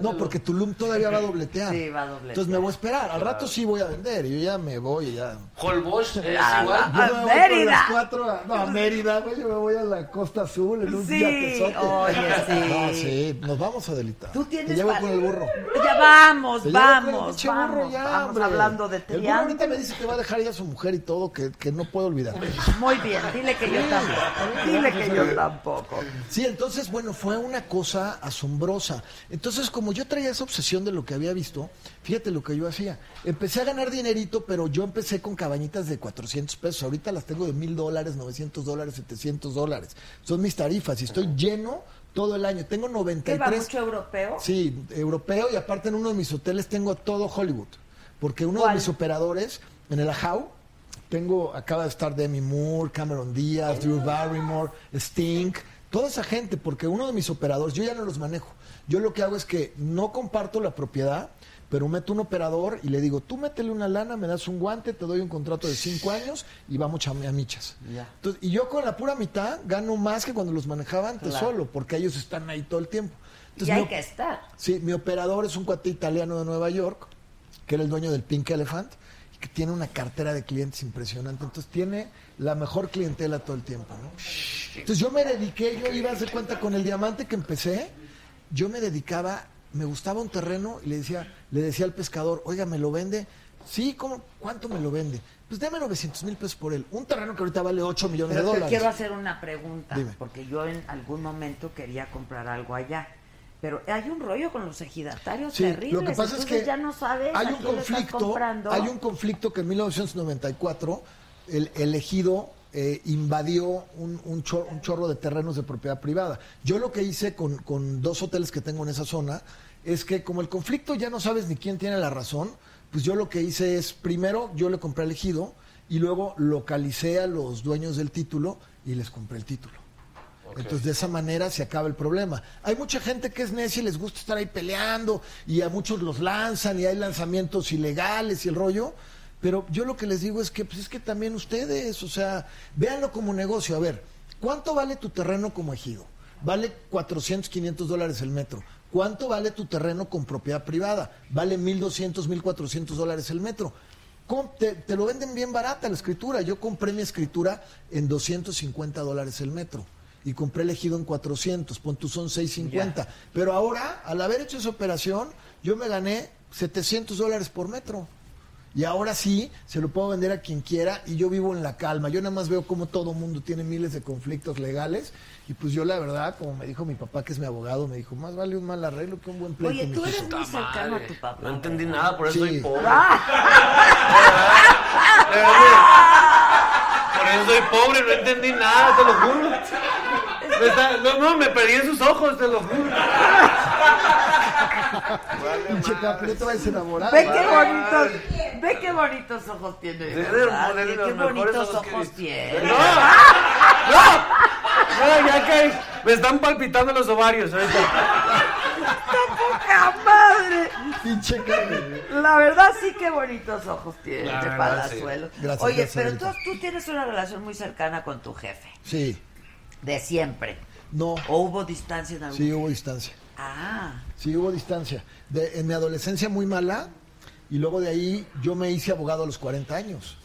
Speaker 8: no, porque Tulum todavía va a dobletear.
Speaker 1: Sí, va a dobletear.
Speaker 8: Entonces me voy a esperar. Al rato sí voy a vender. Yo ya me voy, ya.
Speaker 2: Holbox es
Speaker 1: Ah,
Speaker 2: igual.
Speaker 8: Yo
Speaker 1: A
Speaker 8: me voy por las
Speaker 1: Mérida.
Speaker 8: cuatro a- no, a Mérida, güey, yo me voy a la Costa Azul en un
Speaker 1: Sí,
Speaker 8: yatezote.
Speaker 1: oye, sí.
Speaker 8: No, sí, nos vamos a delitar.
Speaker 1: Tú tienes
Speaker 8: Te llevo
Speaker 1: pa-
Speaker 8: con el burro.
Speaker 1: Ya vamos,
Speaker 8: Te llevo con el
Speaker 1: vamos,
Speaker 8: pinche burro
Speaker 1: vamos,
Speaker 8: ya,
Speaker 1: vamos
Speaker 8: hombre.
Speaker 1: hablando de
Speaker 8: El burro ahorita me
Speaker 1: triángulos.
Speaker 8: dice que va a dejar ya a su mujer y todo, que, que no puedo olvidar.
Speaker 1: Muy bien, dile que yo tampoco. Dile que yo tampoco.
Speaker 8: Sí, entonces, bueno, fue una cosa asombrosa. Entonces, como yo traía esa obsesión de lo que había visto, fíjate lo que yo hacía. Empecé a ganar dinerito, pero yo empecé con cabañitas de 400 pesos. Ahorita las tengo de mil dólares, 900 dólares, 700 dólares. Son mis tarifas y estoy lleno todo el año. Tengo
Speaker 1: ¿Qué va
Speaker 8: 93.
Speaker 1: mucho europeo?
Speaker 8: Sí, europeo y aparte en uno de mis hoteles tengo a todo Hollywood. Porque uno
Speaker 1: ¿Cuál?
Speaker 8: de mis operadores En el Ajau tengo, acaba de estar Demi Moore, Cameron Díaz, Drew Barrymore, Stink, toda esa gente, porque uno de mis operadores, yo ya no los manejo. Yo lo que hago es que no comparto la propiedad, pero meto un operador y le digo, tú métele una lana, me das un guante, te doy un contrato de cinco años y vamos chame- a michas.
Speaker 1: Ya.
Speaker 8: Entonces, y yo con la pura mitad gano más que cuando los manejaba antes
Speaker 1: Claro.
Speaker 8: solo, porque ellos están ahí todo el tiempo. Entonces,
Speaker 1: Y hay
Speaker 8: mi-
Speaker 1: que estar.
Speaker 8: Sí, mi operador es un cuate italiano de Nueva York, que era el dueño del Pink Elephant, y que tiene una cartera de clientes impresionante. Entonces tiene la mejor clientela todo el tiempo, ¿no? Entonces yo me dediqué, yo iba a hacer cuenta con el diamante que empecé, yo me dedicaba, me gustaba un terreno y le decía, le decía al pescador, oiga, ¿me lo vende? Sí, ¿cómo? ¿cuánto me lo vende? Pues dame 900 mil pesos por él. Un terreno que ahorita vale 8 millones de
Speaker 1: Pero te
Speaker 8: dólares.
Speaker 1: quiero hacer una pregunta,
Speaker 8: Dime.
Speaker 1: porque yo en algún momento quería comprar algo allá. Pero hay un rollo con los ejidatarios
Speaker 8: Sí,
Speaker 1: terribles.
Speaker 8: lo que pasa es
Speaker 1: entonces
Speaker 8: que
Speaker 1: ya no sabes
Speaker 8: hay
Speaker 1: a
Speaker 8: un
Speaker 1: quién le estás
Speaker 8: conflicto,
Speaker 1: comprando.
Speaker 8: hay un conflicto que en 1994 el elegido eh, invadió un, un chor- un chorro de terrenos de propiedad privada. Yo lo que hice con, con dos hoteles que tengo en esa zona es que como el conflicto ya no sabes ni quién tiene la razón, pues yo lo que hice es primero yo le compré al ejido y luego localicé a los dueños del título y les compré el título. Entonces, de esa manera se acaba el problema. Hay mucha gente que es necia y les gusta estar ahí peleando, y a muchos los lanzan, y hay lanzamientos ilegales y el rollo. Pero yo lo que les digo es que, pues es que también ustedes, o sea, véanlo como negocio. A ver, ¿cuánto vale tu terreno como ejido? Vale 400, 500 dólares el metro. ¿Cuánto vale tu terreno con propiedad privada? Vale 1.200, 1.400 dólares el metro. Com- Te, te lo venden bien barata la escritura. Yo compré mi escritura en 250 dólares el metro y compré el ejido en 400, pon tú son 650. Pero ahora, al haber hecho esa operación, yo me gané 700 dólares por metro. Y ahora sí, se lo puedo vender a quien quiera y yo vivo en la calma. Yo nada más veo cómo todo mundo tiene miles de conflictos legales y pues yo la verdad, como me dijo mi papá que es mi abogado, me dijo, más vale un mal arreglo que un buen pleito.
Speaker 1: Oye, tú
Speaker 8: mijito".
Speaker 1: eres muy cercano a tu papá. Ah.
Speaker 2: No entendí nada, por eso
Speaker 8: Sí.
Speaker 2: soy pobre. De verdad. Por eso soy pobre, no entendí nada, te lo juro. Me está- no, no, me perdí en sus ojos, te lo juro.
Speaker 8: Pinche Caprieto es enamorado.
Speaker 1: Ve qué bonitos, ve qué bonitos ojos tiene.
Speaker 2: Debe de
Speaker 1: ¿verdad?
Speaker 2: ponerle
Speaker 1: Ve
Speaker 2: los
Speaker 1: qué
Speaker 2: mejores
Speaker 1: bonitos
Speaker 2: ojos que he
Speaker 1: ojos
Speaker 2: visto.
Speaker 1: tiene.
Speaker 2: ¡No! ¡No! No, ya que me están palpitando los ovarios ahorita.
Speaker 1: ¡Ah, madre!
Speaker 8: Pinche Caprieto.
Speaker 1: La verdad sí que bonitos ojos tiene
Speaker 2: La
Speaker 1: de
Speaker 2: verdad,
Speaker 1: Palazuelo.
Speaker 8: sí. Gracias,
Speaker 1: Oye,
Speaker 8: gracias,
Speaker 1: pero
Speaker 8: Sarita.
Speaker 1: entonces tú tienes una relación muy cercana con tu jefe,
Speaker 8: Sí,
Speaker 1: de siempre.
Speaker 8: no,
Speaker 1: ¿O hubo distancia en algún
Speaker 8: sí hubo distancia.
Speaker 1: Ah,
Speaker 8: Sí, hubo distancia. De- en mi adolescencia muy mala, y luego de ahí yo me hice abogado a los 40 años.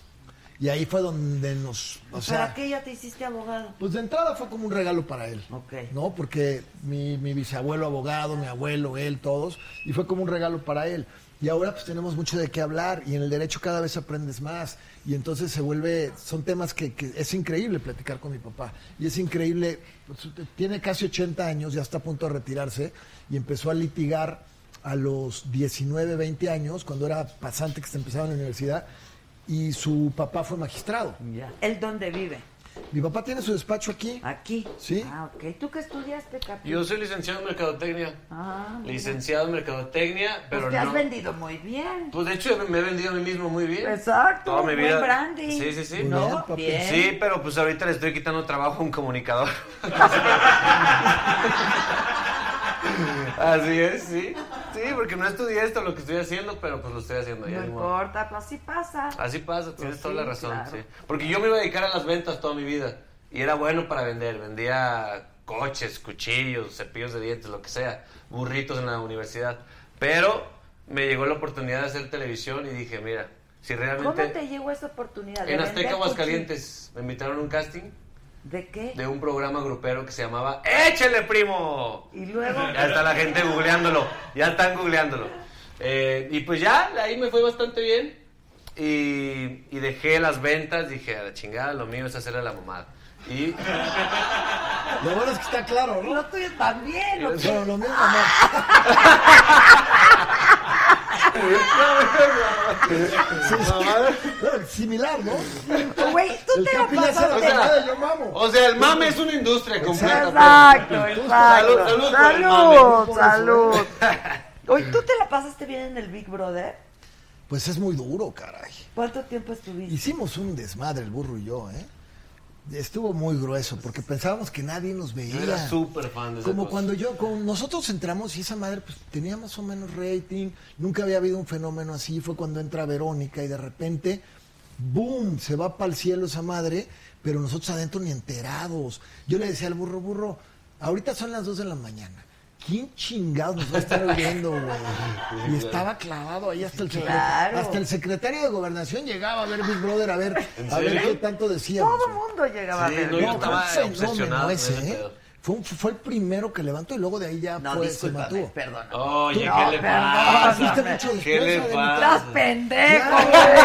Speaker 8: Y ahí fue donde nos... O
Speaker 1: ¿para
Speaker 8: sea,
Speaker 1: qué ya te hiciste abogado?
Speaker 8: pues de entrada fue como un regalo para él.
Speaker 1: Ok.
Speaker 8: ¿No? Porque mi, mi bisabuelo abogado, mi abuelo, él, todos, y fue como un regalo para él. Y ahora pues tenemos mucho de qué hablar y en el derecho cada vez aprendes más. Y entonces se vuelve, son temas que, que es increíble platicar con mi papá. Y es increíble, pues, tiene casi 80 años, ya está a punto de retirarse y empezó a litigar a los 19, 20 años, cuando era pasante que se empezaba en la universidad, y su papá fue magistrado.
Speaker 1: Ya. ¿Él dónde vive?
Speaker 8: Mi papá tiene su despacho aquí.
Speaker 1: Aquí.
Speaker 8: Sí.
Speaker 1: Ah, ok. ¿Tú qué estudiaste, Capi?
Speaker 2: Yo soy licenciado en mercadotecnia.
Speaker 1: Ah, mira.
Speaker 2: Licenciado en mercadotecnia,
Speaker 1: Pues
Speaker 2: pero
Speaker 1: te has
Speaker 2: no.
Speaker 1: vendido muy bien.
Speaker 2: Pues de hecho me he vendido a mí mismo muy bien.
Speaker 1: Exacto,
Speaker 2: Toda mi
Speaker 1: buen
Speaker 2: vida.
Speaker 1: branding.
Speaker 2: Sí, sí, sí.
Speaker 8: Muy
Speaker 1: ¿No?
Speaker 8: bien, papi.
Speaker 1: Bien.
Speaker 2: Sí, pero pues ahorita le estoy quitando trabajo a un comunicador. Así es, sí. Sí, porque no estudié esto, lo que estoy haciendo, pero pues lo estoy haciendo ya.
Speaker 1: No
Speaker 2: ni modo.
Speaker 1: importa, pues así pasa.
Speaker 2: Así pasa, tienes
Speaker 1: Pues
Speaker 2: toda la
Speaker 1: sí,
Speaker 2: razón,
Speaker 1: claro.
Speaker 2: sí. Porque yo me iba a dedicar a las ventas toda mi vida. Y era bueno para vender. Vendía coches, cuchillos, cepillos de dientes, lo que sea. Burritos en la universidad. Pero me llegó la oportunidad de hacer televisión y dije, mira, si
Speaker 1: ¿Cómo
Speaker 2: realmente...
Speaker 1: te llegó esa oportunidad? de
Speaker 2: En
Speaker 1: vender
Speaker 2: Azteca
Speaker 1: coche?
Speaker 2: Aguascalientes me invitaron a un casting
Speaker 1: ¿De qué?
Speaker 2: de un programa grupero que se llamaba ¡Échele, primo!
Speaker 1: Y luego...
Speaker 2: Ya está la gente googleándolo, ya están googleándolo. Eh, y pues ya, ahí me fue bastante bien. Y, y dejé las ventas, dije, a la chingada, lo mío es hacerle la mamada. Y
Speaker 8: Lo bueno es que está claro, ¿no?
Speaker 1: Lo tuyo también. lo-
Speaker 8: Bueno, lo mismo no. Sí, sí. Bueno, similar, ¿no?
Speaker 1: Güey, tú
Speaker 8: El
Speaker 1: te la
Speaker 8: Capi ya se la
Speaker 2: o
Speaker 1: pasaste.
Speaker 8: sabe.
Speaker 2: sea,
Speaker 8: Yo mamo.
Speaker 2: o sea, el mame es una industria completa.
Speaker 1: Exacto,
Speaker 2: pues.
Speaker 1: exacto.
Speaker 2: Salud, salud, por el mame.
Speaker 1: salud.
Speaker 8: Por eso,
Speaker 1: salud. Oye, ¿tú te la pasaste bien en el Big Brother?
Speaker 8: pues es muy duro, caray.
Speaker 1: ¿Cuánto tiempo estuviste?
Speaker 8: Hicimos un desmadre, el burro y yo, ¿eh? Estuvo muy grueso, porque pensábamos que nadie nos veía.
Speaker 2: Yo era súper fan de esa
Speaker 8: Como
Speaker 2: cosa.
Speaker 8: cuando yo, con nosotros entramos y esa madre, pues tenía más o menos rating, nunca había habido un fenómeno así, fue cuando entra Verónica y de repente, ¡boom! Se va para el cielo esa madre, pero nosotros adentro ni enterados. Yo le decía al burro, burro, ahorita son las 2 de la mañana. ¿Quién chingados nos va a estar oyendo, güey? Y estaba clavado ahí hasta el secretario.
Speaker 1: Claro.
Speaker 8: Hasta el secretario de gobernación llegaba a ver Big Brother, a ver,
Speaker 2: ¿En
Speaker 8: a ver
Speaker 2: serio?
Speaker 8: qué tanto decía.
Speaker 1: Todo el mundo llegaba
Speaker 2: Sí,
Speaker 1: a ver.
Speaker 2: no, yo
Speaker 8: No,
Speaker 2: estaba
Speaker 8: fue un fenómeno
Speaker 2: obsesionado con
Speaker 8: ese,
Speaker 2: ese
Speaker 8: ¿eh?
Speaker 2: pedo.
Speaker 8: Fue, un- fue el primero que levantó y luego de ahí ya
Speaker 1: No,
Speaker 8: fue, se
Speaker 1: discúlpame,
Speaker 8: mantuvo. Ah,
Speaker 1: perdóname.
Speaker 2: Oye,
Speaker 1: No,
Speaker 2: ¿qué le
Speaker 1: perdón,
Speaker 2: pasa?
Speaker 8: viste mucho
Speaker 2: Ah, ¿Qué le
Speaker 8: después,
Speaker 1: ¡Estás
Speaker 2: pasa?
Speaker 1: pendejo, güey!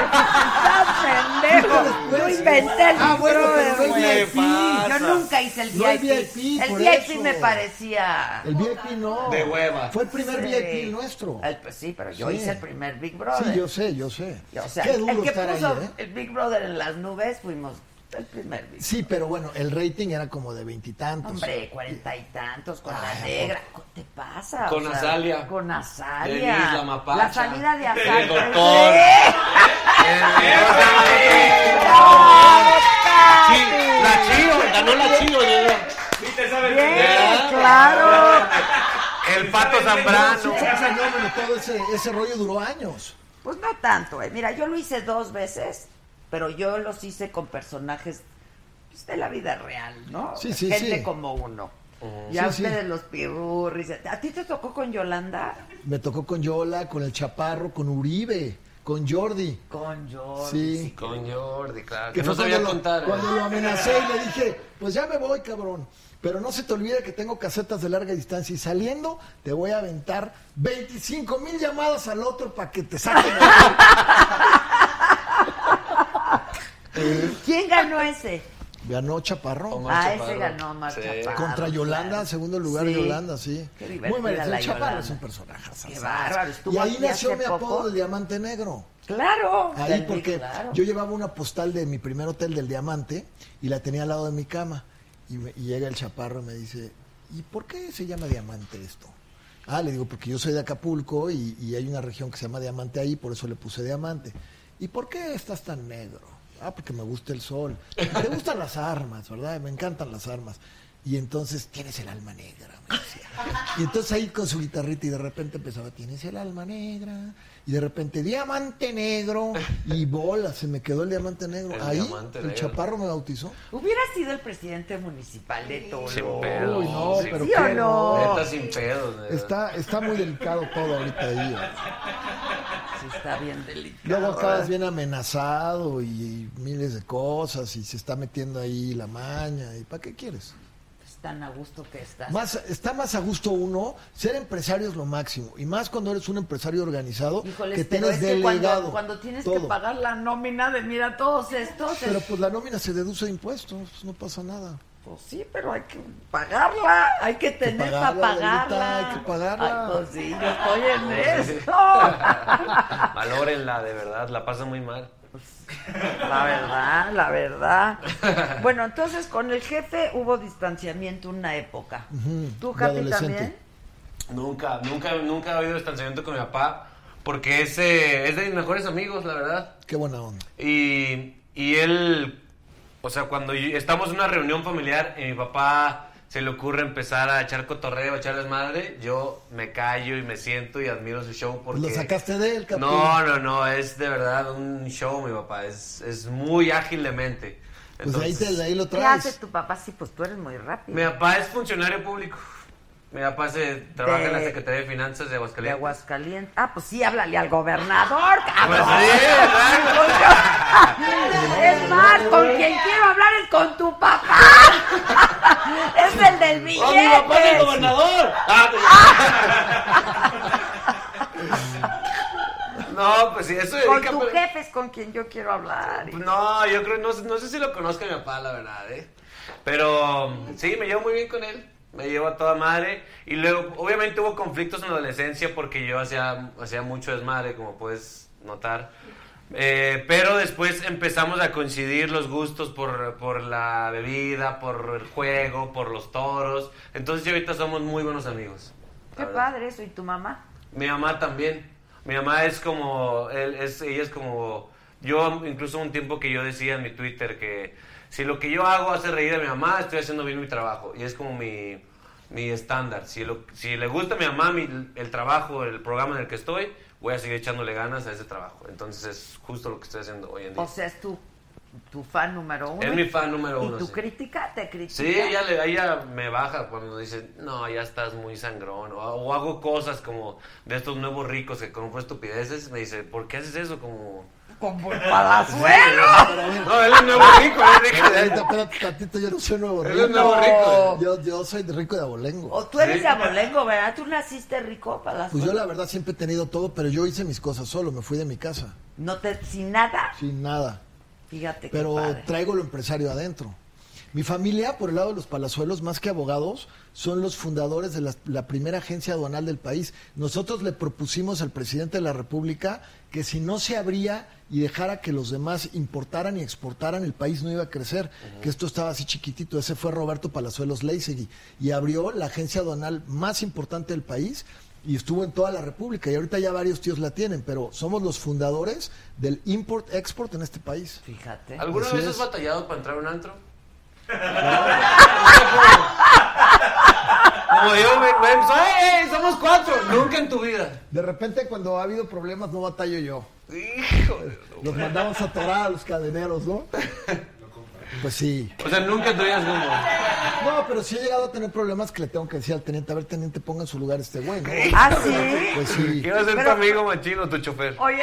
Speaker 1: ¡Estás pendejo! Yo inventé el
Speaker 8: Ah, bueno,
Speaker 1: Big
Speaker 8: pero
Speaker 1: Brother,
Speaker 8: no es
Speaker 1: güey.
Speaker 2: VIP.
Speaker 1: Yo nunca hice el VIP.
Speaker 8: No es VIP,
Speaker 1: el
Speaker 8: por
Speaker 1: VIP
Speaker 8: eso.
Speaker 1: me parecía...
Speaker 8: El VIP no.
Speaker 2: De hueva.
Speaker 8: Fue el primer
Speaker 1: Sí.
Speaker 8: VIP nuestro.
Speaker 1: El- pues sí, pero yo
Speaker 8: Sí.
Speaker 1: hice el primer Big Brother.
Speaker 8: Sí, yo sé, yo sé.
Speaker 1: Y, O sea,
Speaker 8: Qué
Speaker 1: el
Speaker 8: duro
Speaker 1: que
Speaker 8: estar
Speaker 1: puso
Speaker 8: ahí, ¿eh?
Speaker 1: el Big Brother en las nubes fuimos el primer Big
Speaker 8: Sí, pues, pero bueno, el rating era como de veintitantos.
Speaker 1: Hombre, cuarenta y tantos con la negra. ¿Qué te pasa?
Speaker 2: Con Azalia.
Speaker 1: Con Azalia.
Speaker 2: Denise la Mapacha.
Speaker 1: La salida de Azalia.
Speaker 2: El doctor. Sí, la Chio, ganó la Chio. yo-
Speaker 4: Sí, te sabes.
Speaker 1: Bien,
Speaker 2: ¿Verdad?
Speaker 1: claro.
Speaker 2: El Pato
Speaker 8: Ah,
Speaker 2: Zambrano.
Speaker 8: sí, fue un fenómeno, todo ese, ese rollo duró años.
Speaker 1: Pues no tanto, eh. Mira, yo lo hice dos veces, pero yo los hice con personajes pues, de la vida real, ¿no?
Speaker 8: Sí, sí,
Speaker 1: Gente
Speaker 8: sí.
Speaker 1: como uno.
Speaker 2: Oh.
Speaker 1: Ya
Speaker 8: Sí, sí.
Speaker 1: ustedes los pirurris. ¿A ti te tocó con Yolanda?
Speaker 8: Me tocó con Yola, con el Chaparro, con Uribe, con Jordi.
Speaker 1: Con Jordi.
Speaker 8: Sí.
Speaker 2: Con Jordi, claro. Que
Speaker 8: fue
Speaker 2: no sabía
Speaker 8: cuando lo-
Speaker 2: contar. ¿eh?
Speaker 8: Cuando lo amenacé y le dije, pues ya me voy, cabrón. Pero no se te olvide que tengo casetas de larga distancia y saliendo te voy a aventar 25 mil llamadas al otro para que te saquen.
Speaker 1: ¿Quién ganó ese?
Speaker 8: Ganó Chaparro.
Speaker 2: Omar
Speaker 1: Ah,
Speaker 2: Chaparro.
Speaker 1: ese ganó Omar
Speaker 2: Sí.
Speaker 1: Chaparro.
Speaker 8: Contra Yolanda,
Speaker 1: claro.
Speaker 8: segundo lugar
Speaker 1: Sí.
Speaker 8: Yolanda, sí.
Speaker 1: Qué
Speaker 8: Muy
Speaker 1: divertida
Speaker 8: merecido.
Speaker 1: la
Speaker 8: Chaparro
Speaker 1: Yolanda.
Speaker 8: es un personaje.
Speaker 1: Qué
Speaker 8: sas,
Speaker 1: bárbaro.
Speaker 8: sas.
Speaker 1: Estuvo
Speaker 8: Y ahí
Speaker 1: aquí
Speaker 8: nació
Speaker 1: hace
Speaker 8: mi apodo,
Speaker 1: poco.
Speaker 8: el Diamante Negro.
Speaker 1: Claro.
Speaker 8: Ahí
Speaker 1: Sí,
Speaker 8: porque
Speaker 1: claro.
Speaker 8: yo llevaba una postal de mi primer hotel del Diamante y la tenía al lado de mi cama. Y, me- y llega el chaparro y me dice, ¿y por qué se llama Diamante esto? Ah, le digo, porque yo soy de Acapulco y, y hay una región que se llama Diamante ahí, por eso le puse Diamante. ¿Y por qué estás tan negro? Ah, porque me gusta el sol. "Y Te gustan las armas, ¿verdad? Me encantan las armas. Y entonces tienes el alma negra. me decía. Y entonces ahí con su guitarrita y de repente empezaba, tienes el alma negra. Y de repente, diamante negro. Y bola, se me quedó el diamante negro.
Speaker 2: El
Speaker 8: ahí
Speaker 2: diamante
Speaker 8: el
Speaker 2: negro.
Speaker 8: chaparro me bautizó.
Speaker 1: Hubiera sido el presidente municipal de Toluca.
Speaker 2: Sin pedo.
Speaker 8: Uy, no,
Speaker 2: sin-
Speaker 8: pero
Speaker 1: ¿Sí o
Speaker 8: qué
Speaker 1: no?
Speaker 2: Neta, sin pedo. de verdad.
Speaker 8: Está, está muy delicado todo ahorita ahí. ¿eh?
Speaker 1: Sí, está bien delicado. ¿eh?
Speaker 8: Luego acabas
Speaker 1: ¿verdad?
Speaker 8: bien amenazado y miles de cosas y se está metiendo ahí la maña. ¿Y para qué quieres?
Speaker 1: Pues tan a gusto que estás.
Speaker 8: Más, está más a gusto uno, ser empresario es lo máximo. Y más cuando eres un empresario organizado
Speaker 1: Híjoles,
Speaker 8: que
Speaker 1: pero
Speaker 8: tienes
Speaker 1: es que
Speaker 8: delegado.
Speaker 1: cuando, cuando tienes que
Speaker 8: todo.
Speaker 1: pagar la nómina de mira todos estos,
Speaker 8: Pero
Speaker 1: es-
Speaker 8: pues la nómina se deduce de impuestos, pues, no pasa nada.
Speaker 1: pues sí, pero hay que pagarla, hay que tener para
Speaker 8: pagarla,
Speaker 1: pagarla.
Speaker 8: Lolita, hay que pagarla.
Speaker 1: Ay, pues sí, yo estoy en eso.
Speaker 2: Valórenla, de verdad. La pasa muy mal.
Speaker 1: La verdad, la verdad. Bueno, entonces con el jefe hubo distanciamiento una época. ¿Tú,
Speaker 8: de
Speaker 1: Capi,
Speaker 8: adolescente.
Speaker 1: también?
Speaker 2: Nunca, nunca, nunca ha habido distanciamiento con mi papá. Porque es, eh, es de mis mejores amigos, la verdad.
Speaker 8: Qué buena onda.
Speaker 2: Y, y él, o sea, cuando yo- estamos en una reunión familiar y mi papá se le ocurre empezar a echar cotorreo, a echar desmadre, yo me callo y me siento y admiro su show porque...
Speaker 8: Lo Pues sacaste de él, Capi.
Speaker 2: No, no, no, es de verdad un show mi papá, es, es muy ágil de mente.
Speaker 8: Pues ahí,
Speaker 2: Entonces,
Speaker 8: te, ahí lo
Speaker 1: ¿Qué hace
Speaker 8: traes.
Speaker 1: tu papá? Sí, pues tú eres muy rápido.
Speaker 2: Mi papá es funcionario público. Mi papá se trabaja en la
Speaker 1: De-
Speaker 2: Secretaría de Finanzas de
Speaker 1: De
Speaker 2: Aguascalientes.
Speaker 1: Aguascalientes. Ah, pues sí, háblale al gobernador,
Speaker 2: Pues
Speaker 1: cabrón.
Speaker 2: sí,
Speaker 1: Es más, con quien quiero hablar es con tu papá. Es el del
Speaker 2: ¡Oh, mi papá es el
Speaker 1: billete.
Speaker 2: gobernador! No, pues sí, eso
Speaker 1: Con
Speaker 2: dedica,
Speaker 1: tu
Speaker 2: pero- pues,
Speaker 1: jefe es con quien yo quiero hablar.
Speaker 2: No, yo creo, no, no sé si lo conozca mi papá, la verdad, ¿eh? Pero sí, me llevo muy bien con él. Me llevo a toda madre. Y luego, obviamente hubo conflictos en la adolescencia porque yo hacía, hacía mucho desmadre, como puedes notar. Eh, pero después empezamos a coincidir los gustos por, por la bebida, por el juego, por los toros. Entonces, ya ahorita somos muy buenos amigos. la
Speaker 1: Qué
Speaker 2: verdad.
Speaker 1: padre eso. ¿Y tu mamá?
Speaker 2: Mi mamá también. Mi mamá es como, él, es, ella es como, yo incluso un tiempo que yo decía en mi Twitter que si lo que yo hago hace reír a mi mamá, estoy haciendo bien mi trabajo. Y es como mi, mi estándar. Si, lo- si le gusta a mi mamá mi- el trabajo, el programa en el que estoy, voy a seguir echándole ganas a ese trabajo. Entonces es justo lo que estoy haciendo hoy en día.
Speaker 1: O sea, es tu, tu fan número uno.
Speaker 2: Es mi fan número
Speaker 1: ¿Y
Speaker 2: uno,
Speaker 1: tu
Speaker 2: sí.
Speaker 1: crítica te critica.
Speaker 2: Sí, ella, le- ella me baja cuando dice, no, ya estás muy sangrón. O, o hago cosas como de estos nuevos ricos que compran estupideces. Me dice, ¿por qué haces eso? Como...
Speaker 1: ¡Como
Speaker 2: Ah,
Speaker 8: Palazuelo!
Speaker 2: No, él es nuevo rico. eh, él es rico.
Speaker 8: Espérate, espérate tantito, yo no soy nuevo
Speaker 2: Él
Speaker 8: rico.
Speaker 2: es nuevo rico.
Speaker 8: Yo, yo soy de rico de abolengo.
Speaker 1: O tú eres de abolengo, ¿verdad? Tú naciste rico para
Speaker 8: Pues yo la verdad siempre he tenido todo, pero yo hice mis cosas solo, me fui de mi casa,
Speaker 1: No te, sin nada.
Speaker 8: sin nada.
Speaker 1: Fíjate qué
Speaker 8: Pero
Speaker 1: padre.
Speaker 8: traigo lo empresario adentro. Mi familia, por el lado de los palazuelos, más que abogados, son los fundadores de la, la primera agencia aduanal del país. Nosotros le propusimos al presidente de la República que si no se abría y dejara que los demás importaran y exportaran, el país no iba a crecer, que esto estaba así chiquitito. Ese fue Roberto Palazuelos Leisegui y abrió la agencia aduanal más importante del país y estuvo en toda la República. Y ahorita ya varios tíos la tienen, pero somos los fundadores del import-export en este país.
Speaker 1: Fíjate.
Speaker 2: ¿Alguna
Speaker 8: Así
Speaker 2: vez
Speaker 8: es.
Speaker 2: has batallado para entrar a un antro? Como yo me, me empezó, "Ey, ey, somos cuatro! Nunca en tu vida.
Speaker 8: De repente, cuando ha habido problemas, no batallo yo. Eh,
Speaker 2: Hijo de-
Speaker 8: Los mandamos a atorar a los cadeneros, ¿no? Pues sí.
Speaker 2: O sea, nunca tuvieras como...
Speaker 8: No, pero sí he llegado a tener problemas que le tengo que decir al teniente, a ver, teniente, ponga en su lugar este güey, ¿no?
Speaker 1: ¿Ah, sí?
Speaker 8: Pues sí.
Speaker 2: Quiero ser tu amigo machino, tu chofer.
Speaker 1: Oye.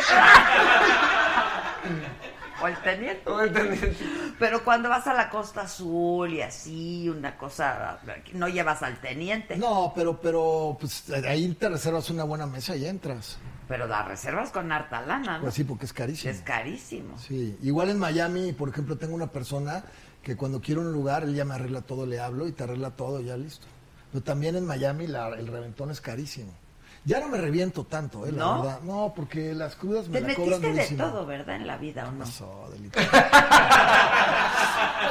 Speaker 1: o el teniente.
Speaker 2: No entendí.
Speaker 1: Pero cuando vas a la Costa Azul y así, una cosa, no llevas al teniente,
Speaker 8: No, pero, pero, pues ahí te reservas una buena mesa y entras.
Speaker 1: pero las reservas con harta lana, ¿no?
Speaker 8: Pues sí, porque es carísimo.
Speaker 1: Es carísimo.
Speaker 8: Sí, igual en Miami, por ejemplo, tengo una persona que cuando quiero un lugar, él ya me arregla todo, le hablo y te arregla todo, ya listo. Pero también en Miami la- el reventón es carísimo. Ya no me reviento tanto, ¿eh? La
Speaker 1: ¿No?
Speaker 8: verdad. No, porque las crudas me
Speaker 1: Te
Speaker 8: la cobran
Speaker 1: metiste de
Speaker 8: durísimo. Pues
Speaker 1: todo, ¿verdad? En la vida, ¿o no?
Speaker 8: Pasó, delito.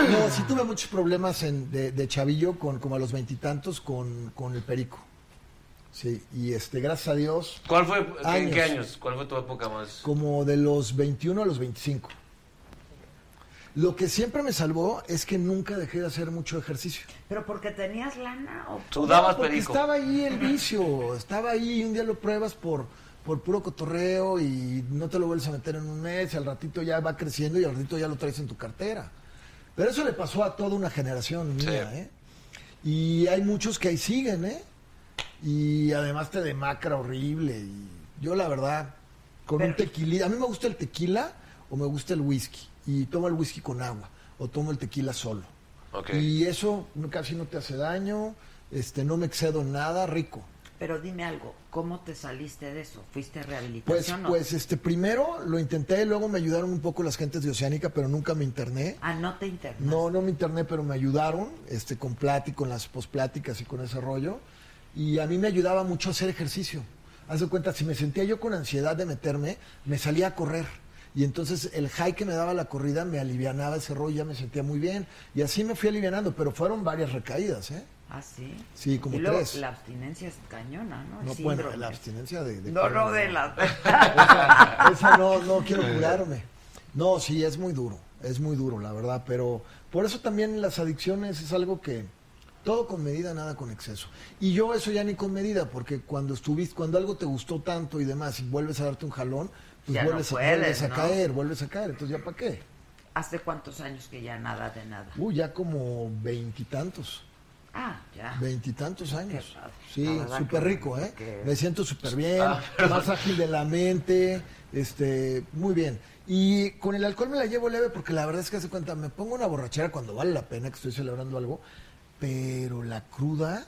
Speaker 8: No, sí tuve muchos problemas en- de, de chavillo, con, como a los veintitantos, con, con el perico. Sí, y este, gracias a Dios,
Speaker 2: ¿Cuál fue, en qué
Speaker 8: Años.
Speaker 2: años? ¿Cuál fue tu época más?
Speaker 8: como de los 21 a los 25. Lo que siempre me salvó es que nunca dejé de hacer mucho ejercicio.
Speaker 1: Pero porque tenías lana o
Speaker 2: Sudabas
Speaker 8: porque
Speaker 2: perico.
Speaker 8: estaba ahí el vicio, estaba ahí, un día lo pruebas por, por puro cotorreo y no te lo vuelves a meter en un mes, y al ratito ya va creciendo y al ratito ya lo traes en tu cartera. Pero eso le pasó a toda una generación mía, ¿eh? Y hay muchos que ahí siguen, ¿eh? Y además te demacra horrible. Y yo, la verdad, con un tequila. A mí me gusta el tequila o me gusta el whisky. Y tomo el whisky con agua o tomo el tequila solo.
Speaker 2: Ok.
Speaker 8: Y eso no- casi no te hace daño. Este, no me excedo en nada, rico.
Speaker 1: Pero dime algo, ¿cómo te saliste de eso? ¿Fuiste a
Speaker 8: Pues,
Speaker 1: rehabilitación o-
Speaker 8: pues, este, primero lo intenté, luego me ayudaron un poco las gentes de Oceánica, pero nunca me interné.
Speaker 1: Ah, no te internas.
Speaker 8: No, no me interné, pero me ayudaron este, con plati, con las pospláticas y con ese rollo. Y a mí me ayudaba mucho hacer ejercicio. Haz de cuenta, si me sentía yo con ansiedad de meterme, me salía a correr. Y entonces el high que me daba la corrida me alivianaba ese rollo, ya me sentía muy bien. Y así me fui alivianando, pero fueron varias recaídas, ¿eh?
Speaker 1: Ah, sí.
Speaker 8: Sí, como
Speaker 1: y luego,
Speaker 8: tres.
Speaker 1: La abstinencia es cañona, ¿no? El
Speaker 8: No,
Speaker 1: síndrome.
Speaker 8: bueno, la abstinencia de... de
Speaker 1: No, no, de la.
Speaker 8: Esa, esa no, no quiero curarme. No, sí, es muy duro, es muy duro, la verdad, pero por eso también las adicciones es algo que todo con medida, nada con exceso. Y yo eso ya ni con medida, porque cuando estuviste, cuando algo te gustó tanto y demás, y vuelves a darte un jalón, pues
Speaker 1: Ya no
Speaker 8: vuelves, a-
Speaker 1: puedes,
Speaker 8: vuelves a
Speaker 1: ¿no?
Speaker 8: caer, vuelves a caer, entonces ya para qué.
Speaker 1: ¿Hace cuántos años que ya nada de nada?
Speaker 8: Uy, ya como veintitantos.
Speaker 1: Ah, ya.
Speaker 8: Veintitantos años.
Speaker 1: Qué padre. La
Speaker 8: Sí,
Speaker 1: verdad
Speaker 8: súper
Speaker 1: que-
Speaker 8: rico, ¿eh?
Speaker 1: que- Ah,
Speaker 8: Me siento súper bien, más ágil de la mente, este, muy bien. Y con el alcohol me la llevo leve porque la verdad es que hace cuenta, me pongo una borrachera cuando vale la pena que estoy celebrando algo, pero la cruda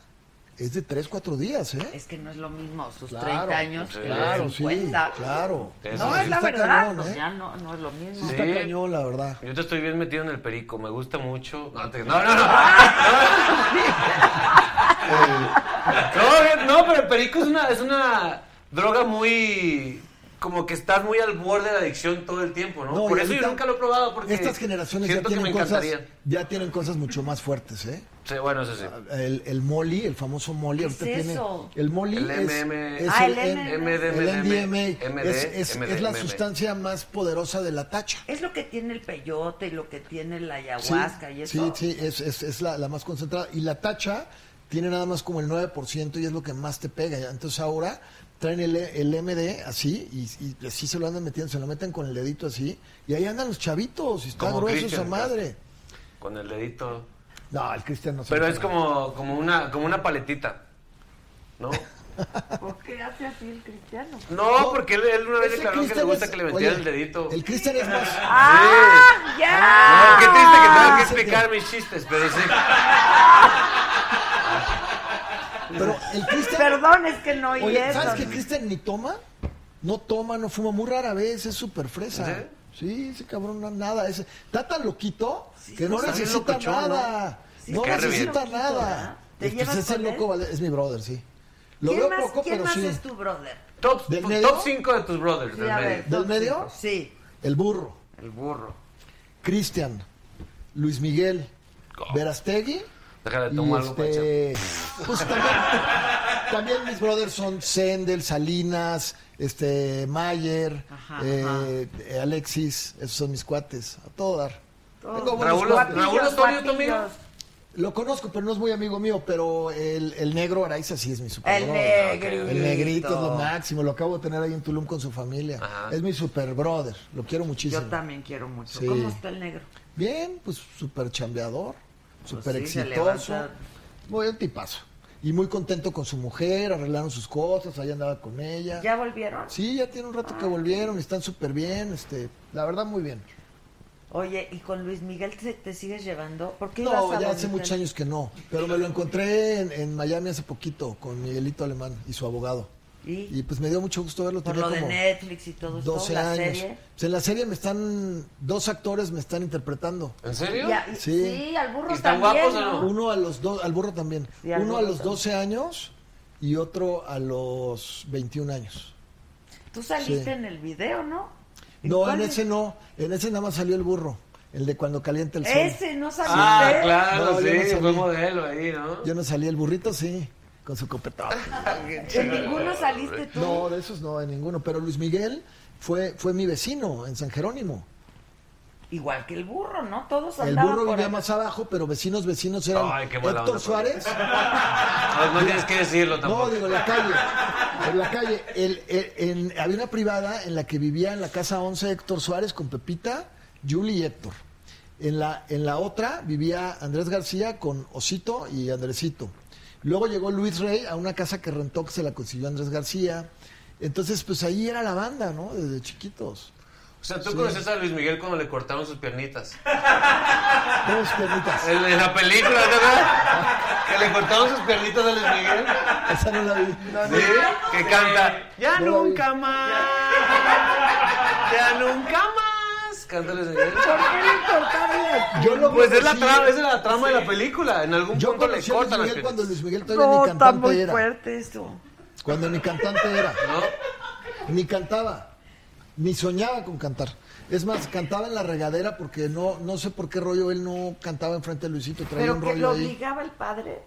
Speaker 8: es de tres, cuatro días, ¿eh?
Speaker 1: Es que no es lo mismo sus
Speaker 8: Claro,
Speaker 1: 30 años que los
Speaker 8: Claro, sí,
Speaker 1: 50.
Speaker 8: claro.
Speaker 2: Eso
Speaker 1: No,
Speaker 2: sí.
Speaker 1: es la
Speaker 8: Está
Speaker 1: verdad.
Speaker 8: cañón,
Speaker 1: pues
Speaker 8: ¿eh?
Speaker 1: ya no, no es lo mismo.
Speaker 8: Está
Speaker 2: Sí.
Speaker 8: cañón, la verdad.
Speaker 2: Yo te estoy bien metido en el perico, me gusta mucho. No, te- no, no. No, no, no, pero el perico es una, es una droga muy... Como que estás muy al borde de la adicción todo el tiempo, ¿no?
Speaker 8: No,
Speaker 2: Por
Speaker 8: y
Speaker 2: eso yo
Speaker 8: ahorita
Speaker 2: nunca lo he probado, porque
Speaker 8: Estas generaciones ya
Speaker 2: siento que
Speaker 8: tienen,
Speaker 2: me
Speaker 8: cosas,
Speaker 2: encantaría.
Speaker 8: ya tienen cosas mucho más fuertes, ¿eh?
Speaker 2: Sí, bueno, eso sí.
Speaker 8: El, el Molly, el famoso Molly.
Speaker 2: ¿Qué es
Speaker 8: ahorita tiene-
Speaker 2: eso?
Speaker 8: el Molly
Speaker 2: El
Speaker 8: es,
Speaker 2: MM.
Speaker 8: es
Speaker 2: Ah,
Speaker 8: el,
Speaker 2: el
Speaker 8: N-
Speaker 2: MDMA.
Speaker 8: el MDMA.
Speaker 2: MD,
Speaker 8: es, es-
Speaker 2: MD.
Speaker 8: es la sustancia más poderosa de la tacha.
Speaker 1: Es lo que tiene el peyote y lo que tiene la ayahuasca
Speaker 8: sí,
Speaker 1: y eso.
Speaker 8: Sí, sí, es, es- es la, la más concentrada. Y la tacha tiene nada más como el 9% y es lo que más te pega. ya. Entonces ahora traen el, el MD así y, y así se lo andan metiendo, se lo meten con el dedito así y ahí andan los chavitos y está
Speaker 2: Como
Speaker 8: grueso
Speaker 2: Christian,
Speaker 8: esa madre.
Speaker 2: Con el dedito.
Speaker 8: No, el Cristian no se
Speaker 2: Pero
Speaker 8: lo
Speaker 2: es
Speaker 8: toma.
Speaker 2: como, como, una, como una paletita. ¿No?
Speaker 1: ¿Por qué hace así el cristiano?
Speaker 2: No, porque él, él una vez
Speaker 1: Ese
Speaker 2: declaró que le
Speaker 1: Cristian
Speaker 2: gusta
Speaker 1: es-
Speaker 2: que le metieran
Speaker 8: oye,
Speaker 2: el dedito.
Speaker 8: El Cristian es más...
Speaker 1: ¡Ah! ¡Ya!
Speaker 2: No, qué triste que tengo que explicar mis chistes, pero sí.
Speaker 8: Pero el Cristian...
Speaker 1: Perdón, es que no oí
Speaker 8: Oye,
Speaker 1: eso.
Speaker 8: ¿sabes que el Cristian ni toma? No toma, no fuma, muy rara vez, es súper fresa. Sí, ese cabrón no nada. Ese, está tan loquito que no
Speaker 1: está bien
Speaker 8: necesita
Speaker 1: pues, locochón, ¿no?
Speaker 8: nada.
Speaker 1: Sí,
Speaker 8: No,
Speaker 1: está re
Speaker 8: necesita
Speaker 1: bien.
Speaker 8: nada.
Speaker 1: ¿Te
Speaker 8: Pues
Speaker 1: llevas
Speaker 8: ese
Speaker 1: con él?
Speaker 8: loco vale- es mi brother, sí. Lo
Speaker 1: ¿Quién
Speaker 8: veo
Speaker 1: más,
Speaker 8: poco,
Speaker 1: ¿quién
Speaker 8: pero
Speaker 1: más
Speaker 8: sí.
Speaker 1: es tu brother?
Speaker 2: Top,
Speaker 8: ¿Del medio?
Speaker 2: top 5 de tus brothers
Speaker 1: Sí,
Speaker 2: del
Speaker 1: a
Speaker 2: medio.
Speaker 1: ver,
Speaker 8: ¿Del
Speaker 1: top
Speaker 8: medio?
Speaker 1: cinco. Sí,
Speaker 8: El burro,
Speaker 2: El burro.
Speaker 8: Cristian, Luis Miguel, Verastegui.
Speaker 2: Déjale,
Speaker 8: Y
Speaker 2: tomo algo para echar.
Speaker 8: este, pues también, también mis brothers son Sendel, Salinas, este Mayer,
Speaker 1: Ajá,
Speaker 8: eh, eh, Alexis, esos son mis cuates, a todo dar. Tengo buenos
Speaker 2: Raúl,
Speaker 8: cuates.
Speaker 2: Raúl Osorio, tu amigo.
Speaker 1: Guapillos.
Speaker 8: Lo conozco, pero no es muy amigo mío, pero el, el negro Araiza sí es mi super
Speaker 1: El
Speaker 8: brother.
Speaker 1: negrito.
Speaker 8: El negrito es lo máximo, lo acabo de tener ahí en Tulum con su familia. Es mi super brother, lo quiero muchísimo.
Speaker 1: Yo también quiero mucho.
Speaker 8: Sí.
Speaker 1: ¿Cómo está el negro?
Speaker 8: Bien, pues súper chambeador, súper
Speaker 1: Pues sí, se
Speaker 8: exitoso.
Speaker 1: levanta.
Speaker 8: Muy un tipazo. Y muy contento con su mujer, arreglaron sus cosas, ahí andaba con ella.
Speaker 1: ¿Ya volvieron?
Speaker 8: Sí, ya tiene un rato que volvieron, están súper bien, este, la verdad muy bien.
Speaker 1: Oye, ¿y con Luis Miguel te, te sigues llevando? ¿Por qué ibas
Speaker 8: No,
Speaker 1: a
Speaker 8: ya
Speaker 1: Don
Speaker 8: hace
Speaker 1: Miguel?
Speaker 8: muchos años que no, pero me lo encontré en, en Miami hace poquito con Miguelito Alemán y su abogado.
Speaker 1: ¿Y?
Speaker 8: Y pues me dio mucho gusto verlo.
Speaker 1: Por
Speaker 8: tenía
Speaker 1: lo de
Speaker 8: como-
Speaker 1: Netflix y todo esto,
Speaker 8: 12
Speaker 1: la
Speaker 8: años.
Speaker 1: serie.
Speaker 8: Pues en la serie me están, dos actores me están interpretando.
Speaker 2: ¿En serio?
Speaker 1: Ya, y-
Speaker 8: Sí.
Speaker 1: sí, al burro
Speaker 2: ¿Y están
Speaker 1: también,
Speaker 2: guapos o
Speaker 1: ¿no?
Speaker 2: no?
Speaker 8: Uno a los dos, al burro también.
Speaker 1: Sí, Ah. al
Speaker 8: Uno a
Speaker 1: burro
Speaker 8: los 12 años y otro a los 21 años.
Speaker 1: Tú saliste
Speaker 8: Sí.
Speaker 1: en el video, ¿no? ¿Y
Speaker 8: No,
Speaker 1: cuál
Speaker 8: en
Speaker 1: es?
Speaker 8: ese no. En ese nada más salió el burro. El de cuando calienta el sol.
Speaker 1: Ese, ¿no saliste?
Speaker 2: Ah, claro,
Speaker 8: No, yo
Speaker 2: sí,
Speaker 8: no sabía.
Speaker 2: fue modelo ahí, ¿no?
Speaker 8: Yo no salí el burrito, sí. Con su copetón.
Speaker 1: ¿En ninguno saliste tú?
Speaker 8: No, de esos no, de ninguno. Pero Luis Miguel fue, fue mi vecino en San Jerónimo.
Speaker 1: Igual que el burro, ¿no? Todos
Speaker 8: El
Speaker 1: andaban
Speaker 8: burro
Speaker 1: por
Speaker 8: vivía
Speaker 1: ahí.
Speaker 8: más abajo, pero vecinos, vecinos eran
Speaker 2: Ay, qué mala
Speaker 8: Héctor
Speaker 2: onda, por Dios.
Speaker 8: Suárez.
Speaker 2: No, no tienes que decirlo
Speaker 8: No,
Speaker 2: tampoco.
Speaker 8: digo, en la calle. En la calle. El- el- en- había una privada en la que vivía en la casa 11 Héctor Suárez con Pepita, Julie y Héctor. En la, en la otra vivía Andrés García con Osito y Andresito. Luego llegó Luis Rey a una casa que rentó que se la consiguió Andrés García. Entonces, pues ahí era la banda, ¿no? Desde chiquitos.
Speaker 2: o sea, tú conoces a Luis Miguel cuando le cortaron sus piernitas.
Speaker 8: Todos perritas.
Speaker 2: En, en la película, ¿te acuerdas? Que le cortaron sus piernitas a Luis Miguel.
Speaker 8: Esa no la vi.
Speaker 2: Sí, que canta. Ya
Speaker 8: No la vi.
Speaker 2: nunca más. Ya nunca más. Canta Luis Miguel.
Speaker 8: Yo lo
Speaker 2: Pues es la
Speaker 8: conocí-
Speaker 2: trama, esa es la trama de la película. En algún
Speaker 8: Yo
Speaker 2: punto le
Speaker 8: conocí a Luis
Speaker 2: cortan las
Speaker 8: Miguel cuando
Speaker 2: piernitas.
Speaker 8: Luis Miguel todavía
Speaker 1: No,
Speaker 8: ni
Speaker 1: está
Speaker 8: cantante
Speaker 1: muy
Speaker 8: era.
Speaker 1: fuerte esto.
Speaker 8: Cuando ni cantante era.
Speaker 2: ¿No?
Speaker 8: Ni cantaba, ni soñaba con cantar. Es más, cantaba en la regadera porque no, no sé por qué rollo él no cantaba enfrente de Luisito, traía
Speaker 1: Pero
Speaker 8: un
Speaker 1: que lo
Speaker 8: rollo ahí.
Speaker 1: obligaba el padre.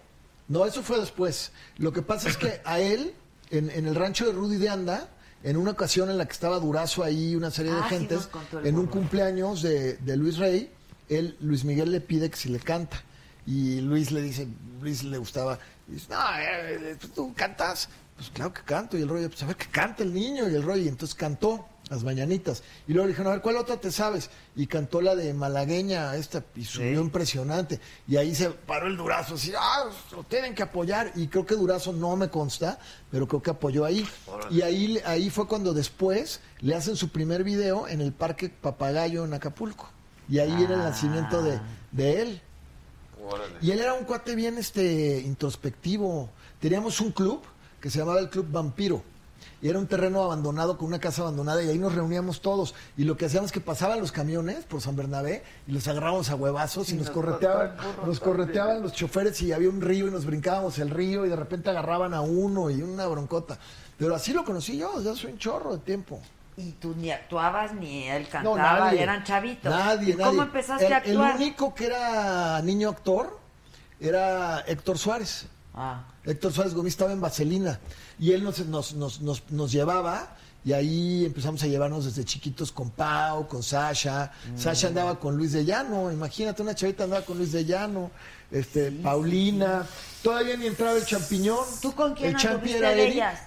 Speaker 8: No, eso fue después. Lo que pasa es que a él, en, en el rancho de Rudy de Anda, en una ocasión en la que estaba Durazo ahí, una serie de
Speaker 1: Ah, sí
Speaker 8: gentes,
Speaker 1: nos contó el
Speaker 8: en un
Speaker 1: burro.
Speaker 8: cumpleaños de, de Luis Rey, él, Luis Miguel le pide que si le canta. Y Luis le dice, Luis le gustaba, y dice, no, eh, eh, tú cantas. Pues claro que canto. Y el rollo, pues a ver que canta el niño. Y el rollo, y entonces cantó las mañanitas. Y luego le dijeron, a ver, ¿cuál otra te sabes? Y cantó la de malagueña, esta, y subió impresionante. Y ahí se paró el Durazo, así, ah, lo tienen que apoyar. Y creo que Durazo no me consta, pero creo que apoyó ahí. Y ahí, ahí fue cuando después le hacen su primer video en el Parque Papagayo en Acapulco. Y ahí viene el nacimiento de, de él. Y él era un cuate bien este introspectivo. Teníamos un club que se llamaba el Club Vampiro. Y era un terreno abandonado con una casa abandonada y ahí nos reuníamos todos. Y lo que hacíamos es que pasaban los camiones por San Bernabé y los agarrábamos a huevazos y, nos, correteaban, nos correteaban los choferes y había un río y nos brincábamos el río y de repente agarraban a uno y una broncota. Pero así lo conocí yo, ya soy un chorro de tiempo.
Speaker 1: Y tú ni actuabas ni él
Speaker 8: No,
Speaker 1: cantaba,
Speaker 8: nadie.
Speaker 1: eran chavitos.
Speaker 8: Nadie,
Speaker 1: ¿Y
Speaker 8: nadie.
Speaker 1: ¿Cómo empezaste
Speaker 8: el,
Speaker 1: a actuar?
Speaker 8: El único que era niño actor era Héctor Suárez.
Speaker 1: Ah.
Speaker 8: Héctor Suárez Gómez estaba en Vaselina y él nos, nos, nos, nos- nos llevaba y ahí empezamos a llevarnos desde chiquitos con Pau, con Sasha.
Speaker 1: Mm.
Speaker 8: Sasha andaba con Luis de Llano, imagínate, una chavita andaba con Luis de Llano, este, Paulina. Todavía ni entraba el champiñón. ¿Tú con
Speaker 1: quién
Speaker 8: el champi
Speaker 1: anduviste
Speaker 8: era
Speaker 1: de
Speaker 8: Eric.
Speaker 1: ellas?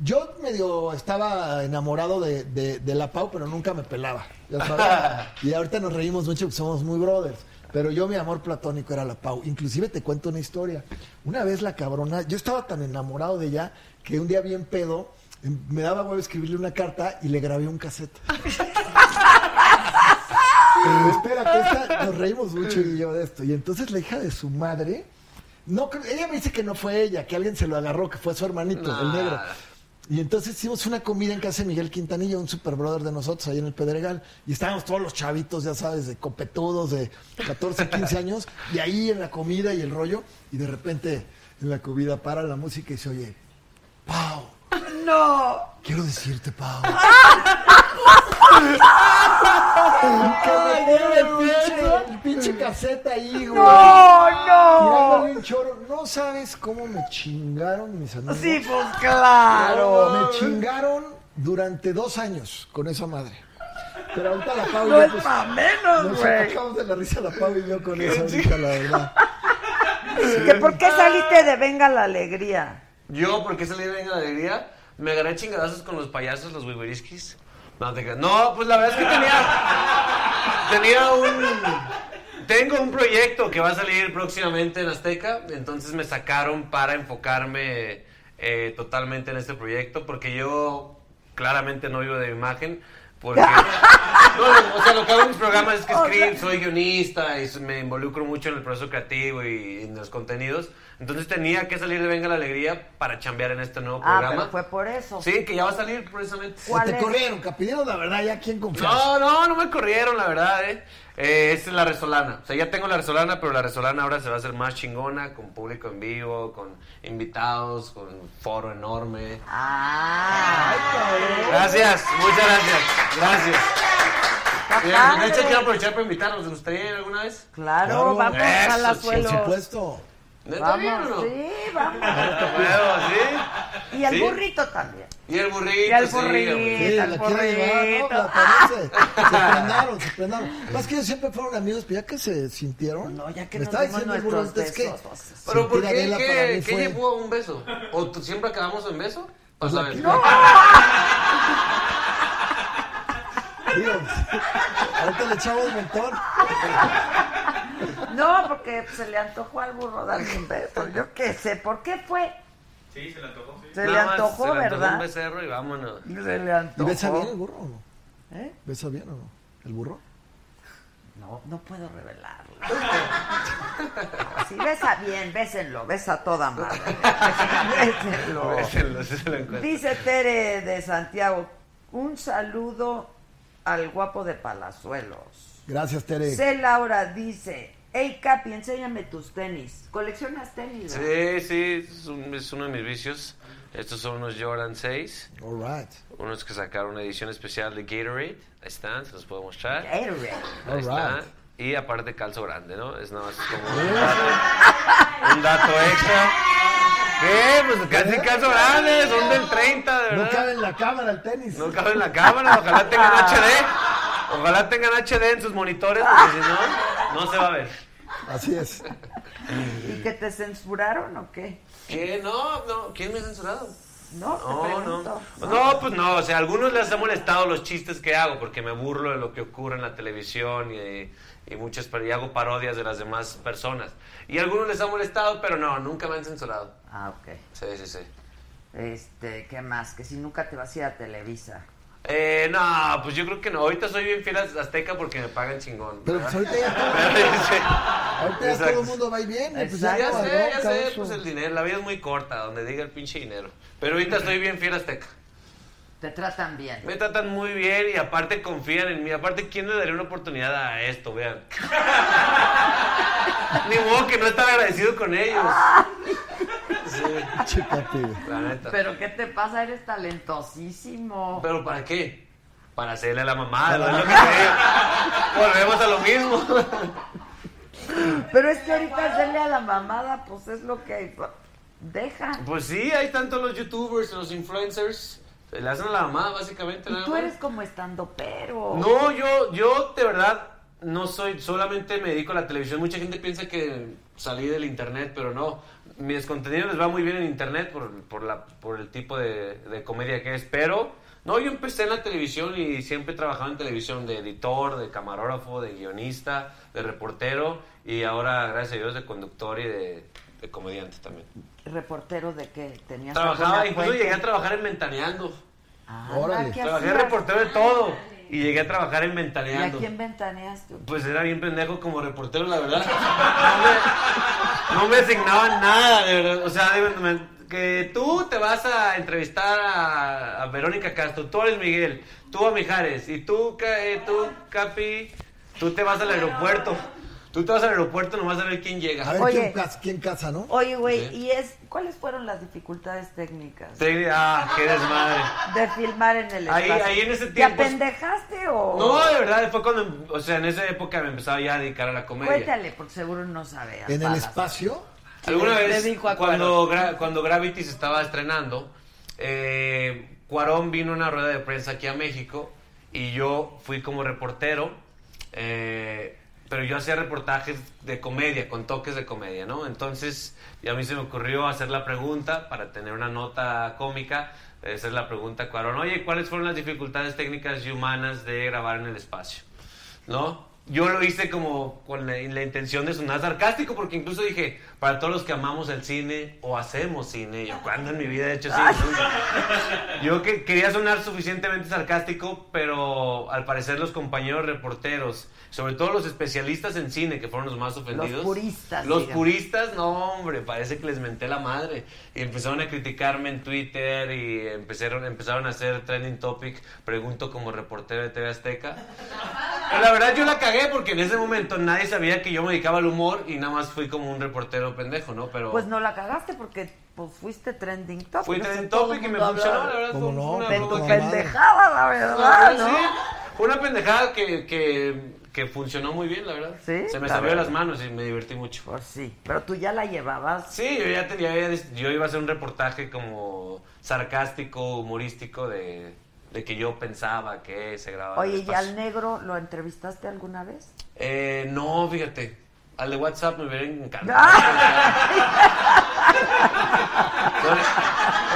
Speaker 8: Yo medio estaba enamorado de, de- de la Pau, pero nunca me pelaba. ya sabes. y ahorita nos reímos mucho porque somos muy brothers. Pero yo mi amor platónico era la Pau. Inclusive te cuento una historia. Una vez la cabrona, yo estaba tan enamorado de ella que un día bien pedo, em, me daba huevo escribirle una carta y le grabé un cassette. Pero espérate, esta- nos reímos mucho y yo de esto. Y entonces la hija de su madre, no, creo- ella me dice que no fue ella, que alguien se lo agarró, que fue su hermanito, el negro. Y entonces hicimos una comida en casa de Miguel Quintanilla, un super brother de nosotros, ahí en el Pedregal. Y estábamos todos los chavitos, ya sabes, de copetudos, de 14, 15 años. Y ahí en la comida y el rollo. Y de repente en la comida para la música y se oye, Pau,
Speaker 1: No.
Speaker 8: quiero decirte, Pau.
Speaker 1: Ay,
Speaker 8: Era el
Speaker 1: no,
Speaker 8: pinche, el pinche caseta ahí, güey.
Speaker 1: No, no.
Speaker 8: Tirándole un choro. No sabes cómo me chingaron mis amigos.
Speaker 1: Sí, pues claro.
Speaker 8: Me chingaron durante dos años con esa madre. Pero ahorita la Pau y
Speaker 1: No
Speaker 8: yo,
Speaker 1: es
Speaker 8: pues,
Speaker 1: pa' menos,
Speaker 8: nos
Speaker 1: güey.
Speaker 8: sacamos de la risa la Pau y yo con eso ahorita, la verdad.
Speaker 1: ¿Que ¿Por qué saliste de Venga la Alegría?
Speaker 2: Yo, ¿por qué salí de Venga la Alegría? Me agarré chingadazos con los payasos, los wiwiriskis. No, te creas. no, pues la verdad es que tenía. tenía un. Tengo un proyecto que va a salir próximamente en Azteca. Entonces me sacaron para enfocarme eh, totalmente en este proyecto. Porque yo claramente no vivo de mi imagen. Porque. No, no, o sea, lo que hago en mis programas es que escribo, soy guionista y me involucro mucho en el proceso creativo y en los contenidos. Entonces tenía que salir de Venga la Alegría para chambear en este nuevo
Speaker 1: Ah,
Speaker 2: programa.
Speaker 1: pero fue por eso.
Speaker 2: Sí, que ya va a salir precisamente.
Speaker 1: ¿Cuál
Speaker 8: Te
Speaker 1: es?
Speaker 8: corrieron, capidero, la verdad, ya quién confianza.
Speaker 2: No, no, no me corrieron, la verdad, eh. Eh, es la Resolana. O sea, ya tengo la Resolana, pero la Resolana ahora se va a hacer más chingona, con público en vivo, con invitados, con foro enorme.
Speaker 1: Ah,
Speaker 2: Gracias, muchas gracias. Gracias.
Speaker 1: está
Speaker 2: Bien, de hecho,
Speaker 1: padre.
Speaker 2: quiero aprovechar para invitarlos. ¿Les gustaría ir alguna vez?
Speaker 1: Claro,
Speaker 8: Claro.
Speaker 1: vamos
Speaker 2: Oh, Eso,
Speaker 1: a la
Speaker 8: Por
Speaker 2: no.
Speaker 1: suelo.
Speaker 8: supuesto.
Speaker 2: ¿Está bien o no?
Speaker 1: Vamos, sí, vamos.
Speaker 2: A Ah, huevo, ¿sí?
Speaker 1: Y el
Speaker 2: Sí.
Speaker 1: burrito también.
Speaker 2: Y el burrito.
Speaker 1: Y el
Speaker 2: sí, hombre.
Speaker 8: Sí,
Speaker 1: Tal
Speaker 8: la quiere llevar, ¿no?
Speaker 1: porrito.
Speaker 8: La
Speaker 2: Ah.
Speaker 8: parece. Se prendaron, se prendaron. Más que ellos siempre fueron amigos, pero ya que se sintieron.
Speaker 1: No, ya que
Speaker 8: me
Speaker 1: nos
Speaker 8: estaba
Speaker 1: dimos
Speaker 8: diciendo el burro
Speaker 1: nuestros
Speaker 8: antes que.
Speaker 1: besos.
Speaker 2: ¿Pero por
Speaker 8: sentir a
Speaker 2: qué?
Speaker 8: Adela para mí
Speaker 2: ¿Qué, ¿qué
Speaker 8: fue-
Speaker 2: llevó a un beso? ¿O tú- siempre acabamos en beso? Pues la vez.
Speaker 8: Digo, ahorita le echamos un montón.
Speaker 1: No, porque se le antojó al burro darle un beso. Yo qué sé, ¿por qué fue?
Speaker 4: Sí, se la tocó, sí.
Speaker 1: Se le antojó,
Speaker 2: se le antojó un
Speaker 1: ¿verdad?
Speaker 2: becerro y vámonos.
Speaker 1: Se le
Speaker 8: ¿Y besa bien
Speaker 1: antojó.
Speaker 8: el burro o no?
Speaker 1: ¿Eh?
Speaker 8: ¿Besa bien o no? ¿El burro?
Speaker 1: No, no puedo revelarlo. Si besa bien, bésenlo, besa toda madre. Bésenlo.
Speaker 2: Bésenlo, sí se lo encuentro.
Speaker 1: Dice Tere de Santiago, un saludo al guapo de Palazuelos.
Speaker 8: Gracias, Tere.
Speaker 1: C. Laura dice, hey Capi, enséñame tus tenis. ¿Coleccionas tenis? verdad?
Speaker 2: Sí, sí, es, un- es uno de mis vicios. Estos son unos Jordan 6,
Speaker 8: All right.
Speaker 2: unos que sacaron una edición especial de Gatorade. Ahí están, se los puedo mostrar. Ahí
Speaker 1: Gatorade.
Speaker 2: está.
Speaker 8: Alright.
Speaker 2: Y aparte calzo grande, ¿no? Es nada más como un dato, un dato extra. ¿Qué? Pues casi calzo grande, son del 30, de
Speaker 8: No
Speaker 2: verdad.
Speaker 8: cabe en la cámara el tenis.
Speaker 2: No cabe en la cámara, ojalá tengan HD. Ojalá tengan HD en sus monitores, porque si no, no se va a ver.
Speaker 8: Así es.
Speaker 1: ¿Y que te censuraron o qué?
Speaker 2: ¿Qué? No, no. ¿Quién me ha censurado?
Speaker 1: No, te
Speaker 2: No, no.
Speaker 1: pregunto.
Speaker 2: No, pues no. O sea, a algunos les ha molestado los chistes que hago porque me burlo de lo que ocurre en la televisión y, y muchas par- y hago parodias de las demás personas. Y a algunos les ha molestado, pero no, nunca me han censurado.
Speaker 1: Ah, ok.
Speaker 2: Sí, sí, sí.
Speaker 1: Este, ¿qué más? Que si nunca te vas a ir a Televisa.
Speaker 2: Eh, no, pues yo creo que no. Ahorita soy bien fiel a Azteca porque me pagan chingón.
Speaker 8: Pero pues ahorita ya todo,
Speaker 2: Sí.
Speaker 8: ahorita ya todo
Speaker 2: Exacto.
Speaker 8: el mundo va y viene. Pues
Speaker 1: Exacto.
Speaker 8: ya
Speaker 2: Ya
Speaker 8: no
Speaker 2: sé,
Speaker 8: hay
Speaker 2: ya
Speaker 8: bronca
Speaker 2: sé,
Speaker 8: eso.
Speaker 2: pues el dinero, la vida es muy corta, donde diga el pinche dinero. Pero ahorita estoy bien fiel a Azteca.
Speaker 1: Te tratan bien.
Speaker 2: Me tratan muy bien y aparte confían en mí. Aparte, ¿quién le daría una oportunidad a esto? Vean. Ni modo que no estar agradecido con ellos. Sí,
Speaker 8: Chécate.
Speaker 2: la neta.
Speaker 1: Pero ¿qué te pasa? Eres talentosísimo.
Speaker 2: ¿Pero para qué? Para hacerle a la mamada, ¿no? Es lo que te digo. Volvemos a lo mismo.
Speaker 1: Pero es que ahorita hacerle a la mamada, pues es lo que hay. Deja.
Speaker 2: Pues sí, hay tanto los youtubers, los influencers. Le hacen a la mamá, básicamente.
Speaker 1: Y
Speaker 2: nada
Speaker 1: tú
Speaker 2: más.
Speaker 1: eres como estando pero.
Speaker 2: No, yo, yo de verdad no soy, solamente me dedico a la televisión. Mucha gente piensa que salí del internet, pero no. Mis contenidos les va muy bien en internet por, por, la, por el tipo de, de comedia que es, pero no, yo empecé en la televisión y siempre he trabajado en televisión de editor, de camarógrafo, de guionista, de reportero y ahora, gracias a Dios, de conductor y de, de comediante también.
Speaker 1: Reportero de que tenías.
Speaker 2: Trabajaba,
Speaker 1: alguna
Speaker 2: incluso
Speaker 1: fuente.
Speaker 2: llegué a trabajar en Ventaneando.
Speaker 1: Anda,
Speaker 8: Órale.
Speaker 1: ¿qué
Speaker 2: Trabajé
Speaker 1: hacías?
Speaker 2: reportero de todo y llegué a trabajar en
Speaker 1: ¿Y a
Speaker 2: Ventaneando.
Speaker 1: quién ventaneas tú?
Speaker 2: Pues era bien pendejo como reportero, la verdad. No me, no me asignaban nada, de verdad. O sea, de- me- que tú te vas a entrevistar a, a Verónica Castro, tú a Luis Miguel, tú a Mijares, y tú, Ca- eh, tú, Capi, tú te vas al aeropuerto. Tú te vas al aeropuerto nomás a ver quién
Speaker 8: A
Speaker 2: llega.
Speaker 8: ver
Speaker 1: Oye.
Speaker 8: ¿quién, casa, quién caza, ¿no?
Speaker 1: Oye, güey,
Speaker 2: Sí.
Speaker 1: ¿y es cuáles fueron las dificultades técnicas
Speaker 2: Te- ah, qué desmadre.
Speaker 1: de filmar en el
Speaker 2: Ahí-
Speaker 1: espacio?
Speaker 2: ahí en ese
Speaker 1: ¿Te
Speaker 2: tiempo-
Speaker 1: apendejaste o...?
Speaker 2: No, de verdad, fue cuando, o sea, en esa época me empezaba ya a dedicar a la comedia.
Speaker 1: Cuéntale, porque seguro no sabía.
Speaker 8: En el espacio.
Speaker 2: Alguna
Speaker 1: Le- le
Speaker 2: vez,
Speaker 1: dijo a
Speaker 2: cuando, Gra- cuando Gravity se estaba estrenando, eh, Cuarón vino a una rueda de prensa aquí a México y yo fui como reportero, eh, pero yo hacía reportajes de comedia, con toques de comedia, ¿no? Entonces, y a mí se me ocurrió hacer la pregunta para tener una nota cómica. Esa es la pregunta, Cuarón. Oye, ¿cuáles fueron las dificultades técnicas y humanas de grabar en el espacio? ¿no? Yo lo hice como con la, la intención de sonar sarcástico, porque incluso dije, para todos los que amamos el cine o hacemos cine, yo cuando en mi vida he hecho cine. Nunca. Yo que, quería sonar suficientemente sarcástico, pero al parecer los compañeros reporteros, sobre todo los especialistas en cine, que fueron los más ofendidos.
Speaker 1: puristas,
Speaker 2: Los
Speaker 1: digamos.
Speaker 2: puristas, no, hombre, parece que les menté la madre. Y empezaron a criticarme en Twitter y empezaron, empezaron a hacer trending topic, pregunto como reportero de TV Azteca. Pero Pues la verdad yo la cagué porque en ese momento nadie sabía que yo me dedicaba al humor y nada más fui como un reportero pendejo, ¿no? Pero
Speaker 1: Pues no la cagaste porque pues, fuiste trending topic. O
Speaker 2: fui
Speaker 1: sea,
Speaker 2: trending
Speaker 1: todo el
Speaker 2: topic y me
Speaker 1: mundo
Speaker 2: funcionó,
Speaker 1: hablaba
Speaker 2: la verdad.
Speaker 8: ¿Cómo
Speaker 2: fue
Speaker 8: no?
Speaker 2: una
Speaker 8: Ven
Speaker 1: De tu
Speaker 2: broma
Speaker 8: Mamá.
Speaker 1: pendejada, la
Speaker 2: que-
Speaker 1: verdad,
Speaker 2: Sí,
Speaker 1: ¿no?
Speaker 2: fue una pendejada que, que, que funcionó muy bien, la verdad.
Speaker 1: Sí,
Speaker 2: Se me
Speaker 1: la
Speaker 2: salió de
Speaker 1: verdad.
Speaker 2: las manos y me divertí mucho.
Speaker 1: Pues sí, pero tú ya la llevabas.
Speaker 2: Sí, yo ya tenía, yo iba a hacer un reportaje como sarcástico, humorístico de, de que yo pensaba que se grababa. en el
Speaker 1: Oye, ¿y
Speaker 2: espacio.
Speaker 1: al negro lo entrevistaste alguna vez?
Speaker 2: Eh, no, fíjate. Al de WhatsApp me hubiera encantado.
Speaker 1: Ah.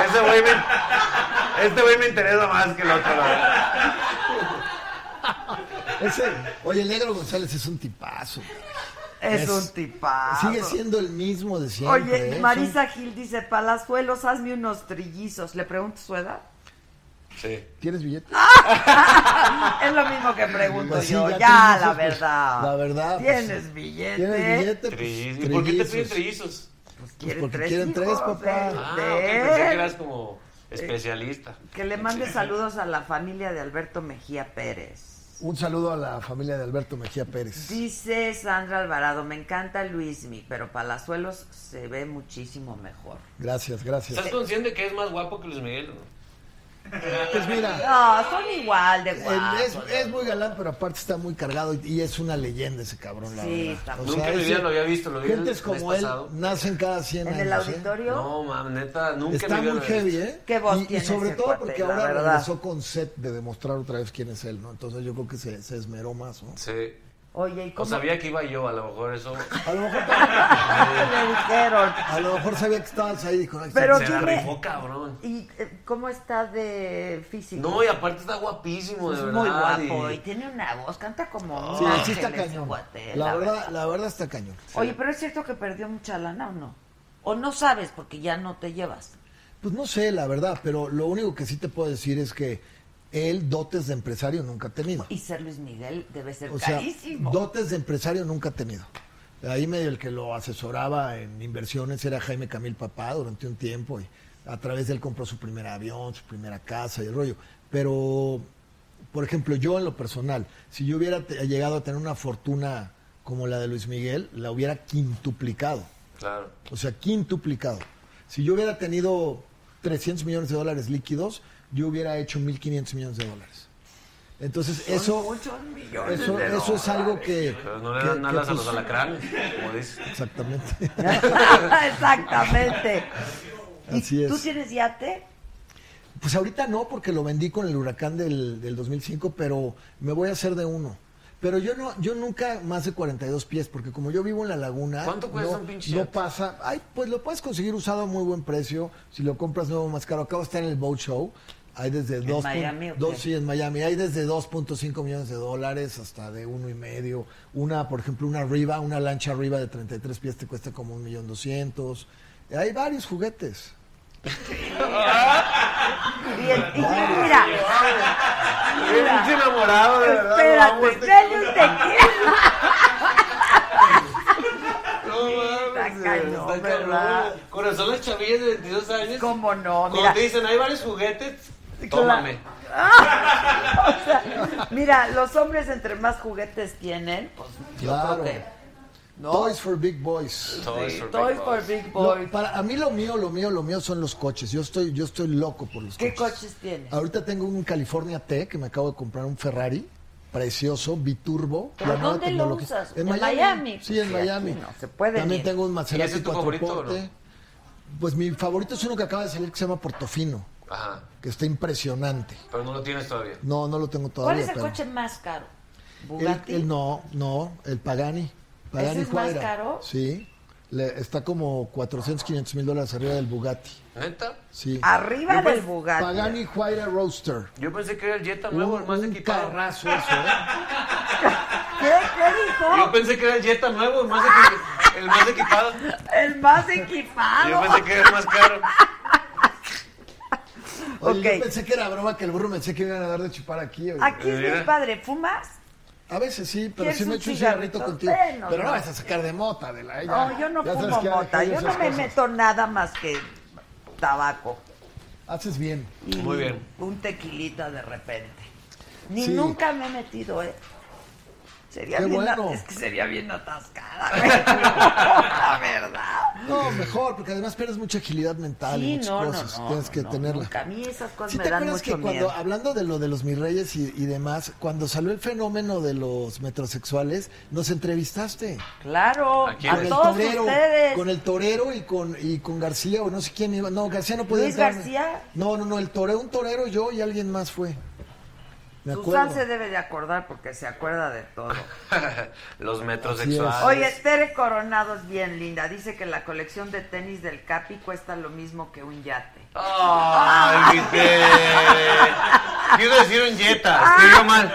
Speaker 2: Ese güey me, este güey me interesa más que el otro, la verdad.
Speaker 8: Ese, oye, el negro González es un tipazo.
Speaker 1: Es,
Speaker 8: Es-
Speaker 1: un tipazo.
Speaker 8: Sigue siendo el mismo de siempre. ¿eh?
Speaker 1: Oye,
Speaker 8: Son-
Speaker 1: Marisa Gil dice, Palazuelos, hazme unos trillizos. ¿Le pregunto su edad?
Speaker 2: Sí.
Speaker 8: ¿Tienes billete?
Speaker 1: Es lo mismo que pregunto
Speaker 8: Pues sí,
Speaker 1: Ah, yo. Ya,
Speaker 8: ya
Speaker 1: la
Speaker 8: trillizos, pues,
Speaker 1: verdad.
Speaker 8: la verdad, pues,
Speaker 1: Tienes billete.
Speaker 8: ¿Tienes billete? Pues,
Speaker 2: Trilliz- ¿Y por qué te
Speaker 8: trillizos.
Speaker 2: piden trillizos?
Speaker 1: Quieren
Speaker 8: porque
Speaker 1: tres
Speaker 8: quieren
Speaker 1: hijos,
Speaker 8: tres, papá. pues,
Speaker 1: ¿eh?
Speaker 2: Ah,
Speaker 1: De
Speaker 2: ok, pensé que
Speaker 1: él.
Speaker 2: eras como especialista.
Speaker 1: Eh, Que le mande saludos a la familia de Alberto Mejía Pérez.
Speaker 8: Un saludo a la familia de Alberto Mejía Pérez.
Speaker 1: Dice Sandra Alvarado, me encanta Luismi, pero Palazuelos se ve muchísimo mejor.
Speaker 8: Gracias, gracias.
Speaker 2: ¿Estás consciente que es más guapo que Luis Miguel? o no?
Speaker 8: Pues mira,
Speaker 1: No, Ah, son igual de
Speaker 8: él es,
Speaker 1: guapos.
Speaker 8: es muy galán, pero aparte está muy cargado y, y es una leyenda ese cabrón, la
Speaker 1: Sí,
Speaker 8: verdad.
Speaker 1: está
Speaker 8: O
Speaker 2: Nunca
Speaker 8: sea,
Speaker 2: en mi vida
Speaker 8: ese-
Speaker 2: lo había visto, lo vi el
Speaker 8: Gentes
Speaker 2: mes
Speaker 8: como él
Speaker 2: pasado.
Speaker 8: nacen cada 100
Speaker 1: En
Speaker 8: años.
Speaker 1: el
Speaker 8: ¿eh?
Speaker 1: auditorio.
Speaker 2: No, mam, neta, nunca
Speaker 8: Está
Speaker 2: en mi vida
Speaker 8: muy
Speaker 2: lo había
Speaker 8: heavy,
Speaker 2: visto.
Speaker 8: ¿eh?
Speaker 1: Qué voz
Speaker 8: y, y
Speaker 1: tiene
Speaker 8: sobre
Speaker 1: ese
Speaker 8: todo
Speaker 1: cuate,
Speaker 8: porque
Speaker 1: la
Speaker 8: ahora
Speaker 1: verdad.
Speaker 8: regresó con set de demostrar otra vez quién es él, ¿no? Entonces yo creo que se, se esmeró más, ¿no?
Speaker 2: Sí.
Speaker 1: Oye, ¿y
Speaker 2: O
Speaker 1: cómo
Speaker 2: sabía que iba yo, a lo mejor eso.
Speaker 8: A lo mejor,
Speaker 1: le dijeron?
Speaker 8: a lo mejor sabía que estabas ahí y dijo, "Ay,
Speaker 1: Pero
Speaker 2: se la
Speaker 1: tiene-
Speaker 2: rifó, cabrón.
Speaker 1: ¿Y eh, cómo está de físico?
Speaker 2: No, y aparte está guapísimo, de
Speaker 1: es Pues muy
Speaker 2: verdad.
Speaker 1: guapo
Speaker 2: y-
Speaker 1: y... tiene una voz, canta como
Speaker 8: Sí,
Speaker 1: un
Speaker 8: sí
Speaker 1: ángel
Speaker 8: está
Speaker 1: ese
Speaker 8: cañón.
Speaker 1: cuate,
Speaker 8: La verdad, la verdad está cañón.
Speaker 1: Oye, pero es cierto que perdió mucha lana o no? O no sabes porque ya no te llevas.
Speaker 8: Pues no sé, la verdad, pero lo único que sí te puedo decir es que él dotes de empresario nunca ha tenido.
Speaker 1: Y ser Luis Miguel debe ser
Speaker 8: O sea,
Speaker 1: carísimo.
Speaker 8: dotes de empresario nunca ha tenido. Ahí medio el que lo asesoraba en inversiones era Jaime Camil Papá durante un tiempo y a través de él compró su primer avión, su primera casa y el rollo. Pero, por ejemplo, yo en lo personal, si yo hubiera te- llegado a tener una fortuna como la de Luis Miguel, la hubiera quintuplicado.
Speaker 2: Claro.
Speaker 8: O sea, quintuplicado. Si yo hubiera tenido 300 millones de dólares líquidos, yo hubiera hecho 1.500 millones de dólares. Entonces, eso,
Speaker 2: millones
Speaker 8: eso,
Speaker 2: de
Speaker 8: eso es algo que.
Speaker 2: Pero no le
Speaker 8: que-
Speaker 2: dan
Speaker 8: que,
Speaker 2: alas a los
Speaker 8: pues,
Speaker 2: alacranes, como dice.
Speaker 8: Exactamente.
Speaker 1: Exactamente. ¿Y
Speaker 8: Así es.
Speaker 1: ¿Tú tienes yate?
Speaker 8: Pues ahorita no, porque lo vendí con el huracán del, del 2005, pero me voy a hacer de uno. Pero yo no, yo nunca más de 42 pies, porque como yo vivo en la laguna,
Speaker 2: ¿Cuánto cuesta
Speaker 8: no,
Speaker 2: un pinche
Speaker 8: no
Speaker 2: yate?
Speaker 8: pasa. Ay, pues lo puedes conseguir usado a muy buen precio, si lo compras nuevo más caro. Acabo de estar en el Boat Show, hay desde dos, pun-
Speaker 1: Miami o qué?
Speaker 8: dos- sí, en Miami, hay desde 2.5 millones de dólares hasta de uno y medio. Una, por ejemplo, una arriba, una lancha arriba de 33 pies te cuesta como un millón doscientos. Hay varios juguetes.
Speaker 1: Bien. Y mira,
Speaker 2: Estoy enamorado, de verdad. lo amo,
Speaker 1: espérate,
Speaker 2: este
Speaker 1: tráele un
Speaker 2: cabrón.
Speaker 1: tequila.
Speaker 2: No mames,
Speaker 1: Está cañón,
Speaker 2: está
Speaker 1: ¿verdad?
Speaker 2: cabrón. Corazón, las chavillas de 22 años.
Speaker 1: ¿Cómo no?
Speaker 2: Cuando
Speaker 1: Mira.
Speaker 2: te dicen, hay varios juguetes,
Speaker 1: Cla-
Speaker 2: tómame.
Speaker 1: Ah, o sea, mira, los hombres entre más juguetes tienen, pues yo
Speaker 8: Claro.
Speaker 1: creo que ¿no?
Speaker 8: Toys for Big Boys.
Speaker 2: Toys for
Speaker 1: Toys
Speaker 2: Big
Speaker 1: for
Speaker 2: Boys.
Speaker 1: Big
Speaker 8: Lo-
Speaker 1: Boys.
Speaker 8: para a mí lo mío, lo mío, lo mío son los coches. Yo estoy, yo estoy loco por los
Speaker 1: ¿Qué
Speaker 8: coches.
Speaker 1: coches tienes?
Speaker 8: Ahorita tengo un California T que me acabo de comprar un Ferrari precioso, biturbo.
Speaker 1: ¿Pero
Speaker 8: la nueva
Speaker 1: dónde lo
Speaker 8: tecnología.
Speaker 1: usas? ¿En
Speaker 8: En, Miami.
Speaker 1: Miami?
Speaker 8: Sí, en
Speaker 1: Sí,
Speaker 8: Miami.
Speaker 1: aquí no se pueden
Speaker 8: También
Speaker 1: ir.
Speaker 8: tengo un
Speaker 2: ¿Y ese
Speaker 8: Maserati
Speaker 2: es tu favorito o no?
Speaker 8: 4 Pues mi favorito es uno que acaba de salir que se llama Portofino,
Speaker 2: Ajá.
Speaker 8: que está impresionante.
Speaker 2: Pero no lo tienes todavía.
Speaker 8: No, no lo tengo todavía.
Speaker 1: ¿Cuál es el
Speaker 8: pero-
Speaker 1: coche más caro?
Speaker 8: el-
Speaker 1: ¿Bugatti?
Speaker 8: el no, no, el Pagani. Pagani
Speaker 1: ¿Ese es más
Speaker 8: Huayra.
Speaker 1: caro?
Speaker 8: Sí. Le- está como 400, 500 mil dólares arriba del Bugatti.
Speaker 2: ¿Neta?
Speaker 8: Sí. pues,
Speaker 1: Arriba del Ah, Bugatti.
Speaker 8: Pagani Huayra Roaster.
Speaker 2: Yo pensé que era el Jetta nuevo, el más
Speaker 8: un
Speaker 2: equipado.
Speaker 8: carrazo eso, ¿eh?
Speaker 1: ¿Qué, ¿Qué
Speaker 2: Yo
Speaker 1: dijo?
Speaker 2: pensé que era el Jetta nuevo, el más, equi- el más equipado.
Speaker 1: El más
Speaker 2: Yo
Speaker 1: equipado.
Speaker 2: pensé que era el más caro.
Speaker 8: Oye,
Speaker 1: Ok.
Speaker 8: Yo pensé que era broma que el burro me pensé que me iban a dar de chupar aquí. oye.
Speaker 1: Aquí es mi
Speaker 2: Mira.
Speaker 1: padre. ¿Fumas?
Speaker 8: A veces sí, pero
Speaker 1: ¿Quieres
Speaker 8: sí me
Speaker 1: un
Speaker 8: echo un
Speaker 1: cigarrito?
Speaker 8: cigarrito contigo.
Speaker 1: Bueno,
Speaker 8: pero no
Speaker 1: no.
Speaker 8: vas a sacar de mota, de la
Speaker 1: No, yo no fumo mota. Yo no me meto nada más que tabaco.
Speaker 8: Haces bien.
Speaker 1: Y
Speaker 2: Muy bien.
Speaker 1: Un tequilita de repente. Ni
Speaker 8: Sí.
Speaker 1: nunca me he metido, ¿eh? Sería
Speaker 8: Qué
Speaker 1: bien,
Speaker 8: bueno.
Speaker 1: Es que sería bien atascada, güey. La verdad.
Speaker 8: No, mejor, porque además pierdes mucha agilidad mental y
Speaker 1: Sí,
Speaker 8: muchas
Speaker 1: no, no,
Speaker 8: cosas.
Speaker 1: no,
Speaker 8: Tienes
Speaker 1: no,
Speaker 8: que
Speaker 1: no,
Speaker 8: tenerla.
Speaker 1: nunca. A mí esas cosas
Speaker 8: ¿Sí
Speaker 1: me
Speaker 8: te
Speaker 1: dan
Speaker 8: acuerdas
Speaker 1: mucho
Speaker 8: que cuando,
Speaker 1: miedo.
Speaker 8: hablando de lo de los mis reyes y, y demás, cuando salió el fenómeno de los metrosexuales, nos entrevistaste
Speaker 1: Claro,
Speaker 2: ¿A quién
Speaker 1: a,
Speaker 8: con
Speaker 2: es?
Speaker 8: el
Speaker 1: todos
Speaker 8: torero,
Speaker 1: ustedes.
Speaker 8: con el torero y con y con García o no sé quién iba, no García no podía
Speaker 1: ¿Luis
Speaker 8: entrar.
Speaker 1: García?
Speaker 8: No, no, no, el torero, un torero yo y alguien más fue. Me
Speaker 1: Susan
Speaker 8: acuerdo.
Speaker 1: se debe de acordar porque se acuerda de todo.
Speaker 2: Los
Speaker 8: Así
Speaker 2: metrosexuales.
Speaker 8: es.
Speaker 1: Oye, Tere Coronado es bien linda. Dice que la colección de tenis del Capi cuesta lo mismo que un yate.
Speaker 2: Ay, mi Tere. Quiero decir un Jetta. Escribió mal.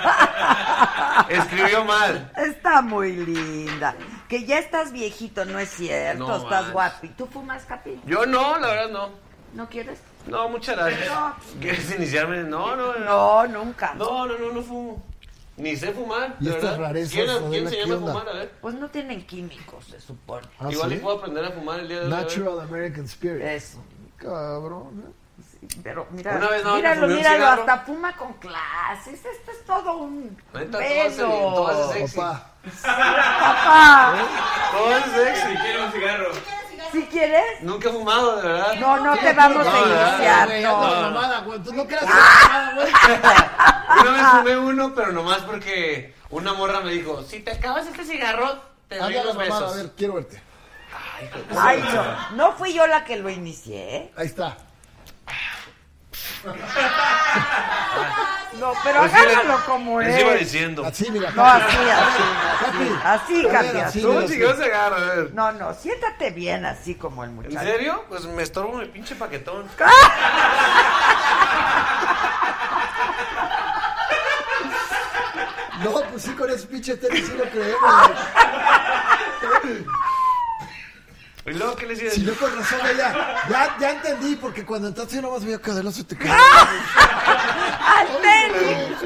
Speaker 2: Escribió mal.
Speaker 1: Está muy linda. Que ya estás viejito, no es cierto,
Speaker 2: No
Speaker 1: estás
Speaker 2: manches.
Speaker 1: guapi. ¿Tú fumas, Capi?
Speaker 2: Yo no, la verdad no.
Speaker 1: ¿No quieres?
Speaker 2: No, muchas gracias.
Speaker 1: No.
Speaker 2: ¿Quieres iniciarme? No, no, no.
Speaker 1: No, nunca.
Speaker 2: No, no, no, no fumo. Ni sé fumar.
Speaker 8: Y
Speaker 2: de
Speaker 8: estas
Speaker 2: verdad.
Speaker 8: rarezas,
Speaker 2: ¿Quién,
Speaker 8: Adela,
Speaker 2: quién se
Speaker 8: ¿qué
Speaker 2: llama a
Speaker 8: onda?
Speaker 2: fumar? A ver.
Speaker 1: Pues no tienen químicos, se supone.
Speaker 8: Ah,
Speaker 2: Igual
Speaker 8: ¿sí?
Speaker 2: y puedo aprender a fumar el día de hoy. a ver.
Speaker 8: Natural American Spirit.
Speaker 1: Eso.
Speaker 8: Cabrón. ¿eh?
Speaker 1: Pero mira,
Speaker 2: Una vez nada más
Speaker 1: míralo,
Speaker 2: fumé un
Speaker 1: míralo,
Speaker 2: cigarro.
Speaker 1: hasta fuma con clases. Este es todo un
Speaker 2: Neta, todo hace- todo
Speaker 1: pedo.
Speaker 2: hace sexy.
Speaker 8: Papá,
Speaker 1: Papá,
Speaker 2: Todo es sexy.
Speaker 4: Quiero un cigarro.
Speaker 1: si quieres,
Speaker 2: Nunca he fumado, de verdad.
Speaker 1: no, no te vamos a
Speaker 2: No, Ah. ¿verdad?
Speaker 1: iniciar.
Speaker 8: güey,
Speaker 1: no.
Speaker 8: andas mamada, güey. Tú no creas que andas mamada, güey.
Speaker 2: Una vez fumé uno, pero nomás porque una morra me dijo, si te acabas este cigarro, te doy
Speaker 8: Anda la
Speaker 2: los
Speaker 8: mamada, a
Speaker 2: besos.
Speaker 8: ver, quiero verte.
Speaker 1: Ay, no. No fui yo la que lo inicié, ¿eh?
Speaker 8: Ahí está.
Speaker 1: No, pero
Speaker 2: Pues sí, le-
Speaker 1: agárralo como
Speaker 2: Les iba
Speaker 1: es.
Speaker 2: diciendo.
Speaker 8: Así, mira.
Speaker 1: No,
Speaker 8: Capi.
Speaker 1: así, así.
Speaker 8: Capi.
Speaker 1: Así,
Speaker 8: A ver,
Speaker 1: Capi,
Speaker 8: así,
Speaker 1: así.
Speaker 8: mira,
Speaker 2: ¿Cómo
Speaker 8: así.
Speaker 2: chingados se agarra? A ver.
Speaker 1: No, no, siéntate bien así como el
Speaker 2: ¿En
Speaker 1: muchacho.
Speaker 2: serio? Pues me estorbo mi pinche paquetón.
Speaker 8: No, pues sí, con ese pinche tenis sí lo creemos. güey.
Speaker 2: ¿Y luego qué les iba a
Speaker 8: Si
Speaker 2: decir?
Speaker 8: yo con razón, güey, ya, ya, ya entendí, porque cuando entraste yo nomás veía que Adela se te caía.
Speaker 1: ¡Ah! ¡Al tenis!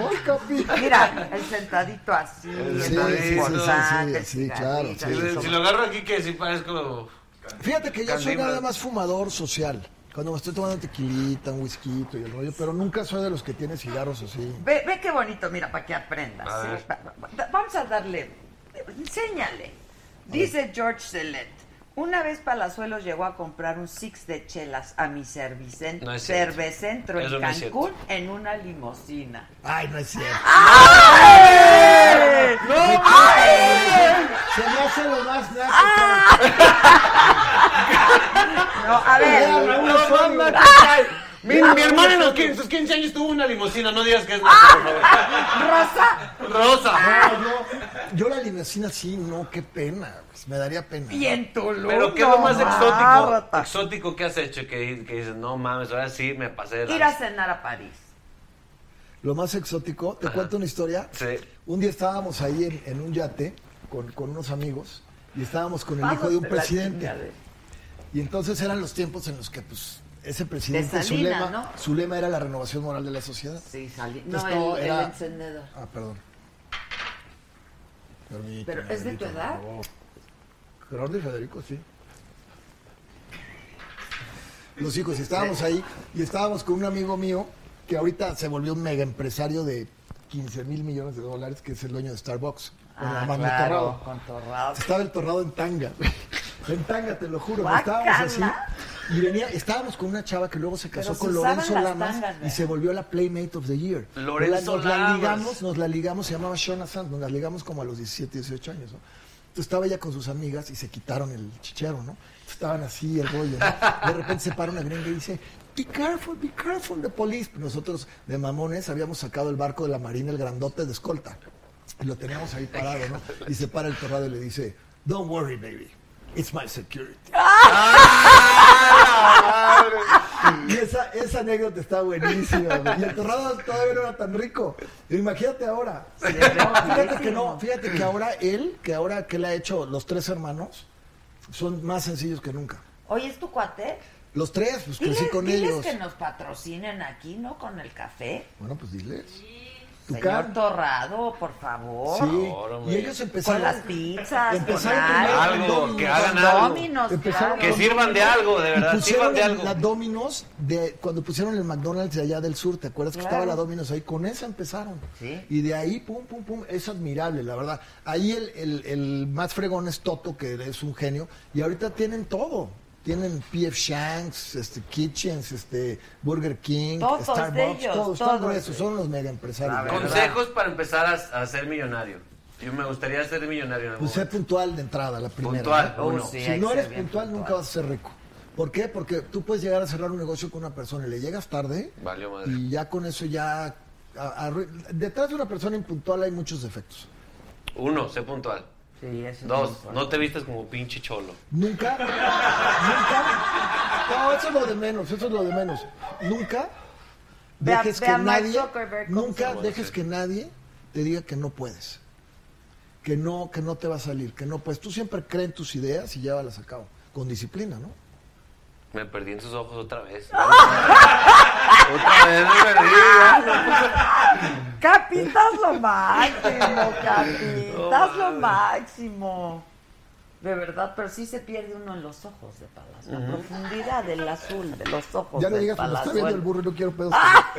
Speaker 8: ¡Ay, capi!
Speaker 1: Mira, el sentadito así, el
Speaker 2: Sí,
Speaker 1: muy
Speaker 2: sí, sí,
Speaker 1: esforzante,
Speaker 8: sí, sí,
Speaker 1: el
Speaker 8: claro,
Speaker 1: cigarrito,
Speaker 8: sí.
Speaker 2: Si,
Speaker 1: el
Speaker 2: si lo agarro aquí, que sí parezco...
Speaker 8: Fíjate que yo soy
Speaker 2: Candibras.
Speaker 8: nada más fumador social. Cuando me estoy tomando tequilita, un whisky y el rollo, pero nunca soy de los que tiene cigarros así.
Speaker 1: Ve, ve qué bonito, mira, para que aprendas.
Speaker 2: A
Speaker 1: ¿sí?
Speaker 2: ver.
Speaker 1: Pa- pa- pa- Vamos a darle, enséñale. Dice George Select, Una vez Palazuelos llegó a comprar un six de chelas a mi servicen-
Speaker 2: No es cierto.
Speaker 1: cervecentro
Speaker 2: Eso
Speaker 1: en
Speaker 2: no es cierto.
Speaker 1: Cancún en una limusina.
Speaker 8: Ay, no es cierto.
Speaker 1: ¡Ay!
Speaker 8: ¡No! Se me hace lo más naco.
Speaker 1: ¡Ah! No, a ver.
Speaker 8: Vean,
Speaker 2: No,
Speaker 8: uno
Speaker 2: no,
Speaker 8: solo.
Speaker 2: no, no, ay. Mi, mi hermana en los 15, sus 15 años tuvo una limusina, no digas que es naco,
Speaker 1: Rosa,
Speaker 2: por favor. Ah. Rosa. Ah,
Speaker 8: No, no. Yo la limusina sí, no, qué pena. pues, me daría pena.
Speaker 1: y en Tulum.
Speaker 2: Pero qué es lo más
Speaker 1: no,
Speaker 2: exótico,
Speaker 1: Marta.
Speaker 2: exótico que has hecho que, que dices, no mames, ahora sí me pasé de
Speaker 1: Ir a
Speaker 2: lanza"?
Speaker 1: cenar a París.
Speaker 8: Lo más exótico, te cuento una historia.
Speaker 2: Sí.
Speaker 8: Un día estábamos ahí en, en un yate con, con unos amigos y estábamos con el hijo de un
Speaker 1: Pásate la
Speaker 8: presidente.
Speaker 1: chingada.
Speaker 8: Y entonces eran los tiempos en los que, pues, ese presidente,
Speaker 1: De
Speaker 8: su,
Speaker 1: Salinas,
Speaker 8: lema,
Speaker 1: ¿no?
Speaker 8: su lema era la renovación moral de la sociedad.
Speaker 1: Sí, salí. No,
Speaker 8: Entonces,
Speaker 1: el,
Speaker 8: todo
Speaker 1: el
Speaker 8: era-
Speaker 1: encendedor.
Speaker 8: Ah, perdón. Permíteme,
Speaker 1: Pero, ¿es de tu
Speaker 8: permíteme,
Speaker 1: edad?
Speaker 8: por favor. Gerardo y Federico, sí. Los hijos, y estábamos ahí y estábamos con un amigo mío que ahorita se volvió un mega empresario de 15 mil millones de dólares, que es el dueño de Starbucks. Bueno,
Speaker 1: Ah,
Speaker 8: además, no
Speaker 1: claro,
Speaker 8: Torrado.
Speaker 1: con torrado.
Speaker 8: Estaba el tornado en tanga. güey. En tanga, te lo juro. güey. Estábamos
Speaker 1: Guácala.
Speaker 8: así. Y venía, estábamos con una chava que luego se casó
Speaker 1: Pero
Speaker 8: con
Speaker 1: se
Speaker 8: Lorenzo
Speaker 1: usaban las
Speaker 8: Lamas
Speaker 1: tangas,
Speaker 8: y
Speaker 1: güey.
Speaker 8: se volvió la Playmate of the Year.
Speaker 2: Lorenzo
Speaker 8: nos la, nos la
Speaker 2: Lamas.
Speaker 8: ligamos, nos la ligamos, se llamaba Shona Sanz, nos la ligamos como a los 17, 18 años, ¿no? Entonces estaba ella con sus amigas y se quitaron el chichero, ¿no? Entonces, Estaban así, el rollo, ¿no? De repente se para una gringa y dice, be careful, be careful, the police. Nosotros, de mamones, habíamos sacado el barco de la marina, el grandote de escolta. Y lo teníamos ahí parado, ¿no? Y se para el torrado y le dice, don't worry, baby, it's my security. Y esa, esa anécdota está buenísima. güey. Y el torrado todavía no era tan rico. Imagínate ahora. No, fíjate que no, fíjate que ahora él, que ahora que le ha hecho los tres hermanos, son más sencillos que nunca.
Speaker 1: Oye, ¿es tu cuate?
Speaker 8: Los tres, pues
Speaker 1: Diles,
Speaker 8: crecí con
Speaker 1: diles
Speaker 8: ellos.
Speaker 1: que nos patrocinen aquí, ¿no? Con el café.
Speaker 8: Bueno, pues diles. Tu
Speaker 1: Señor
Speaker 8: cara.
Speaker 1: Torrado, por favor.
Speaker 8: Sí.
Speaker 2: Por favor,
Speaker 8: Y ellos
Speaker 1: Con
Speaker 8: empezaron.
Speaker 1: las pizzas,
Speaker 8: Empezaron
Speaker 1: con
Speaker 8: primero
Speaker 2: algo.
Speaker 8: con
Speaker 2: Algo,
Speaker 8: Domino's.
Speaker 2: que hagan algo.
Speaker 1: Dominos,
Speaker 8: Empezaron
Speaker 1: claro.
Speaker 2: Que
Speaker 8: con
Speaker 2: sirvan de algo, de
Speaker 8: Y
Speaker 2: verdad, sirvan
Speaker 8: pusieron
Speaker 2: de algo.
Speaker 8: la Dominos de cuando pusieron el McDonald's de allá del sur, ¿te acuerdas que
Speaker 1: Claro.
Speaker 8: estaba la Dominos ahí? Con esa empezaron.
Speaker 1: Sí.
Speaker 8: Y de ahí, pum, pum, pum, es admirable, la verdad. Ahí el, el- el más fregón es Toto, que es un genio, y ahorita tienen todo. Tienen PF Shanks, este, Kitchens, este, Burger King,
Speaker 1: Todos de
Speaker 8: Starbucks,
Speaker 1: ellos,
Speaker 8: todos,
Speaker 1: todos.
Speaker 8: todo eso, son los mega empresarios. Pues
Speaker 1: La
Speaker 8: la verdad.
Speaker 2: Consejos para empezar a, a ser millonario. Yo me gustaría ser millonario en algún
Speaker 8: Pues sé
Speaker 2: momento.
Speaker 8: puntual de entrada, la primera. ¿eh?
Speaker 2: Puntual,
Speaker 8: ¿no?
Speaker 2: uno.
Speaker 1: Oh, sí, hay
Speaker 8: si
Speaker 1: que
Speaker 8: no
Speaker 1: ser
Speaker 8: eres
Speaker 1: bien
Speaker 8: puntual, nunca vas a ser rico. ¿Por qué? Porque tú puedes llegar a cerrar un negocio con una persona y le llegas tarde
Speaker 2: Valió madre.
Speaker 8: y ya con eso ya... a- arru- Detrás de una persona impuntual hay muchos defectos.
Speaker 2: Uno, sé puntual.
Speaker 1: Sí, eso es muy
Speaker 2: Dos,
Speaker 1: importante.
Speaker 2: no te vistas como pinche cholo.
Speaker 8: Nunca, nunca... No, eso es lo de menos, eso es lo de menos. Nunca
Speaker 1: Ve a-
Speaker 8: dejes
Speaker 1: ve
Speaker 8: que
Speaker 1: a Mark
Speaker 8: nadie...
Speaker 1: Zuckerberg con
Speaker 8: Nunca
Speaker 2: su-
Speaker 8: dejes que nadie te diga que no puedes. Que no, que no te va a salir, que no puedes. Tú siempre cree en tus ideas y llévalas a cabo. Con disciplina, ¿no?
Speaker 2: Me perdí en sus ojos otra vez. otra vez me perdí.
Speaker 1: Capitas lo máximo, capitas lo máximo. De verdad, pero sí se pierde uno en los ojos de Palazuelo. La profundidad del azul de los ojos
Speaker 8: Ya no
Speaker 1: de
Speaker 8: digas, me está viendo el burro y no quiero pedos.
Speaker 1: ¡Ah!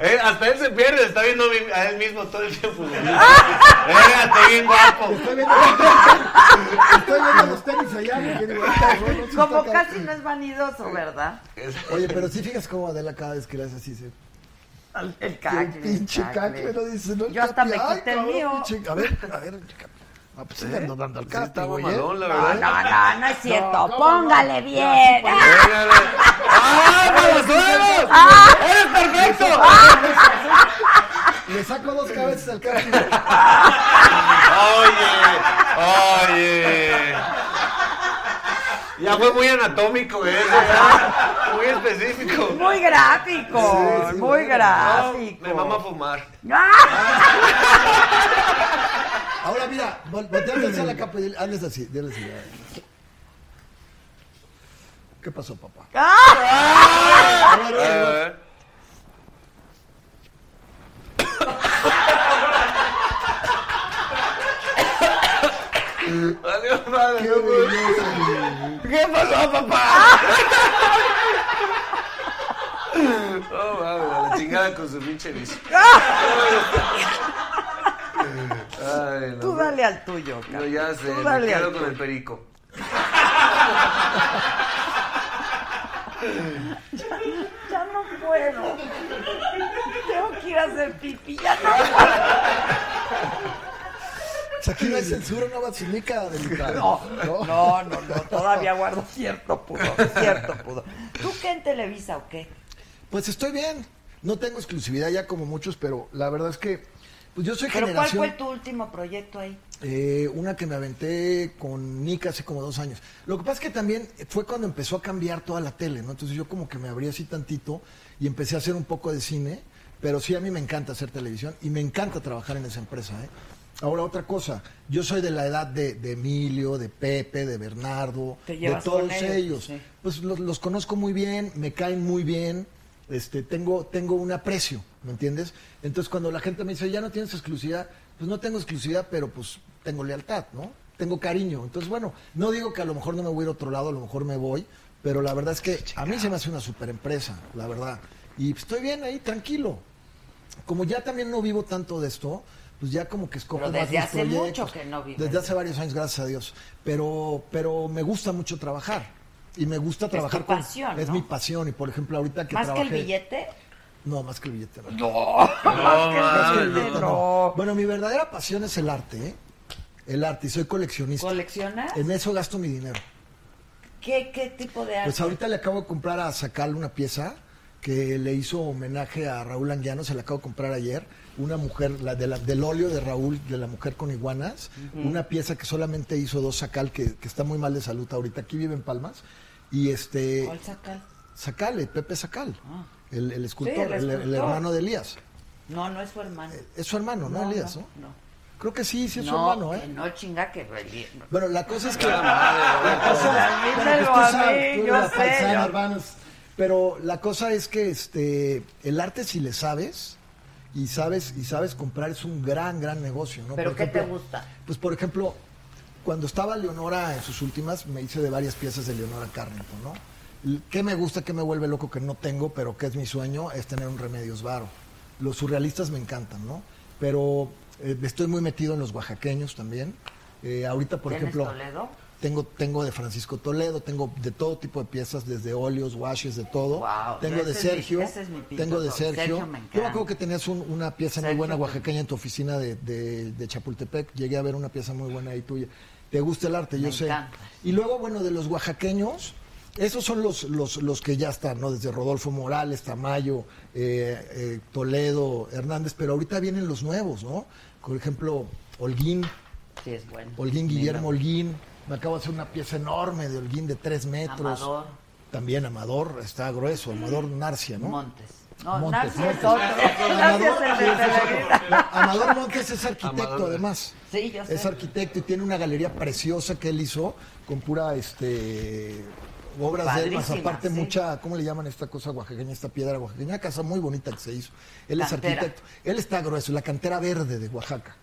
Speaker 2: Eh, hasta él se pierde, está viendo mi- a él mismo todo el tiempo. Venga, está bien guapo.
Speaker 8: Estoy viendo, estoy viendo los tenis allá. porque digo, ahorita el burro sí está
Speaker 1: Como
Speaker 8: acá.
Speaker 1: casi no es vanidoso, ¿verdad?
Speaker 8: Oye, pero sí fijas cómo Adela cada vez que le hace así, se...
Speaker 1: Al- El
Speaker 8: El
Speaker 1: cacle.
Speaker 8: pinche cacle, no dice, no, el
Speaker 1: Yo hasta
Speaker 8: cacle.
Speaker 1: me
Speaker 8: Ay,
Speaker 1: quité el
Speaker 8: cabrón,
Speaker 1: mío. ¿Eh?
Speaker 8: pinche- A ver, a ver, Ah, pues le ando dando al
Speaker 2: Sí,
Speaker 8: caste,
Speaker 2: está
Speaker 8: güey,
Speaker 2: mamalón,
Speaker 8: ¿eh?
Speaker 2: la
Speaker 1: No,
Speaker 2: verdad.
Speaker 1: no, no, no es cierto.
Speaker 8: ¿cómo
Speaker 1: Póngale bien.
Speaker 2: Véngale. ¡Ah, Palazuelos! ¡Eres perfecto!
Speaker 8: Le saco dos cabezas al cacle.
Speaker 2: Oye, oye. Ya fue muy anatómico, ¿eh? Muy específico.
Speaker 1: Muy gráfico,
Speaker 8: Sí, sí,
Speaker 1: muy
Speaker 8: bueno.
Speaker 2: No,
Speaker 1: gráfico.
Speaker 2: me mama fumar.
Speaker 1: ¡Ah!
Speaker 8: Ahora mira, vol- volteate hacia la capa y dile- hazles así, diles así. ya. ¿Qué pasó, papá? A ver, a ver, a ver.
Speaker 2: Eh, Valió madre,
Speaker 8: Qué
Speaker 2: no puedo.
Speaker 8: belleza, güey.
Speaker 2: ¿Qué pasó, papá? No mames, a la chingada con su pinche bici. Ay, no.
Speaker 1: Tú dale al tuyo,
Speaker 2: Yo
Speaker 1: cabrón.
Speaker 2: ya sé,
Speaker 1: Tú
Speaker 2: me
Speaker 1: dale
Speaker 2: quedo
Speaker 1: al
Speaker 2: con el
Speaker 1: tuyo.
Speaker 2: perico.
Speaker 1: Ya no puedo. Tengo que ir a hacer pipí. Ya no puedo.
Speaker 8: O sea, aquí no hay censura, no vacinica, delicada.
Speaker 1: No, no, no, no, todavía guardo cierto pudor, cierto pudor. ¿Tú qué en Televisa o qué?
Speaker 8: Pues estoy bien. No tengo exclusividad ya como muchos, pero la verdad es que pues yo soy
Speaker 1: ¿Pero cuál
Speaker 8: generación...
Speaker 1: fue tu último proyecto ahí?
Speaker 8: Eh, una que me aventé con Nick hace como dos años. Lo que pasa es que también fue cuando empezó a cambiar toda la tele, ¿no? Entonces yo como que me abrí así tantito y empecé a hacer un poco de cine, pero sí a mí me encanta hacer televisión y me encanta trabajar en esa empresa, ¿eh? Ahora otra cosa, yo soy de la edad de, de Emilio, de Pepe, de Bernardo,
Speaker 1: Te
Speaker 8: de
Speaker 1: llevas
Speaker 8: todos
Speaker 1: con ellos,
Speaker 8: ellos.
Speaker 1: sí.
Speaker 8: Pues los, los conozco muy bien, me caen muy bien, este, tengo, tengo un aprecio, ¿me entiendes? Entonces cuando la gente me dice, ya no tienes exclusividad, pues no tengo exclusividad, pero pues tengo lealtad, ¿no? Tengo cariño. Entonces, bueno, no digo que a lo mejor no me voy a ir a otro lado, a lo mejor me voy, pero la verdad es que a mí se me hace una super empresa, la verdad. Y estoy bien ahí, tranquilo. Como ya también no vivo tanto de esto, pues ya como que escojo
Speaker 1: Pero
Speaker 8: más
Speaker 1: desde
Speaker 8: mis
Speaker 1: hace mucho
Speaker 8: proyectos.
Speaker 1: que no vives
Speaker 8: Desde
Speaker 1: de
Speaker 8: hace varios años, gracias a Dios. Pero, pero me gusta mucho trabajar. Y me gusta
Speaker 1: tu
Speaker 8: trabajar
Speaker 1: pasión,
Speaker 8: Es
Speaker 1: ¿no?
Speaker 8: mi pasión. Y por ejemplo, ahorita que
Speaker 1: ¿Más
Speaker 8: trabajé...
Speaker 1: que el billete?
Speaker 8: No, más que el billete. no.
Speaker 2: No,
Speaker 8: Más que el
Speaker 2: mames,
Speaker 8: billete,
Speaker 2: no.
Speaker 8: no. Bueno, mi verdadera pasión es el arte, ¿eh? El arte. Y soy coleccionista.
Speaker 1: ¿Coleccionas?
Speaker 8: en eso gasto mi dinero.
Speaker 1: ¿Qué, ¿Qué tipo de arte?
Speaker 8: Pues ahorita le acabo de comprar a Sacal una pieza que le hizo homenaje a Raúl Anguiano, se la acabo de comprar ayer, una mujer, la de la- del óleo de Raúl, de la mujer con iguanas, una pieza que solamente hizo dos Sacal, que, que está muy mal de salud ahorita, aquí vive en Palmas, y este...
Speaker 1: ¿Cuál sacal?
Speaker 8: Sacal, eh, Pepe Sacal, el, el escultor,
Speaker 1: Sí, el
Speaker 8: el- el
Speaker 1: escultor.
Speaker 8: hermano de Elías.
Speaker 1: No, no es su hermano.
Speaker 8: Es su hermano, ¿no, Elías? No,
Speaker 1: no.
Speaker 8: Creo que sí, sí es su
Speaker 1: No,
Speaker 8: hermano,
Speaker 1: que
Speaker 8: ¿eh?
Speaker 1: no chinga que relie-
Speaker 8: Bueno, la cosa es que...
Speaker 2: Madre,
Speaker 8: O sea, bueno, pues
Speaker 1: Admítelo
Speaker 8: tú
Speaker 1: a
Speaker 8: sabes,
Speaker 1: mí,
Speaker 8: tú eres
Speaker 1: yo
Speaker 8: la paisana,
Speaker 1: sé. yo-
Speaker 8: hermanos. Pero la cosa es que este el arte si le sabes y sabes y sabes comprar es un gran gran negocio, ¿no?
Speaker 1: ¿Pero
Speaker 8: Por
Speaker 1: qué te
Speaker 8: ejemplo,
Speaker 1: gusta?
Speaker 8: Pues por ejemplo, cuando estaba Leonora en sus últimas me hice de varias piezas de Leonora Carrington, ¿no? L- ¿Qué me gusta, qué me vuelve loco que no tengo, pero que es mi sueño es tener un Remedios Varo. Los surrealistas me encantan, ¿no? Pero eh, estoy muy metido en los oaxaqueños también. Eh, ahorita, por
Speaker 1: ¿Tienes
Speaker 8: ejemplo,
Speaker 1: Toledo?
Speaker 8: tengo, tengo de Francisco Toledo, tengo de todo tipo de piezas, desde óleos, washes, de todo.
Speaker 1: Wow,
Speaker 8: tengo
Speaker 1: ese
Speaker 8: de
Speaker 1: es mi-
Speaker 8: Sergio.
Speaker 1: ese es mi pintor,
Speaker 8: tengo de
Speaker 1: Sergio
Speaker 8: Sergio.
Speaker 1: me encanta.
Speaker 8: Yo me acuerdo que tenías un- una pieza muy
Speaker 1: Sergio
Speaker 8: buena
Speaker 1: me-
Speaker 8: oaxaqueña en tu oficina de, de- de Chapultepec. Llegué a ver una pieza muy buena ahí tuya. Te gusta el arte, yo
Speaker 1: Me
Speaker 8: sé.
Speaker 1: encanta.
Speaker 8: Y luego, bueno, de los oaxaqueños, esos son los, los, los que ya están, ¿no? Desde Rodolfo Morales, Tamayo, eh, eh, Toledo, Hernández, pero ahorita vienen los nuevos, ¿no? Por ejemplo, Holguín.
Speaker 1: Sí, es bueno.
Speaker 8: Holguín Guillermo Holguín. Me acabo de hacer una pieza enorme de Holguín de tres metros.
Speaker 1: Amador.
Speaker 8: También Amador, está grueso. Amador Narcia, ¿no?
Speaker 1: Montes. No,
Speaker 8: Montes,
Speaker 1: Narci
Speaker 8: Montes.
Speaker 1: es otro. Narci es el de
Speaker 8: sí, ese es otro.
Speaker 1: Pellegrina.
Speaker 8: Amador Montes es arquitecto,
Speaker 2: Amador.
Speaker 8: además.
Speaker 1: Sí, yo sé.
Speaker 8: Es arquitecto y tiene una galería preciosa que él hizo con pura este obras de él, más
Speaker 1: Padrísima,
Speaker 8: aparte
Speaker 1: sí.
Speaker 8: mucha, ¿cómo le llaman esta cosa oaxaqueña, esta piedra oaxaqueña? Una casa muy bonita que se hizo. Él es
Speaker 1: Cantera.
Speaker 8: arquitecto. Él está grueso, la cantera verde de Oaxaca.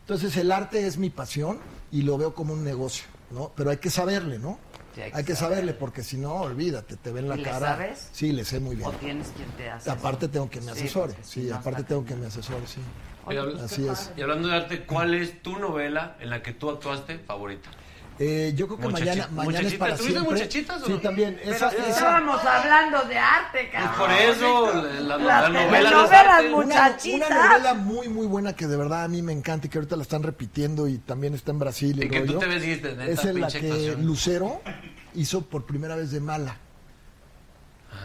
Speaker 8: Entonces el arte es mi pasión y lo veo como un negocio, ¿no? Pero hay que saberle, ¿no?
Speaker 1: Sí,
Speaker 8: hay que, saberle, porque si no, olvídate, te ven la
Speaker 1: ¿Y le
Speaker 8: cara.
Speaker 1: sabes?
Speaker 8: Sí, le sé muy bien.
Speaker 1: O tienes quien te hace.
Speaker 8: Aparte tengo que me
Speaker 1: Sí,
Speaker 8: asesore,
Speaker 1: porque si
Speaker 8: sí,
Speaker 1: no
Speaker 8: aparte
Speaker 1: está
Speaker 8: tengo que me asesore, sí.
Speaker 2: Y habl-
Speaker 8: Así es.
Speaker 2: Y hablando de arte, ¿cuál es tu novela en la que tú actuaste favorita?
Speaker 8: Eh, yo creo que
Speaker 2: Muchachi-
Speaker 8: mañana, mañana es
Speaker 2: muchachita,
Speaker 8: para
Speaker 2: ¿tuviste
Speaker 8: siempre.
Speaker 2: muchachitas o
Speaker 8: Sí,
Speaker 2: no?
Speaker 8: también.
Speaker 1: Pero
Speaker 8: Esa,
Speaker 1: si
Speaker 8: esa-
Speaker 1: estábamos hablando de arte, cabrón.
Speaker 2: Pues por eso, la, la- la
Speaker 1: Las
Speaker 2: novela no es
Speaker 1: telenovelas,
Speaker 2: arte.
Speaker 1: mucho.
Speaker 8: una,
Speaker 1: muchachitas.
Speaker 8: una novela muy, muy buena que de verdad a mí me encanta y que ahorita la están repitiendo y también está en Brasil. el
Speaker 2: Y que tú
Speaker 8: rollo.
Speaker 2: te ves y dices, "Neta,
Speaker 8: Es en la
Speaker 2: pinche
Speaker 8: que
Speaker 2: actuación".
Speaker 8: Lucero hizo por primera vez de mala.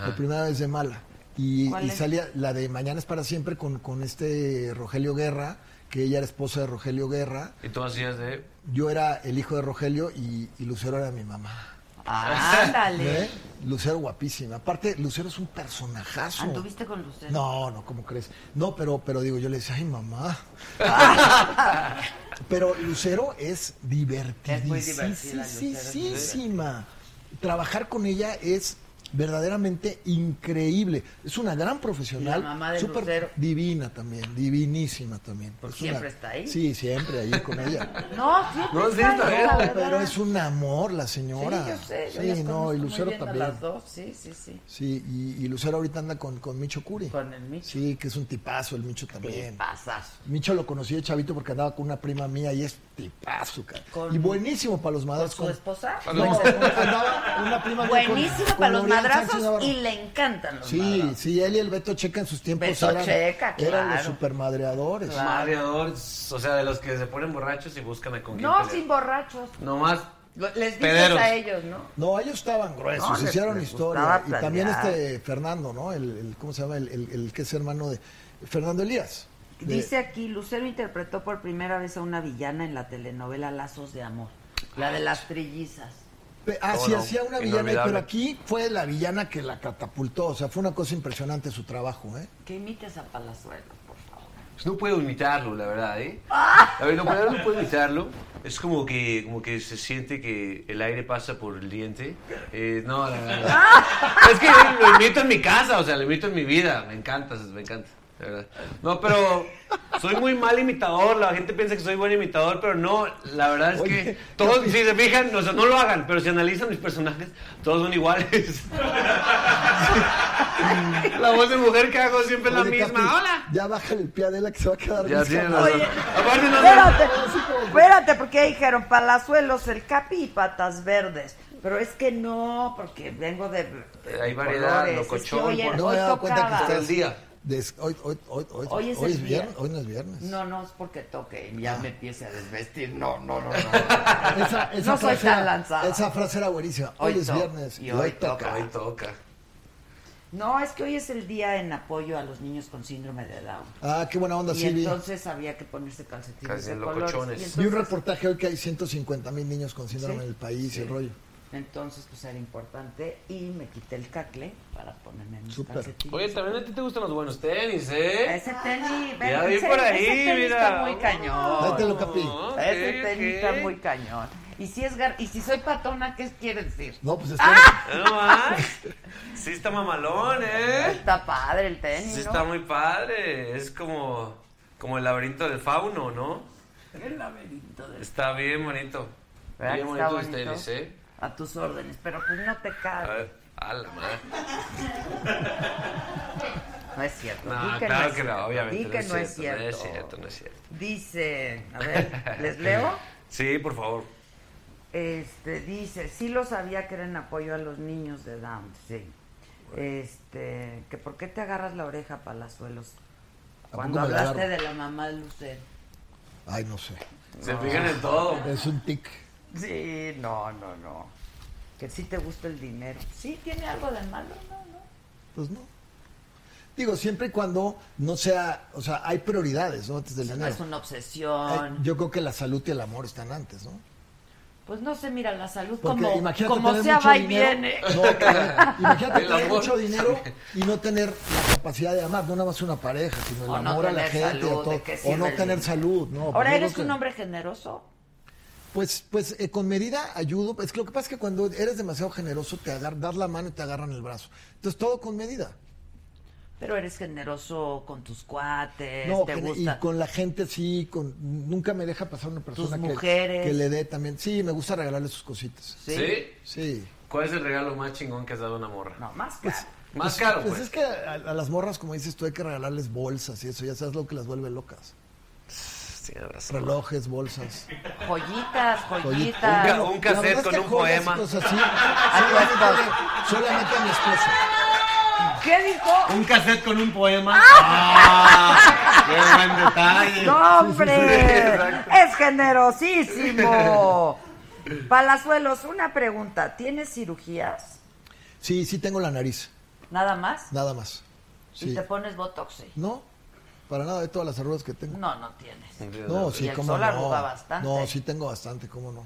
Speaker 8: Por primera vez de mala. Y,
Speaker 1: ¿Cuál
Speaker 8: y
Speaker 1: es?
Speaker 8: salía la de Mañana es para siempre con, con este Rogelio Guerra, que ella era esposa de Rogelio Guerra.
Speaker 2: Y tú hacías de...
Speaker 8: Yo era el hijo de Rogelio y, y Lucero era mi mamá.
Speaker 1: Ándale.
Speaker 8: ¿Eh? Lucero guapísima. Aparte, Lucero es un personajazo.
Speaker 1: ¿Anduviste con Lucero?
Speaker 8: No, no, ¿cómo crees? No, pero, pero digo, yo le decía, ay, mamá. pero Lucero es divertidísima.
Speaker 1: Es muy divertida,
Speaker 8: Trabajar con ella es verdaderamente increíble. Es una gran profesional.
Speaker 1: La mamá de
Speaker 8: súper
Speaker 1: Lucero.
Speaker 8: divina también, divinísima también. Es
Speaker 1: siempre está ahí.
Speaker 8: Sí, siempre ahí con ella.
Speaker 1: No, siempre
Speaker 2: No, sí,
Speaker 1: están,
Speaker 2: está bien.
Speaker 1: la
Speaker 8: No, pero
Speaker 1: verdad.
Speaker 8: es un amor la señora.
Speaker 1: Sí, yo sé. Yo
Speaker 8: Sí,
Speaker 1: las
Speaker 8: no,
Speaker 1: conozco
Speaker 8: y
Speaker 1: muy
Speaker 8: Lucero
Speaker 1: bien a
Speaker 8: también.
Speaker 1: las dos, sí, sí, sí.
Speaker 8: Sí, y, y Lucero ahorita anda con, con Micho Curi.
Speaker 1: Con el Micho.
Speaker 8: Sí, que es un tipazo, el Micho
Speaker 1: ¿Qué
Speaker 8: también.
Speaker 1: pasas?
Speaker 8: Micho lo conocí de chavito porque andaba con una prima mía y es tipazo, cara.
Speaker 1: Con-
Speaker 8: Y buenísimo para los
Speaker 1: ¿Con
Speaker 8: madrazos.
Speaker 1: su esposa?
Speaker 8: No, andaba una prima mía con-
Speaker 1: Buenísimo
Speaker 8: con
Speaker 1: para los
Speaker 8: Oriana
Speaker 1: madrazos
Speaker 8: Navarro.
Speaker 1: y le encantan los
Speaker 8: Sí,
Speaker 1: madrazos.
Speaker 8: sí, él y el Beto Checa en sus tiempos
Speaker 1: Beto
Speaker 8: eran,
Speaker 1: Checa,
Speaker 8: eran los
Speaker 1: claro.
Speaker 8: supermadreadores.
Speaker 2: Mareador, o sea, de los que se ponen borrachos y buscan a con quién
Speaker 1: No,
Speaker 2: pelear.
Speaker 1: sin borrachos.
Speaker 2: Nomás
Speaker 1: Les dices
Speaker 2: pederos.
Speaker 1: a ellos, ¿no?
Speaker 8: No, ellos estaban gruesos,
Speaker 1: No, les-
Speaker 8: hicieron
Speaker 1: les
Speaker 8: historia.
Speaker 1: gustaba
Speaker 8: Y también
Speaker 1: pelear.
Speaker 8: este Fernando, ¿no? El, el- ¿Cómo se llama? El, el- el que es hermano de Fernando Elías. De-
Speaker 1: Dice aquí, Lucero interpretó por primera vez a una villana en la telenovela Lazos de Amor, la de las trillizas.
Speaker 8: Pe- Ah,
Speaker 2: ¿Cómo
Speaker 8: sí,
Speaker 2: no?
Speaker 8: hacía una villana,
Speaker 2: Inolvidable.
Speaker 8: pero aquí fue la villana que la catapultó. O sea, fue una cosa impresionante su trabajo, ¿eh?
Speaker 1: Que imites a Palazuelo, por favor.
Speaker 2: Pues no puedo imitarlo, la verdad, ¿eh? La verdad, no, puedo- no puedo imitarlo. Es como que, como que se siente que el aire pasa por el diente. Eh, no, la verdad. Es que lo imito en mi casa, o sea, lo imito en mi vida. Me encanta, me encanta. la verdad. No, pero soy muy mal imitador. La gente piensa que soy buen imitador, pero no. La verdad es que todos, si se fijan, no, no lo hagan, pero si analizan mis personajes, todos son iguales. La voz de mujer que hago siempre es la
Speaker 8: Oye,
Speaker 2: misma.
Speaker 8: Capi,
Speaker 2: ¡Hola!
Speaker 8: Ya baja el piadela que se va a quedar.
Speaker 2: Ya
Speaker 8: mis
Speaker 2: tiene
Speaker 8: camas.
Speaker 2: razón. Aparte, no,
Speaker 1: Espérate, espérate, porque ahí dijeron Palazuelos, el Capi y Patas Verdes. Pero es que no, porque vengo de. de
Speaker 2: Hay variedad,
Speaker 1: colores. Es que
Speaker 2: locochón,
Speaker 1: hoy era-
Speaker 2: por-
Speaker 8: No me he
Speaker 1: hoy
Speaker 8: dado cuenta que
Speaker 1: tocaba.
Speaker 2: Todo
Speaker 8: estás.
Speaker 2: el día.
Speaker 8: des- hoy, hoy, hoy, hoy,
Speaker 1: Hoy es
Speaker 8: hoy
Speaker 1: el
Speaker 8: es
Speaker 1: día.
Speaker 8: viernes. Hoy no es viernes.
Speaker 1: No, no, es porque toque y ya me empiece a desvestir. No, no, no, no.
Speaker 8: Ah. Esa, esa
Speaker 1: No soy
Speaker 8: frase
Speaker 1: tan
Speaker 8: era-
Speaker 1: lanzada.
Speaker 8: Esa frase era buenísima. Hoy,
Speaker 1: Hoy
Speaker 8: es
Speaker 1: to-
Speaker 8: viernes
Speaker 1: y
Speaker 8: y,
Speaker 1: hoy
Speaker 8: hoy toca.
Speaker 2: Ay, toca.
Speaker 1: No, es que hoy es el día en apoyo a los niños con síndrome de Down.
Speaker 8: Ah, qué buena onda,
Speaker 1: Y
Speaker 8: Silvi.
Speaker 1: entonces había que ponerse calcetines de
Speaker 2: Calcetines
Speaker 1: colores.
Speaker 2: locochones.
Speaker 1: Y
Speaker 8: Vi un
Speaker 1: entonces,
Speaker 8: reportaje hoy que hay 150 mil niños con síndrome
Speaker 1: Sí,
Speaker 8: en el país y
Speaker 1: sí.
Speaker 8: el rollo.
Speaker 1: entonces, pues era importante y me quité el cacle para ponerme mis
Speaker 8: Súper.
Speaker 1: calcetines.
Speaker 2: Oye, también a ti te gustan los buenos tenis, ¿eh?
Speaker 1: Ese tenis,
Speaker 2: Ya
Speaker 1: ven,
Speaker 2: vi
Speaker 1: ese-
Speaker 2: por
Speaker 1: ese
Speaker 2: ahí,
Speaker 1: tenis
Speaker 2: mira.
Speaker 1: está muy cañón.
Speaker 8: Ahí te lo capí.
Speaker 2: Ok,
Speaker 1: ese tenis está
Speaker 2: ok.
Speaker 1: muy cañón. Y si es gar- y si soy patona, ¿qué quiere decir?
Speaker 8: No, pues está.
Speaker 1: ¡Ah!
Speaker 2: Ah, No más. Sí está mamalón, ¿eh?
Speaker 1: Está padre el tenis,
Speaker 2: Sí
Speaker 1: ¿no?
Speaker 2: está muy padre. Es como, como el laberinto del fauno, ¿no?
Speaker 1: El laberinto de-
Speaker 2: Está bien bonito.
Speaker 1: ¿Verdad
Speaker 2: Bien
Speaker 1: que está
Speaker 2: bonito los
Speaker 1: bonito?
Speaker 2: tenis, ¿eh?
Speaker 1: A tus órdenes, pero pues no te
Speaker 2: A
Speaker 1: cabe.
Speaker 2: ver, a la madre.
Speaker 1: No es cierto.
Speaker 2: No,
Speaker 1: di que
Speaker 2: claro
Speaker 1: es
Speaker 2: que
Speaker 1: cierto,
Speaker 2: no, obviamente.
Speaker 1: di que no es cierto.
Speaker 2: No es cierto, no es cierto.
Speaker 1: Dice, a ver, ¿les leo?
Speaker 2: Sí, por favor.
Speaker 1: Este, dice, sí lo sabía que era en apoyo a los niños de Down, sí. Este, que por qué te agarras la oreja, Palazuelos,
Speaker 8: poco
Speaker 1: cuando
Speaker 8: me la
Speaker 1: hablaste
Speaker 8: agarro?
Speaker 1: de la mamá de Lucero.
Speaker 8: Ay, no sé.
Speaker 2: Se fijan en todo.
Speaker 8: Es un tic.
Speaker 1: Sí, no, no, no. Que sí te gusta el dinero. Sí, tiene algo de malo, no, no.
Speaker 8: Pues no. Digo, siempre y cuando no sea. O sea, hay prioridades, ¿no? Antes del
Speaker 1: No
Speaker 8: dinero.
Speaker 1: es una
Speaker 8: Ay,
Speaker 1: obsesión.
Speaker 8: Yo creo que la salud y el amor están antes, ¿no?
Speaker 1: Pues no sé, mira, la salud
Speaker 8: Porque
Speaker 1: como,
Speaker 8: imagínate
Speaker 1: como
Speaker 8: tener
Speaker 1: sea
Speaker 8: mucho
Speaker 1: va y
Speaker 8: dinero-
Speaker 1: viene.
Speaker 8: No, tener- imagínate
Speaker 2: El
Speaker 8: tener
Speaker 2: amor.
Speaker 8: mucho dinero y no tener la capacidad de amar, no nada más una pareja, sino el
Speaker 1: O no
Speaker 8: amor a la
Speaker 1: tener
Speaker 8: gente,
Speaker 1: salud,
Speaker 8: a todo.
Speaker 1: ¿de qué
Speaker 8: o
Speaker 1: sirve
Speaker 8: no
Speaker 1: el
Speaker 8: tener
Speaker 1: dinero?
Speaker 8: salud, no. pues
Speaker 1: Ahora,
Speaker 8: yo
Speaker 1: ¿eres
Speaker 8: creo
Speaker 1: un
Speaker 8: que-
Speaker 1: hombre generoso?
Speaker 8: Pues, pues eh, con medida ayudo. Es que lo que pasa es que cuando eres demasiado generoso te agar- das la mano y te agarran el brazo. Entonces todo con medida.
Speaker 1: Pero eres generoso con tus cuates,
Speaker 8: No,
Speaker 1: te
Speaker 8: gen- y
Speaker 1: gusta.
Speaker 8: con la gente sí, con nunca me deja pasar una persona que,
Speaker 1: mujeres.
Speaker 8: que le dé también. Sí, me gusta regalarle sus cositas.
Speaker 1: ¿Sí?
Speaker 2: ¿Sí?
Speaker 8: Sí.
Speaker 2: ¿Cuál es el regalo más chingón que has dado a una morra?
Speaker 1: No, más caro.
Speaker 2: Más caro,
Speaker 8: Pues
Speaker 2: pues.
Speaker 8: es que a, a las morras, como dices tú, hay que regalarles bolsas y eso, ya sabes lo que las vuelve locas.
Speaker 2: Tienes razón.
Speaker 8: Relojes, bolsas.
Speaker 1: Joyitas,
Speaker 2: Un,
Speaker 1: joyitas.
Speaker 2: ca- un
Speaker 8: La
Speaker 2: cassette
Speaker 8: verdad es
Speaker 2: con
Speaker 8: que
Speaker 2: un
Speaker 8: joyas y
Speaker 2: poema.
Speaker 8: cosas así,
Speaker 1: tu esposo.
Speaker 8: solamente, solamente a mi esposa.
Speaker 1: ¿Qué dijo?
Speaker 2: Un cassette con un poema. ¡Ah! ¡Qué buen detalle!
Speaker 1: ¡No, hombre!
Speaker 2: Exacto.
Speaker 1: ¡Es generosísimo! Palazuelos, una pregunta. ¿Tienes cirugías?
Speaker 8: Sí, sí tengo la nariz,
Speaker 1: ¿Nada más?
Speaker 8: nada más.
Speaker 1: ¿Y
Speaker 8: Sí.
Speaker 1: te pones botox? sí?
Speaker 8: No, para nada de todas las arrugas que tengo.
Speaker 1: No, no tienes.
Speaker 8: No,
Speaker 1: Y
Speaker 8: sí,
Speaker 1: el
Speaker 8: cómo
Speaker 1: sol
Speaker 8: no.
Speaker 1: arruga bastante.
Speaker 8: No, sí tengo bastante, cómo no.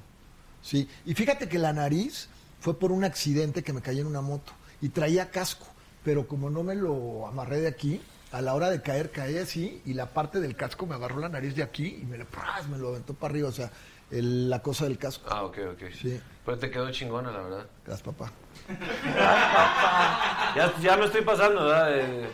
Speaker 8: Sí, y fíjate que la nariz fue por un accidente que me caí en una moto y traía casco, pero como no me lo amarré de aquí, a la hora de caer caí así y la parte del casco me agarró la nariz de aquí y me, le- ¡pras! me lo aventó para arriba, o sea, el- la cosa del casco.
Speaker 2: Ah, ok, ok.
Speaker 8: Sí.
Speaker 2: Pero te quedó chingona, la verdad.
Speaker 8: Gracias, papá.
Speaker 2: Ya, ya me estoy pasando, ¿verdad? De-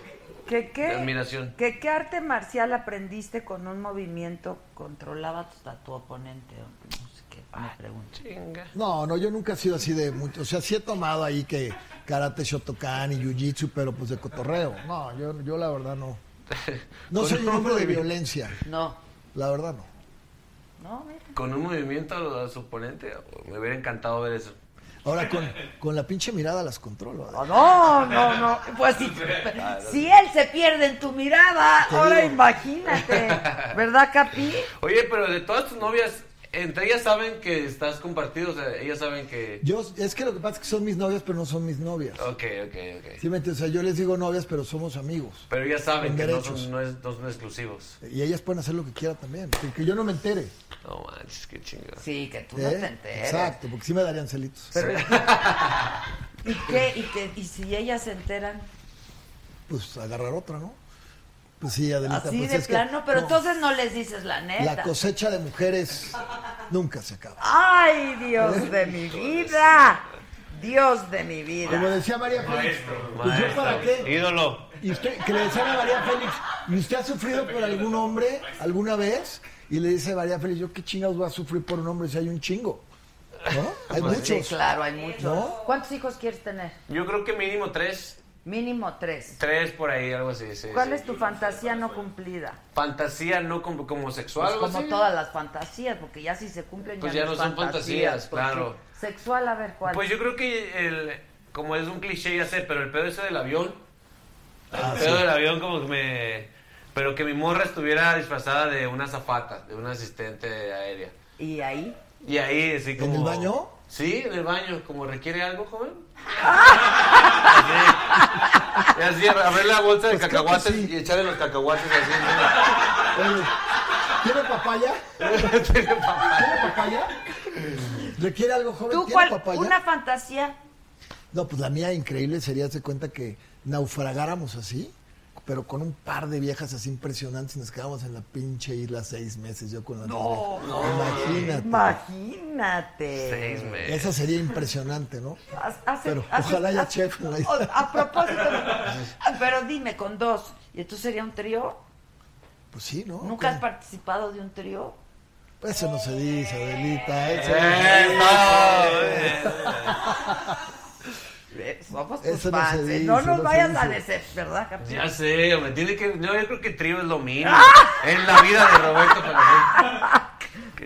Speaker 1: ¿Qué, qué,
Speaker 2: De admiración.
Speaker 1: ¿qué, qué arte marcial aprendiste con un movimiento controlaba a tu oponente? O No sé qué, me
Speaker 2: Ah,
Speaker 1: pregunto.
Speaker 2: Chinga.
Speaker 8: No, no, yo nunca he sido así de mucho. O sea, sí he tomado ahí que karate, shotokan y jiu-jitsu, pero pues de cotorreo. No, yo, yo la verdad no. No
Speaker 2: Con
Speaker 8: soy
Speaker 2: un
Speaker 8: un hombre de
Speaker 2: movimiento.
Speaker 8: violencia.
Speaker 1: No,
Speaker 8: La verdad no.
Speaker 1: no, mira.
Speaker 2: Con un movimiento a, su oponente, me hubiera encantado ver eso.
Speaker 8: Ahora con, con la pinche mirada las controlo. ¿eh?
Speaker 1: No, Oh, No, no, no. Pues si, si él se pierde en tu mirada,
Speaker 2: Te
Speaker 1: ahora
Speaker 2: digo.
Speaker 1: imagínate. ¿Verdad, Capi?
Speaker 2: Oye, pero de todas tus novias, entre ellas saben que estás compartido, o sea, ellas saben que...
Speaker 8: Yo, es que lo que pasa es que son mis novias, pero no son mis novias.
Speaker 2: Ok, ok, ok.
Speaker 8: ¿Sí me entiendes? O sea, yo les digo novias, pero somos amigos.
Speaker 2: Pero ellas saben
Speaker 8: Con
Speaker 2: que no
Speaker 8: derechos.
Speaker 2: son, no es- no son exclusivos.
Speaker 8: Y ellas pueden hacer lo que quieran también. Que, que yo no me entere.
Speaker 2: No manches, qué chingada.
Speaker 1: Sí, que tú
Speaker 8: ¿eh? Exacto, porque sí me darían celitos.
Speaker 1: ¿Y qué? ¿Y, qué? ¿Y si ellas se enteran?
Speaker 8: Pues agarrar otra, ¿no? Pues sí, Adelita.
Speaker 1: Así
Speaker 8: pues
Speaker 1: de
Speaker 8: es que-
Speaker 1: plano, pero
Speaker 8: no,
Speaker 1: entonces no les dices la neta.
Speaker 8: La cosecha de mujeres nunca se acaba.
Speaker 1: ¡Ay, Dios de mi vida! Dios de mi
Speaker 8: Como
Speaker 1: vida.
Speaker 8: decía María Félix, pues yo
Speaker 2: Maestro,
Speaker 8: para qué.
Speaker 2: Ídolo.
Speaker 8: Y usted, que le decían a María Félix, ¿y usted ha sufrido por algún hombre alguna vez? Y le dice María Félix, yo qué chingados voy a sufrir por un hombre si hay un chingo. ¿No? Hay
Speaker 2: Pues
Speaker 8: muchos.
Speaker 1: Sí, claro, hay muchos.
Speaker 8: ¿No?
Speaker 1: ¿Cuántos hijos quieres tener?
Speaker 2: Yo creo que mínimo tres,
Speaker 1: Mínimo tres.
Speaker 2: tres por ahí, algo así. sí,
Speaker 1: ¿Cuál
Speaker 2: Eh, sí.
Speaker 1: es tu fantasía no cumplida?
Speaker 2: Fantasía no como, como sexual,
Speaker 1: Pues
Speaker 2: Pues algo
Speaker 1: como
Speaker 2: así.
Speaker 1: todas las fantasías, porque ya si se cumplen
Speaker 2: Pues
Speaker 1: ya,
Speaker 2: ya
Speaker 1: no
Speaker 2: no son fantasías,
Speaker 1: pues
Speaker 2: claro.
Speaker 1: sí. Sexual, a ver cuál.
Speaker 2: Pues yo creo que el, como es un cliché ya sé, pero el pedo ese del avión, el
Speaker 8: Ah,
Speaker 2: pedo del avión como que me, pero que mi morra estuviera disfrazada de una zafata, de una asistente aérea.
Speaker 1: ¿Y ahí?
Speaker 2: Y ahí así como.
Speaker 8: el baño?
Speaker 2: Sí, en el baño, como requiere algo, joven. Así. Y así, abrir la bolsa de
Speaker 8: Pues creo que
Speaker 2: cacahuates
Speaker 8: sí.
Speaker 2: y echarle los cacahuates así.
Speaker 8: Oye, ¿Tiene papaya?
Speaker 2: ¿no? Tiene papaya.
Speaker 8: ¿Papaya? ¿Requiere algo joven?
Speaker 2: Pues
Speaker 1: ¿Tú
Speaker 8: ¿Tiene
Speaker 1: cuál?
Speaker 8: papaya?
Speaker 1: Una fantasía.
Speaker 8: No, pues la mía increíble sería hacer cuenta que naufragáramos así, pero con un par de viejas así impresionantes y nos quedábamos en la pinche isla seis meses, yo con la No, Imagínate.
Speaker 1: Imagínate.
Speaker 2: Seis meses.
Speaker 8: Esa sería impresionante, ¿no?
Speaker 1: Haz- hace-
Speaker 8: Pero
Speaker 1: hace-
Speaker 8: ojalá haya
Speaker 1: hace-
Speaker 8: chef en la
Speaker 1: o-
Speaker 8: isla.
Speaker 1: A propósito, ah, pero dime, con dos. ¿Y entonces sería un trío?
Speaker 8: Pues sí, ¿no?
Speaker 1: ¿Nunca has
Speaker 8: ¿Cómo?
Speaker 1: participado de un trío?
Speaker 8: Pues eso no se dice, Adelita. Eso
Speaker 2: ¡Eso!
Speaker 1: Eh, Somos tus
Speaker 8: Eso no
Speaker 1: fans.
Speaker 8: se
Speaker 1: eh,
Speaker 8: dice,
Speaker 1: no nos
Speaker 8: no se
Speaker 1: vayas a
Speaker 8: dice.
Speaker 1: decepcionar, ¿verdad, Capi?
Speaker 2: Ya sé, hombre, tiene que. No, yo creo que trío es lo mismo.
Speaker 1: ¡Ah!
Speaker 2: Es la vida de Roberto Palomino. Qué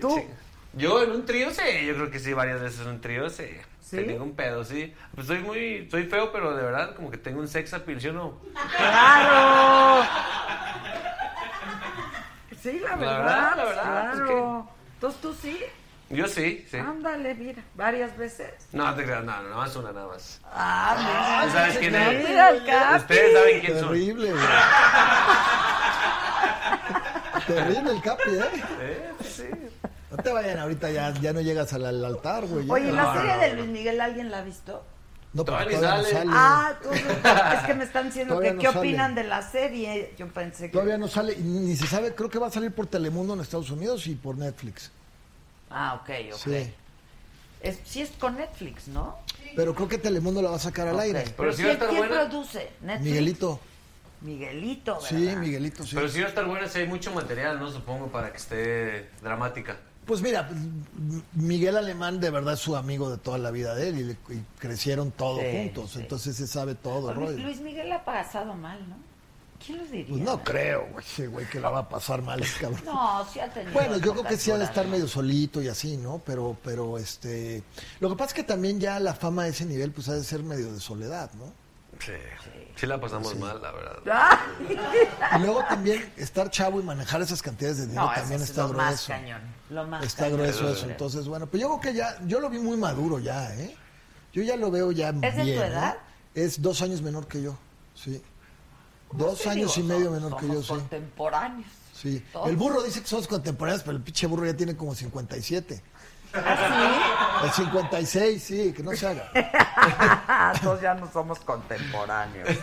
Speaker 1: ¿Tú?
Speaker 2: chinga. Yo en un trío sí, yo creo que sí, varias veces en un trío sí.
Speaker 1: ¿Sí?
Speaker 2: Sin ningún pedo, sí. Pues soy muy. Soy feo, pero de verdad, como que tengo un sex appeal, ¿sí o no?
Speaker 1: ¡Claro! Sí, la
Speaker 2: La
Speaker 1: verdad,
Speaker 2: verdad, la verdad,
Speaker 1: claro. Entonces tú sí,
Speaker 2: Yo sí, sí.
Speaker 1: ándale, mira, varias veces.
Speaker 2: No, te creas, no, no, nada más una, nada más.
Speaker 1: Ah, mira.
Speaker 2: ¿Sabes quién es? Este,
Speaker 1: Mira el Capi.
Speaker 2: Ustedes saben quién son.
Speaker 8: Terrible. Terrible el capi, ¿eh?
Speaker 2: ¿Eh? Sí.
Speaker 8: No te vayan ahorita, ya, ya no llegas al, al altar, güey. ya.
Speaker 1: Oye, ¿la
Speaker 2: No,
Speaker 1: serie
Speaker 2: no,
Speaker 1: de
Speaker 2: no. Mm.
Speaker 1: Luis Miguel alguien la ha visto?
Speaker 8: No, porque
Speaker 2: Todavía
Speaker 8: todavía no
Speaker 2: sale.
Speaker 8: sale.
Speaker 1: Ah, tú- es que me están diciendo
Speaker 8: Todavía
Speaker 1: que
Speaker 8: no
Speaker 1: qué
Speaker 8: sale.
Speaker 1: opinan de la serie. Yo pensé que.
Speaker 8: Todavía no sale, y ni se sabe, creo que va a salir por Telemundo en Estados Unidos y por Netflix.
Speaker 1: Ah, ok, ok.
Speaker 8: Sí.
Speaker 1: Es, sí es con Netflix, ¿no?
Speaker 8: Pero creo que Telemundo la va a sacar al
Speaker 1: Ok.
Speaker 8: aire.
Speaker 2: Pero sí va
Speaker 1: ¿quién,
Speaker 2: a estar
Speaker 1: quién
Speaker 2: buena.
Speaker 1: produce? Netflix.
Speaker 8: Miguelito.
Speaker 1: Miguelito, ¿verdad?
Speaker 8: Sí, Miguelito, sí.
Speaker 2: Pero sí va a estar buena si hay mucho material, ¿no? Supongo, para que esté dramática.
Speaker 8: Pues mira, pues, M- Miguel Alemán de verdad es su amigo de toda la vida de él y, le- y crecieron todos
Speaker 1: Sí,
Speaker 8: juntos,
Speaker 1: sí.
Speaker 8: entonces se sabe todo,
Speaker 1: Luis,
Speaker 8: el rollo.
Speaker 1: Luis Miguel la ha pasado mal, ¿no? ¿Quién lo diría?
Speaker 8: Pues no creo, güey, ese güey que la va a pasar mal, ese cabrón.
Speaker 1: No, sí ha tenido.
Speaker 8: Bueno, yo creo que
Speaker 1: épocas
Speaker 8: sí ha de estar
Speaker 1: doradas.
Speaker 8: medio solito y así, ¿no? Pero, pero este, lo que pasa es que también ya la fama a ese nivel, pues ha de ser medio de soledad, ¿no?
Speaker 2: Sí. Sí la pasamos mal, la verdad.
Speaker 8: Y luego también estar chavo y manejar esas cantidades de dinero
Speaker 1: No, eso
Speaker 8: también
Speaker 1: es
Speaker 8: está
Speaker 1: lo
Speaker 8: grueso.
Speaker 1: más cañón. Lo más
Speaker 8: está
Speaker 1: cañón.
Speaker 8: grueso eso. Entonces, bueno, pero yo creo que ya, yo lo vi muy maduro ya, ¿eh? Yo ya lo veo ya
Speaker 1: de
Speaker 8: bien.
Speaker 1: tu
Speaker 8: ¿no?
Speaker 1: edad?
Speaker 8: Es dos años menor que yo, sí. Dos
Speaker 1: Sí,
Speaker 8: años
Speaker 1: digo,
Speaker 8: y medio
Speaker 1: son-
Speaker 8: menor que yo,
Speaker 1: somos
Speaker 8: sí.
Speaker 1: Contemporáneos.
Speaker 8: Sí.
Speaker 1: Todos.
Speaker 8: El burro dice que somos contemporáneos, pero el pinche burro ya tiene como 57.
Speaker 1: ¿Ah,
Speaker 8: El 56, sí, que no se haga.
Speaker 1: sí? Todos ya no somos contemporáneos. sí.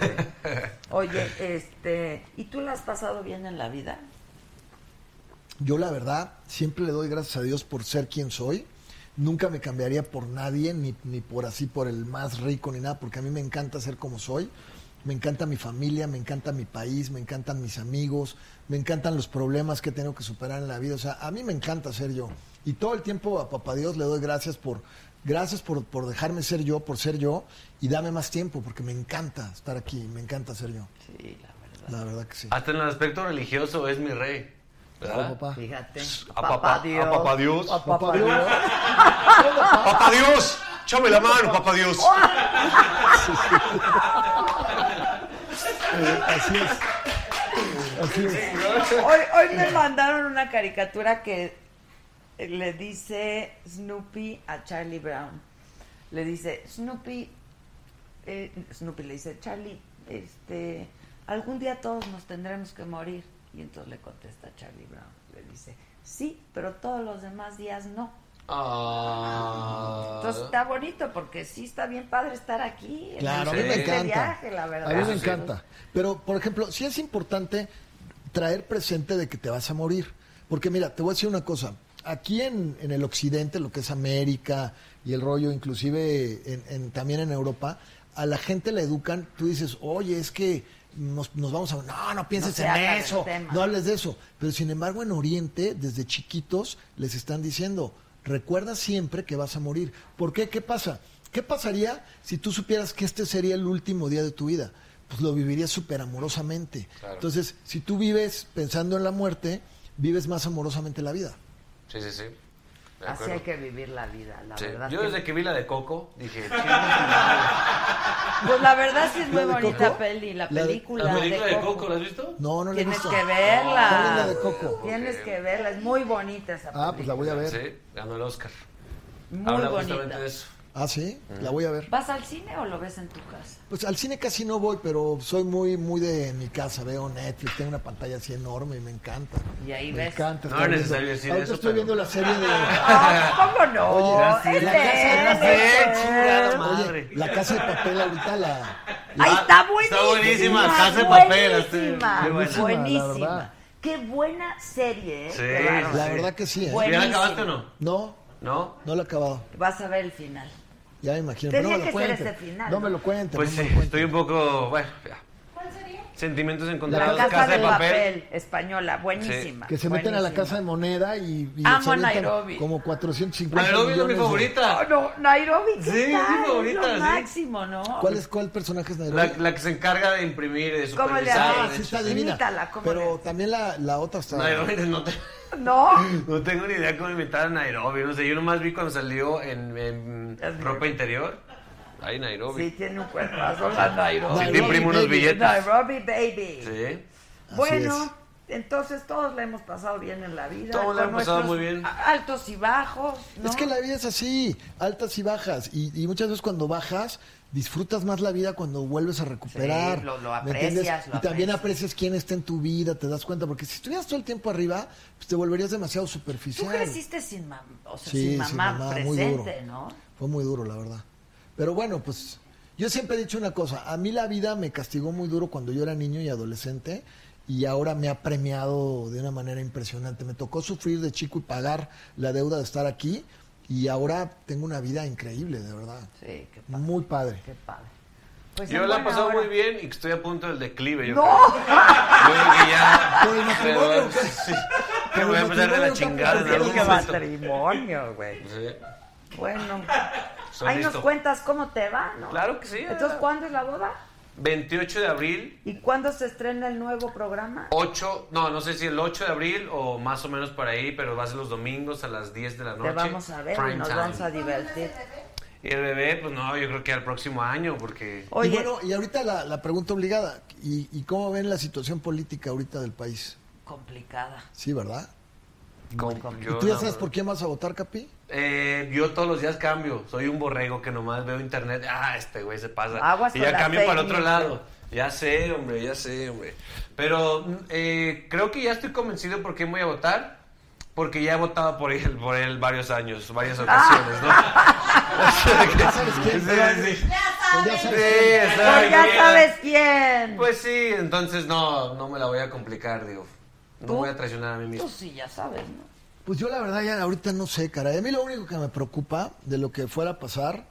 Speaker 1: Oye, este, ¿y tú la has pasado bien en la vida?
Speaker 8: Yo la verdad siempre le doy gracias a Dios por ser quien soy. Nunca me cambiaría por nadie, ni, ni por así, por el más rico, ni nada, porque a mí me encanta ser como soy. Me encanta mi familia, me encanta mi país, me encantan mis amigos, me encantan los problemas que tengo que superar en la vida. O sea, a mí me encanta ser yo. Y todo el tiempo a papá Dios le doy gracias por, gracias por, por dejarme ser yo, por ser yo, y dame más tiempo, porque me encanta estar aquí, me encanta ser yo.
Speaker 1: Sí, la verdad.
Speaker 8: La verdad que sí.
Speaker 2: Hasta en el aspecto religioso es mi rey. ¿Verdad?
Speaker 8: Claro, papá.
Speaker 1: Fíjate.
Speaker 2: A papá- a papá Dios.
Speaker 1: A papá
Speaker 8: Papá Dios.
Speaker 1: Dios.
Speaker 2: ¡Papá Dios!
Speaker 9: Chame la mano, papá Dios.
Speaker 8: Eh, así es. Así es.
Speaker 1: Hoy, hoy me mandaron una caricatura que le dice Snoopy a Charlie Brown. Le dice, Snoopy, eh, Snoopy le dice, Charlie, este, algún día todos nos tendremos que morir. Y entonces le contesta Charlie Brown. Le dice, sí, pero todos los demás días no.
Speaker 2: Ah.
Speaker 1: Entonces está bonito porque sí está bien padre estar aquí. en
Speaker 8: Claro, a mí me
Speaker 1: este
Speaker 8: encanta.
Speaker 1: viaje, la verdad.
Speaker 8: A mí me encanta. Pero, por ejemplo, sí es importante traer presente de que te vas a morir. Porque mira, te voy a decir una cosa. Aquí en, en el occidente, lo que es América y el rollo, inclusive en- en- también en Europa, a la gente la educan. Tú dices, oye, es que nos, nos vamos a... No, no
Speaker 1: No
Speaker 8: pienses
Speaker 1: se habla
Speaker 8: en
Speaker 1: del
Speaker 8: eso.
Speaker 1: tema.
Speaker 8: No hables de eso. Pero sin embargo, en Oriente, desde chiquitos, les están diciendo, recuerda siempre que vas a morir. ¿Por qué? ¿Qué pasa? ¿Qué pasaría si tú supieras que este sería el último día de tu vida? Pues lo vivirías súper amorosamente.
Speaker 2: Claro.
Speaker 8: Entonces, si tú vives pensando en la muerte, vives más amorosamente la vida.
Speaker 2: Sí, sí, sí. De
Speaker 1: Así
Speaker 2: acuerdo.
Speaker 1: hay que vivir la vida, la
Speaker 2: Sí.
Speaker 1: verdad.
Speaker 2: Yo
Speaker 1: que-
Speaker 2: desde que vi la de Coco dije, "Chinga tu
Speaker 1: Pues la verdad sí es muy
Speaker 8: ¿La de
Speaker 1: bonita
Speaker 8: Coco?
Speaker 1: peli, la
Speaker 8: La de-
Speaker 1: película.
Speaker 2: ¿La película de Coco, la has visto?
Speaker 8: No, no le
Speaker 1: Tienes
Speaker 8: gusta.
Speaker 1: que verla.
Speaker 8: ¿Cuál es la de Coco?
Speaker 1: Tienes que verla, es muy bonita esa película.
Speaker 8: Ah, pues la voy a ver.
Speaker 2: Sí, ganó el Oscar.
Speaker 1: Muy
Speaker 2: Habla
Speaker 1: bonita.
Speaker 2: justamente de eso.
Speaker 8: Ah, sí, la voy a ver.
Speaker 1: ¿Vas al cine o lo ves en tu casa?
Speaker 8: Pues al cine casi no voy, pero soy muy muy de mi casa. Veo Netflix, tengo una pantalla así enorme y me encanta.
Speaker 1: Y ahí
Speaker 8: Me
Speaker 1: ves.
Speaker 8: encanta.
Speaker 2: No
Speaker 8: estar
Speaker 2: es
Speaker 8: viendo-
Speaker 2: necesario decir
Speaker 8: Ahorita
Speaker 2: eso,
Speaker 8: estoy
Speaker 2: pero-
Speaker 8: viendo la serie de...
Speaker 1: Ah, ¿Cómo no?
Speaker 8: Oye,
Speaker 1: Es
Speaker 8: la
Speaker 1: de
Speaker 8: casa-
Speaker 1: él,
Speaker 8: la
Speaker 1: es
Speaker 8: casa-
Speaker 1: de él.
Speaker 2: chingada
Speaker 8: Oye,
Speaker 2: madre.
Speaker 8: la casa de papel ahorita la...
Speaker 1: Ahí está buenísima.
Speaker 2: Está buenísima, Casa de Papel,
Speaker 1: Buenísima,
Speaker 2: este, muy
Speaker 8: buena. Buenísima, la verdad.
Speaker 1: buenísima. Qué buena serie, ¿eh?
Speaker 2: Sí,
Speaker 1: Qué bárbaro.
Speaker 8: La verdad que sí, ¿eh?
Speaker 1: Bueno.
Speaker 2: ¿Ya la
Speaker 1: Buenísimo.
Speaker 2: acabaste o no?
Speaker 8: No,
Speaker 2: ¿No?
Speaker 8: no la he acabado.
Speaker 1: Vas a ver el final.
Speaker 8: Ya me imagino.
Speaker 1: Tenía
Speaker 8: pero no
Speaker 1: que
Speaker 8: me lo
Speaker 1: ser
Speaker 8: cuenten.
Speaker 1: ese final,
Speaker 8: No
Speaker 1: ¿no?
Speaker 8: me lo cuenten.
Speaker 2: Pues
Speaker 8: no
Speaker 2: sí,
Speaker 8: me lo cuenten.
Speaker 2: estoy un poco, bueno, ya.
Speaker 3: ¿Cuál sería?
Speaker 2: sentimientos
Speaker 1: La,
Speaker 2: encontrados,
Speaker 1: casa, de, papel. española, buenísima.
Speaker 8: Que se meten a la
Speaker 1: buenísima.
Speaker 8: casa de moneda y, y
Speaker 1: Amo
Speaker 8: se avientan
Speaker 1: Nairobi.
Speaker 8: como 450
Speaker 2: Nairobi es mi
Speaker 8: millones de-
Speaker 1: Oh,
Speaker 2: favorita.
Speaker 1: no, Nairobi. ¿qué
Speaker 2: Sí, es mi
Speaker 1: tal?
Speaker 2: favorita,
Speaker 1: Lo
Speaker 2: sí.
Speaker 1: máximo, ¿no?
Speaker 8: ¿Cuál, es, ¿Cuál personaje es Nairobi?
Speaker 2: La, la que se encarga de imprimir, de
Speaker 1: ¿Cómo le
Speaker 2: supervisar.
Speaker 1: haces?
Speaker 8: Ah,
Speaker 2: de
Speaker 8: sí
Speaker 2: hecho.
Speaker 8: está divina.
Speaker 1: Imítala, ¿cómo le
Speaker 8: pero
Speaker 1: haces?
Speaker 8: también la, la otra está...
Speaker 2: Nairobi, no, te-
Speaker 1: No.
Speaker 2: no tengo ni idea cómo invitar a Nairobi. No sé, yo nomás vi cuando salió en, en
Speaker 1: Es
Speaker 2: ropa
Speaker 1: Nairobi.
Speaker 2: interior. Ahí Nairobi.
Speaker 1: Sí, tiene un cuerpazo la Nairobi.
Speaker 2: Sí, te imprime unos
Speaker 8: baby.
Speaker 2: billetes.
Speaker 1: Nairobi, baby.
Speaker 2: Sí.
Speaker 1: Bueno, entonces todos la hemos pasado bien en la vida.
Speaker 2: Todos la
Speaker 1: con
Speaker 2: hemos pasado
Speaker 1: nuestros
Speaker 2: muy bien.
Speaker 1: a- Altos y bajos. ¿no?
Speaker 8: Es que la vida es así, altas y bajas. Y, y muchas veces cuando bajas, disfrutas más la vida cuando vuelves a recuperar.
Speaker 1: Sí, lo- lo
Speaker 8: ¿me entiendes?
Speaker 1: aprecias, lo
Speaker 8: y también
Speaker 1: aprecias.
Speaker 8: aprecias quién está en tu vida, te das cuenta. Porque si estuvieras todo el tiempo arriba, pues te volverías demasiado
Speaker 1: Tú
Speaker 8: superficial.
Speaker 1: creciste sin, mam- o sea,
Speaker 8: Sí,
Speaker 1: sin
Speaker 8: sin
Speaker 1: mamá
Speaker 8: mamá, muy
Speaker 1: presente,
Speaker 8: duro.
Speaker 1: ¿no?
Speaker 8: Fue muy duro, la verdad. Pero bueno, pues yo siempre he dicho una cosa. A mí la vida me castigó muy duro cuando yo era niño y adolescente. Y ahora me ha premiado de una manera impresionante. Me tocó sufrir de chico y pagar la deuda de estar aquí. Y ahora tengo una vida increíble, de verdad.
Speaker 1: Sí, qué padre.
Speaker 8: Muy padre.
Speaker 1: Qué padre. Pues
Speaker 2: Yo
Speaker 1: en
Speaker 2: la he
Speaker 1: buena
Speaker 2: pasado
Speaker 1: hora.
Speaker 2: muy bien y que estoy a punto del declive. Yo
Speaker 1: ¡No!
Speaker 2: creo. Yo creo que ya.
Speaker 8: Por el matrimonio,
Speaker 2: Pero,
Speaker 8: ¿qué?
Speaker 2: sí.
Speaker 8: Por
Speaker 2: Que
Speaker 8: el
Speaker 2: voy a empezar de la
Speaker 8: matrimonio,
Speaker 2: chingada en
Speaker 8: ¿qué?
Speaker 2: algún
Speaker 1: ¡Qué
Speaker 2: momento.
Speaker 1: matrimonio, güey!
Speaker 2: Sí.
Speaker 1: Bueno,
Speaker 2: Soy
Speaker 1: ahí nos
Speaker 2: listo.
Speaker 1: cuentas cómo te va, ¿no?
Speaker 2: Claro que sí.
Speaker 8: ¿eh?
Speaker 1: Entonces, ¿cuándo es la boda?
Speaker 2: 28 de abril,
Speaker 1: ¿Y cuándo se estrena el nuevo programa?
Speaker 2: 8, no, no sé si el 8 de abril o más o menos por ahí, pero va a ser los domingos a las 10 de la noche.
Speaker 1: Te vamos a ver
Speaker 2: Prime
Speaker 1: y nos
Speaker 2: time.
Speaker 1: vamos a divertir.
Speaker 2: Y el bebé, pues no, yo creo que al próximo año, porque...
Speaker 1: Oye,
Speaker 8: Y bueno, y ahorita la, la pregunta obligada. ¿Y, y cómo ven la situación política ahorita del país?
Speaker 1: complicada.
Speaker 8: Sí, ¿verdad?
Speaker 2: con- yo
Speaker 8: ¿Y tú ya
Speaker 2: no-
Speaker 8: sabes por quién vas a votar, Capi?
Speaker 2: Eh, yo todos los días cambio. Soy un borrego que nomás veo internet. Ah, este güey se pasa.
Speaker 1: Aguas
Speaker 2: y
Speaker 1: con
Speaker 2: ya
Speaker 1: la
Speaker 2: cambio
Speaker 1: fake
Speaker 2: para el otro
Speaker 1: news,
Speaker 2: lado. Ya sé, hombre, ya sé, hombre. Pero mm, eh, creo que ya estoy convencido por quién voy a votar. Porque ya he votado por él, por él varios años, varias ocasiones, ¿no?
Speaker 8: Ah. ¿Ya sabes quién?
Speaker 2: Sí, sí, sí.
Speaker 8: Ya sabes
Speaker 2: Sí,
Speaker 8: quién.
Speaker 1: Pues
Speaker 2: ¿sabes
Speaker 1: ya
Speaker 2: qué?
Speaker 1: sabes quién.
Speaker 2: Pues sí, entonces no, no me la voy a complicar, digo. No
Speaker 1: ¿Tú?
Speaker 2: voy a traicionar a mí
Speaker 1: Tú
Speaker 2: mismo.
Speaker 1: sí, ya sabes, ¿no?
Speaker 8: Pues yo la verdad ya ahorita no sé, cara. A mí lo único que me preocupa de lo que fuera a pasar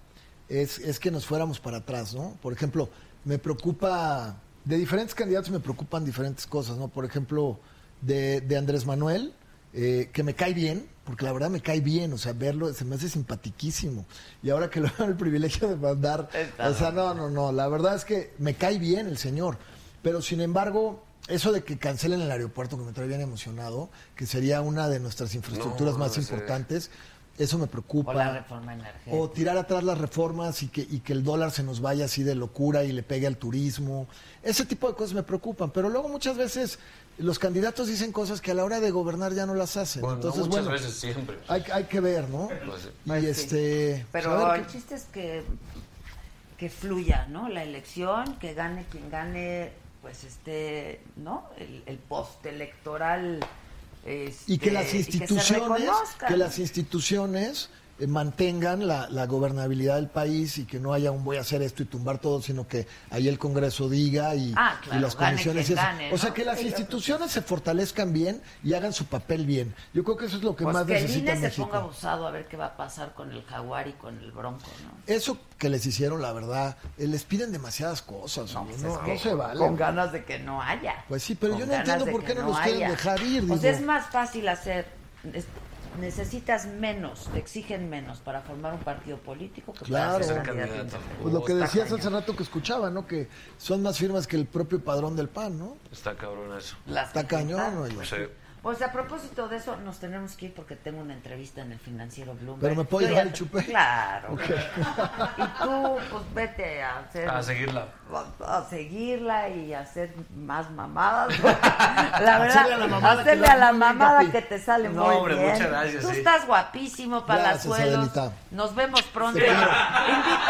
Speaker 8: es, es que nos fuéramos para atrás, ¿no? Por ejemplo, me preocupa, de diferentes candidatos me preocupan diferentes cosas, ¿no? Por ejemplo, de, de Andrés Manuel, eh, que me cae bien, porque la verdad me cae bien, o sea, verlo se me hace simpatiquísimo. Y ahora que lo veo el privilegio de mandar, o sea, no, no, no, la verdad es que me cae bien el señor. Pero sin embargo, eso de que cancelen el aeropuerto, que me trae bien emocionado, que sería una de nuestras infraestructuras más
Speaker 2: sí.
Speaker 8: importantes, Eso me preocupa.
Speaker 1: O la reforma energética.
Speaker 8: O tirar atrás las reformas y que, y que el dólar se nos vaya así de locura y le pegue al turismo. Ese tipo de cosas me preocupan. Pero luego muchas veces los candidatos dicen cosas que a la hora de gobernar ya no las hacen.
Speaker 2: Bueno, no
Speaker 8: Entonces,
Speaker 2: muchas
Speaker 8: bueno,
Speaker 2: veces, siempre.
Speaker 8: Hay, hay que ver, ¿no?
Speaker 2: Pues sí.
Speaker 8: Y este. pues,
Speaker 1: Pero
Speaker 8: a ver
Speaker 1: el
Speaker 8: qué-
Speaker 1: chiste es que, que fluya, ¿no? La elección, que gane quien gane, pues este, ¿no? El, el postelectoral. Este,
Speaker 8: y que las
Speaker 1: se
Speaker 8: instituciones
Speaker 1: reconozca,
Speaker 8: que,
Speaker 1: ¿no?
Speaker 8: las instituciones eh, mantengan la, la gobernabilidad del país y que no haya un voy a hacer esto y tumbar todo sino que ahí el Congreso diga y,
Speaker 1: Ah, claro,
Speaker 8: y las
Speaker 1: gane
Speaker 8: comisiones
Speaker 1: quien
Speaker 8: y eso.
Speaker 1: gane,
Speaker 8: o sea
Speaker 1: ¿no?
Speaker 8: que las
Speaker 1: Sí, claro.
Speaker 8: instituciones se fortalezcan bien y hagan su papel bien yo creo que eso es lo que
Speaker 1: Pues
Speaker 8: más
Speaker 1: que el
Speaker 8: necesita
Speaker 1: INE se
Speaker 8: México
Speaker 1: ponga abusado a ver qué va a pasar con el jaguar y con el bronco, ¿no?
Speaker 8: eso que les hicieron la verdad eh, les piden demasiadas cosas
Speaker 1: No,
Speaker 8: oye,
Speaker 1: pues
Speaker 8: no,
Speaker 1: es
Speaker 8: no
Speaker 1: que
Speaker 8: se vale
Speaker 1: Con ganas de que no haya.
Speaker 8: Pues sí, pero
Speaker 1: Con
Speaker 8: yo no
Speaker 1: ganas
Speaker 8: entiendo
Speaker 1: de
Speaker 8: por qué
Speaker 1: que
Speaker 8: no los quieren dejar ir,
Speaker 1: Pues
Speaker 8: digo.
Speaker 1: es más fácil hacer. es- necesitas menos, te exigen menos para formar un partido político que
Speaker 8: Claro.
Speaker 1: para ser
Speaker 8: Ser
Speaker 1: candidato
Speaker 2: candidato.
Speaker 1: independiente.
Speaker 8: Pues lo que
Speaker 1: Está
Speaker 8: decías hace
Speaker 1: cañón.
Speaker 8: rato que escuchaba, ¿no? Que son más firmas que el propio padrón del PAN, ¿no?
Speaker 2: Está cabrón eso.
Speaker 1: Las
Speaker 8: Está cañón,
Speaker 1: necesitas.
Speaker 8: oye.
Speaker 2: Sí.
Speaker 1: Pues a propósito de eso, nos tenemos que ir porque tengo una entrevista en el financiero Bloomberg.
Speaker 8: ¿Pero me puedo
Speaker 1: Yo
Speaker 8: llevar
Speaker 1: ya
Speaker 8: el
Speaker 1: te-
Speaker 8: chupé?
Speaker 1: Claro. Y tú, pues vete a hacer.
Speaker 2: A seguirla.
Speaker 1: pues, A, a seguirla y a hacer más mamadas. la verdad,
Speaker 8: Hacerle a la mamada que
Speaker 1: hacerle
Speaker 8: le
Speaker 1: a la
Speaker 8: hace muy bien,
Speaker 1: mamada
Speaker 8: papi.
Speaker 1: que te sale
Speaker 2: No,
Speaker 1: muy
Speaker 2: hombre,
Speaker 1: bien.
Speaker 2: muchas gracias,
Speaker 1: Tú
Speaker 2: sí.
Speaker 1: estás guapísimo, Palazuelos.
Speaker 8: Adelita.
Speaker 1: Nos vemos pronto.
Speaker 8: quiero.
Speaker 1: Invita-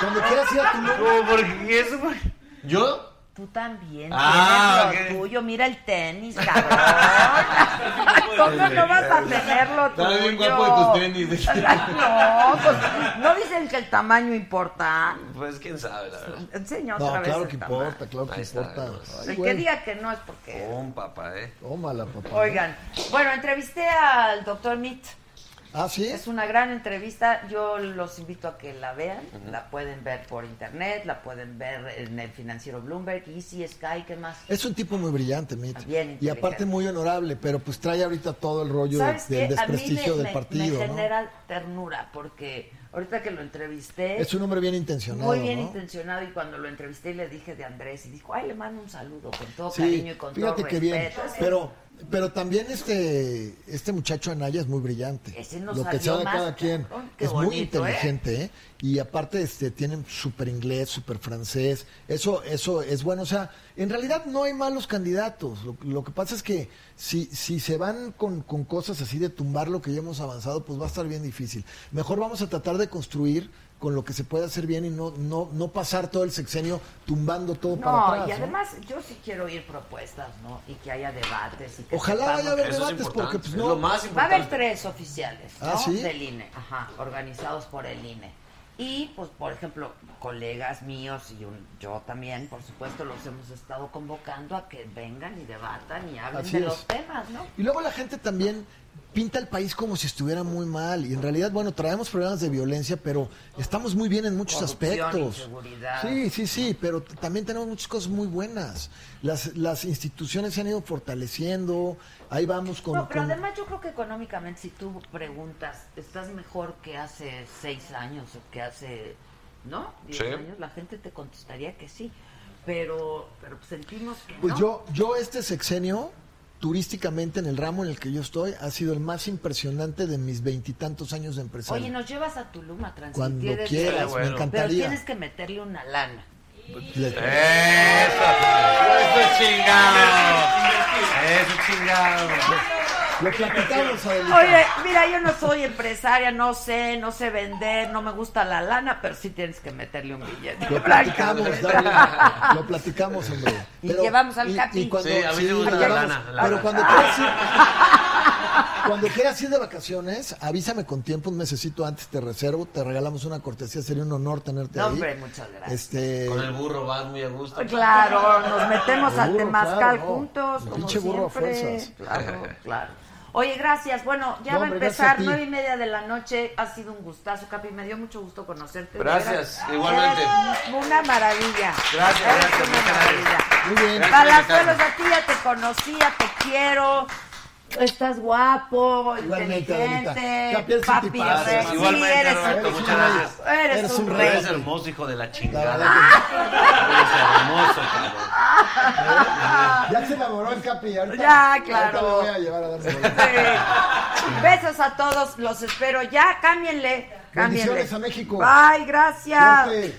Speaker 8: Cuando quieras ir a tu lugar,
Speaker 2: ¿Cómo? ¿Por qué eso, güey? ¿Yo?
Speaker 1: Tú también
Speaker 2: Ah,
Speaker 1: tienes lo
Speaker 2: ok.
Speaker 1: tuyo. Mira el tenis, cabrón. ¿Cómo no vas a tenerlo tú?
Speaker 2: Estás bien guapo de tus tenis.
Speaker 1: No, pues, no dicen que el tamaño importa.
Speaker 2: Pues quién sabe, la verdad.
Speaker 1: Enseña otra
Speaker 8: No,
Speaker 1: vez.
Speaker 8: claro
Speaker 1: el
Speaker 8: que
Speaker 1: tamaño.
Speaker 8: importa, claro que
Speaker 2: Ahí está,
Speaker 8: importa.
Speaker 2: pues.
Speaker 8: Ay,
Speaker 1: El que
Speaker 8: güey,
Speaker 1: diga que no es porque.
Speaker 2: Un papá, ¿eh?
Speaker 8: Tómala, papá.
Speaker 1: Oigan, bueno, entrevisté al doctor Mit.
Speaker 8: ¿Ah, sí?
Speaker 1: Es una gran entrevista. Yo los invito a que la vean. La pueden ver por internet, la pueden ver en el financiero Bloomberg, Easy Sky, ¿qué más?
Speaker 8: Es un tipo muy brillante, Mit.
Speaker 1: Bien
Speaker 8: Y
Speaker 1: inteligente.
Speaker 8: aparte muy honorable, pero pues trae ahorita todo el rollo de-
Speaker 1: ¿Sabes
Speaker 8: del
Speaker 1: qué? A mí
Speaker 8: desprestigio
Speaker 1: me-
Speaker 8: del
Speaker 1: me-
Speaker 8: partido,
Speaker 1: Me
Speaker 8: ¿no?
Speaker 1: genera ternura porque ahorita que lo entrevisté.
Speaker 8: Es un hombre bien intencionado,
Speaker 1: Muy bien
Speaker 8: ¿no?
Speaker 1: intencionado y cuando lo entrevisté le dije de Andrés y dijo, ay, le mando un saludo con todo
Speaker 8: Sí,
Speaker 1: cariño y con
Speaker 8: fíjate
Speaker 1: todo
Speaker 8: que bien.
Speaker 1: respeto. Así,
Speaker 8: Pero, pero también este, este muchacho Anaya es muy brillante.
Speaker 1: Ese no
Speaker 8: Lo que
Speaker 1: salió
Speaker 8: sabe
Speaker 1: más,
Speaker 8: cada quien.
Speaker 1: cabrón, qué
Speaker 8: Es muy
Speaker 1: bonito,
Speaker 8: inteligente, ¿eh? Y aparte este, tienen súper inglés, súper francés. Eso, eso es bueno. O sea, en realidad no hay malos candidatos. Lo, lo que pasa es que si, si se van con, con cosas así de tumbar lo que ya hemos avanzado, pues va a estar bien difícil. Mejor vamos a tratar de construir con lo que se puede hacer bien y no, no, no pasar todo el sexenio tumbando todo para
Speaker 1: No,
Speaker 8: atrás.
Speaker 1: y
Speaker 8: ¿no?
Speaker 1: además yo sí quiero oír propuestas, ¿no? Y que haya debates. Y que
Speaker 8: Ojalá
Speaker 1: sepamos-
Speaker 8: vaya a haber
Speaker 2: Eso es
Speaker 8: debates porque
Speaker 2: importante.
Speaker 8: pues
Speaker 2: es
Speaker 8: no.
Speaker 2: lo más
Speaker 1: Va a
Speaker 2: importante.
Speaker 1: haber tres oficiales, ¿no?
Speaker 8: Ah, ¿sí?
Speaker 1: Del INE, ajá, organizados por el INE. Y, pues, por ejemplo, colegas míos y un- yo también, por supuesto, los hemos estado convocando a que vengan y debatan y hablen
Speaker 8: Así
Speaker 1: de
Speaker 8: es.
Speaker 1: los temas, ¿no?
Speaker 8: Y luego la gente también pinta el país como si estuviera muy mal. Y en realidad, bueno, traemos problemas de violencia, pero estamos muy bien en muchos
Speaker 1: Corrupción,
Speaker 8: aspectos.
Speaker 1: inseguridad.
Speaker 8: Sí, sí, sí, pero t- también tenemos muchas cosas muy buenas. Las, las instituciones se han ido fortaleciendo. Ahí vamos con.
Speaker 1: No, pero
Speaker 8: con-
Speaker 1: además yo creo que económicamente, si tú preguntas, ¿estás mejor que hace seis años o que hace, ¿no? Diez
Speaker 2: Sí.
Speaker 1: años, la gente te contestaría que sí. Pero, pero sentimos que
Speaker 8: Pues
Speaker 1: no.
Speaker 8: yo, yo este sexenio, turísticamente en el ramo en el que yo estoy, ha sido el más impresionante de mis veintitantos años de empresario.
Speaker 1: Oye, nos llevas a Tulum a transmitir
Speaker 8: Cuando
Speaker 1: desde-
Speaker 8: quieras,
Speaker 2: bueno.
Speaker 8: me
Speaker 1: Pero
Speaker 8: encantaría.
Speaker 1: tienes que meterle una lana.
Speaker 8: Les-
Speaker 2: ¡Eso! ¡Eso chingado! ¡Eso chingado!
Speaker 8: Lo platicamos, Adelita.
Speaker 1: Oye, mira, yo no soy empresaria, no sé, no sé vender, no me gusta la lana, pero sí tienes que meterle un billete.
Speaker 8: Lo platicamos, David. Lo platicamos, hombre.
Speaker 1: Y llevamos al Ah.
Speaker 8: y-
Speaker 1: Capi.
Speaker 8: y cuando-
Speaker 2: Sí, a mí sí me gusta la
Speaker 8: llevamos-
Speaker 2: lana, la
Speaker 8: Pero
Speaker 2: lana.
Speaker 8: cuando quieras ir... Cuando quieras ir de vacaciones, avísame con tiempo, un mesecito antes, te reservo, te regalamos una cortesía, sería un honor tenerte
Speaker 1: No,
Speaker 8: ahí.
Speaker 1: hombre, muchas gracias.
Speaker 8: Este,
Speaker 2: Con el burro vas muy a gusto.
Speaker 1: Ah, Claro, nos metemos
Speaker 8: El
Speaker 1: al
Speaker 8: burro,
Speaker 1: Temazcal
Speaker 8: claro, no.
Speaker 1: juntos.
Speaker 8: El
Speaker 1: Como
Speaker 8: pinche burro a
Speaker 1: siempre.
Speaker 8: fuerzas.
Speaker 1: Claro, claro. Oye, gracias. Bueno, ya
Speaker 8: No,
Speaker 1: va a
Speaker 8: hombre,
Speaker 1: empezar,
Speaker 8: gracias a ti.
Speaker 1: nueve y media de la noche. Ha sido un gustazo, Capi. Me dio mucho gusto conocerte. de
Speaker 2: Gracias,
Speaker 1: veras.
Speaker 2: igualmente.
Speaker 1: Eres una maravilla.
Speaker 2: Gracias,
Speaker 1: Eres
Speaker 2: gracias,
Speaker 1: una
Speaker 2: muchas gracias.
Speaker 1: maravilla.
Speaker 8: Muy bien.
Speaker 2: Gracias.
Speaker 1: Palazuelos, a ti ya te conocía, te quiero. Estás guapo,
Speaker 8: Igualmente,
Speaker 1: inteligente,
Speaker 8: Adelita. Capi, eres un
Speaker 1: papi,
Speaker 8: tipazo.
Speaker 1: rey. Sí,
Speaker 2: Igualmente,
Speaker 1: eres un
Speaker 2: Roberto,
Speaker 8: muchas
Speaker 1: tipazo,
Speaker 8: gracias.
Speaker 1: Eres,
Speaker 8: Eres
Speaker 1: un
Speaker 8: un
Speaker 1: rey.
Speaker 8: rey.
Speaker 2: Eres hermoso, hijo de la
Speaker 8: La
Speaker 2: chingada.
Speaker 8: verdad
Speaker 2: Eres hermoso, cabrón.
Speaker 8: que- ya se enamoró el Capi. Ahorita,
Speaker 1: Ya, claro.
Speaker 8: ahorita lo voy a llevar a darse
Speaker 1: Sí. Besos a todos, los espero ya. Cámbienle, cámbienle.
Speaker 8: Bendiciones a México.
Speaker 1: Bye, gracias.
Speaker 8: Suerte.